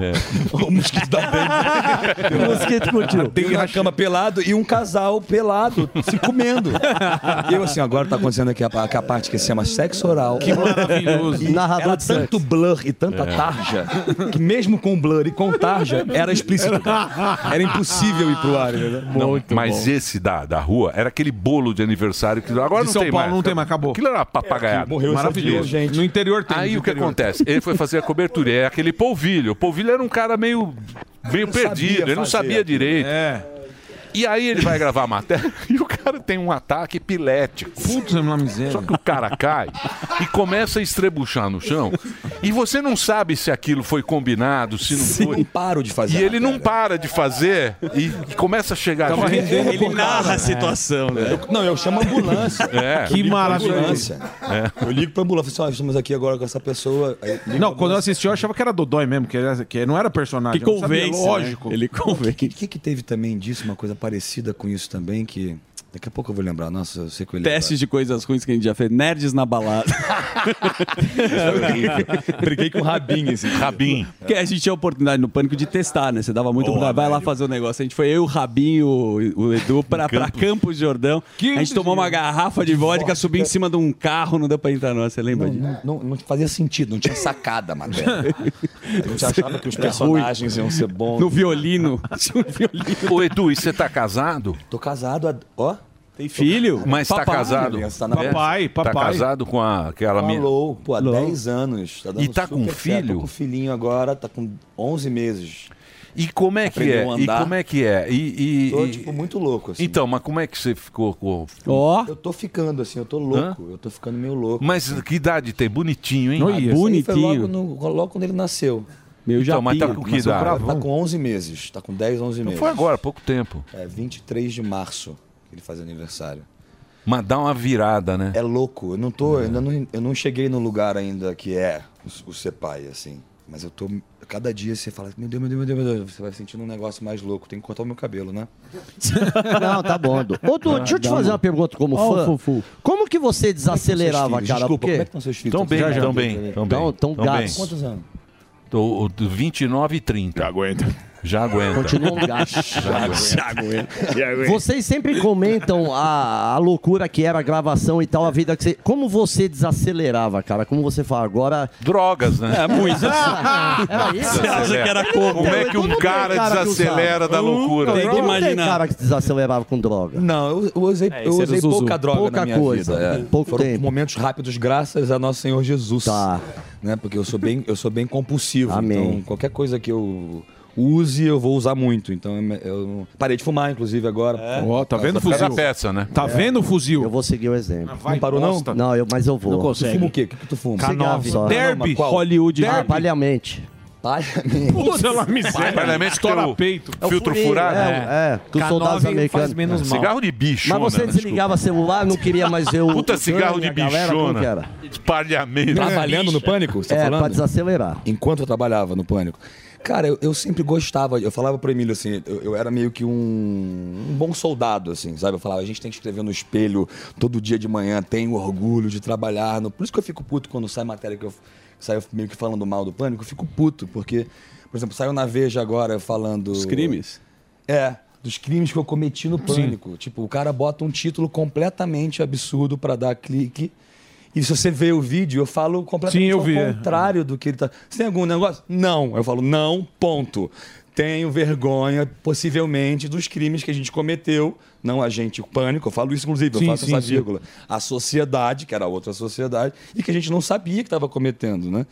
[SPEAKER 11] É.
[SPEAKER 16] O mosquito da dengue.
[SPEAKER 2] O mosquito curtiu.
[SPEAKER 16] Tem na cama pelado e um casal pelado se comendo. E eu assim, agora tá acontecendo aqui a, pa- a parte que se chama sexo oral.
[SPEAKER 2] Que maravilhoso.
[SPEAKER 16] E
[SPEAKER 2] Narrador
[SPEAKER 16] era
[SPEAKER 2] de
[SPEAKER 16] tanto blur e tanta
[SPEAKER 2] É.
[SPEAKER 16] tarja, que mesmo com blur e com tarja, era explícito. Era impossível ir pro ar. né? entendeu?
[SPEAKER 5] Não, mas
[SPEAKER 16] bom.
[SPEAKER 5] esse da, da rua era aquele bolo de aniversário que agora
[SPEAKER 16] De
[SPEAKER 5] não
[SPEAKER 16] São
[SPEAKER 5] tem
[SPEAKER 16] Paulo
[SPEAKER 5] mais.
[SPEAKER 16] não tem mais,
[SPEAKER 5] acabou. Aquilo era uma papagaiada.
[SPEAKER 16] É, morreu esse
[SPEAKER 5] Maravilhoso.
[SPEAKER 16] dia, gente. No interior tem,
[SPEAKER 5] Aí
[SPEAKER 16] no
[SPEAKER 5] o que
[SPEAKER 16] interior.
[SPEAKER 5] acontece? Ele foi fazer a cobertura. e É aquele polvilho. O polvilho era um cara meio, meio
[SPEAKER 16] Não sabia
[SPEAKER 5] perdido. Ele não
[SPEAKER 16] fazer
[SPEAKER 5] sabia
[SPEAKER 16] aquilo. né?
[SPEAKER 5] direito.
[SPEAKER 16] É.
[SPEAKER 5] E aí ele vai gravar a matéria e o cara tem um ataque epilético. Putz, é uma miséria. Só que o cara cai e começa a estrebuchar no chão. E você não sabe se aquilo foi combinado, se não foi.
[SPEAKER 16] não paro de fazer.
[SPEAKER 5] E ele não para de fazer e, e começa a chegar
[SPEAKER 16] Tava
[SPEAKER 5] gente.
[SPEAKER 16] rendendo Tá Ele por narra causa, a né? situação, né? Eu- não, eu chamo a ambulância.
[SPEAKER 5] É.
[SPEAKER 16] Eu ligo pra ambulância.
[SPEAKER 5] É.
[SPEAKER 16] Eu ligo pra ambulância, assim, ó, estamos aqui agora com essa pessoa. Aí, ligo
[SPEAKER 7] Não,
[SPEAKER 16] pra
[SPEAKER 7] quando eu assisti, eu achava que era Dodói mesmo, que, era- que não era personagem.
[SPEAKER 16] Que
[SPEAKER 7] eu não sabia,
[SPEAKER 16] convence,
[SPEAKER 7] Lógico.
[SPEAKER 16] né? O que, que, que teve também disso, uma coisa parecida com isso também, que daqui a pouco eu vou lembrar. Nossa, eu sei que eu lembro.
[SPEAKER 11] Testes de coisas ruins que a gente já fez. Nerds na balada.
[SPEAKER 16] Briguei com o Rabin esse dia.
[SPEAKER 5] Rabin.
[SPEAKER 11] Porque a gente tinha a oportunidade no Pânico de testar, né? Você dava muito... pra- Vai lá fazer o negócio. A gente foi eu, o Rabinho, o, o Edu, pra, pra Campos de Jordão. a gente tomou uma garrafa de vodka, subiu em cima de um carro, não deu pra entrar não. Você lembra disso?
[SPEAKER 16] né? Não, não fazia sentido, não tinha sacada a matéria. A gente achava que os
[SPEAKER 11] Era
[SPEAKER 16] personagens
[SPEAKER 11] ruim.
[SPEAKER 16] iam ser bons.
[SPEAKER 11] No violino. Tinha um violino.
[SPEAKER 5] Ô, Edu, e você tá casado?
[SPEAKER 16] Tô casado, há- ó. Tem
[SPEAKER 11] filho?
[SPEAKER 5] Mas tá
[SPEAKER 16] Papai,
[SPEAKER 5] casado.
[SPEAKER 16] Elias, tá na- Papai,
[SPEAKER 5] É? Tá
[SPEAKER 16] papai.
[SPEAKER 5] casado com a, aquela
[SPEAKER 16] Falou,
[SPEAKER 5] mina.
[SPEAKER 16] pô, há 10 anos. Tá dando
[SPEAKER 5] E tá
[SPEAKER 16] super
[SPEAKER 5] com
[SPEAKER 16] certo.
[SPEAKER 5] filho?
[SPEAKER 16] Tô com filhinho agora, tá com 11 meses.
[SPEAKER 5] E como é que é? E como é que é? E, e-
[SPEAKER 16] Tô,
[SPEAKER 5] e-
[SPEAKER 16] tipo, muito louco, assim.
[SPEAKER 5] Então, mas como é que você ficou com.
[SPEAKER 16] Eu tô ficando, assim, eu tô louco. Eu tô ficando meio louco.
[SPEAKER 5] Mas que idade tem? é Bonitinho, hein?
[SPEAKER 16] Ah, isso aí Foi logo, no- logo quando ele nasceu.
[SPEAKER 5] Meu Então, mas tá japinha. com que
[SPEAKER 16] Nasceu
[SPEAKER 5] idade?
[SPEAKER 16] bravão. Tá com 11 meses. Tá com 10, 11
[SPEAKER 5] Então
[SPEAKER 16] meses.
[SPEAKER 5] foi agora, há pouco tempo.
[SPEAKER 16] É, 23 de março que ele faz aniversário.
[SPEAKER 5] Mas dá uma virada, né?
[SPEAKER 16] É louco. Eu não tô, ainda não, eu não cheguei no lugar ainda que é o, o ser pai, assim. Mas eu tô. Cada dia você fala, meu Deus, meu Deus, meu Deus, meu Deus. Você vai sentindo um negócio mais louco. Tem que cortar o meu cabelo, né?
[SPEAKER 2] Não, tá bom. Du. Ô, Du,
[SPEAKER 16] Ah,
[SPEAKER 2] deixa eu te
[SPEAKER 16] dá
[SPEAKER 2] fazer
[SPEAKER 16] uma-
[SPEAKER 2] uma pergunta como
[SPEAKER 16] Ó, o
[SPEAKER 2] fã.
[SPEAKER 16] Fufu. é
[SPEAKER 2] Como é que você desacelerava,
[SPEAKER 16] Como é que estão seus filhos?
[SPEAKER 2] cara?
[SPEAKER 16] Desculpa,
[SPEAKER 2] Porque-
[SPEAKER 16] como é que estão seus filhos?
[SPEAKER 5] Tão bem,
[SPEAKER 2] Já, já.
[SPEAKER 5] tão bem. Tão bem.
[SPEAKER 2] Tão- tão gatos.
[SPEAKER 16] Quantos anos?
[SPEAKER 5] Tô, o- do 29 e 30. Já aguenta. Já aguenta.
[SPEAKER 2] Continua um gasto.
[SPEAKER 5] Já aguenta.
[SPEAKER 2] Vocês sempre comentam a, a loucura que era a gravação e tal, a vida que você. Como você desacelerava, cara? Como você fala agora.
[SPEAKER 5] Drogas, né?
[SPEAKER 2] É, muitas.
[SPEAKER 5] Era
[SPEAKER 2] isso?
[SPEAKER 5] Você acha que era como? Como é que um cara desacelera da loucura?
[SPEAKER 2] Tem que imaginar. Tem
[SPEAKER 5] imaginar.
[SPEAKER 2] cara que desacelerava com droga.
[SPEAKER 16] Não, eu, eu usei,
[SPEAKER 2] É,
[SPEAKER 16] eu
[SPEAKER 2] esse é do
[SPEAKER 16] usei
[SPEAKER 2] Zuzu.
[SPEAKER 16] pouca droga
[SPEAKER 2] Pouca
[SPEAKER 16] na minha
[SPEAKER 2] coisa,
[SPEAKER 16] vida. é.
[SPEAKER 2] pouco
[SPEAKER 16] Foram
[SPEAKER 2] tempo. Tá.
[SPEAKER 16] momentos rápidos, graças a nosso Senhor Jesus. Né? Porque eu sou bem, eu sou bem compulsivo. Então, qualquer coisa que eu use, eu vou usar muito. Então, eu, eu parei de fumar, inclusive, agora.
[SPEAKER 7] Ó, tá vendo o
[SPEAKER 16] Por causa da
[SPEAKER 7] fuzil?
[SPEAKER 5] né?
[SPEAKER 7] Tá
[SPEAKER 5] É.
[SPEAKER 16] É.
[SPEAKER 7] vendo o fuzil?
[SPEAKER 2] Eu vou seguir o exemplo.
[SPEAKER 16] vai, Não parou, não? bosta.
[SPEAKER 2] Não, eu, mas eu vou.
[SPEAKER 16] Não consegue. Tu fuma o quê? O que que tu fuma?
[SPEAKER 2] Cigarro
[SPEAKER 16] K9.
[SPEAKER 2] só.
[SPEAKER 16] Derby?
[SPEAKER 2] Não, mas qual?
[SPEAKER 16] Hollywood.
[SPEAKER 2] Ah,
[SPEAKER 16] Derby?
[SPEAKER 2] palhamente.
[SPEAKER 16] Palhamente?
[SPEAKER 7] é
[SPEAKER 2] Puta,
[SPEAKER 16] ela me
[SPEAKER 5] Palhamente estoura que o peito. filtro furado.
[SPEAKER 2] É, é, que os soldados americanos.
[SPEAKER 5] É. Cigarro de bicho,
[SPEAKER 2] Mas você
[SPEAKER 5] né?
[SPEAKER 2] desligava celular, não queria mais ver o.
[SPEAKER 5] Puta
[SPEAKER 2] o
[SPEAKER 5] cigarro de
[SPEAKER 2] Dani, a galera, como que era?
[SPEAKER 5] bichona. Palhamento.
[SPEAKER 16] Trabalhando no pânico? Você tá
[SPEAKER 2] É,
[SPEAKER 16] falando?
[SPEAKER 2] pra desacelerar.
[SPEAKER 16] Enquanto eu trabalhava no pânico. Cara, eu, eu sempre gostava, eu falava pro Emílio assim, eu, eu era meio que um, um bom soldado, assim, sabe? Eu falava, a gente tem que escrever no espelho todo dia de manhã, tenho orgulho de trabalhar. no- Por isso que eu fico puto quando sai matéria que eu saio meio que falando mal do pânico, eu fico puto, porque, por exemplo, saiu na Veja agora falando. Os
[SPEAKER 11] crimes?
[SPEAKER 16] É. Dos crimes que eu cometi no pânico. Tipo, o cara bota um título completamente absurdo pra dar clique. E se você vê o vídeo, eu falo completamente
[SPEAKER 7] Sim, eu
[SPEAKER 16] ao
[SPEAKER 7] vi, é.
[SPEAKER 16] contrário do que ele tá. Você tem algum negócio? Não. Eu falo, não, ponto. Tenho vergonha, possivelmente, dos crimes que a gente cometeu. Não a gente, o pânico. Eu falo isso, inclusive,
[SPEAKER 7] Sim,
[SPEAKER 16] eu faço
[SPEAKER 7] sim,
[SPEAKER 16] essa
[SPEAKER 7] sim.
[SPEAKER 16] vírgula. A sociedade, que era outra sociedade, e que a gente não sabia que estava cometendo, né?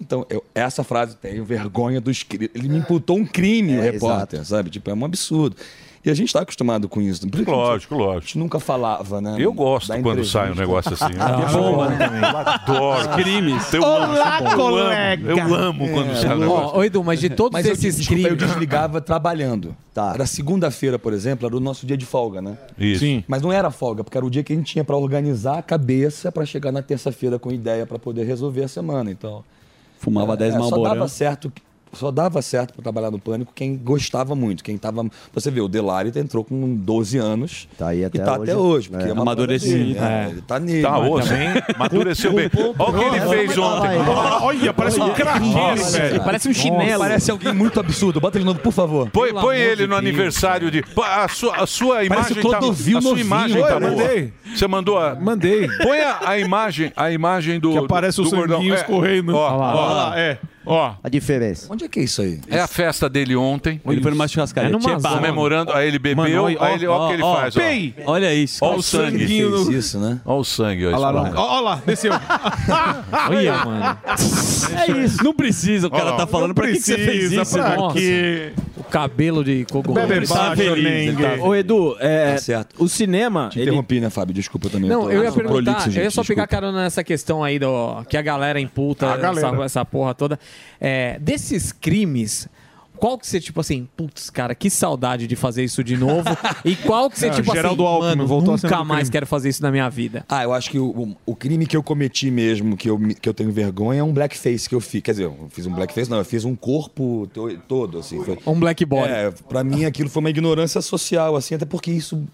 [SPEAKER 16] Então, eu- essa frase, tenho vergonha dos crimes. Ele me imputou um crime, o repórter, sabe? Tipo, é um absurdo. E a gente está acostumado com isso. né? Por isso que a gente-
[SPEAKER 5] Lógico, lógico.
[SPEAKER 16] A gente nunca falava, né?
[SPEAKER 5] Eu gosto
[SPEAKER 16] Da
[SPEAKER 5] quando
[SPEAKER 16] entrevista.
[SPEAKER 5] sai um negócio assim.
[SPEAKER 16] Ah,
[SPEAKER 5] Eu
[SPEAKER 16] que bom,
[SPEAKER 5] adoro.
[SPEAKER 16] né?
[SPEAKER 5] Eu adoro.
[SPEAKER 16] Crimes.
[SPEAKER 5] Eu amo.
[SPEAKER 16] Olá,
[SPEAKER 5] assim, Eu amo.
[SPEAKER 16] colega.
[SPEAKER 5] Eu amo quando sai um negócio.
[SPEAKER 16] É. Ó, ô, Edu, mas de todos
[SPEAKER 5] Mas eu
[SPEAKER 16] esses
[SPEAKER 5] te-
[SPEAKER 16] crimes. Tá. Eu desligava trabalhando. Era segunda-feira, por exemplo, era o nosso dia de folga, né?
[SPEAKER 5] Isso. Sim.
[SPEAKER 16] Mas não era folga, porque era o dia que a gente tinha pra organizar a cabeça pra chegar na terça-feira com ideia pra poder resolver a semana. Então.
[SPEAKER 11] Fumava 10
[SPEAKER 16] é, Só
[SPEAKER 11] Marlboro.
[SPEAKER 16] dava certo só dava certo para trabalhar no Pânico quem gostava muito, quem tava... Você vê, o Delari entrou com 12 anos tá aí
[SPEAKER 2] até
[SPEAKER 16] e tá
[SPEAKER 2] hoje.
[SPEAKER 13] né?
[SPEAKER 16] até hoje. Porque
[SPEAKER 2] É.
[SPEAKER 16] é. uma parada
[SPEAKER 2] Amadurecido,
[SPEAKER 16] dele,
[SPEAKER 2] é.
[SPEAKER 16] né? Ele tá nele.
[SPEAKER 5] Tá
[SPEAKER 16] mas
[SPEAKER 5] hoje,
[SPEAKER 16] também-
[SPEAKER 5] hein? Amadureceu bem. Olha o que ele fez ontem.
[SPEAKER 7] Olha, parece um craqueiro, velho.
[SPEAKER 16] Parece um alguém muito absurdo. Bota de novo, por favor.
[SPEAKER 5] Põe, põe ele no aniversário de. Pô, A sua, a sua
[SPEAKER 16] Parece
[SPEAKER 5] imagem
[SPEAKER 16] o Clodovil
[SPEAKER 5] tá, a sua
[SPEAKER 16] novinho.
[SPEAKER 5] imagem
[SPEAKER 16] Oi,
[SPEAKER 5] tá boa.
[SPEAKER 16] mandei.
[SPEAKER 5] Você mandou a.
[SPEAKER 7] Mandei.
[SPEAKER 5] Põe a, a imagem, a imagem do.
[SPEAKER 7] Que aparece
[SPEAKER 5] do,
[SPEAKER 7] o
[SPEAKER 5] do gordão.
[SPEAKER 7] sanguinho
[SPEAKER 5] É,
[SPEAKER 7] escorrendo.
[SPEAKER 5] Ó,
[SPEAKER 7] Olha lá,
[SPEAKER 5] ó,
[SPEAKER 7] olha lá, é. Ó.
[SPEAKER 2] A diferença.
[SPEAKER 16] Onde é que é isso aí?
[SPEAKER 5] É a festa dele ontem.
[SPEAKER 11] Ele foi numa churrascaria.
[SPEAKER 5] É numa
[SPEAKER 11] Tchê,
[SPEAKER 5] zona. comemorando, aí ele bebeu,
[SPEAKER 11] Mano,
[SPEAKER 5] aí ele- ó o que ele faz, ó.
[SPEAKER 11] Pei! Olha isso.
[SPEAKER 5] Ó o sangue.
[SPEAKER 11] Fez isso.
[SPEAKER 16] Isso, né?
[SPEAKER 5] Olha o sangue, ó.
[SPEAKER 11] Olha lá,
[SPEAKER 5] espalhado.
[SPEAKER 11] olha
[SPEAKER 7] Olha lá, Ah, desceu.
[SPEAKER 11] Olha, mano.
[SPEAKER 13] É isso.
[SPEAKER 11] Não precisa, o cara
[SPEAKER 13] Ó,
[SPEAKER 11] tá falando
[SPEAKER 13] não
[SPEAKER 11] pra que que você fez
[SPEAKER 13] precisa,
[SPEAKER 11] isso,
[SPEAKER 13] pra
[SPEAKER 11] irmão?
[SPEAKER 13] quê? O cabelo de cogumelo.
[SPEAKER 11] Bebe baixo,
[SPEAKER 13] ele tá-
[SPEAKER 9] Ô, Edu, é, o cinema.
[SPEAKER 16] Te interrompi, né, Fábio? Desculpa também.
[SPEAKER 13] Não,
[SPEAKER 16] tô-
[SPEAKER 13] eu ia
[SPEAKER 16] sou
[SPEAKER 13] perguntar,
[SPEAKER 16] prolixo,
[SPEAKER 13] eu ia
[SPEAKER 16] gente,
[SPEAKER 13] só pegar
[SPEAKER 16] desculpa.
[SPEAKER 13] carona nessa questão aí do que a galera imputa
[SPEAKER 16] A galera.
[SPEAKER 13] Essa, essa porra toda. É, desses crimes, qual que você, tipo assim, putz, cara, que saudade de fazer isso de novo? e qual que você,
[SPEAKER 16] É,
[SPEAKER 13] tipo
[SPEAKER 16] Geraldo
[SPEAKER 13] assim,
[SPEAKER 16] Alckmin
[SPEAKER 13] mano,
[SPEAKER 16] voltou a cena
[SPEAKER 13] nunca
[SPEAKER 16] do
[SPEAKER 13] mais
[SPEAKER 16] crime.
[SPEAKER 13] quero fazer isso na minha vida?
[SPEAKER 16] Ah, eu acho que o, o crime que eu cometi mesmo, que eu, me- que eu tenho vergonha, é um blackface que eu fiz. Quer dizer, eu fiz um blackface, não, eu fiz um corpo to- todo, assim. Foi,
[SPEAKER 13] Um black boy.
[SPEAKER 16] É, pra mim aquilo foi uma ignorância social, assim, até porque isso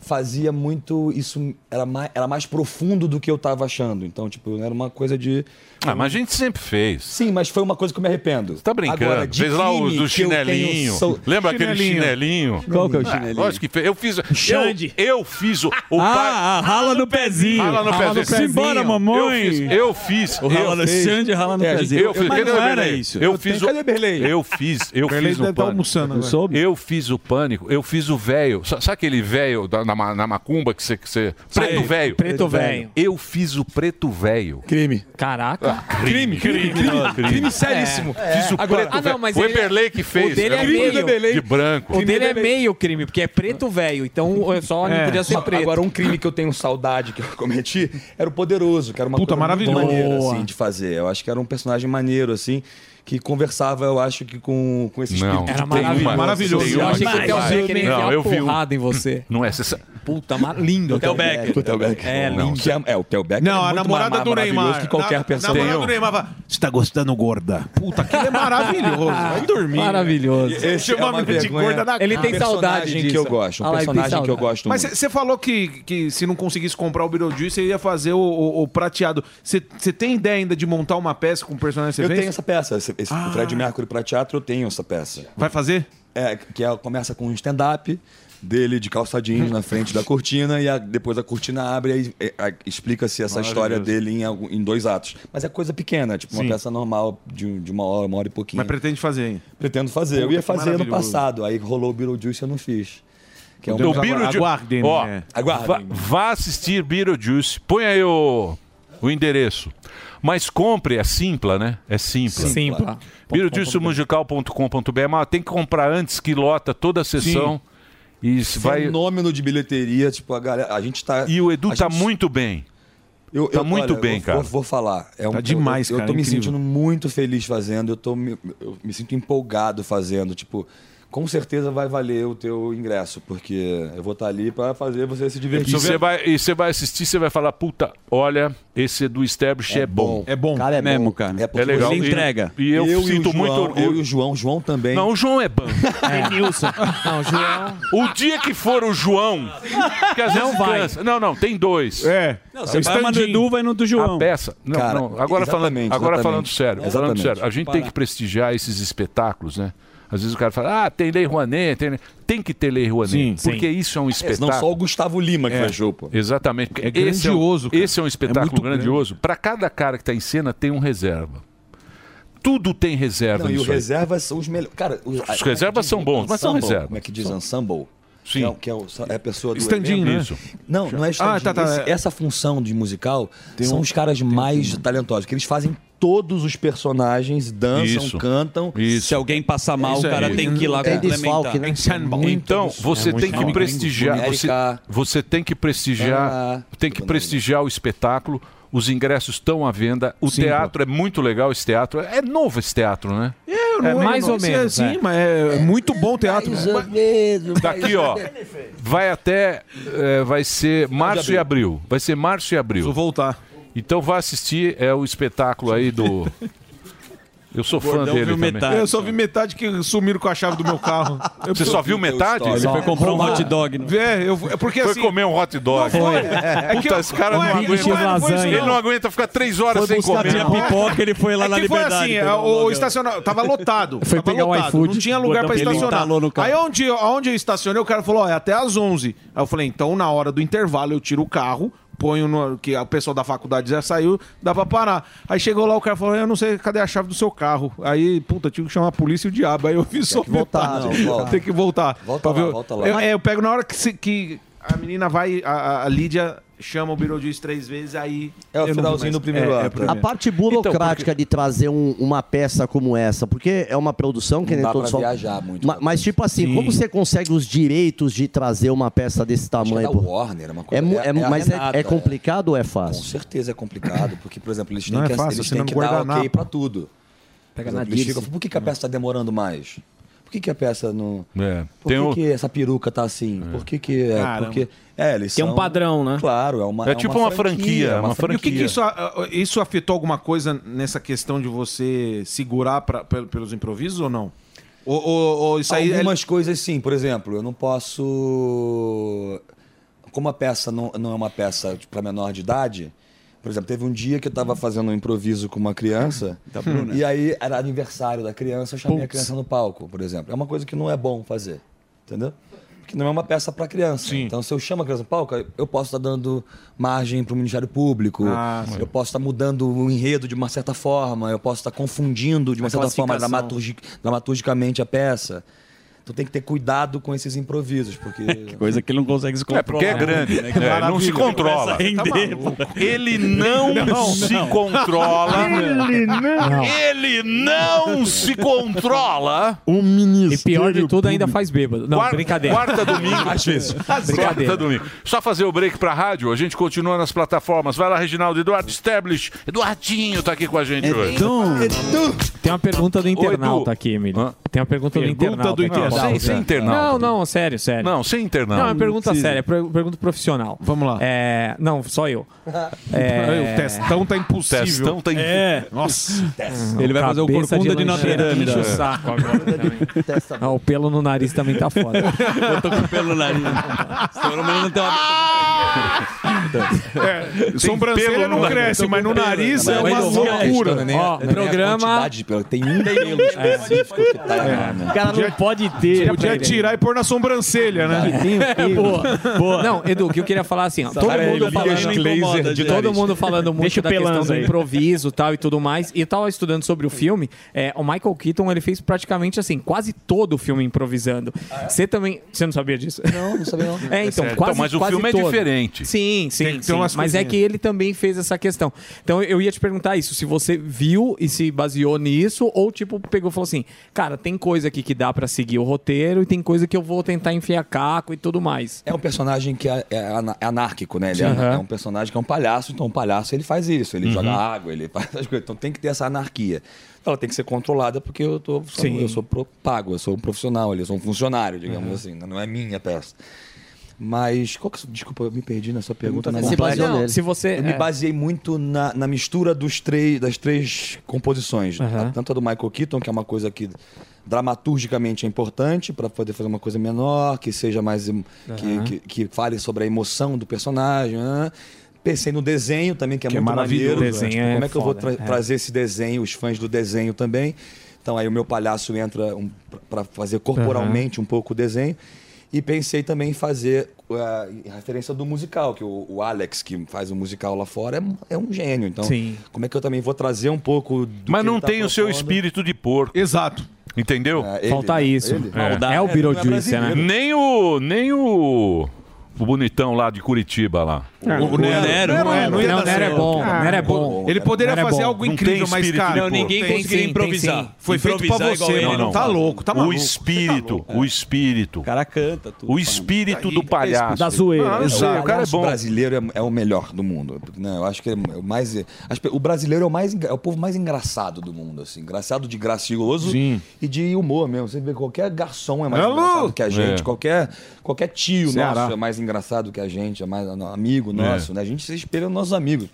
[SPEAKER 16] fazia muito. Isso era mais, era mais profundo do que eu tava achando. Então, tipo, era uma coisa de.
[SPEAKER 5] Ah, mas a gente sempre fez.
[SPEAKER 16] Sim, mas foi uma coisa que eu me arrependo. Você
[SPEAKER 5] tá brincando. fez lá os do chinelinho. Lembra aquele chinelinho?
[SPEAKER 16] Qual que é o chinelinho?
[SPEAKER 5] Ah, lógico que fez. Eu fiz.
[SPEAKER 16] Xande.
[SPEAKER 5] Eu, eu fiz o. o
[SPEAKER 16] Ah,
[SPEAKER 5] pai-
[SPEAKER 11] rala no pezinho.
[SPEAKER 5] Rala no
[SPEAKER 11] Rala no
[SPEAKER 5] pezinho.
[SPEAKER 11] pezinho. Simbora, mamãe.
[SPEAKER 5] Eu fiz. Eu fiz.
[SPEAKER 11] O rala
[SPEAKER 5] eu
[SPEAKER 11] no
[SPEAKER 5] fiz.
[SPEAKER 11] Xande, rala no
[SPEAKER 5] É,
[SPEAKER 11] pezinho.
[SPEAKER 5] Eu fiz.
[SPEAKER 11] Mas
[SPEAKER 5] Cadê
[SPEAKER 11] não
[SPEAKER 5] o
[SPEAKER 11] era
[SPEAKER 5] Berlei?
[SPEAKER 11] isso.
[SPEAKER 5] Eu
[SPEAKER 11] Eu
[SPEAKER 5] fiz.
[SPEAKER 11] tenho-
[SPEAKER 5] o-
[SPEAKER 11] cadê Berlei?
[SPEAKER 5] Eu fiz. Eu
[SPEAKER 11] Berlei
[SPEAKER 5] fiz
[SPEAKER 11] deve
[SPEAKER 5] o
[SPEAKER 11] tá
[SPEAKER 5] pânico.
[SPEAKER 11] almoçando agora.
[SPEAKER 5] Soube? Eu fiz o pânico. Eu fiz o velho. Sa- Sabe aquele velho da- na, ma- na macumba que você. que você- Preto
[SPEAKER 13] Sei.
[SPEAKER 5] velho.
[SPEAKER 13] Preto velho.
[SPEAKER 5] Eu fiz o preto velho.
[SPEAKER 16] Crime.
[SPEAKER 13] Caraca.
[SPEAKER 5] Crime, crime, crime, crime seríssimo. Fiz o preto
[SPEAKER 13] ah, não,
[SPEAKER 5] velho.
[SPEAKER 13] mas
[SPEAKER 5] o
[SPEAKER 13] ele-
[SPEAKER 5] Eberlei que fez. um
[SPEAKER 13] O dele
[SPEAKER 5] Eu-
[SPEAKER 13] é meio.
[SPEAKER 5] De branco.
[SPEAKER 13] O dele é meio crime, porque é preto velho, então eu só não podia ser
[SPEAKER 16] Mas
[SPEAKER 13] preto.
[SPEAKER 16] É. Agora, um crime que eu tenho saudade que eu cometi era o Poderoso, que era uma
[SPEAKER 7] Puta,
[SPEAKER 16] coisa muito
[SPEAKER 7] maravilhoso.
[SPEAKER 16] maneira,
[SPEAKER 7] Boa.
[SPEAKER 16] assim, de fazer. Eu acho que era um personagem maneiro, assim, que conversava, eu acho que com, com esse espírito.
[SPEAKER 5] Não,
[SPEAKER 16] de
[SPEAKER 5] era
[SPEAKER 16] terror.
[SPEAKER 5] maravilhoso. Maravilhoso.
[SPEAKER 16] Social.
[SPEAKER 5] Eu achei que o Theo Mas- Becker ia Não, enfiar eu vi um. porrada
[SPEAKER 13] em você.
[SPEAKER 5] Não é, você sabe.
[SPEAKER 13] Puta, mas lindo.
[SPEAKER 16] O Theo Becker. O Theo Becker.
[SPEAKER 13] É,
[SPEAKER 16] Não,
[SPEAKER 13] lindo.
[SPEAKER 16] que é- é, o Theo Becker
[SPEAKER 7] Não,
[SPEAKER 16] é
[SPEAKER 7] a
[SPEAKER 16] muito
[SPEAKER 7] namorada
[SPEAKER 16] ma-
[SPEAKER 7] do
[SPEAKER 16] maravilhoso
[SPEAKER 7] Neymar.
[SPEAKER 16] que qualquer
[SPEAKER 7] Na-
[SPEAKER 16] personagem.
[SPEAKER 7] A namorada do Neymar fala, você tá gostando gorda? Puta, aquilo é maravilhoso. Vai dormir.
[SPEAKER 13] Maravilhoso.
[SPEAKER 16] Esse é uma vergonha.
[SPEAKER 13] Ele tem
[SPEAKER 16] Um
[SPEAKER 13] saudade
[SPEAKER 16] personagem
[SPEAKER 13] disso.
[SPEAKER 16] que eu gosto, um
[SPEAKER 13] Ah lá, ele tem
[SPEAKER 16] personagem que eu
[SPEAKER 13] saudade.
[SPEAKER 16] gosto
[SPEAKER 7] Mas
[SPEAKER 16] muito.
[SPEAKER 7] você falou que, que se não conseguisse comprar o Beetlejuice, você ia fazer o, o- o prateado. Você tem ideia ainda de montar uma peça com o personagem que você
[SPEAKER 16] Eu
[SPEAKER 7] fez? Ah.
[SPEAKER 16] tenho essa peça, esse, esse o Fred Mercury pra teatro, eu tenho essa peça.
[SPEAKER 7] Vai fazer?
[SPEAKER 16] É, que ela começa com um stand-up dele de calça jeans na frente da cortina e a- depois a cortina abre e aí, é, a- explica-se essa história dele em, algum- em dois atos. Mas é coisa pequena, tipo
[SPEAKER 7] Sim.
[SPEAKER 16] uma peça normal de, um- de uma hora, uma hora e pouquinho.
[SPEAKER 7] Mas pretende fazer, hein?
[SPEAKER 16] Pretendo
[SPEAKER 13] é
[SPEAKER 16] fazer. eu
[SPEAKER 7] Puta,
[SPEAKER 16] ia
[SPEAKER 7] que
[SPEAKER 16] fazer ano
[SPEAKER 7] maravilhoso.
[SPEAKER 16] passado, aí rolou o Beetlejuice e eu não fiz.
[SPEAKER 7] é um
[SPEAKER 16] Que é um
[SPEAKER 5] o Então, Beetlejuice. Ó,
[SPEAKER 7] né?
[SPEAKER 16] Aguardem.
[SPEAKER 5] Vá, vá assistir Beetlejuice. Põe aí o, o endereço. Mas compre, é simpla, né? É simpla.
[SPEAKER 13] Simpla.
[SPEAKER 5] Beetlejuicemusical.com.br. Mas tem que comprar antes que lota toda a sessão. E se vai.
[SPEAKER 16] Fenômeno de bilheteria, tipo, a galera. A gente tá.
[SPEAKER 5] E o Edu
[SPEAKER 16] a
[SPEAKER 5] tá
[SPEAKER 16] gente-
[SPEAKER 5] muito bem.
[SPEAKER 16] Eu,
[SPEAKER 5] tá
[SPEAKER 16] eu-
[SPEAKER 5] muito
[SPEAKER 16] olha,
[SPEAKER 5] bem,
[SPEAKER 16] eu,
[SPEAKER 5] cara.
[SPEAKER 16] Vou, vou falar. É um,
[SPEAKER 7] Tá demais,
[SPEAKER 16] eu, eu,
[SPEAKER 7] cara,
[SPEAKER 16] tô me
[SPEAKER 7] incrível.
[SPEAKER 16] sentindo muito feliz fazendo. Eu, tô me, eu me sinto empolgado fazendo. Tipo, com certeza vai valer o teu ingresso, porque eu vou estar ali pra fazer você se divertir.
[SPEAKER 5] E você vai, e você vai assistir, você vai falar, puta, olha, esse do Establish é, bom.
[SPEAKER 7] É bom.
[SPEAKER 5] Cara, é
[SPEAKER 11] mesmo, cara.
[SPEAKER 5] É, legal. E- E, eu, sinto
[SPEAKER 16] o
[SPEAKER 5] muito
[SPEAKER 16] João,
[SPEAKER 5] orgulho.
[SPEAKER 16] Eu e o João, João também.
[SPEAKER 5] Não, o João é bom. Ah,
[SPEAKER 13] Denilson. Não, João.
[SPEAKER 5] O dia que for o João, que às
[SPEAKER 13] Não
[SPEAKER 5] vezes
[SPEAKER 13] vai.
[SPEAKER 5] cansa. Não, não, tem dois.
[SPEAKER 7] É.
[SPEAKER 11] Não, você vai no Edu, vai no do João.
[SPEAKER 5] A peça. Não,
[SPEAKER 11] Cara,
[SPEAKER 5] não. Agora, falando,
[SPEAKER 11] exatamente,
[SPEAKER 5] agora
[SPEAKER 11] exatamente.
[SPEAKER 5] falando sério, falando
[SPEAKER 11] Exatamente.
[SPEAKER 5] sério, a gente tem que prestigiar esses espetáculos, né? Às vezes o cara fala, ah, tem Lei Rouanet, tem... tem que ter Lei Rouanet,
[SPEAKER 16] Sim,
[SPEAKER 5] porque
[SPEAKER 16] sim.
[SPEAKER 5] isso é um
[SPEAKER 16] É,
[SPEAKER 5] espetáculo. É.
[SPEAKER 16] senão só o Gustavo Lima que viajou, pô.
[SPEAKER 5] Exatamente. porque
[SPEAKER 16] É
[SPEAKER 5] esse um-
[SPEAKER 16] grandioso,
[SPEAKER 5] Esse é um, espetáculo grandioso. Para cada cara que está em cena, tem um reserva. Tudo tem reserva
[SPEAKER 16] Não, e o
[SPEAKER 5] nisso aí.
[SPEAKER 16] reservas são os melhores. Cara, os,
[SPEAKER 5] Os
[SPEAKER 7] é
[SPEAKER 5] reservas são bons, mas são
[SPEAKER 16] ensemble,
[SPEAKER 5] reservas.
[SPEAKER 16] Como é que diz ensemble?
[SPEAKER 5] Sim.
[SPEAKER 16] Que é, o- que é, o- é a pessoa do
[SPEAKER 5] Stand-in,
[SPEAKER 16] evento.
[SPEAKER 5] né?
[SPEAKER 16] Isso. Não, não é stand-in.
[SPEAKER 5] Ah, tá, tá.
[SPEAKER 16] Esse- essa função de musical
[SPEAKER 5] Tem
[SPEAKER 16] são
[SPEAKER 5] um-
[SPEAKER 16] os caras mais talentosos, que eles fazem todos os personagens, dançam,
[SPEAKER 5] Isso.
[SPEAKER 16] cantam.
[SPEAKER 11] Se alguém passar mal, o cara tem que ir lá complementar.
[SPEAKER 5] Então,
[SPEAKER 7] É
[SPEAKER 5] você tem que prestigiar. Você,
[SPEAKER 16] América.
[SPEAKER 5] você tem que prestigiar.
[SPEAKER 16] Ah,
[SPEAKER 5] tem que prestigiar o espetáculo. Os ingressos estão à venda. O
[SPEAKER 7] Sim,
[SPEAKER 5] teatro é muito legal. Esse teatro é novo. Esse teatro, né?
[SPEAKER 7] Eu não-
[SPEAKER 5] mais
[SPEAKER 7] não
[SPEAKER 5] ou
[SPEAKER 7] sei,
[SPEAKER 5] menos,
[SPEAKER 7] Sim,
[SPEAKER 16] né?
[SPEAKER 5] é.
[SPEAKER 7] mas é muito bom o teatro.
[SPEAKER 5] Daqui, ó. Vai até. eh, vai ser março e abril. Vai ser março e abril. Preciso
[SPEAKER 7] voltar.
[SPEAKER 5] Então vá assistir é, o espetáculo aí do. Eu sou
[SPEAKER 7] O
[SPEAKER 5] fã
[SPEAKER 7] gordão
[SPEAKER 5] dele
[SPEAKER 7] viu
[SPEAKER 5] também.
[SPEAKER 7] Metade, eu só vi metade que sumiram com a chave do meu carro. Eu
[SPEAKER 5] Você só viu
[SPEAKER 7] vi teu
[SPEAKER 5] metade?
[SPEAKER 7] story.
[SPEAKER 5] Ele foi comprar um hot
[SPEAKER 7] dog. É, eu, é porque
[SPEAKER 5] Foi
[SPEAKER 7] assim...
[SPEAKER 5] comer um hot dog.
[SPEAKER 7] Não foi. É que
[SPEAKER 5] Puta,
[SPEAKER 7] eu-
[SPEAKER 5] esse cara
[SPEAKER 7] não
[SPEAKER 5] não,
[SPEAKER 7] é Big X
[SPEAKER 5] aguenta.
[SPEAKER 7] lasanha.
[SPEAKER 5] Ele não aguenta ficar três horas sem comer.
[SPEAKER 7] É que Foi assim, o, o estacionamento tava lotado.
[SPEAKER 5] Foi
[SPEAKER 7] tava
[SPEAKER 16] um
[SPEAKER 5] pegar o
[SPEAKER 7] lotado,
[SPEAKER 5] iFood,
[SPEAKER 7] Não tinha lugar pra
[SPEAKER 5] botou um pilinho.
[SPEAKER 7] estacionar.
[SPEAKER 5] Entalou no carro.
[SPEAKER 7] Aí onde, eu- onde eu estacionei, o cara falou, ó, é até às 11. Aí eu falei, então na hora do intervalo eu tiro o carro, ponho no... que o pessoal da faculdade já saiu, dá pra parar. Aí chegou lá, o cara falou, eu não sei, cadê a chave do seu carro? Aí, puta, tive que chamar a polícia e o diabo. Aí eu fiz só
[SPEAKER 16] voltar,
[SPEAKER 7] metade.
[SPEAKER 16] não, volta.
[SPEAKER 7] Tem que voltar.
[SPEAKER 16] Volta
[SPEAKER 7] Pra
[SPEAKER 16] lá,
[SPEAKER 7] ver-
[SPEAKER 16] volta lá.
[SPEAKER 7] Eu, é, eu pego na hora que, se- que a menina vai, a, a- a Lídia... Chama o Birodiz três vezes, aí.
[SPEAKER 16] É o
[SPEAKER 7] eu não vi
[SPEAKER 16] finalzinho
[SPEAKER 7] mais.
[SPEAKER 16] do primeiro
[SPEAKER 7] É,
[SPEAKER 16] ato. Então,
[SPEAKER 7] é o
[SPEAKER 10] né?
[SPEAKER 7] primeiro.
[SPEAKER 2] A parte
[SPEAKER 5] Então,
[SPEAKER 2] burocrática de trazer um- uma peça como essa, porque é uma produção que
[SPEAKER 16] Não
[SPEAKER 2] nem
[SPEAKER 16] dá
[SPEAKER 2] todos
[SPEAKER 16] pra
[SPEAKER 2] falam.
[SPEAKER 16] viajar muito.
[SPEAKER 2] Ma- Mas, tipo assim,
[SPEAKER 16] Sim.
[SPEAKER 2] como você consegue os direitos de trazer uma peça desse tamanho?
[SPEAKER 16] da
[SPEAKER 2] pô?
[SPEAKER 16] Warner, é uma coisa-
[SPEAKER 2] É mu-
[SPEAKER 16] é-
[SPEAKER 2] é-
[SPEAKER 16] é a
[SPEAKER 2] mas é-
[SPEAKER 16] Renata,
[SPEAKER 2] é,
[SPEAKER 16] é.
[SPEAKER 2] complicado ou é fácil?
[SPEAKER 16] Com certeza é complicado, porque, por exemplo, eles têm
[SPEAKER 2] Não é
[SPEAKER 16] que,
[SPEAKER 2] fácil,
[SPEAKER 16] eles
[SPEAKER 2] senão
[SPEAKER 16] têm que
[SPEAKER 2] não
[SPEAKER 16] dar
[SPEAKER 2] guardanapo.
[SPEAKER 16] ok pra tudo. Por,
[SPEAKER 2] na
[SPEAKER 16] exemplo, eles
[SPEAKER 2] Disney.
[SPEAKER 16] ficam, por que, que a peça tá demorando mais? Por que, que a peça não.
[SPEAKER 5] É,
[SPEAKER 16] Por
[SPEAKER 5] tem
[SPEAKER 16] que,
[SPEAKER 5] um-
[SPEAKER 16] que essa peruca tá assim? Por que que. É,
[SPEAKER 5] Caramba.
[SPEAKER 16] porque, é eles
[SPEAKER 7] Tem um
[SPEAKER 16] são-
[SPEAKER 7] padrão,
[SPEAKER 9] né?
[SPEAKER 16] Claro, é uma.
[SPEAKER 5] É tipo uma franquia, é uma
[SPEAKER 7] E o que, que isso, ah, ah, isso afetou alguma coisa nessa questão de você segurar pra, pel- pelos improvisos ou não? Ou, ou- ou isso aí é-
[SPEAKER 16] Algumas coisas sim, por exemplo, eu não posso. Como a peça não, não é uma peça para menor de idade, por exemplo, teve um dia que eu tava fazendo um improviso com uma criança,
[SPEAKER 11] Bruna.
[SPEAKER 16] e aí era aniversário da criança, eu chamei a
[SPEAKER 11] Putz.
[SPEAKER 16] criança no palco, por exemplo. É uma coisa que não é bom fazer, entendeu? Porque não é uma peça para criança. Então, se eu chamo a criança no palco, eu posso estar dando margem para o Ministério Público,
[SPEAKER 11] Ah, sim.
[SPEAKER 16] eu posso estar mudando o enredo de uma certa forma, eu posso estar confundindo de uma
[SPEAKER 11] A
[SPEAKER 16] certa forma
[SPEAKER 11] classificação.
[SPEAKER 16] dramaturgi- dramaturgicamente a peça. Então tem que ter cuidado com esses improvisos, porque.
[SPEAKER 11] Coisa que ele não consegue
[SPEAKER 16] É,
[SPEAKER 11] se controlar.
[SPEAKER 16] porque é grande,
[SPEAKER 11] né?
[SPEAKER 16] né?
[SPEAKER 11] Que
[SPEAKER 16] É,
[SPEAKER 11] maravilha,
[SPEAKER 16] não se
[SPEAKER 11] começa a
[SPEAKER 16] controla.
[SPEAKER 11] render,
[SPEAKER 16] Tá maluco.
[SPEAKER 11] pô.
[SPEAKER 5] Ele não, se controla.
[SPEAKER 11] Ele
[SPEAKER 13] não.
[SPEAKER 5] Ele não se controla.
[SPEAKER 13] Um ministro. E pior de tudo, ainda faz bêbado. Não,
[SPEAKER 5] Quarta-
[SPEAKER 13] brincadeira.
[SPEAKER 5] Quarta domingo.
[SPEAKER 13] Às vezes.
[SPEAKER 5] Quarta
[SPEAKER 13] Brincadeira.
[SPEAKER 5] domingo. Só fazer o break pra rádio, a gente continua nas plataformas. Vai lá, Reginaldo. Eduardo Stablish. Eduardinho tá aqui com a
[SPEAKER 7] É
[SPEAKER 5] gente hoje.
[SPEAKER 13] Então, Tem uma pergunta do internauta aqui, Emílio. Tem uma pergunta,
[SPEAKER 5] Pergunta
[SPEAKER 13] do internauta.
[SPEAKER 5] do
[SPEAKER 13] aqui.
[SPEAKER 5] internauta. Sem- sem internauta.
[SPEAKER 13] Não, não, sério, sério.
[SPEAKER 5] Não, sem internauta.
[SPEAKER 13] Não, é uma pergunta
[SPEAKER 5] Precisa.
[SPEAKER 13] séria, per- pergunta profissional. Vamos lá. É, não, só eu. É,
[SPEAKER 7] Aí, É, o testão tá impossível.
[SPEAKER 13] Testão tá imp-
[SPEAKER 7] É. Nossa.
[SPEAKER 13] Não, cabeça lancheira que enche o saco agora também. Ah, o pelo no nariz também tá foda.
[SPEAKER 11] Eu tô com pelo no nariz. Pelo menos não tem uma.
[SPEAKER 7] É, sobrancelha não cresce, mas no nariz é uma loucura. Ó, programa-
[SPEAKER 16] Tem um pelo específico que tá
[SPEAKER 5] né?
[SPEAKER 16] errado.
[SPEAKER 13] O cara não pode ter.
[SPEAKER 7] Podia tirar e pôr na sobrancelha, né?
[SPEAKER 5] um
[SPEAKER 13] boa, boa. Não, Edu, o que eu queria falar assim, ó, todo
[SPEAKER 7] Cara,
[SPEAKER 13] mundo
[SPEAKER 7] Elias Glazer,
[SPEAKER 13] falando,
[SPEAKER 7] editarista.
[SPEAKER 13] todo mundo falando muito
[SPEAKER 7] Deixa o
[SPEAKER 13] da questão
[SPEAKER 7] Pelanza
[SPEAKER 13] do
[SPEAKER 7] aí.
[SPEAKER 13] improviso, tal e tudo mais. E eu tava estudando sobre o filme, é, o Michael Keaton, ele fez praticamente assim, quase todo o filme improvisando. Você também, você não sabia disso?
[SPEAKER 16] Ah, é? Não, não sabia não.
[SPEAKER 13] É, então,
[SPEAKER 5] Então,
[SPEAKER 13] quase
[SPEAKER 5] mas o
[SPEAKER 13] quase
[SPEAKER 5] filme é
[SPEAKER 13] todo.
[SPEAKER 5] diferente.
[SPEAKER 13] Sim,
[SPEAKER 5] Tem
[SPEAKER 13] sim,
[SPEAKER 5] que ter
[SPEAKER 13] sim.
[SPEAKER 5] umas
[SPEAKER 13] mas é
[SPEAKER 5] coisinhas.
[SPEAKER 13] que ele também fez essa questão. Então eu ia te perguntar isso, se você viu e se baseou nisso ou tipo pegou e falou assim: "Cara, tem coisa aqui que dá pra seguir o roteiro e tem coisa que eu vou tentar enfiar caco e tudo mais".
[SPEAKER 16] É um personagem que é, é ana- é anárquico, né? Ele é,
[SPEAKER 13] Aham.
[SPEAKER 16] é um personagem que é um palhaço, então um palhaço ele faz isso, ele
[SPEAKER 11] Uhum.
[SPEAKER 16] joga água, ele faz as coisas. Então tem que ter essa anarquia. Ela tem que ser controlada porque eu, tô, sou-
[SPEAKER 11] Sim.
[SPEAKER 16] eu sou pro- pago, eu sou um profissional, eu sou um funcionário, digamos
[SPEAKER 11] Uhum.
[SPEAKER 16] assim, né? não é minha peça. Mas, qual que, é a sua- desculpa, eu me perdi nessa pergunta.
[SPEAKER 13] Pergunta
[SPEAKER 16] na
[SPEAKER 13] se
[SPEAKER 16] verdade.
[SPEAKER 13] baseou Não, nele. se você-
[SPEAKER 16] eu me
[SPEAKER 13] é.
[SPEAKER 16] baseei muito na, na mistura dos três, das três composições.
[SPEAKER 13] Aham.
[SPEAKER 16] Tanto a do Michael Keaton, que é uma coisa que dramaturgicamente é importante para poder fazer uma coisa menor, que seja mais em- que-
[SPEAKER 11] Aham.
[SPEAKER 16] que, que fale sobre a emoção do personagem. né? Pensei no desenho também, que é
[SPEAKER 11] Que é
[SPEAKER 16] muito
[SPEAKER 11] maravilhoso,
[SPEAKER 16] maneiro.
[SPEAKER 11] né? Desenho
[SPEAKER 16] Tipo,
[SPEAKER 11] é
[SPEAKER 16] como é que eu vou
[SPEAKER 11] foda,
[SPEAKER 16] tra-
[SPEAKER 11] é.
[SPEAKER 16] trazer esse desenho, os fãs do desenho também. Então aí o meu palhaço entra um, para fazer corporalmente um pouco o desenho. E pensei também em fazer ah, em referência do musical, que o, o Alex, que faz o musical lá fora, é, um- é um gênio. Então,
[SPEAKER 5] Sim.
[SPEAKER 16] como é que eu também vou trazer um pouco do
[SPEAKER 5] Mas
[SPEAKER 16] que
[SPEAKER 5] não
[SPEAKER 16] ele tá
[SPEAKER 5] tem o seu
[SPEAKER 16] propondo?
[SPEAKER 5] espírito de porco.
[SPEAKER 7] Exato.
[SPEAKER 5] Entendeu?
[SPEAKER 16] ele, Falta né? isso. Ele? Maldade. É o Beetlejuice, né?
[SPEAKER 5] Nem o. Nem o. O bonitão lá de Curitiba lá.
[SPEAKER 7] Ah, o Nero. Não,
[SPEAKER 5] é,
[SPEAKER 7] não ia
[SPEAKER 5] Não,
[SPEAKER 7] dar certo. Ah,
[SPEAKER 16] é
[SPEAKER 7] Ele poderia
[SPEAKER 5] Nero é
[SPEAKER 7] fazer
[SPEAKER 5] bom.
[SPEAKER 7] algo
[SPEAKER 5] Não
[SPEAKER 7] incrível,
[SPEAKER 5] tem
[SPEAKER 7] mas,
[SPEAKER 5] espírito
[SPEAKER 7] cara...
[SPEAKER 5] de porco.
[SPEAKER 7] Foi feito pra
[SPEAKER 5] Improvisar é igual
[SPEAKER 7] você,
[SPEAKER 5] ele,
[SPEAKER 7] mano. Tá louco, tá
[SPEAKER 5] O
[SPEAKER 7] maluco.
[SPEAKER 5] espírito,
[SPEAKER 16] é.
[SPEAKER 5] o espírito. O
[SPEAKER 11] cara canta
[SPEAKER 16] tá
[SPEAKER 11] tudo.
[SPEAKER 5] O
[SPEAKER 7] Tá
[SPEAKER 5] espírito do palhaço.
[SPEAKER 16] Ah,
[SPEAKER 5] Ah, eu sei, o cara é
[SPEAKER 16] O
[SPEAKER 5] bom.
[SPEAKER 16] brasileiro é, é o melhor do mundo. Não, eu acho que é o mais. as pe- o brasileiro é o mais engra- é o povo mais engraçado do mundo, assim. Engraçado de gracioso
[SPEAKER 11] Sim.
[SPEAKER 16] e de humor mesmo. Você vê qualquer garçom é mais
[SPEAKER 11] Alô!
[SPEAKER 16] engraçado que a gente,
[SPEAKER 11] É.
[SPEAKER 16] qualquer, qualquer tio
[SPEAKER 11] Ceará.
[SPEAKER 16] nosso é mais engraçado que a gente, é mais no- amigo nosso, né? A gente se espelha nos nossos amigos.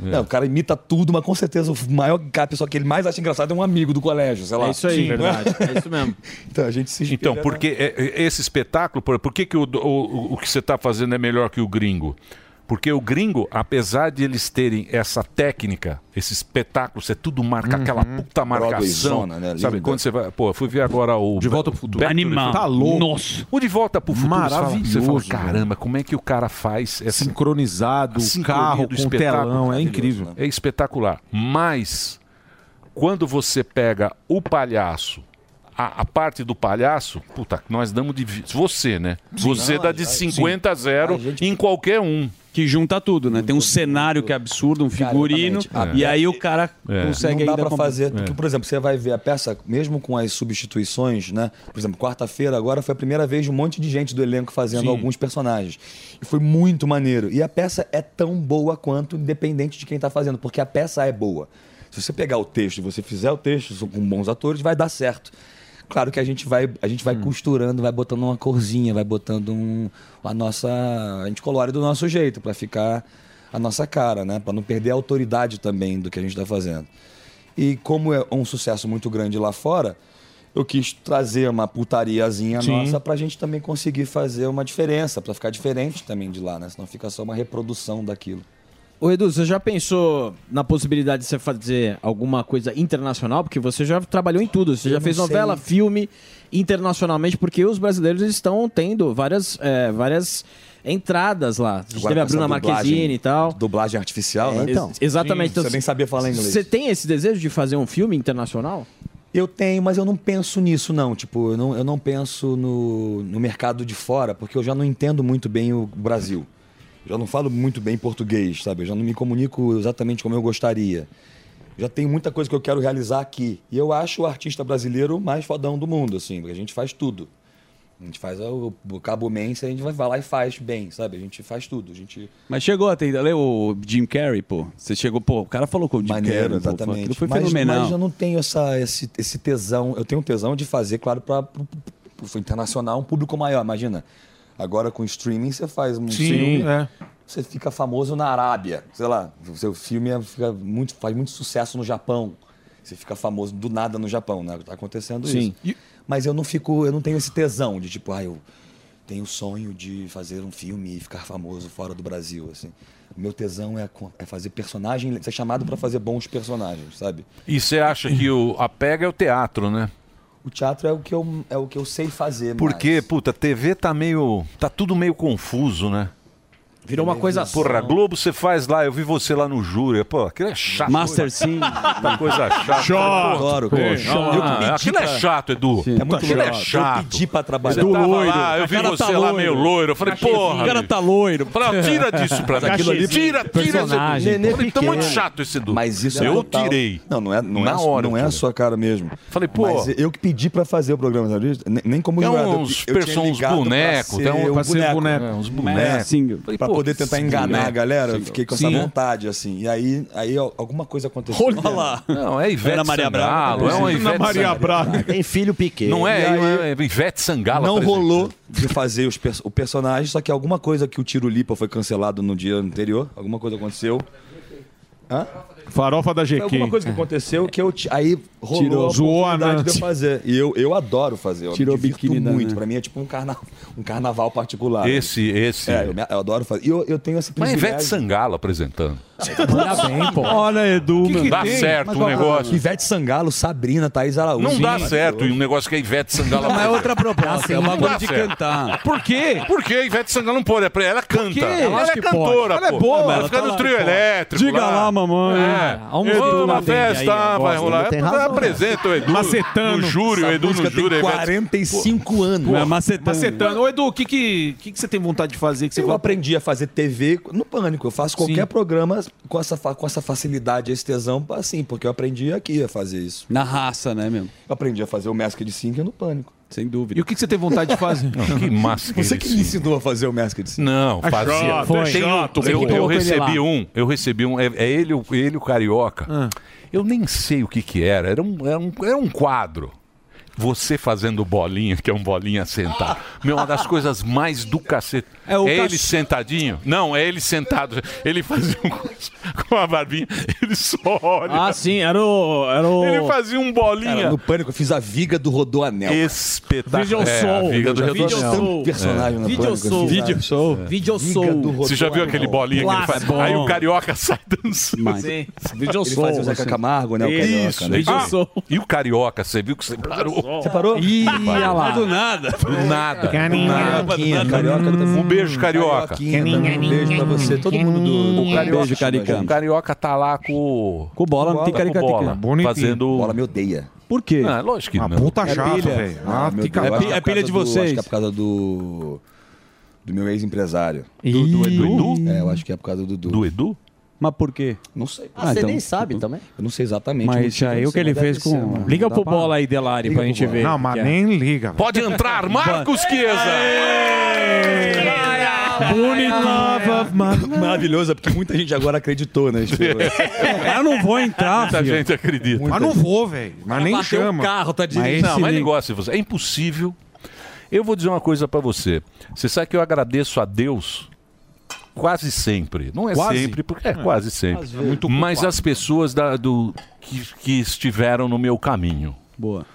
[SPEAKER 16] Não, o cara imita tudo, mas com certeza o maior cara, a pessoa que ele mais acha engraçado é um amigo do colégio, sei lá.
[SPEAKER 9] É isso aí,
[SPEAKER 16] Sim, não é?
[SPEAKER 9] verdade. É isso mesmo.
[SPEAKER 16] Então a gente se inspira,
[SPEAKER 5] Então,
[SPEAKER 16] né?
[SPEAKER 5] porque é, é, esse espetáculo, por, por que, que o, o, o que você está fazendo é melhor que o gringo? Porque o gringo, apesar de eles terem essa técnica, esse espetáculo, você tudo marca aquela puta marcação.
[SPEAKER 16] Broadwayzona, né?
[SPEAKER 5] Sabe,
[SPEAKER 16] Linda.
[SPEAKER 5] quando você vai. Pô, eu fui ver agora o. De volta pro futuro.
[SPEAKER 16] Animal. Tá louco.
[SPEAKER 5] Nossa. O de volta pro futuro. você fala- Você fala,
[SPEAKER 7] assim,
[SPEAKER 23] Maravilhoso,
[SPEAKER 5] caramba, como é que o cara faz essa.
[SPEAKER 23] Sincronizado,
[SPEAKER 5] a sincronia
[SPEAKER 23] carro
[SPEAKER 5] do
[SPEAKER 23] com telão, é incrível.
[SPEAKER 5] É espetacular. Mas, quando você pega o palhaço, a, a parte do palhaço, puta, nós damos de. vi- Você, né? você
[SPEAKER 11] Não, é
[SPEAKER 5] dá de
[SPEAKER 11] a-
[SPEAKER 5] 50 a 0
[SPEAKER 11] a gente-
[SPEAKER 5] em qualquer um.
[SPEAKER 11] Que junta tudo, né? Tem um cenário que é absurdo, um figurino,
[SPEAKER 16] exatamente.
[SPEAKER 11] e
[SPEAKER 16] É.
[SPEAKER 11] aí o cara consegue
[SPEAKER 16] não dá
[SPEAKER 11] ainda
[SPEAKER 16] pra
[SPEAKER 11] comprar. É.
[SPEAKER 16] fazer porque, por exemplo você vai ver a peça mesmo com as substituições né por exemplo quarta-feira agora foi a primeira vez de um monte de gente do elenco fazendo
[SPEAKER 11] Sim.
[SPEAKER 16] alguns personagens e foi muito maneiro e a peça é tão boa quanto independente de quem tá fazendo porque a peça é boa se você pegar o texto e você fizer o texto com bons atores vai dar certo Claro que a gente vai, a gente vai costurando, vai botando uma corzinha, vai botando um, a nossa, a gente colore do nosso jeito pra ficar a nossa cara, né? Pra não perder a autoridade também do que a gente tá fazendo. E como é um sucesso muito grande lá fora, eu quis trazer uma putariazinha
[SPEAKER 23] Sim.
[SPEAKER 16] nossa pra gente também conseguir fazer uma diferença, pra ficar diferente também de lá, né? Senão fica só uma reprodução daquilo.
[SPEAKER 9] Ô Edu, você já pensou na possibilidade de você fazer alguma coisa internacional? Porque você já trabalhou em tudo. Você já
[SPEAKER 13] não
[SPEAKER 9] fez
[SPEAKER 13] sei.
[SPEAKER 9] novela, filme, internacionalmente, porque os brasileiros eles estão tendo várias, é, várias entradas lá. A gente
[SPEAKER 16] Agora
[SPEAKER 9] teve a
[SPEAKER 16] com essa
[SPEAKER 9] Bruna Marquezine
[SPEAKER 16] dublagem-
[SPEAKER 9] e tal.
[SPEAKER 16] Dublagem artificial, né?
[SPEAKER 9] É, ex- exatamente.
[SPEAKER 16] Sim, você nem sabia falar inglês.
[SPEAKER 9] Você tem esse desejo de fazer um filme internacional?
[SPEAKER 16] Eu tenho, mas eu não penso nisso, não. Tipo, eu não, eu não penso no, no mercado de fora, porque eu já não entendo muito bem o Brasil. Eu já não falo muito bem português, sabe? Eu já não me comunico exatamente como eu gostaria. Já tem muita coisa que eu quero realizar aqui. E eu acho o artista brasileiro o mais fodão do mundo, assim, porque a gente faz tudo. A gente faz o, o cabomense, a gente vai lá e faz bem, sabe? A gente faz tudo. A gente
[SPEAKER 11] Mas chegou até leu o Jim Carrey, pô. Você chegou, pô, o cara falou com o Jim
[SPEAKER 16] Maneiro,
[SPEAKER 11] Carrey, pô,
[SPEAKER 16] exatamente.
[SPEAKER 11] aquilo foi
[SPEAKER 16] mas,
[SPEAKER 11] fenomenal.
[SPEAKER 16] Mas eu não tenho essa, esse, esse tesão. Eu tenho um tesão de fazer, claro, para o internacional, um público maior. Imagina. Agora com streaming você faz um
[SPEAKER 23] Sim,
[SPEAKER 16] filme.
[SPEAKER 23] é.
[SPEAKER 16] Você fica famoso na Arábia, sei lá. O seu filme é- fica muito, faz muito sucesso no Japão. Você fica famoso do nada no Japão, né? Tá acontecendo
[SPEAKER 9] Sim.
[SPEAKER 16] isso. Mas eu não fico, eu não tenho esse tesão de tipo, ah, eu tenho o sonho de fazer um filme e ficar famoso fora do Brasil, assim. O meu tesão é, co- é fazer personagem, ser chamado para fazer bons personagens, sabe?
[SPEAKER 5] E você acha que o, a pega é o teatro, né?
[SPEAKER 16] O teatro é o que eu, é o que eu sei fazer, né? mais.
[SPEAKER 5] Porque, puta, TV tá meio. tá tudo meio confuso, né?
[SPEAKER 9] Virou uma coisa só.
[SPEAKER 5] Porra, Globo você faz lá, eu vi você lá no Júri. Pô, aquilo é chato.
[SPEAKER 11] Master Sim.
[SPEAKER 5] Tá Uma coisa chata.
[SPEAKER 11] Chato.
[SPEAKER 5] Pô,
[SPEAKER 11] Adoro, cara.
[SPEAKER 5] pô,
[SPEAKER 11] Chato.
[SPEAKER 5] Eu pedi Aquilo é
[SPEAKER 11] pra-
[SPEAKER 5] chato, Edu.
[SPEAKER 11] Sim. É muito
[SPEAKER 5] Aquilo é
[SPEAKER 11] chato.
[SPEAKER 5] chato.
[SPEAKER 11] Eu pedi pra trabalhar.
[SPEAKER 5] Você tava
[SPEAKER 11] Loiro.
[SPEAKER 5] lá, eu vi
[SPEAKER 11] O cara
[SPEAKER 5] você
[SPEAKER 11] tá
[SPEAKER 5] lá
[SPEAKER 11] loiro.
[SPEAKER 5] meio loiro. Eu falei,
[SPEAKER 11] Cachezinho.
[SPEAKER 5] porra.
[SPEAKER 11] O cara
[SPEAKER 5] meu.
[SPEAKER 11] tá loiro.
[SPEAKER 5] Fala, tira disso pra
[SPEAKER 16] Mas
[SPEAKER 5] mim.
[SPEAKER 16] aquilo ali-
[SPEAKER 5] Tira, tira. Edu.
[SPEAKER 16] Personagem.
[SPEAKER 5] Eu Falei, tá muito
[SPEAKER 16] Pequeno.
[SPEAKER 5] chato esse Edu.
[SPEAKER 16] Mas isso é
[SPEAKER 5] Eu
[SPEAKER 16] total-
[SPEAKER 5] tirei.
[SPEAKER 16] Não, não é, não é,
[SPEAKER 5] Na hora
[SPEAKER 16] não
[SPEAKER 5] eu
[SPEAKER 16] é a
[SPEAKER 5] tirei.
[SPEAKER 16] sua cara mesmo. Falei,
[SPEAKER 5] pô-
[SPEAKER 16] Mas eu que pedi pra fazer o programa, sabe? Nem, nem como
[SPEAKER 5] Tem
[SPEAKER 16] jurado. eu-
[SPEAKER 5] uns
[SPEAKER 16] eu tinha
[SPEAKER 5] perso- uns
[SPEAKER 16] ligado pra
[SPEAKER 5] boneco,
[SPEAKER 16] ser
[SPEAKER 5] tem um- pra ser
[SPEAKER 16] boneco.
[SPEAKER 5] boneco. É, uns bonecos.
[SPEAKER 16] É,
[SPEAKER 5] Single.
[SPEAKER 16] Pra
[SPEAKER 5] Pô,
[SPEAKER 16] poder tentar
[SPEAKER 5] single. né?
[SPEAKER 16] enganar a galera, eu
[SPEAKER 5] Single.
[SPEAKER 16] fiquei com
[SPEAKER 5] Sim,
[SPEAKER 16] essa
[SPEAKER 5] né?
[SPEAKER 16] vontade, assim. E aí, aí ó, alguma coisa aconteceu.
[SPEAKER 5] Olha lá. Não, é Ivete Ana Maria Sangalo, Braga. é uma Ivete Sangalo.
[SPEAKER 16] Ah,
[SPEAKER 2] Tem filho pequeno.
[SPEAKER 5] Não é,
[SPEAKER 16] E aí-
[SPEAKER 5] é Ivete Sangalo.
[SPEAKER 16] não
[SPEAKER 5] apresenta.
[SPEAKER 16] rolou de fazer os pers- o personagem, só que alguma coisa que o Tiro Lipa foi cancelado no dia anterior, alguma coisa aconteceu. Hã?
[SPEAKER 7] Farofa
[SPEAKER 16] Foi
[SPEAKER 7] da GQ.
[SPEAKER 16] alguma
[SPEAKER 5] É.
[SPEAKER 16] coisa que aconteceu que eu ti- aí rolou
[SPEAKER 7] Tirou-
[SPEAKER 16] a
[SPEAKER 7] zoou a
[SPEAKER 16] oportunidade de eu
[SPEAKER 5] né?
[SPEAKER 7] Nath.
[SPEAKER 16] fazer. E eu, eu adoro fazer, eu
[SPEAKER 7] Tirou
[SPEAKER 16] me divirto
[SPEAKER 7] biquíni da
[SPEAKER 16] muito.
[SPEAKER 7] Nath.
[SPEAKER 16] Pra mim é tipo um, carna- um carnaval particular.
[SPEAKER 5] Esse, esse.
[SPEAKER 16] É, eu, me- eu adoro fazer. E eu, eu tenho esse
[SPEAKER 5] Mas é
[SPEAKER 16] privilégio.
[SPEAKER 5] Ivete Sangalo apresentando.
[SPEAKER 16] Manda bem, pô.
[SPEAKER 5] Olha, Edu, Que que meu. dá certo o negócio.
[SPEAKER 16] Ivete Sangalo, Sabrina, Thaís Araújo.
[SPEAKER 5] Não dá certo um negócio que a Ivete Sangalo
[SPEAKER 16] Não, é
[SPEAKER 5] apresenta.
[SPEAKER 16] outra proposta,
[SPEAKER 5] Dá sim.
[SPEAKER 16] é uma
[SPEAKER 5] Não
[SPEAKER 16] coisa
[SPEAKER 5] dá
[SPEAKER 16] de
[SPEAKER 5] certo.
[SPEAKER 16] cantar.
[SPEAKER 5] Por quê? Porque a Ivete Sangalo não pode. é Ela canta.
[SPEAKER 3] quê?
[SPEAKER 5] Ela,
[SPEAKER 3] Ela
[SPEAKER 5] é
[SPEAKER 3] que
[SPEAKER 5] cantora.
[SPEAKER 3] pode. Ela é
[SPEAKER 5] pô.
[SPEAKER 3] boa.
[SPEAKER 5] Ela
[SPEAKER 3] Ela
[SPEAKER 5] fica
[SPEAKER 3] tá
[SPEAKER 5] no
[SPEAKER 3] lá
[SPEAKER 5] trio
[SPEAKER 3] que pode.
[SPEAKER 5] elétrico.
[SPEAKER 3] Diga lá, mamãe.
[SPEAKER 5] É.
[SPEAKER 3] Há um
[SPEAKER 5] Edu,
[SPEAKER 3] Edu
[SPEAKER 5] uma
[SPEAKER 3] na venda aí,
[SPEAKER 5] festa vai
[SPEAKER 3] ó, gosto.
[SPEAKER 5] rolar. É
[SPEAKER 3] Não tem
[SPEAKER 5] Eu
[SPEAKER 3] razão,
[SPEAKER 16] né?
[SPEAKER 5] Apresenta o Edu.
[SPEAKER 7] Macetano.
[SPEAKER 5] No júri, o
[SPEAKER 7] Essa
[SPEAKER 5] Edu no
[SPEAKER 7] música tem
[SPEAKER 5] júri. a Ivete-
[SPEAKER 16] 45 anos.
[SPEAKER 7] Pô,
[SPEAKER 16] É, Macetano.
[SPEAKER 7] Macetano. Ô, Edu, o que, que, que, que você tem vontade de fazer? Que você
[SPEAKER 16] Eu
[SPEAKER 7] fala,
[SPEAKER 16] aprendi a fazer TV no pânico. Eu faço qualquer programa com essa, fa- com essa facilidade, esse tesão, assim, porque eu aprendi aqui a fazer isso.
[SPEAKER 11] Na raça, né, mesmo?
[SPEAKER 16] Eu aprendi a fazer o Masked Singer no pânico.
[SPEAKER 11] Sem dúvida.
[SPEAKER 7] E o que, que você tem vontade de fazer?
[SPEAKER 5] Não, que massa
[SPEAKER 16] Você que me ensinou a fazer o Masked Singer.
[SPEAKER 5] Não,
[SPEAKER 16] É
[SPEAKER 5] fazia.
[SPEAKER 16] chato, é
[SPEAKER 5] Tem um-
[SPEAKER 16] chato,
[SPEAKER 5] eu,
[SPEAKER 16] pô.
[SPEAKER 5] eu
[SPEAKER 16] Colocou ele
[SPEAKER 5] recebi
[SPEAKER 16] lá.
[SPEAKER 5] um, eu recebi um. É, é ele, o- ele o carioca. Eu nem sei o que que era. Era um, era um, era um quadro. Você fazendo bolinha, que é um bolinha sentado. Meu, uma das coisas mais do cacete. É,
[SPEAKER 27] É o
[SPEAKER 5] ele
[SPEAKER 27] cach-
[SPEAKER 5] sentadinho? Não, é ele sentado. Ele fazia um curso com a barbinha, ele só olha.
[SPEAKER 3] Ah, sim, era o. Era o...
[SPEAKER 5] Ele fazia um bolinha.
[SPEAKER 16] Cara, no pânico, eu fiz a viga do Rodoanel. cara.
[SPEAKER 5] Espetacular. Video É, Soul. a viga do
[SPEAKER 16] Eu já
[SPEAKER 5] Rodoanel.
[SPEAKER 16] fiz tanto personagem no
[SPEAKER 5] Video
[SPEAKER 16] pânico, eu
[SPEAKER 5] Soul.
[SPEAKER 16] fiz a-
[SPEAKER 5] Video Soul.
[SPEAKER 16] É.
[SPEAKER 5] Video
[SPEAKER 16] Viga
[SPEAKER 5] Soul.
[SPEAKER 16] do
[SPEAKER 5] Você já viu
[SPEAKER 16] Rodoanel.
[SPEAKER 5] aquele bolinha que ele faz?
[SPEAKER 16] Clássico.
[SPEAKER 5] Aí o carioca sai dançando.
[SPEAKER 16] Mas- Sim. Video Ele Soul, fazia o Zeca assim. Camargo, né, o carioca,
[SPEAKER 5] Isso.
[SPEAKER 16] né? Video
[SPEAKER 5] Ah, E o carioca, você viu que você parou?
[SPEAKER 16] Você parou?
[SPEAKER 5] Ih, olha lá.
[SPEAKER 16] Do nada. É.
[SPEAKER 5] Do nada.
[SPEAKER 16] Carinha.
[SPEAKER 5] Do
[SPEAKER 16] Carinha.
[SPEAKER 5] nada.
[SPEAKER 16] tá
[SPEAKER 5] Um beijo, carioca.
[SPEAKER 16] Carinha, também um beijo pra você. Todo mundo do, do Um beijo caricano.
[SPEAKER 5] O carioca tá lá com.
[SPEAKER 16] Com bola,
[SPEAKER 5] não tem caricatica. Bonitinho.
[SPEAKER 16] Fazendo... Bola me odeia.
[SPEAKER 5] Por quê? Ah, lógico que não.
[SPEAKER 16] É pilha. Ah, meu Deus, eu acho que por causa do- Acho que é por causa do... Do meu ex-empresário.
[SPEAKER 28] Do- do Edu? Do
[SPEAKER 16] É, eu acho que é por causa do Edu.
[SPEAKER 5] Do Edu?
[SPEAKER 16] Mas por quê? Não sei.
[SPEAKER 28] Ah, você nem sabe também?
[SPEAKER 16] Eu não sei exatamente.
[SPEAKER 28] Mas
[SPEAKER 16] o motivo,
[SPEAKER 28] já
[SPEAKER 16] não
[SPEAKER 28] eu
[SPEAKER 16] sei,
[SPEAKER 28] que ele
[SPEAKER 16] mas deve
[SPEAKER 28] fez com-
[SPEAKER 16] ser, mano.
[SPEAKER 28] Liga
[SPEAKER 16] Dá
[SPEAKER 28] pro
[SPEAKER 16] pra-
[SPEAKER 28] Bola aí, Delari, pra
[SPEAKER 16] pro
[SPEAKER 28] gente
[SPEAKER 16] Bola.
[SPEAKER 28] ver.
[SPEAKER 16] Não,
[SPEAKER 28] Que
[SPEAKER 16] mas
[SPEAKER 28] é.
[SPEAKER 16] nem liga. velho.
[SPEAKER 5] Pode entrar, Marcos Chiesa!
[SPEAKER 16] Maravilhoso, é porque muita gente agora acreditou, né? Tipo,
[SPEAKER 11] Eu não vou entrar,
[SPEAKER 5] Muita
[SPEAKER 16] filho.
[SPEAKER 5] gente acredita.
[SPEAKER 16] Mas não vou, velho.
[SPEAKER 11] Mas nem
[SPEAKER 5] um
[SPEAKER 11] Bateu o chama. carro, tá dirigindo.
[SPEAKER 5] Não, mas
[SPEAKER 11] Esse
[SPEAKER 5] ele gosta de você. É impossível. Eu vou dizer uma coisa pra você. Você sabe que eu agradeço a Deus quase sempre. Não é
[SPEAKER 11] Quase?
[SPEAKER 5] sempre, porque é,
[SPEAKER 11] É,
[SPEAKER 5] quase sempre.
[SPEAKER 11] às vezes. Muito
[SPEAKER 5] mas
[SPEAKER 11] culpado.
[SPEAKER 5] as pessoas da- do, que, que estiveram no meu caminho.
[SPEAKER 16] Boa.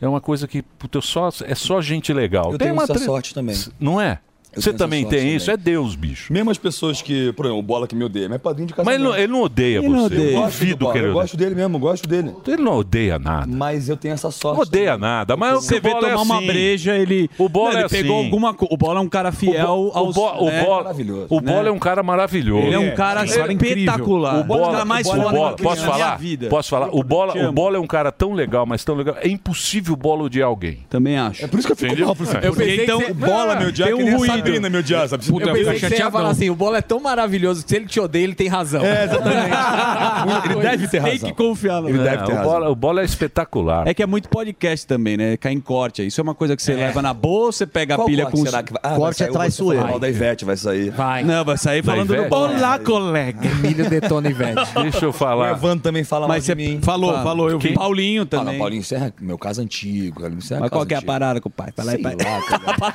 [SPEAKER 5] É uma coisa que puta, eu só, é só gente legal.
[SPEAKER 16] Eu
[SPEAKER 5] Tem
[SPEAKER 16] tenho
[SPEAKER 5] uma
[SPEAKER 16] essa
[SPEAKER 5] tre-
[SPEAKER 16] sorte também.
[SPEAKER 5] Não é?
[SPEAKER 16] Eu
[SPEAKER 5] Você
[SPEAKER 16] tenho essa
[SPEAKER 5] também
[SPEAKER 16] sorte
[SPEAKER 5] tem isso? É
[SPEAKER 16] também.
[SPEAKER 5] Deus, bicho.
[SPEAKER 16] Mesmo as pessoas que, por exemplo, o Bola que me odeia, mas é padrinho de
[SPEAKER 5] Mas
[SPEAKER 16] casamento.
[SPEAKER 5] ele não, ele não odeia
[SPEAKER 16] Ele
[SPEAKER 5] você.
[SPEAKER 16] não
[SPEAKER 5] Eu
[SPEAKER 16] odeia. Eu gosto do
[SPEAKER 5] duvido
[SPEAKER 16] Bola,
[SPEAKER 5] que ele
[SPEAKER 16] eu
[SPEAKER 5] odeie.
[SPEAKER 16] gosto dele mesmo, eu gosto dele.
[SPEAKER 5] Ele não odeia nada.
[SPEAKER 16] Mas eu tenho essa sorte.
[SPEAKER 5] Não odeia nada. Mas
[SPEAKER 11] Você
[SPEAKER 5] o
[SPEAKER 11] vê
[SPEAKER 5] Bola
[SPEAKER 11] tomar
[SPEAKER 5] é
[SPEAKER 11] uma
[SPEAKER 5] assim.
[SPEAKER 11] breja, ele.
[SPEAKER 5] O Bola
[SPEAKER 11] Não, ele
[SPEAKER 5] é assim.
[SPEAKER 11] pegou alguma coisa. O Bola é um cara fiel
[SPEAKER 5] O, Bo-
[SPEAKER 11] aos.
[SPEAKER 5] o, Bo- o,
[SPEAKER 11] né?
[SPEAKER 5] Bola- o Bola
[SPEAKER 11] né?
[SPEAKER 5] é um cara maravilhoso.
[SPEAKER 11] Ele é um cara
[SPEAKER 5] Ele- assim.
[SPEAKER 11] espetacular.
[SPEAKER 5] O Bola,
[SPEAKER 11] O cara mais
[SPEAKER 5] o
[SPEAKER 11] foda
[SPEAKER 5] Bola-
[SPEAKER 11] que eu
[SPEAKER 5] posso
[SPEAKER 11] conheço na minha
[SPEAKER 5] falar?
[SPEAKER 11] vida.
[SPEAKER 5] Posso falar? O
[SPEAKER 11] Te
[SPEAKER 5] Bola, o
[SPEAKER 11] amo.
[SPEAKER 5] Bola é um cara tão legal, mas tão legal. É impossível o Bola odiar alguém.
[SPEAKER 11] Também acho.
[SPEAKER 16] É por isso que eu
[SPEAKER 5] Entendeu?
[SPEAKER 16] Eu pensei então,
[SPEAKER 13] que você-
[SPEAKER 16] bola,
[SPEAKER 13] Não,
[SPEAKER 16] meu dia,
[SPEAKER 13] tem
[SPEAKER 16] que
[SPEAKER 13] um
[SPEAKER 16] nem a
[SPEAKER 13] ruído.
[SPEAKER 5] é
[SPEAKER 16] Sabrina, meu dia, sabe?
[SPEAKER 13] Puta, eu pensei que você ia falar assim, o Bola é tão maravilhoso que se ele te odeia, ele tem razão. assim. É,
[SPEAKER 16] exatamente.
[SPEAKER 13] ele
[SPEAKER 11] deve ter razão.
[SPEAKER 13] Tem que confiar no
[SPEAKER 11] Ele
[SPEAKER 13] cara.
[SPEAKER 11] deve ter
[SPEAKER 5] o,
[SPEAKER 11] né? razão.
[SPEAKER 5] bola, o Bola é espetacular.
[SPEAKER 11] É que é muito podcast também, né? Cai em corte. aí. Isso é uma coisa que você leva na bolsa, você pega a
[SPEAKER 16] Qual
[SPEAKER 11] pilha
[SPEAKER 16] corte
[SPEAKER 11] com. é
[SPEAKER 16] será que vai- Ah, vai sair, eu vou falar mal da Ivete, vai sair.
[SPEAKER 11] Vai. Não, vai sair
[SPEAKER 16] Da
[SPEAKER 11] falando do
[SPEAKER 5] é.
[SPEAKER 16] Ivete?
[SPEAKER 11] Bola.
[SPEAKER 16] Olá,
[SPEAKER 13] colega. Emílio detona Ivete.
[SPEAKER 5] Deixa
[SPEAKER 16] O
[SPEAKER 5] eu falar.
[SPEAKER 16] Evandro também fala
[SPEAKER 11] Mas
[SPEAKER 16] mal
[SPEAKER 11] você
[SPEAKER 16] de mim.
[SPEAKER 11] falou, falou, eu vi.
[SPEAKER 16] Quem?
[SPEAKER 11] Paulinho
[SPEAKER 16] Ah,
[SPEAKER 11] também.
[SPEAKER 16] não, Paulinho, isso é meu caso antigo. Cara. Isso é
[SPEAKER 11] Mas qual que é a parada, compadre? Fala aí, pai. Fala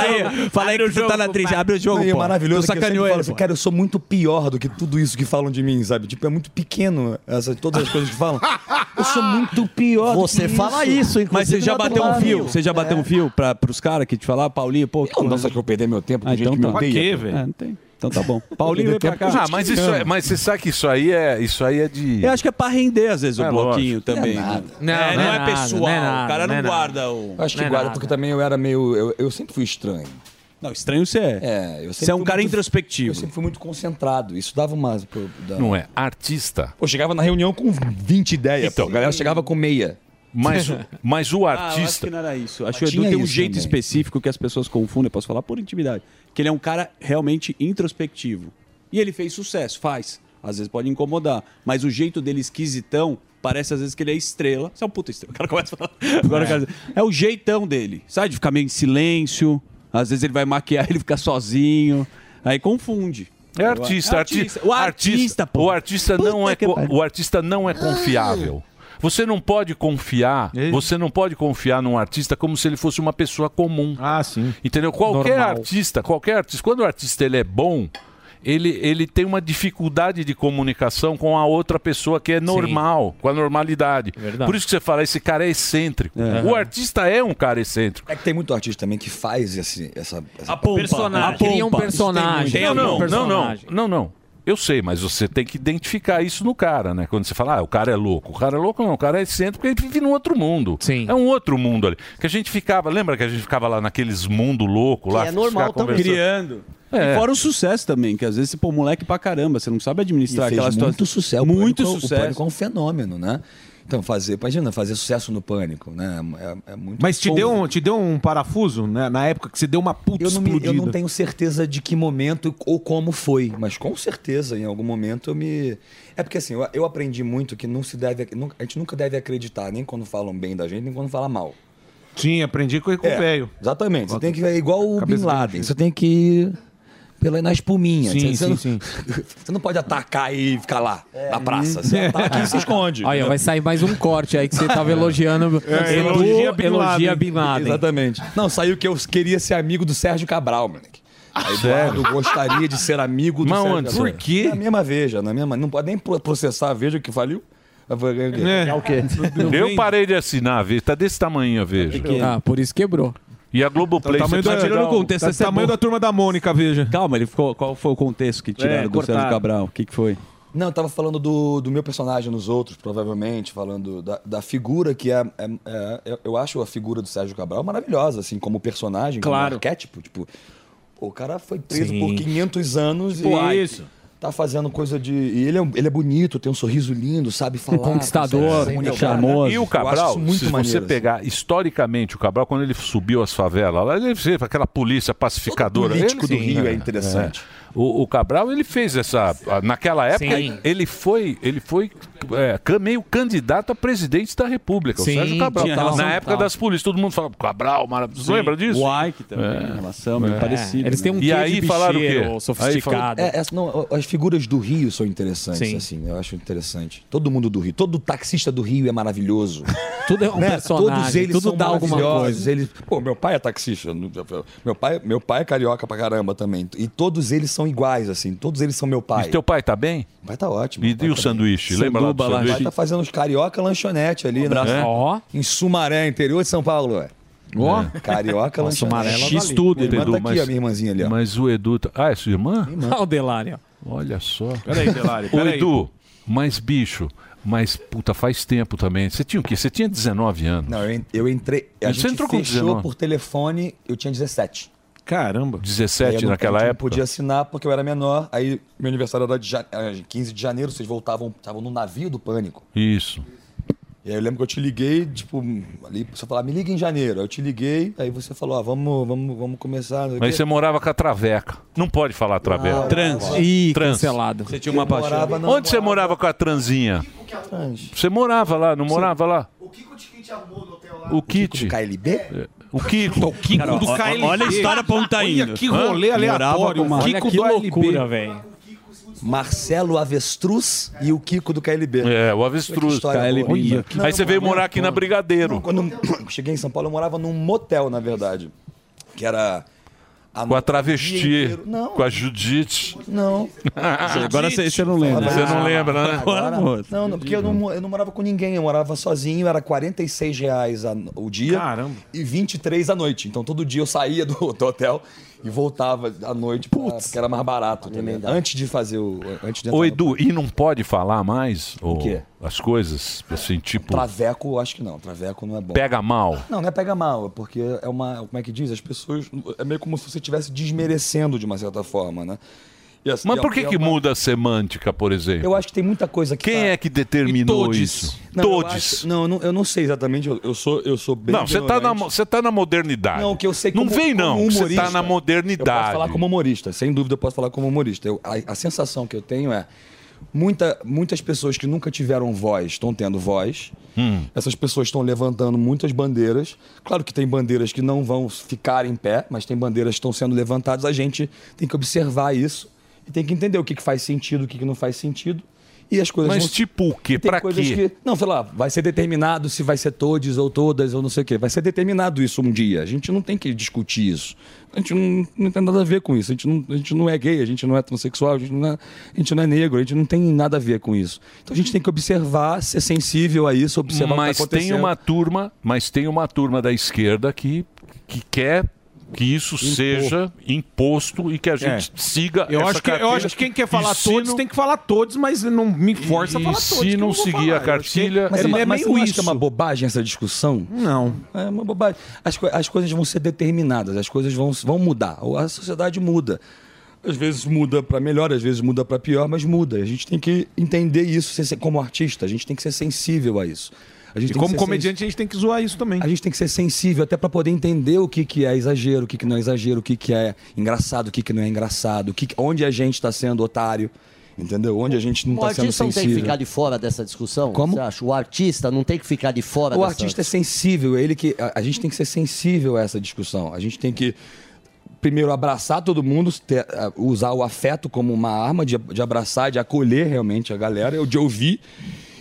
[SPEAKER 11] aí, fala aí que você tá na trilha. Abre o jogo,
[SPEAKER 16] Não, e é
[SPEAKER 11] pô.
[SPEAKER 16] maravilhoso
[SPEAKER 11] Tu
[SPEAKER 16] que eu sempre
[SPEAKER 11] sacaneou
[SPEAKER 16] falo
[SPEAKER 11] ele,
[SPEAKER 16] assim,
[SPEAKER 11] pô.
[SPEAKER 16] cara, eu sou muito pior do que tudo isso que falam de mim, sabe? Tipo, é muito pequeno essa, todas as coisas que falam. Eu sou muito pior
[SPEAKER 28] Você
[SPEAKER 16] do que
[SPEAKER 28] fala isso, inclusive,
[SPEAKER 11] Mas você já
[SPEAKER 28] na
[SPEAKER 11] bateu um
[SPEAKER 28] dublagem.
[SPEAKER 11] fio? Você já
[SPEAKER 16] É.
[SPEAKER 11] bateu um fio pra, pros caras que te falaram? Paulinho, pô.
[SPEAKER 16] Eu não sei que eu perder meu tempo com
[SPEAKER 11] Ah,
[SPEAKER 16] gente
[SPEAKER 11] então
[SPEAKER 16] que me
[SPEAKER 11] tá.
[SPEAKER 16] odeia.
[SPEAKER 11] Pra quê,
[SPEAKER 16] velho?
[SPEAKER 11] Ah, não tem. Então tá bom. Paulinho, vem pra cá.
[SPEAKER 5] Ah, mas, isso é, mas você sabe que isso aí é, isso aí é de.
[SPEAKER 11] Eu acho que é pra render, às vezes, o
[SPEAKER 5] É,
[SPEAKER 11] bloquinho
[SPEAKER 5] lógico.
[SPEAKER 11] também.
[SPEAKER 5] Não é nada.
[SPEAKER 11] Não, é, não, é pessoal. o cara não, é guarda o. é
[SPEAKER 16] Eu Acho que guarda, porque também eu era meio. Eu, eu sempre fui estranho.
[SPEAKER 11] Não, estranho você é.
[SPEAKER 16] É, eu sempre
[SPEAKER 11] Você é um
[SPEAKER 16] fui
[SPEAKER 11] cara
[SPEAKER 16] muito-
[SPEAKER 11] introspectivo.
[SPEAKER 16] Eu sempre fui muito concentrado. Isso dava uma. pro- dava-
[SPEAKER 5] Não é. Artista.
[SPEAKER 16] tá- Pô, eu chegava na reunião com 20 ideias. Então, a galera chegava com meia.
[SPEAKER 5] Mas, o- mas o
[SPEAKER 11] Ah, eu acho
[SPEAKER 5] artista. Ah,
[SPEAKER 11] que não era isso. Acho que o Edu
[SPEAKER 16] Tinha
[SPEAKER 11] tem um
[SPEAKER 16] isso
[SPEAKER 11] jeito
[SPEAKER 16] também.
[SPEAKER 11] específico que as pessoas confundem, eu posso falar por intimidade, que ele é um cara realmente introspectivo. E ele fez sucesso, faz. Às vezes pode incomodar, mas o jeito dele esquisitão parece às vezes que ele é estrela. Você é um puta estrela. O cara começa a falar. Agora o cara diz, é o jeitão dele. Sabe de ficar meio em silêncio, às vezes ele vai maquiar, ele fica sozinho, aí confunde.
[SPEAKER 5] É artista, artista. O artista, pô. O artista não é, co- o artista não é confiável. Você não pode confiar,
[SPEAKER 7] É
[SPEAKER 5] você não pode confiar num artista como se ele fosse uma pessoa comum.
[SPEAKER 7] Ah, sim.
[SPEAKER 5] Entendeu? Qualquer
[SPEAKER 7] Normal.
[SPEAKER 5] artista, qualquer artista, quando o artista ele é bom, ele, ele tem uma dificuldade de comunicação com a outra pessoa que é normal, com a normalidade. Por isso que você fala, esse cara é excêntrico.
[SPEAKER 16] É.
[SPEAKER 5] O artista é um cara excêntrico.
[SPEAKER 16] É que tem muito artista também que faz esse, essa, essa. A
[SPEAKER 11] pompa.
[SPEAKER 5] Personagem.
[SPEAKER 13] Cria um personagem.
[SPEAKER 5] Não,
[SPEAKER 13] Cria
[SPEAKER 5] não,
[SPEAKER 13] um
[SPEAKER 5] não, não,
[SPEAKER 13] personagem.
[SPEAKER 5] não, não. Eu sei, mas você tem que identificar isso no cara, né? Quando você fala, ah, o cara é louco. O cara é louco não, o cara é excêntrico porque ele vive num outro mundo. Sim. É um outro mundo ali. Que a gente ficava, lembra que a gente ficava lá naqueles mundo louco lá?
[SPEAKER 11] Que é
[SPEAKER 5] ficava
[SPEAKER 11] normal também.
[SPEAKER 5] conversando?
[SPEAKER 11] Criando.
[SPEAKER 5] É.
[SPEAKER 11] E fora o sucesso também, que às vezes você pô moleque pra caramba, você não sabe administrar
[SPEAKER 16] E fez
[SPEAKER 11] aquela situação.
[SPEAKER 16] muito sucesso. o pânico,
[SPEAKER 11] Muito
[SPEAKER 16] O
[SPEAKER 11] sucesso.
[SPEAKER 16] pânico é um fenômeno, né? Então, fazer, imagina, fazer sucesso no pânico, né? É, é muito
[SPEAKER 7] Mas te
[SPEAKER 16] bom.
[SPEAKER 7] deu, um, te deu um parafuso né? na época que você deu uma puta
[SPEAKER 16] Eu não, me-
[SPEAKER 7] explodida.
[SPEAKER 16] eu não tenho certeza de que momento ou como foi, mas com certeza em algum momento eu me. É porque assim, eu, eu aprendi muito que não se deve. nunca- A gente nunca deve acreditar, nem quando falam bem da gente, nem quando falam mal.
[SPEAKER 7] Sim, aprendi com com o
[SPEAKER 16] É,
[SPEAKER 7] velho.
[SPEAKER 16] Exatamente. Você tem que. É igual o Bin Laden. Você tem que. pela, na espuminha.
[SPEAKER 8] Sim, sim,
[SPEAKER 16] sabe? você, não, você não pode atacar e ficar lá, na praça.
[SPEAKER 13] É.
[SPEAKER 16] Você ataca e se esconde.
[SPEAKER 13] Olha, vai sair mais um corte aí que você tava elogiando.
[SPEAKER 16] É,
[SPEAKER 13] Edu
[SPEAKER 16] elogia Bin Laden.
[SPEAKER 13] elogia Bin Laden.
[SPEAKER 16] Exatamente. Não, saiu que eu queria ser amigo do Sérgio Cabral, moleque. Aí Eduardo gostaria de ser amigo do
[SPEAKER 5] Mas
[SPEAKER 16] Sérgio
[SPEAKER 5] onde?
[SPEAKER 16] Cabral.
[SPEAKER 5] Por quê?
[SPEAKER 16] Na mesma veja, na mesma. Não pode nem pro- processar a veja que faliu. É, o quê?
[SPEAKER 5] Eu parei de assinar a Veja. Tá desse tamanho a Veja.
[SPEAKER 7] Pequeno. Ah,
[SPEAKER 13] por isso quebrou.
[SPEAKER 5] E a Globoplay...
[SPEAKER 7] tamanho
[SPEAKER 5] você
[SPEAKER 7] da-
[SPEAKER 5] precisa tirar
[SPEAKER 7] tá-
[SPEAKER 5] um-
[SPEAKER 7] tá- tamanho da turma da Mônica, veja.
[SPEAKER 11] Calma, ele ficou, qual foi o contexto que tiraram do
[SPEAKER 16] cortaram.
[SPEAKER 11] Sérgio Cabral? O que, que foi?
[SPEAKER 16] Não, eu tava falando do, do meu personagem nos outros, provavelmente, falando da, da figura que é, é- é- eu- Eu acho a figura do Sérgio Cabral maravilhosa, assim, como personagem,
[SPEAKER 11] Claro.
[SPEAKER 16] como arquétipo. Tipo, o cara foi preso
[SPEAKER 11] Sim.
[SPEAKER 16] por 500 anos
[SPEAKER 11] Tipo,
[SPEAKER 16] e.
[SPEAKER 11] ah, isso.
[SPEAKER 16] Tá fazendo coisa de. E ele é, ele é bonito, tem um sorriso lindo, sabe falar.
[SPEAKER 5] Conquistador,
[SPEAKER 11] um
[SPEAKER 16] consegue
[SPEAKER 5] muito
[SPEAKER 16] comunicar.
[SPEAKER 5] E o
[SPEAKER 16] né? Eu acho
[SPEAKER 5] Cabral,
[SPEAKER 16] isso muito
[SPEAKER 5] se você
[SPEAKER 16] maneiro, assim.
[SPEAKER 5] pegar historicamente o Cabral, quando ele subiu as favelas, lá, ele fez aquela polícia pacificadora.
[SPEAKER 16] Todo político
[SPEAKER 5] Ele-
[SPEAKER 16] do Rio é interessante.
[SPEAKER 5] É. O, o Cabral, ele fez essa. Naquela época,
[SPEAKER 16] Sim.
[SPEAKER 5] ele foi, ele foi é, can- meio candidato a presidente da República,
[SPEAKER 11] Sim,
[SPEAKER 5] o Sérgio Cabral.
[SPEAKER 11] tinha
[SPEAKER 5] Na
[SPEAKER 11] relação
[SPEAKER 5] época
[SPEAKER 11] total.
[SPEAKER 5] das polícias, todo mundo falava Cabral, maravilhoso.
[SPEAKER 11] Sim.
[SPEAKER 5] Lembra disso? É.
[SPEAKER 11] O Ike também, tem relação, meio parecida, Eles né? têm um
[SPEAKER 5] E
[SPEAKER 11] quê
[SPEAKER 5] aí
[SPEAKER 11] de
[SPEAKER 5] falaram o quê?
[SPEAKER 11] bicheiro,
[SPEAKER 5] Aí falaram-
[SPEAKER 16] É, essa- não, as figuras do Rio são interessantes,
[SPEAKER 11] Sim.
[SPEAKER 16] assim. Eu acho interessante. Todo mundo do Rio, todo taxista do Rio é maravilhoso. Né?
[SPEAKER 13] Tudo é um personagem,
[SPEAKER 16] Todos eles
[SPEAKER 13] tudo
[SPEAKER 16] são
[SPEAKER 13] dá alguma
[SPEAKER 16] maravilhosos,
[SPEAKER 13] coisa.
[SPEAKER 16] Eles, pô, meu pai é taxista. não- Meu pai, meu pai é carioca pra caramba também. E todos eles são iguais, assim. Todos eles são meu pai.
[SPEAKER 5] E teu pai tá bem?
[SPEAKER 16] O pai tá ótimo.
[SPEAKER 5] E, e o sanduíche? Lembra lá do
[SPEAKER 16] Sanduba
[SPEAKER 5] sanduíche?
[SPEAKER 16] Meu pai tá fazendo os carioca lanchonete ali. na-
[SPEAKER 5] abraço.
[SPEAKER 16] É.
[SPEAKER 5] Ó.
[SPEAKER 16] Em Sumaré, interior de São Paulo. ué. É,
[SPEAKER 5] Ó.
[SPEAKER 16] Carioca
[SPEAKER 5] Nossa,
[SPEAKER 16] lanchonete.
[SPEAKER 5] amarela X tudo,
[SPEAKER 16] Minha irmã
[SPEAKER 5] Edu,
[SPEAKER 16] tá aqui,
[SPEAKER 5] mas-
[SPEAKER 16] a minha irmãzinha ali, ó.
[SPEAKER 5] Mas o Edu. tá- Ah, é sua irmã?
[SPEAKER 13] Olha o Delari, ó.
[SPEAKER 5] Olha só.
[SPEAKER 13] Peraí, Delari,
[SPEAKER 5] Ô,
[SPEAKER 13] peraí.
[SPEAKER 5] Edu, mas bicho, mas puta, faz tempo também. Você tinha o quê? Você tinha 19 anos.
[SPEAKER 16] Não, eu, en- eu entrei. A
[SPEAKER 5] Você
[SPEAKER 16] gente
[SPEAKER 5] entrou com
[SPEAKER 16] fechou
[SPEAKER 5] 19.
[SPEAKER 16] por telefone, eu tinha 17.
[SPEAKER 5] Caramba. 17
[SPEAKER 16] Aí eu não-
[SPEAKER 5] naquela
[SPEAKER 16] eu não
[SPEAKER 5] época.
[SPEAKER 16] podia assinar porque eu era menor. Aí meu aniversário era de ja- era de 15 de janeiro, vocês voltavam, estavam no navio do pânico.
[SPEAKER 5] Isso.
[SPEAKER 16] E aí eu lembro que eu te liguei, tipo, ali, você falar, me liga em janeiro. Aí eu te liguei, aí você falou, ah, vamos, vamos, vamos começar. não sei o
[SPEAKER 5] Mas
[SPEAKER 16] quê.
[SPEAKER 5] você morava com a Traveca. Não pode falar Traveca.
[SPEAKER 16] Não, Trans. Ah, não, não. Ih,
[SPEAKER 5] cancelado.
[SPEAKER 11] Você
[SPEAKER 16] tinha uma Eu paixão. morava, não,
[SPEAKER 5] Onde você morava com a Transinha? Você morava lá, não morava lá? O Kit. O
[SPEAKER 16] KLB?
[SPEAKER 5] O Kiko. O Kiko
[SPEAKER 11] Cara, ó- ó- olha a história pra onde tá indo. Hã? Morava com uma- Olha que loucura,
[SPEAKER 16] velho. Marcelo Avestruz e o Kiko do KLB.
[SPEAKER 5] É,
[SPEAKER 16] Olha
[SPEAKER 5] o
[SPEAKER 16] que
[SPEAKER 5] Avestruz.
[SPEAKER 16] história boa.
[SPEAKER 5] Olha,
[SPEAKER 16] Não,
[SPEAKER 5] Aí você
[SPEAKER 16] não,
[SPEAKER 5] veio
[SPEAKER 16] não,
[SPEAKER 5] morar aqui na
[SPEAKER 16] não.
[SPEAKER 5] Brigadeiro.
[SPEAKER 16] Não, quando eu cheguei em São Paulo, eu morava num motel, na verdade. Que era.
[SPEAKER 5] Com a
[SPEAKER 16] o dia
[SPEAKER 5] travesti.
[SPEAKER 16] inteiro. Não.
[SPEAKER 5] Com a Judite.
[SPEAKER 16] Não.
[SPEAKER 5] Agora
[SPEAKER 11] você- você não lembra.
[SPEAKER 5] Você não lembra, né?
[SPEAKER 16] Agora- não, não, porque eu não, mo- eu não morava com ninguém, eu morava sozinho, era 46 reais a- o dia Caramba. e 23 a noite. Então todo dia eu saía do, do hotel e voltava à noite, pra, porque era mais barato. Também, antes de fazer o. Antes de
[SPEAKER 5] Ô,
[SPEAKER 16] entrar
[SPEAKER 5] Edu, e não pode falar mais o
[SPEAKER 16] tá quê?
[SPEAKER 5] as coisas? Assim, tipo,
[SPEAKER 16] no- Traveco, eu acho que não. Traveco não é bom.
[SPEAKER 5] pega mal.
[SPEAKER 16] Não, não é pega mal, é porque é uma. Como é que diz? As pessoas. É meio como se você estivesse desmerecendo de uma certa forma, né? E assim,
[SPEAKER 5] Mas
[SPEAKER 16] é-
[SPEAKER 5] por que,
[SPEAKER 16] é
[SPEAKER 5] que
[SPEAKER 16] uma-
[SPEAKER 5] muda a semântica, por exemplo?
[SPEAKER 16] Eu acho que tem muita coisa que. tá
[SPEAKER 5] Quem é que determinou isso?
[SPEAKER 16] Não, eu
[SPEAKER 5] todos.
[SPEAKER 16] acho- não, eu não, eu não sei exatamente. Eu, eu sou, eu sou bem.
[SPEAKER 5] Não, você tá, na,
[SPEAKER 16] ignorante.
[SPEAKER 5] mo- você tá na modernidade.
[SPEAKER 16] Não, que eu sei
[SPEAKER 5] Não
[SPEAKER 16] como-
[SPEAKER 5] vem, não.
[SPEAKER 16] como
[SPEAKER 5] que Você tá
[SPEAKER 16] humorista,
[SPEAKER 5] na modernidade.
[SPEAKER 16] Eu posso falar como humorista, sem dúvida eu posso falar como humorista. Eu- a, a sensação que eu tenho é. Muita, muitas pessoas que nunca tiveram voz estão tendo voz.
[SPEAKER 5] Hum.
[SPEAKER 16] Essas pessoas estão levantando muitas bandeiras. Claro que tem bandeiras que não vão ficar em pé, mas tem bandeiras que estão sendo levantadas. A gente tem que observar isso e tem que entender o que, que faz sentido, o que, que não faz sentido. E as coisas
[SPEAKER 5] Mas
[SPEAKER 16] vão-
[SPEAKER 5] tipo o quê?
[SPEAKER 16] Tem
[SPEAKER 5] Pra
[SPEAKER 16] coisas
[SPEAKER 5] quê?
[SPEAKER 16] que- Não, sei lá, vai ser determinado se vai ser todos ou todas ou não sei o quê. Vai ser determinado isso um dia. A gente não tem que discutir isso. A gente não, não tem nada a ver com isso. A gente, não, a gente não é gay, a gente não é transexual, a gente não é, a gente não é negro, a gente não tem nada a ver com isso. Então a gente tem que observar, ser sensível a isso, observar
[SPEAKER 5] mas
[SPEAKER 16] o que tá está
[SPEAKER 5] tem uma turma, mas tem uma turma da esquerda que, que quer que isso seja imposto e que a
[SPEAKER 16] É.
[SPEAKER 5] gente siga
[SPEAKER 7] É. Eu
[SPEAKER 5] essa
[SPEAKER 7] acho, que, eu
[SPEAKER 5] cartilha.
[SPEAKER 7] acho que quem quer
[SPEAKER 5] E
[SPEAKER 7] falar
[SPEAKER 5] se
[SPEAKER 7] todos
[SPEAKER 5] não-
[SPEAKER 7] tem que falar todos, mas não me força a
[SPEAKER 5] E
[SPEAKER 7] falar
[SPEAKER 5] se
[SPEAKER 7] todos. que eu
[SPEAKER 5] não
[SPEAKER 7] vou
[SPEAKER 5] seguir
[SPEAKER 7] falar.
[SPEAKER 5] a
[SPEAKER 7] Eu acho que
[SPEAKER 5] cartilha-
[SPEAKER 16] Mas,
[SPEAKER 7] é,
[SPEAKER 16] é, uma-
[SPEAKER 7] é
[SPEAKER 16] mas você
[SPEAKER 7] meio
[SPEAKER 16] não
[SPEAKER 7] isso.
[SPEAKER 16] acha que é uma bobagem essa discussão?
[SPEAKER 7] Não.
[SPEAKER 16] É uma bobagem. As, co- as coisas vão ser determinadas, as coisas vão, vão mudar. A sociedade muda. Às vezes muda para melhor, às vezes muda para pior, mas muda. A gente tem que entender isso ser- ser- como artista, a gente tem que ser sensível a isso. A gente
[SPEAKER 7] E
[SPEAKER 16] tem que
[SPEAKER 7] como
[SPEAKER 16] ser
[SPEAKER 7] comediante, a gente tem que zoar isso também.
[SPEAKER 16] a gente tem que ser sensível até para poder entender o que, que é exagero, o que, que não é exagero, o que, que é engraçado, o que, que não é engraçado, o que que- onde a gente está sendo otário, entendeu? Onde a gente não
[SPEAKER 2] O
[SPEAKER 16] está sendo
[SPEAKER 2] artista não
[SPEAKER 16] sensível.
[SPEAKER 2] tem que ficar de fora dessa discussão?
[SPEAKER 16] Como?
[SPEAKER 2] Você acha? O artista não tem que ficar de fora
[SPEAKER 16] O
[SPEAKER 2] dessa
[SPEAKER 16] artista é sensível, é ele que. A, a gente tem que ser sensível a essa discussão. A gente tem que primeiro, abraçar todo mundo, ter- ah, usar o afeto como uma arma de, de abraçar, de acolher realmente a galera, de ouvir.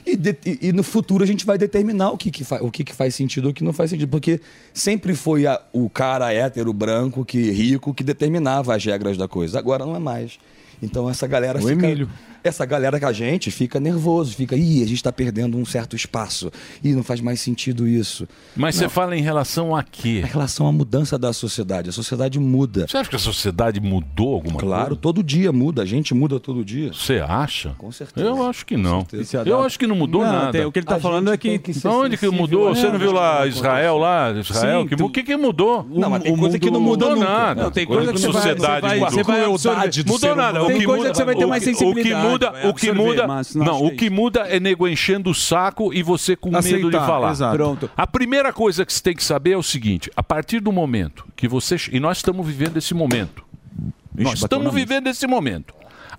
[SPEAKER 16] E, de- e- e no futuro a gente vai determinar o que, que, fa- o que, que faz sentido e o que não faz sentido. Porque sempre foi a- o cara hétero, branco, que rico, que determinava as regras da coisa. Agora não é mais. Então essa galera fica. Essa galera que a gente fica nervoso, fica, ih, a gente tá perdendo um certo espaço. Ih, não faz mais sentido isso.
[SPEAKER 5] Mas
[SPEAKER 16] Não.
[SPEAKER 5] você fala em relação a quê?
[SPEAKER 16] Em relação à mudança da sociedade. A sociedade muda.
[SPEAKER 5] Você acha que a sociedade mudou alguma
[SPEAKER 16] claro,
[SPEAKER 5] coisa?
[SPEAKER 16] todo dia muda. A gente muda todo dia.
[SPEAKER 5] Você acha?
[SPEAKER 16] Com certeza.
[SPEAKER 5] Eu acho que não.
[SPEAKER 16] certeza.
[SPEAKER 5] Eu acho que não mudou
[SPEAKER 16] Não,
[SPEAKER 5] nada.
[SPEAKER 16] tem- o que ele tá A falando gente é que- tem que ser
[SPEAKER 5] Onde que
[SPEAKER 16] sensível
[SPEAKER 5] mudou?
[SPEAKER 16] a
[SPEAKER 5] Você não viu lá
[SPEAKER 16] tudo que
[SPEAKER 5] Israel lá? Israel?
[SPEAKER 16] Sim,
[SPEAKER 5] que,
[SPEAKER 16] tu-
[SPEAKER 5] o que que mudou? Um
[SPEAKER 16] Não, mas tem coisa que não muda
[SPEAKER 5] mudou
[SPEAKER 16] nunca.
[SPEAKER 5] nada.
[SPEAKER 16] Não, tem coisa que você vai-
[SPEAKER 5] sociedade
[SPEAKER 16] você vai-
[SPEAKER 5] mudou.
[SPEAKER 16] você vai absorver.
[SPEAKER 5] mudou nada.
[SPEAKER 16] Tem
[SPEAKER 5] o que
[SPEAKER 16] coisa
[SPEAKER 5] muda,
[SPEAKER 16] que você vai ter
[SPEAKER 5] o
[SPEAKER 16] mais
[SPEAKER 5] que- O
[SPEAKER 16] sensibilidade,
[SPEAKER 5] que muda,
[SPEAKER 16] vai
[SPEAKER 5] o que
[SPEAKER 16] absorver,
[SPEAKER 5] muda,
[SPEAKER 16] mas
[SPEAKER 5] não,
[SPEAKER 16] não acho
[SPEAKER 5] o
[SPEAKER 16] que
[SPEAKER 5] que muda é nego enchendo o saco e você com medo de
[SPEAKER 7] Aceitar,
[SPEAKER 5] falar.
[SPEAKER 7] exato.
[SPEAKER 5] Pronto. A primeira coisa que você tem que saber é o seguinte: a partir do momento que você e nós estamos vivendo esse momento, nós
[SPEAKER 23] bateu na
[SPEAKER 5] estamos
[SPEAKER 23] mesa.
[SPEAKER 5] vivendo esse momento.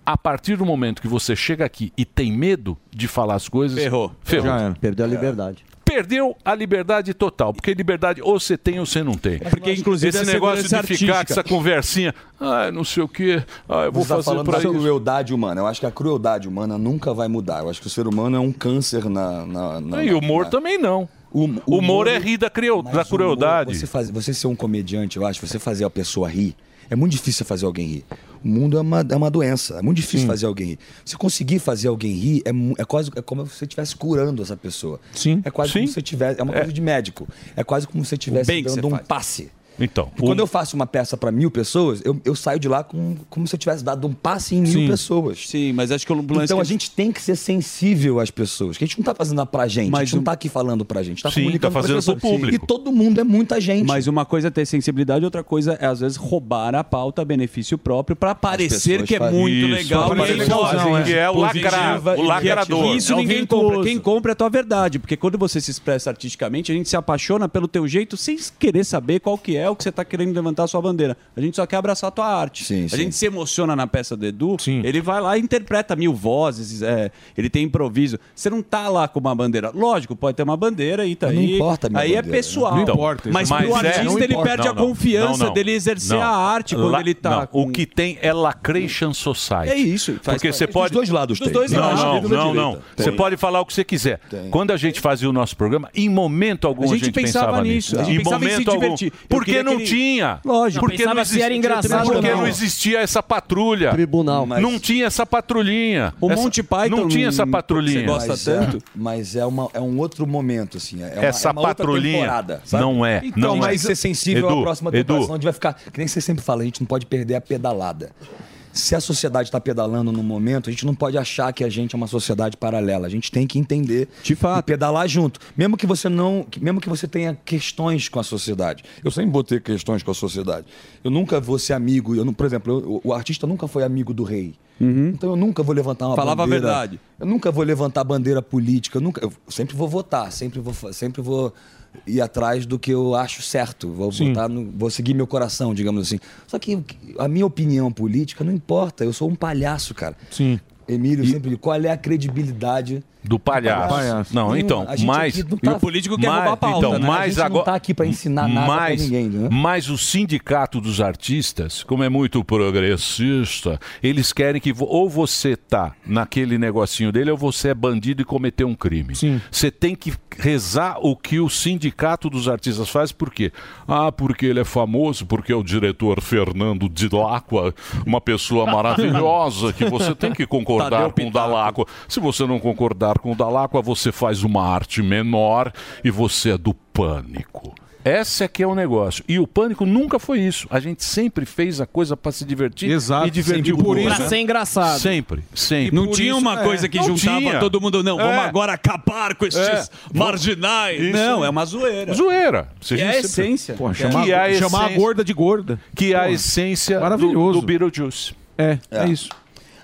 [SPEAKER 5] A partir do momento que você chega aqui e tem medo de falar as coisas, ferrou. ferrou.
[SPEAKER 2] Perdeu a liberdade.
[SPEAKER 5] Perdeu a liberdade total, porque liberdade ou você tem ou você não tem.
[SPEAKER 2] porque, inclusive,
[SPEAKER 5] esse
[SPEAKER 2] é a
[SPEAKER 5] negócio de
[SPEAKER 2] segurança
[SPEAKER 5] ficar com
[SPEAKER 2] artística.
[SPEAKER 5] essa conversinha, ah, não sei o quê, ah, eu vou
[SPEAKER 16] Você tá
[SPEAKER 5] fazer
[SPEAKER 16] falando
[SPEAKER 5] pra
[SPEAKER 16] da
[SPEAKER 5] isso.
[SPEAKER 16] crueldade humana. Eu acho que a crueldade humana nunca vai mudar. Eu acho que o ser humano é um câncer na. na, na
[SPEAKER 5] e
[SPEAKER 16] na-
[SPEAKER 5] o humor
[SPEAKER 16] na-
[SPEAKER 5] também não.
[SPEAKER 16] O
[SPEAKER 5] humor, é rir da, creu-
[SPEAKER 16] Mas
[SPEAKER 5] da
[SPEAKER 16] o humor,
[SPEAKER 5] crueldade.
[SPEAKER 16] Você, faz- você ser um comediante, eu acho, você fazer a pessoa rir. É muito difícil fazer alguém rir. O mundo é uma, é uma doença. É muito difícil fazer alguém rir. Você conseguir fazer alguém rir é, mu- é quase é como se você estivesse curando essa pessoa. Sim. É quase como se você tivesse. É uma coisa de médico. É quase como se você estivesse
[SPEAKER 5] bem que
[SPEAKER 16] dando
[SPEAKER 5] você
[SPEAKER 16] um
[SPEAKER 5] faz.
[SPEAKER 16] passe.
[SPEAKER 5] Então,
[SPEAKER 16] E Quando eu faço uma peça para mil pessoas, eu, eu saio de lá com, como se eu tivesse dado um passe em mil pessoas.
[SPEAKER 11] Sim, mas acho que o lance
[SPEAKER 16] Então
[SPEAKER 11] que-
[SPEAKER 16] a gente tem que ser sensível às pessoas. Que a gente não tá fazendo pra gente, a gente não tá aqui falando pra gente, tá
[SPEAKER 11] Sim,
[SPEAKER 16] comunicando
[SPEAKER 11] tá
[SPEAKER 16] pras
[SPEAKER 11] fazendo pro
[SPEAKER 16] pessoas.
[SPEAKER 11] público.
[SPEAKER 16] E todo mundo é muita gente.
[SPEAKER 11] Mas uma coisa é ter sensibilidade, outra coisa é, às vezes, roubar a pauta a benefício próprio para parecer
[SPEAKER 16] pessoas
[SPEAKER 11] que é
[SPEAKER 16] fazem
[SPEAKER 11] muito
[SPEAKER 16] isso,
[SPEAKER 11] legal.
[SPEAKER 16] pra parecer
[SPEAKER 11] mas não
[SPEAKER 16] legalzão,
[SPEAKER 11] fazem.
[SPEAKER 16] é. Que é o
[SPEAKER 11] Positiva
[SPEAKER 16] lacra- o
[SPEAKER 11] e
[SPEAKER 16] lacrador.
[SPEAKER 11] criativa.
[SPEAKER 16] É
[SPEAKER 11] Isso
[SPEAKER 16] o
[SPEAKER 11] ninguém
[SPEAKER 16] vinculoso.
[SPEAKER 11] compra. Quem compra é a tua verdade. Porque quando você se expressa artisticamente, a gente se apaixona pelo teu jeito sem querer saber qual que é o que você está querendo levantar a sua bandeira. A gente só quer abraçar a tua arte. a
[SPEAKER 16] sim.
[SPEAKER 11] gente se emociona na peça do Edu, ele vai lá e interpreta mil vozes, é, ele tem improviso. Você não tá lá com uma bandeira. Lógico, pode ter uma bandeira e tá
[SPEAKER 16] Mas não
[SPEAKER 11] aí.
[SPEAKER 16] importa a minha
[SPEAKER 11] aí é
[SPEAKER 16] bandeira, né?
[SPEAKER 11] pessoal.
[SPEAKER 16] Não importa,
[SPEAKER 11] Mas,
[SPEAKER 16] mas
[SPEAKER 11] pro
[SPEAKER 16] é-
[SPEAKER 11] artista
[SPEAKER 16] não
[SPEAKER 11] ele
[SPEAKER 16] importa.
[SPEAKER 11] perde a
[SPEAKER 16] Não, não.
[SPEAKER 11] confiança
[SPEAKER 5] Não, não.
[SPEAKER 11] dele exercer
[SPEAKER 5] Não.
[SPEAKER 11] a arte quando
[SPEAKER 5] Lá-
[SPEAKER 11] ele tá.
[SPEAKER 5] não, O que tem é lacration society.
[SPEAKER 11] É isso, faz
[SPEAKER 5] Porque
[SPEAKER 11] parte.
[SPEAKER 5] você
[SPEAKER 11] Dos
[SPEAKER 5] pode.
[SPEAKER 11] dois lados Dos tem. dois
[SPEAKER 5] não,
[SPEAKER 11] lados,
[SPEAKER 5] Não,
[SPEAKER 11] esquerda e
[SPEAKER 5] não, não.
[SPEAKER 11] direita.
[SPEAKER 5] Você
[SPEAKER 11] Tem.
[SPEAKER 5] pode falar o que você quiser. Quando a gente fazia o nosso programa, em momento algum a gente, pensava, nisso.
[SPEAKER 11] a gente
[SPEAKER 5] Em
[SPEAKER 11] pensava em se
[SPEAKER 5] momento algum.
[SPEAKER 11] divertir. Eu
[SPEAKER 5] Porque
[SPEAKER 11] queria
[SPEAKER 5] não
[SPEAKER 11] que ele-
[SPEAKER 5] tinha.
[SPEAKER 11] Lógico.
[SPEAKER 5] Porque
[SPEAKER 11] Pensava
[SPEAKER 5] não
[SPEAKER 11] se era
[SPEAKER 5] existia-
[SPEAKER 11] engraçado ou
[SPEAKER 5] Porque
[SPEAKER 11] não.
[SPEAKER 5] não existia essa patrulha.
[SPEAKER 2] Tribunal.
[SPEAKER 5] Não tinha essa patrulhinha.
[SPEAKER 11] O
[SPEAKER 5] Essa-
[SPEAKER 11] Monty Python
[SPEAKER 5] Não tinha essa
[SPEAKER 11] que você
[SPEAKER 5] patrulhinha.
[SPEAKER 16] mas É, mas é, uma, é um outro momento, assim. É uma,
[SPEAKER 5] Essa
[SPEAKER 16] é uma outra
[SPEAKER 5] patrulhinha
[SPEAKER 16] temporada, sabe?
[SPEAKER 5] não é,
[SPEAKER 16] Então,
[SPEAKER 5] não
[SPEAKER 16] mas
[SPEAKER 5] é.
[SPEAKER 16] ser sensível
[SPEAKER 5] Edu,
[SPEAKER 16] à próxima temporada,
[SPEAKER 5] Edu.
[SPEAKER 16] senão a gente vai ficar. Que nem você sempre fala, a gente não pode perder a pedalada. Se a sociedade está pedalando no momento, a gente não pode achar que a gente é uma sociedade paralela. A gente tem que entender De fato. e pedalar junto. Mesmo que você não. que- Mesmo que você tenha questões com a sociedade. Eu sempre vou ter questões com a sociedade. Eu nunca vou ser amigo. Eu, não- por exemplo, eu- o artista nunca foi amigo do rei. Então eu nunca vou levantar uma
[SPEAKER 11] Uhum. Falava a
[SPEAKER 16] bandeira-
[SPEAKER 11] verdade.
[SPEAKER 16] Eu nunca vou levantar bandeira política, eu, nunca, eu sempre vou votar, sempre vou, fa- sempre vou ir atrás do que eu acho certo, vou, votar no- vou seguir meu coração, digamos assim. Só que o que- a minha opinião política não importa, eu sou um palhaço, cara. Sim. Emílio sempre diz, qual é a credibilidade
[SPEAKER 5] Do palhaço.
[SPEAKER 16] Palhaço.
[SPEAKER 5] Não,
[SPEAKER 16] Nenhuma.
[SPEAKER 5] então,
[SPEAKER 16] A gente
[SPEAKER 5] mas.
[SPEAKER 16] aqui não tá- E o político quer roubar a pauta,
[SPEAKER 5] então,
[SPEAKER 16] né? A
[SPEAKER 5] Mas
[SPEAKER 16] gente não
[SPEAKER 5] agora,
[SPEAKER 16] tá aqui pra ensinar nada pra
[SPEAKER 5] mas,
[SPEAKER 16] ninguém, né?
[SPEAKER 5] Mas o sindicato dos artistas, como é muito progressista, eles querem que vo- ou você tá naquele negocinho dele ou você é bandido e cometeu um crime. Você tem que rezar o que o sindicato dos artistas faz, por quê? Ah, porque ele é famoso, porque é o diretor Fernando Dilacqua, uma pessoa maravilhosa que você tem que concordar
[SPEAKER 23] Tadeu
[SPEAKER 5] com o Dalacqua. Se você não concordar com o Dalacqua, você faz uma arte menor e você é do pânico. Esse é que é o negócio. E o pânico nunca foi isso. A gente sempre fez a coisa pra se divertir
[SPEAKER 7] Exato,
[SPEAKER 5] e divertir
[SPEAKER 7] sempre.
[SPEAKER 5] o
[SPEAKER 7] Por
[SPEAKER 5] povo.
[SPEAKER 7] isso- Pra ser
[SPEAKER 5] engraçado. Sempre, sempre.
[SPEAKER 11] Não tinha uma coisa que
[SPEAKER 5] Não
[SPEAKER 11] juntava
[SPEAKER 5] tinha.
[SPEAKER 11] todo mundo, não. Vamos
[SPEAKER 5] É.
[SPEAKER 11] agora acabar com estes
[SPEAKER 5] É.
[SPEAKER 11] marginais.
[SPEAKER 5] Isso.
[SPEAKER 11] Não, é uma zoeira.
[SPEAKER 5] Zoeira. Você
[SPEAKER 11] Que é a
[SPEAKER 5] sempre-
[SPEAKER 11] essência.
[SPEAKER 5] Pô,
[SPEAKER 11] Que
[SPEAKER 5] chamar,
[SPEAKER 11] é a
[SPEAKER 5] chamar a
[SPEAKER 11] essência.
[SPEAKER 5] gorda de gorda. Que é a
[SPEAKER 16] Pô,
[SPEAKER 5] essência
[SPEAKER 16] maravilhoso.
[SPEAKER 5] do, do Beetlejuice.
[SPEAKER 16] É,
[SPEAKER 5] é
[SPEAKER 16] isso.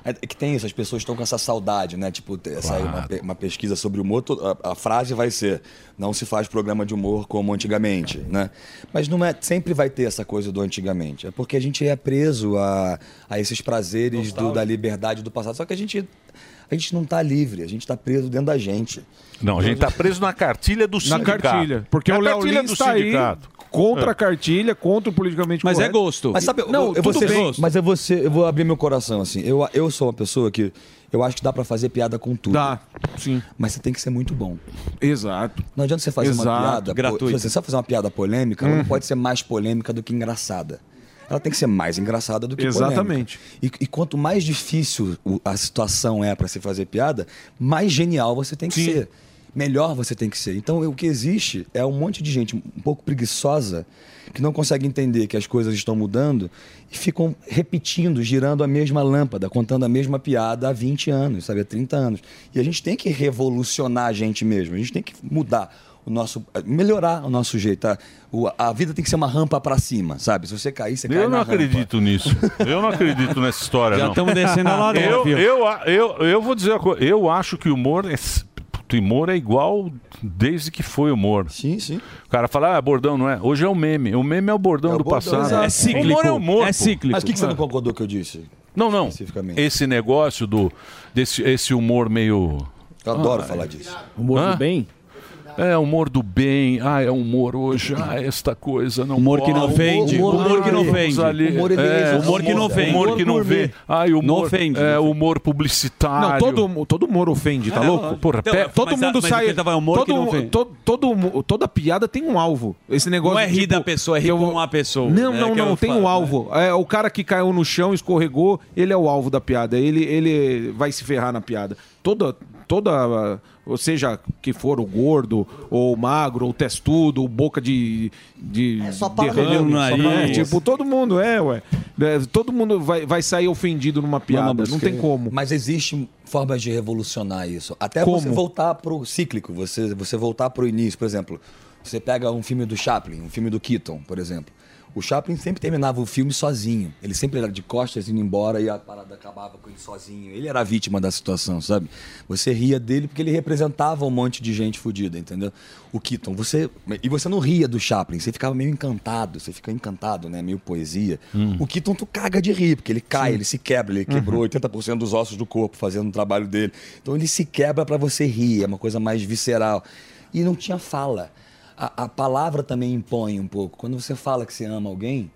[SPEAKER 16] É que tem isso, as pessoas estão com essa saudade, né? Tipo, te- saiu uma, pe- uma pesquisa sobre humor, to- a, a frase vai ser: não se faz programa de humor como antigamente, né? Mas não é, sempre vai ter essa coisa do antigamente. É porque a gente é preso a, a esses prazeres do- da liberdade do passado. Só que a gente, a gente não está livre, a gente está preso dentro da gente.
[SPEAKER 5] Não, a gente tá preso na cartilha do
[SPEAKER 16] Na
[SPEAKER 5] sindicato.
[SPEAKER 16] cartilha, porque
[SPEAKER 5] Na
[SPEAKER 16] o Léo
[SPEAKER 5] cartilha
[SPEAKER 16] Lins
[SPEAKER 5] do
[SPEAKER 16] tá aí
[SPEAKER 5] sindicato. É.
[SPEAKER 7] contra a cartilha, contra o politicamente
[SPEAKER 16] Mas é
[SPEAKER 7] correto.
[SPEAKER 16] gosto. Mas sabe, eu-
[SPEAKER 7] não,
[SPEAKER 16] eu, eu vou
[SPEAKER 7] tudo
[SPEAKER 16] ser-
[SPEAKER 7] bem.
[SPEAKER 16] Mas eu vou, ser- eu vou abrir meu coração, assim. Eu, eu sou uma pessoa que eu acho que dá pra fazer piada com tudo. Dá,
[SPEAKER 7] sim.
[SPEAKER 16] Mas você tem que ser muito bom.
[SPEAKER 7] Exato.
[SPEAKER 16] Não adianta você fazer uma
[SPEAKER 7] Exato,
[SPEAKER 16] piada...
[SPEAKER 7] gratuito.
[SPEAKER 16] Gratuita. Se você fazer uma piada polêmica, ela
[SPEAKER 7] Uhum.
[SPEAKER 16] não pode ser mais polêmica do que engraçada. Ela tem que ser mais engraçada do que
[SPEAKER 7] Exatamente.
[SPEAKER 16] polêmica. E, e quanto mais difícil o- a situação é pra se fazer piada, mais genial você tem que ser. Melhor você tem que ser. Então, o que existe é um monte de gente um pouco preguiçosa que não consegue entender que as coisas estão mudando e ficam repetindo, girando a mesma lâmpada, contando a mesma piada há 20 anos, sabe, há 30 anos. E a gente tem que revolucionar a gente mesmo, a gente tem que mudar o nosso melhorar o nosso jeito. A, o- a vida tem que ser uma rampa pra cima, sabe? Se você cair, você cai
[SPEAKER 5] Eu
[SPEAKER 16] na
[SPEAKER 5] não
[SPEAKER 16] rampa.
[SPEAKER 5] acredito nisso. Eu não acredito nessa história,
[SPEAKER 16] Já
[SPEAKER 5] não.
[SPEAKER 16] tamo descendo a ladeira,
[SPEAKER 5] Eu,
[SPEAKER 16] viu?
[SPEAKER 5] eu, a- eu, eu vou dizer uma coisa. Eu acho que o humor é... s- puto, Humor é igual desde que foi humor.
[SPEAKER 16] Sim, sim.
[SPEAKER 5] O cara fala, ah, bordão não é. Hoje é o meme. O meme é o bordão do passado.
[SPEAKER 16] Exato.
[SPEAKER 5] Humor é humor. pô.
[SPEAKER 16] Mas o que, que você não concordou que eu disse?
[SPEAKER 5] Não, não. Esse negócio do. Desse, esse humor meio. Ah,
[SPEAKER 16] Eu adoro falar disso.
[SPEAKER 5] Humor do bem? É, humor do bem. Ah, é humor hoje. Ah, esta coisa não
[SPEAKER 11] Humor que não
[SPEAKER 5] pode.
[SPEAKER 11] ofende. Humor que não ofende. Humor
[SPEAKER 5] é,
[SPEAKER 11] beleza. Humor que não ofende.
[SPEAKER 5] Humor que não
[SPEAKER 11] Humor
[SPEAKER 5] vê.
[SPEAKER 11] gourmet.
[SPEAKER 5] Ah, e humor,
[SPEAKER 11] Não ofende,
[SPEAKER 5] É,
[SPEAKER 11] não
[SPEAKER 5] humor publicitário.
[SPEAKER 7] Não, todo, mu- todo humor ofende, tá
[SPEAKER 5] É,
[SPEAKER 7] louco?
[SPEAKER 5] lógico. Porra,
[SPEAKER 7] Então,
[SPEAKER 5] pe-
[SPEAKER 7] todo
[SPEAKER 5] mas a-
[SPEAKER 7] mundo
[SPEAKER 5] mas
[SPEAKER 7] sai.
[SPEAKER 5] o que eu tava- é o humor
[SPEAKER 7] todo,
[SPEAKER 5] que não ofende.
[SPEAKER 7] to- todo mu- toda piada tem um alvo. Esse negócio
[SPEAKER 11] Não é
[SPEAKER 7] de,
[SPEAKER 11] rir
[SPEAKER 7] tipo,
[SPEAKER 11] da pessoa, é rir
[SPEAKER 7] eu-
[SPEAKER 11] com a pessoa.
[SPEAKER 7] Não,
[SPEAKER 5] é
[SPEAKER 11] né,
[SPEAKER 7] não,
[SPEAKER 11] que eu
[SPEAKER 7] não, tem
[SPEAKER 11] falo,
[SPEAKER 7] um
[SPEAKER 11] né?
[SPEAKER 7] alvo. É, o cara que caiu no chão, escorregou, ele é o alvo da piada. Ele, ele vai se ferrar na piada. Toda. Toda. Ou seja, que for o gordo, ou o magro, ou o testudo, ou boca de. de é,
[SPEAKER 2] só para no nariz.
[SPEAKER 7] Tipo, todo mundo, é, ué. É, todo mundo vai, vai sair ofendido
[SPEAKER 5] é
[SPEAKER 7] numa piada.
[SPEAKER 16] Vamos
[SPEAKER 7] não
[SPEAKER 16] buscar.
[SPEAKER 7] tem como.
[SPEAKER 16] Mas existe formas de revolucionar isso. Até
[SPEAKER 7] Como?
[SPEAKER 16] você voltar pro cíclico, você, você voltar pro início. Por exemplo, você pega um filme do Chaplin, um filme do Keaton, por exemplo. O Chaplin sempre terminava o filme sozinho. Ele sempre era de costas indo embora e a parada acabava com ele sozinho. Ele era a vítima da situação, sabe? Você ria dele porque ele representava um monte de gente fodida, entendeu? O Keaton, você. E você não ria do Chaplin, você ficava meio encantado, você fica encantado, né? Meio poesia. O Keaton, tu caga de rir, porque ele cai, ele se quebra, ele quebrou 80% dos ossos do corpo fazendo o trabalho dele. Então ele se quebra pra você rir, é uma coisa mais visceral. E não tinha fala. A, a palavra também impõe um pouco. Quando você fala que você ama alguém,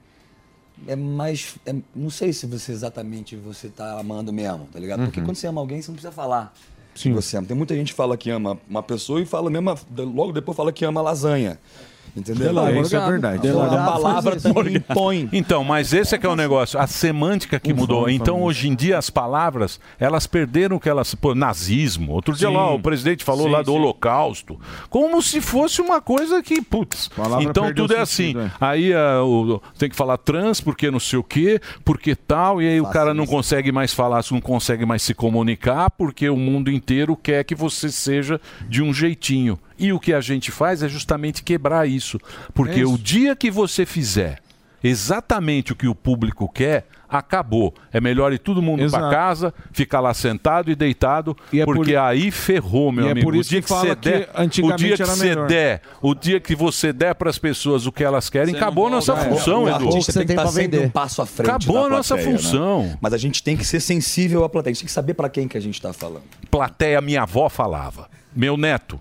[SPEAKER 16] é mais. é- não sei se você exatamente você tá amando mesmo, tá ligado? Porque
[SPEAKER 7] Uhum.
[SPEAKER 16] quando você ama alguém, você não precisa falar. Sim. Você ama. Tem muita gente que fala que ama uma pessoa e fala mesmo, logo depois fala que ama lasanha. Entendeu?
[SPEAKER 5] Ah,
[SPEAKER 16] Agora,
[SPEAKER 5] isso é
[SPEAKER 16] a-
[SPEAKER 5] verdade.
[SPEAKER 16] A,
[SPEAKER 5] Delgado
[SPEAKER 16] palavra
[SPEAKER 5] faz isso.
[SPEAKER 16] também impõe.
[SPEAKER 5] Então, mas esse é que é o negócio, a semântica que mudou. Então, hoje em dia, as palavras, elas perderam o que elas... Pô, nazismo. Outro dia
[SPEAKER 23] Sim.
[SPEAKER 5] lá, o presidente falou
[SPEAKER 23] Sim,
[SPEAKER 5] lá do
[SPEAKER 23] sim.
[SPEAKER 5] holocausto. Como se fosse uma coisa que, putz... então,
[SPEAKER 23] perdeu
[SPEAKER 5] tudo é assim.
[SPEAKER 23] sentido,
[SPEAKER 5] Aí, ah, o- tem que falar trans, porque não sei o quê, porque tal, e aí o cara não consegue mais falar, não consegue mais se comunicar, porque o mundo inteiro quer que você seja de um jeitinho. E o que a gente faz é justamente quebrar isso. Porque
[SPEAKER 23] É isso.
[SPEAKER 5] o dia que você fizer exatamente o que o público quer, acabou. É melhor ir todo mundo para
[SPEAKER 7] Exato.
[SPEAKER 5] casa, ficar lá sentado e deitado,
[SPEAKER 23] é
[SPEAKER 5] porque aí ferrou, meu
[SPEAKER 7] E é
[SPEAKER 5] amigo.
[SPEAKER 7] por isso
[SPEAKER 5] o dia
[SPEAKER 7] que
[SPEAKER 5] que,
[SPEAKER 7] fala
[SPEAKER 5] você
[SPEAKER 7] que
[SPEAKER 5] der, o
[SPEAKER 7] antigamente
[SPEAKER 5] dia que
[SPEAKER 7] era
[SPEAKER 5] você
[SPEAKER 7] melhor.
[SPEAKER 5] der, o dia que você der para as pessoas o que elas querem,
[SPEAKER 16] Você
[SPEAKER 5] acabou a
[SPEAKER 16] não
[SPEAKER 5] nossa
[SPEAKER 16] volta, é.
[SPEAKER 5] função,
[SPEAKER 16] O
[SPEAKER 5] Edu.
[SPEAKER 16] artista tem que estar sempre um passo à frente.
[SPEAKER 5] Acabou
[SPEAKER 16] da
[SPEAKER 5] a nossa
[SPEAKER 16] plateia, né?
[SPEAKER 5] função.
[SPEAKER 16] Mas a gente tem que ser sensível à plateia. A gente tem que saber pra quem que a gente tá falando.
[SPEAKER 5] Plateia, minha avó falava. Meu neto.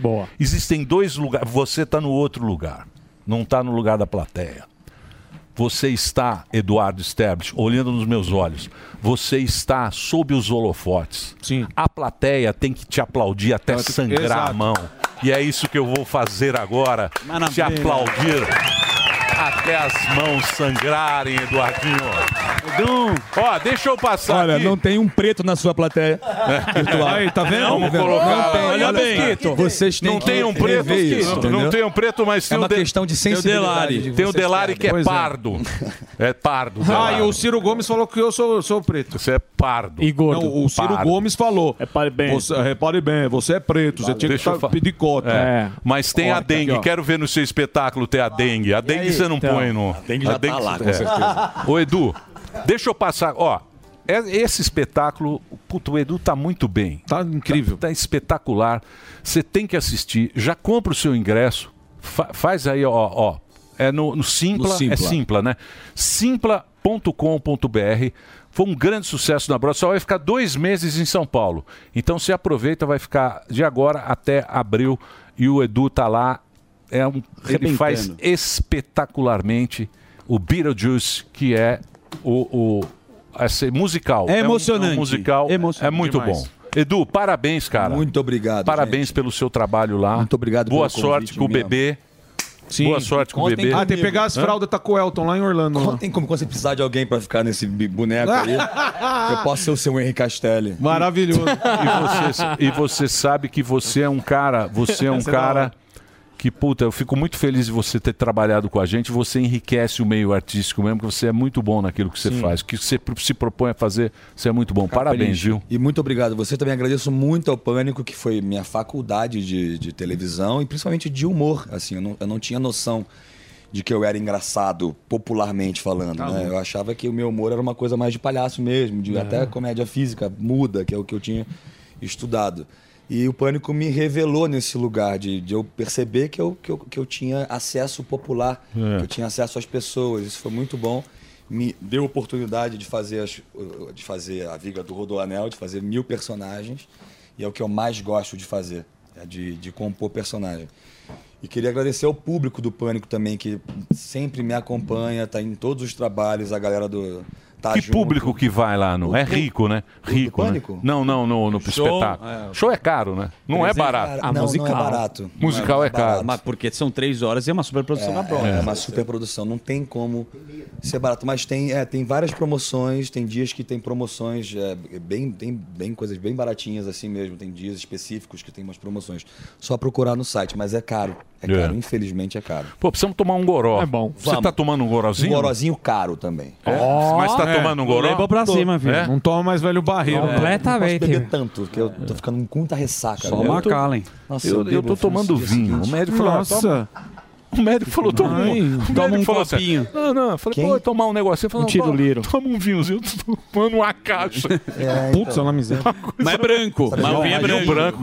[SPEAKER 5] Boa. Existem dois lugares. Você está no outro lugar. Não está no lugar da plateia. Você está, Eduardo Sterblich, olhando nos meus olhos, você está sob os holofotes. Sim. A plateia tem que te aplaudir até
[SPEAKER 23] Ela tem-
[SPEAKER 5] sangrar a
[SPEAKER 23] Exato.
[SPEAKER 5] mão. E é isso que eu vou fazer agora. Te
[SPEAKER 23] Maravilha.
[SPEAKER 5] aplaudir até as mãos sangrarem, Eduardinho. Ó, deixa eu passar
[SPEAKER 11] Olha,
[SPEAKER 5] aqui.
[SPEAKER 11] não tem um preto na sua plateia. virtual.
[SPEAKER 5] Aí, tá vendo?
[SPEAKER 11] Não,
[SPEAKER 5] Vamos colocar.
[SPEAKER 11] tem,
[SPEAKER 5] Olha bem.
[SPEAKER 11] Vocês têm
[SPEAKER 5] Não
[SPEAKER 11] que
[SPEAKER 5] tem um preto,
[SPEAKER 11] rever
[SPEAKER 5] que-
[SPEAKER 11] isso,
[SPEAKER 5] não-
[SPEAKER 11] entendeu?
[SPEAKER 5] não tem um preto, mas tem
[SPEAKER 11] é
[SPEAKER 5] o
[SPEAKER 11] uma
[SPEAKER 5] de-
[SPEAKER 11] questão de sensibilidade. de
[SPEAKER 5] Tem o
[SPEAKER 11] vocês
[SPEAKER 5] Delari que é
[SPEAKER 11] terem.
[SPEAKER 5] pardo. É pardo.
[SPEAKER 7] Ah, e
[SPEAKER 5] Delari.
[SPEAKER 7] o Ciro Gomes falou que eu sou, eu sou preto.
[SPEAKER 5] Você é pardo.
[SPEAKER 7] E gordo. Não, o Ciro
[SPEAKER 5] Pardo.
[SPEAKER 7] Gomes falou.
[SPEAKER 5] Repare bem.
[SPEAKER 7] Você, repare bem, você é preto, você tinha
[SPEAKER 5] Deixa eu
[SPEAKER 7] que tá,
[SPEAKER 5] fa-
[SPEAKER 7] pedir cota.
[SPEAKER 5] É. Mas tem
[SPEAKER 7] Olha,
[SPEAKER 5] a dengue.
[SPEAKER 7] aqui, ó.
[SPEAKER 5] Quero ver no seu espetáculo ter a dengue. A dengue
[SPEAKER 7] aí?
[SPEAKER 5] você não
[SPEAKER 7] Então,
[SPEAKER 5] põe no.
[SPEAKER 7] a dengue já tá lá, com certeza.
[SPEAKER 5] Ô, Edu, deixa eu passar. Ó, é- esse espetáculo, puto, o Edu tá muito bem.
[SPEAKER 7] Tá incrível.
[SPEAKER 5] Tá, espetacular. Você tem que assistir. Já compra o seu ingresso. Fa- faz aí, ó, ó. É no, no Simpla,
[SPEAKER 23] No Simpla.
[SPEAKER 5] é Simpla, né? Simpla.com.br. Foi um grande sucesso na Broadway. Só vai ficar dois meses em São Paulo. Então se aproveita, vai ficar de agora até abril. E o Edu tá lá é um, ele
[SPEAKER 3] Arrebentando.
[SPEAKER 5] faz espetacularmente o Beetlejuice, que é o, o assim, musical.
[SPEAKER 3] É
[SPEAKER 5] um-
[SPEAKER 3] emocionante.
[SPEAKER 5] um musical. É muito
[SPEAKER 3] demais.
[SPEAKER 5] bom. Edu, parabéns, cara. Muito
[SPEAKER 16] obrigado.
[SPEAKER 5] Parabéns pelo seu trabalho lá. Muito obrigado. Boa
[SPEAKER 16] pelo
[SPEAKER 5] sorte
[SPEAKER 16] convite
[SPEAKER 5] com o
[SPEAKER 16] mesmo.
[SPEAKER 5] bebê. Boa sorte com o bebê.
[SPEAKER 7] Ah, tem que pegar as fraldas e tá com o Elton lá em Orlando. né?
[SPEAKER 16] Contem como quando você precisar de alguém pra ficar nesse bi- boneco aí. eu posso ser o seu Henrique Castelli.
[SPEAKER 7] Maravilhoso.
[SPEAKER 5] E você, e você sabe que você é um cara, você é um
[SPEAKER 16] Essa é da
[SPEAKER 5] cara
[SPEAKER 16] hora.
[SPEAKER 5] que, puta, eu fico muito feliz de você ter trabalhado com a gente. Você enriquece o meio artístico mesmo, que você é muito bom naquilo que você
[SPEAKER 16] Sim.
[SPEAKER 5] faz. O que você pro- se propõe a fazer, você é muito bom. Parabéns, viu?
[SPEAKER 16] E muito obrigado. Você também agradeço muito ao Pânico, que foi minha faculdade de, de televisão e principalmente de humor. Assim, eu não, eu não tinha noção de que eu era engraçado, popularmente falando.
[SPEAKER 3] Tá
[SPEAKER 16] né?
[SPEAKER 3] bom.
[SPEAKER 16] Eu achava que o meu humor era uma coisa mais de palhaço mesmo, de
[SPEAKER 3] É.
[SPEAKER 16] até comédia física muda, que é o que eu tinha estudado. E o Pânico me revelou nesse lugar de, de eu perceber que eu, que, eu, que eu tinha acesso popular,
[SPEAKER 3] É.
[SPEAKER 16] que eu tinha acesso às pessoas. Isso foi muito bom. Me deu oportunidade de fazer, as- de fazer a Viga do Rodoanel, de fazer mil personagens. E é o que eu mais gosto de fazer, é de, de compor personagem. E queria agradecer ao público do Pânico também, que sempre me acompanha, tá em todos os trabalhos, a galera do... Tá
[SPEAKER 5] que
[SPEAKER 16] junto.
[SPEAKER 5] público que vai lá no. É
[SPEAKER 16] O-
[SPEAKER 5] rico, né? Rico. Né?
[SPEAKER 16] Pânico?
[SPEAKER 5] Não, não, no, no
[SPEAKER 16] Show,
[SPEAKER 5] espetáculo.
[SPEAKER 16] é.
[SPEAKER 5] Show é caro, né? Não é
[SPEAKER 16] Presente,
[SPEAKER 5] barato.
[SPEAKER 16] cara. Ah, Não, não é musical. barato.
[SPEAKER 5] Musical
[SPEAKER 16] Não é
[SPEAKER 5] é caro.
[SPEAKER 3] Mas porque são três horas e é uma superprodução
[SPEAKER 16] É,
[SPEAKER 3] na Broadway.
[SPEAKER 16] É, uma super produção. Não tem como ser barato. Mas tem, é, tem várias promoções. Tem dias que tem promoções é, bem, tem bem coisas bem baratinhas assim mesmo. Tem dias específicos que tem umas promoções. Só procurar no site, mas é caro. É
[SPEAKER 5] É.
[SPEAKER 16] caro. Infelizmente é caro.
[SPEAKER 5] Pô, precisamos tomar um goró.
[SPEAKER 16] É bom.
[SPEAKER 5] Você
[SPEAKER 16] Vamos.
[SPEAKER 5] tá tomando um gorozinho?
[SPEAKER 16] Um gorozinho caro também.
[SPEAKER 5] É? Mas tá tomando um goró? Tô. É?
[SPEAKER 7] Não tá toma mais velho né? barril.
[SPEAKER 16] Não posso beber tanto, porque eu tô ficando com muita ressaca.
[SPEAKER 7] Só
[SPEAKER 16] velho.
[SPEAKER 7] uma
[SPEAKER 16] Eu tô-
[SPEAKER 7] Kallen.
[SPEAKER 16] Nossa,
[SPEAKER 5] Tá Eu, eu
[SPEAKER 16] bebo
[SPEAKER 5] tô tomando
[SPEAKER 16] no dia
[SPEAKER 5] vinho. O
[SPEAKER 16] seguinte.
[SPEAKER 5] médico falou, ah, toma- O médico falou, toma um.
[SPEAKER 16] Ai,
[SPEAKER 5] o
[SPEAKER 16] toma
[SPEAKER 5] médico
[SPEAKER 16] um
[SPEAKER 5] falou assim,
[SPEAKER 16] copinho.
[SPEAKER 5] não, não. Eu falei, pô, eu tomar um negocinho. Eu falei,
[SPEAKER 16] Um
[SPEAKER 5] não,
[SPEAKER 16] tiro
[SPEAKER 5] toma-
[SPEAKER 16] liro.
[SPEAKER 5] Toma um vinhozinho. Eu tô tomando uma caixa.
[SPEAKER 16] É, Putz, então. é uma miséria.
[SPEAKER 5] Mas é branco.
[SPEAKER 16] Sabe, João, mas eu-
[SPEAKER 5] Cara, é branco, né?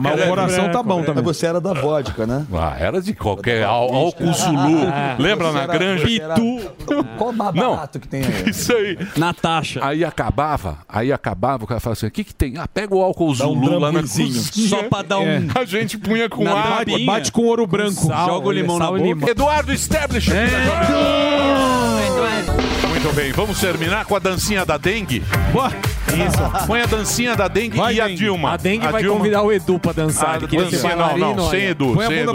[SPEAKER 16] Mas você era da vodka, né?
[SPEAKER 5] Ah, era de qualquer ál- álcool Zulu.
[SPEAKER 3] é.
[SPEAKER 5] Lembra
[SPEAKER 16] Você
[SPEAKER 5] na
[SPEAKER 16] Ah, era-
[SPEAKER 5] granja?
[SPEAKER 16] você era- Qual mais barato que tem aí?
[SPEAKER 5] Isso aí. Natasha. Aí acabava, aí acabava, o cara falava assim: o que, que tem? Ah, pega o álcool
[SPEAKER 3] Dá um
[SPEAKER 5] Zulu lá na
[SPEAKER 3] trambuzinho.
[SPEAKER 5] cozinha.
[SPEAKER 3] Só pra dar um-
[SPEAKER 5] É. A gente punha com
[SPEAKER 3] Na
[SPEAKER 5] água.
[SPEAKER 3] tampinha. Bate com ouro branco. Com sal, Joga o limão sal na e boca. limão. É.
[SPEAKER 5] Eduardo Stablish. Muito bem, vamos terminar com a dancinha da dengue? Isso. Põe a dancinha da dengue e a Dilma.
[SPEAKER 13] A Dengue vai
[SPEAKER 5] Dilma-
[SPEAKER 13] convidar o Edu pra dançar.
[SPEAKER 5] Ah,
[SPEAKER 13] ele queria ser
[SPEAKER 5] dancinha, não,
[SPEAKER 13] bailarino,
[SPEAKER 5] não,
[SPEAKER 13] olha.
[SPEAKER 5] sem Edu. sem Edu.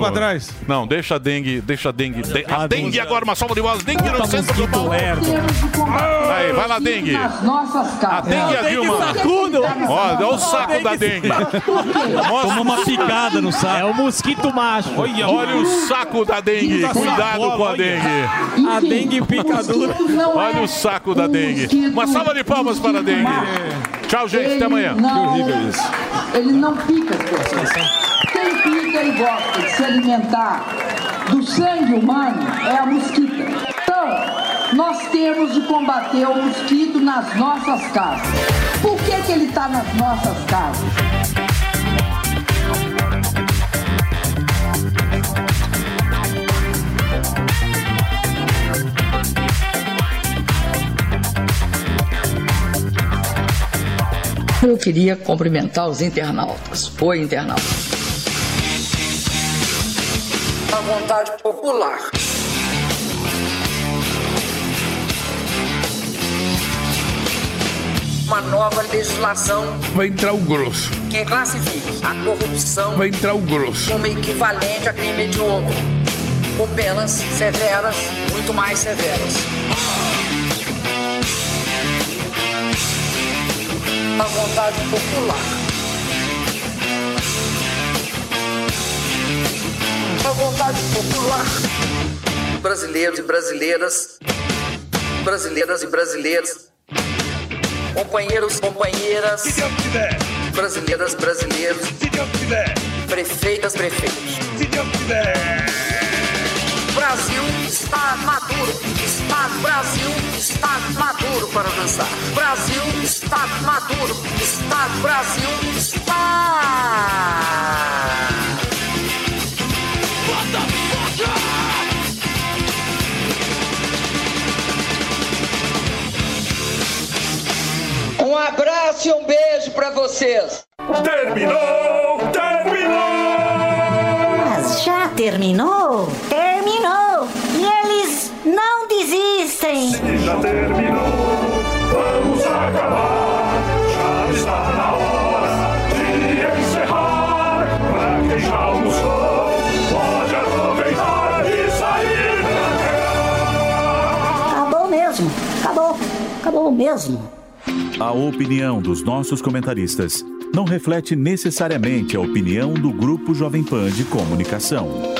[SPEAKER 5] Não, deixa a dengue, deixa a dengue. de- a dengue agora, uma salva de voz. Dengue no centro do palco. Aí, vai lá, dengue.
[SPEAKER 12] Nossas caras.
[SPEAKER 5] A dengue e a Dilma.
[SPEAKER 3] tá
[SPEAKER 5] Ó, dá o saco da dengue. Mostra
[SPEAKER 3] Tomou uma picada no saco. É o mosquito macho.
[SPEAKER 5] Olha, olha o saco da dengue.
[SPEAKER 3] Puta
[SPEAKER 5] Cuidado
[SPEAKER 3] sacola,
[SPEAKER 5] com a
[SPEAKER 3] olha.
[SPEAKER 5] dengue.
[SPEAKER 3] A dengue picadura.
[SPEAKER 5] Olha o saco da dengue. Uma salva de palmas para a dengue. Tchau, gente. Até amanhã.
[SPEAKER 12] Não, Ele não pica as pessoas. Quem pica e gosta de se alimentar do sangue humano é a mosquita. Então, nós temos de combater o mosquito nas nossas casas. Por que, que ele está nas nossas casas?
[SPEAKER 29] Eu queria cumprimentar os internautas. Oi, internauta.
[SPEAKER 12] A vontade popular. Uma nova legislação
[SPEAKER 30] Vai entrar o grosso.
[SPEAKER 12] que classifique a corrupção
[SPEAKER 30] Vai entrar o grosso.
[SPEAKER 12] como Um equivalente a crime hediondo, com penas severas, muito mais severas. A vontade popular. A vontade popular. Brasileiros e brasileiras, brasileiras e brasileiros, companheiros, companheiras, brasileiras, brasileiros, prefeitas, prefeitos. Brasil está maduro, está Brasil está maduro para dançar. Brasil está maduro, está Brasil está.
[SPEAKER 30] Um abraço e um beijo pra vocês. Terminou! Terminou!
[SPEAKER 31] Mas já terminou?
[SPEAKER 3] Se já terminou, vamos acabar. Já está na hora de encerrar. Pra quem já almoçou, pode aproveitar e sair
[SPEAKER 32] Acabou mesmo. Acabou. Acabou mesmo.
[SPEAKER 5] A opinião dos nossos comentaristas não reflete necessariamente a opinião do Grupo Jovem Pan de Comunicação.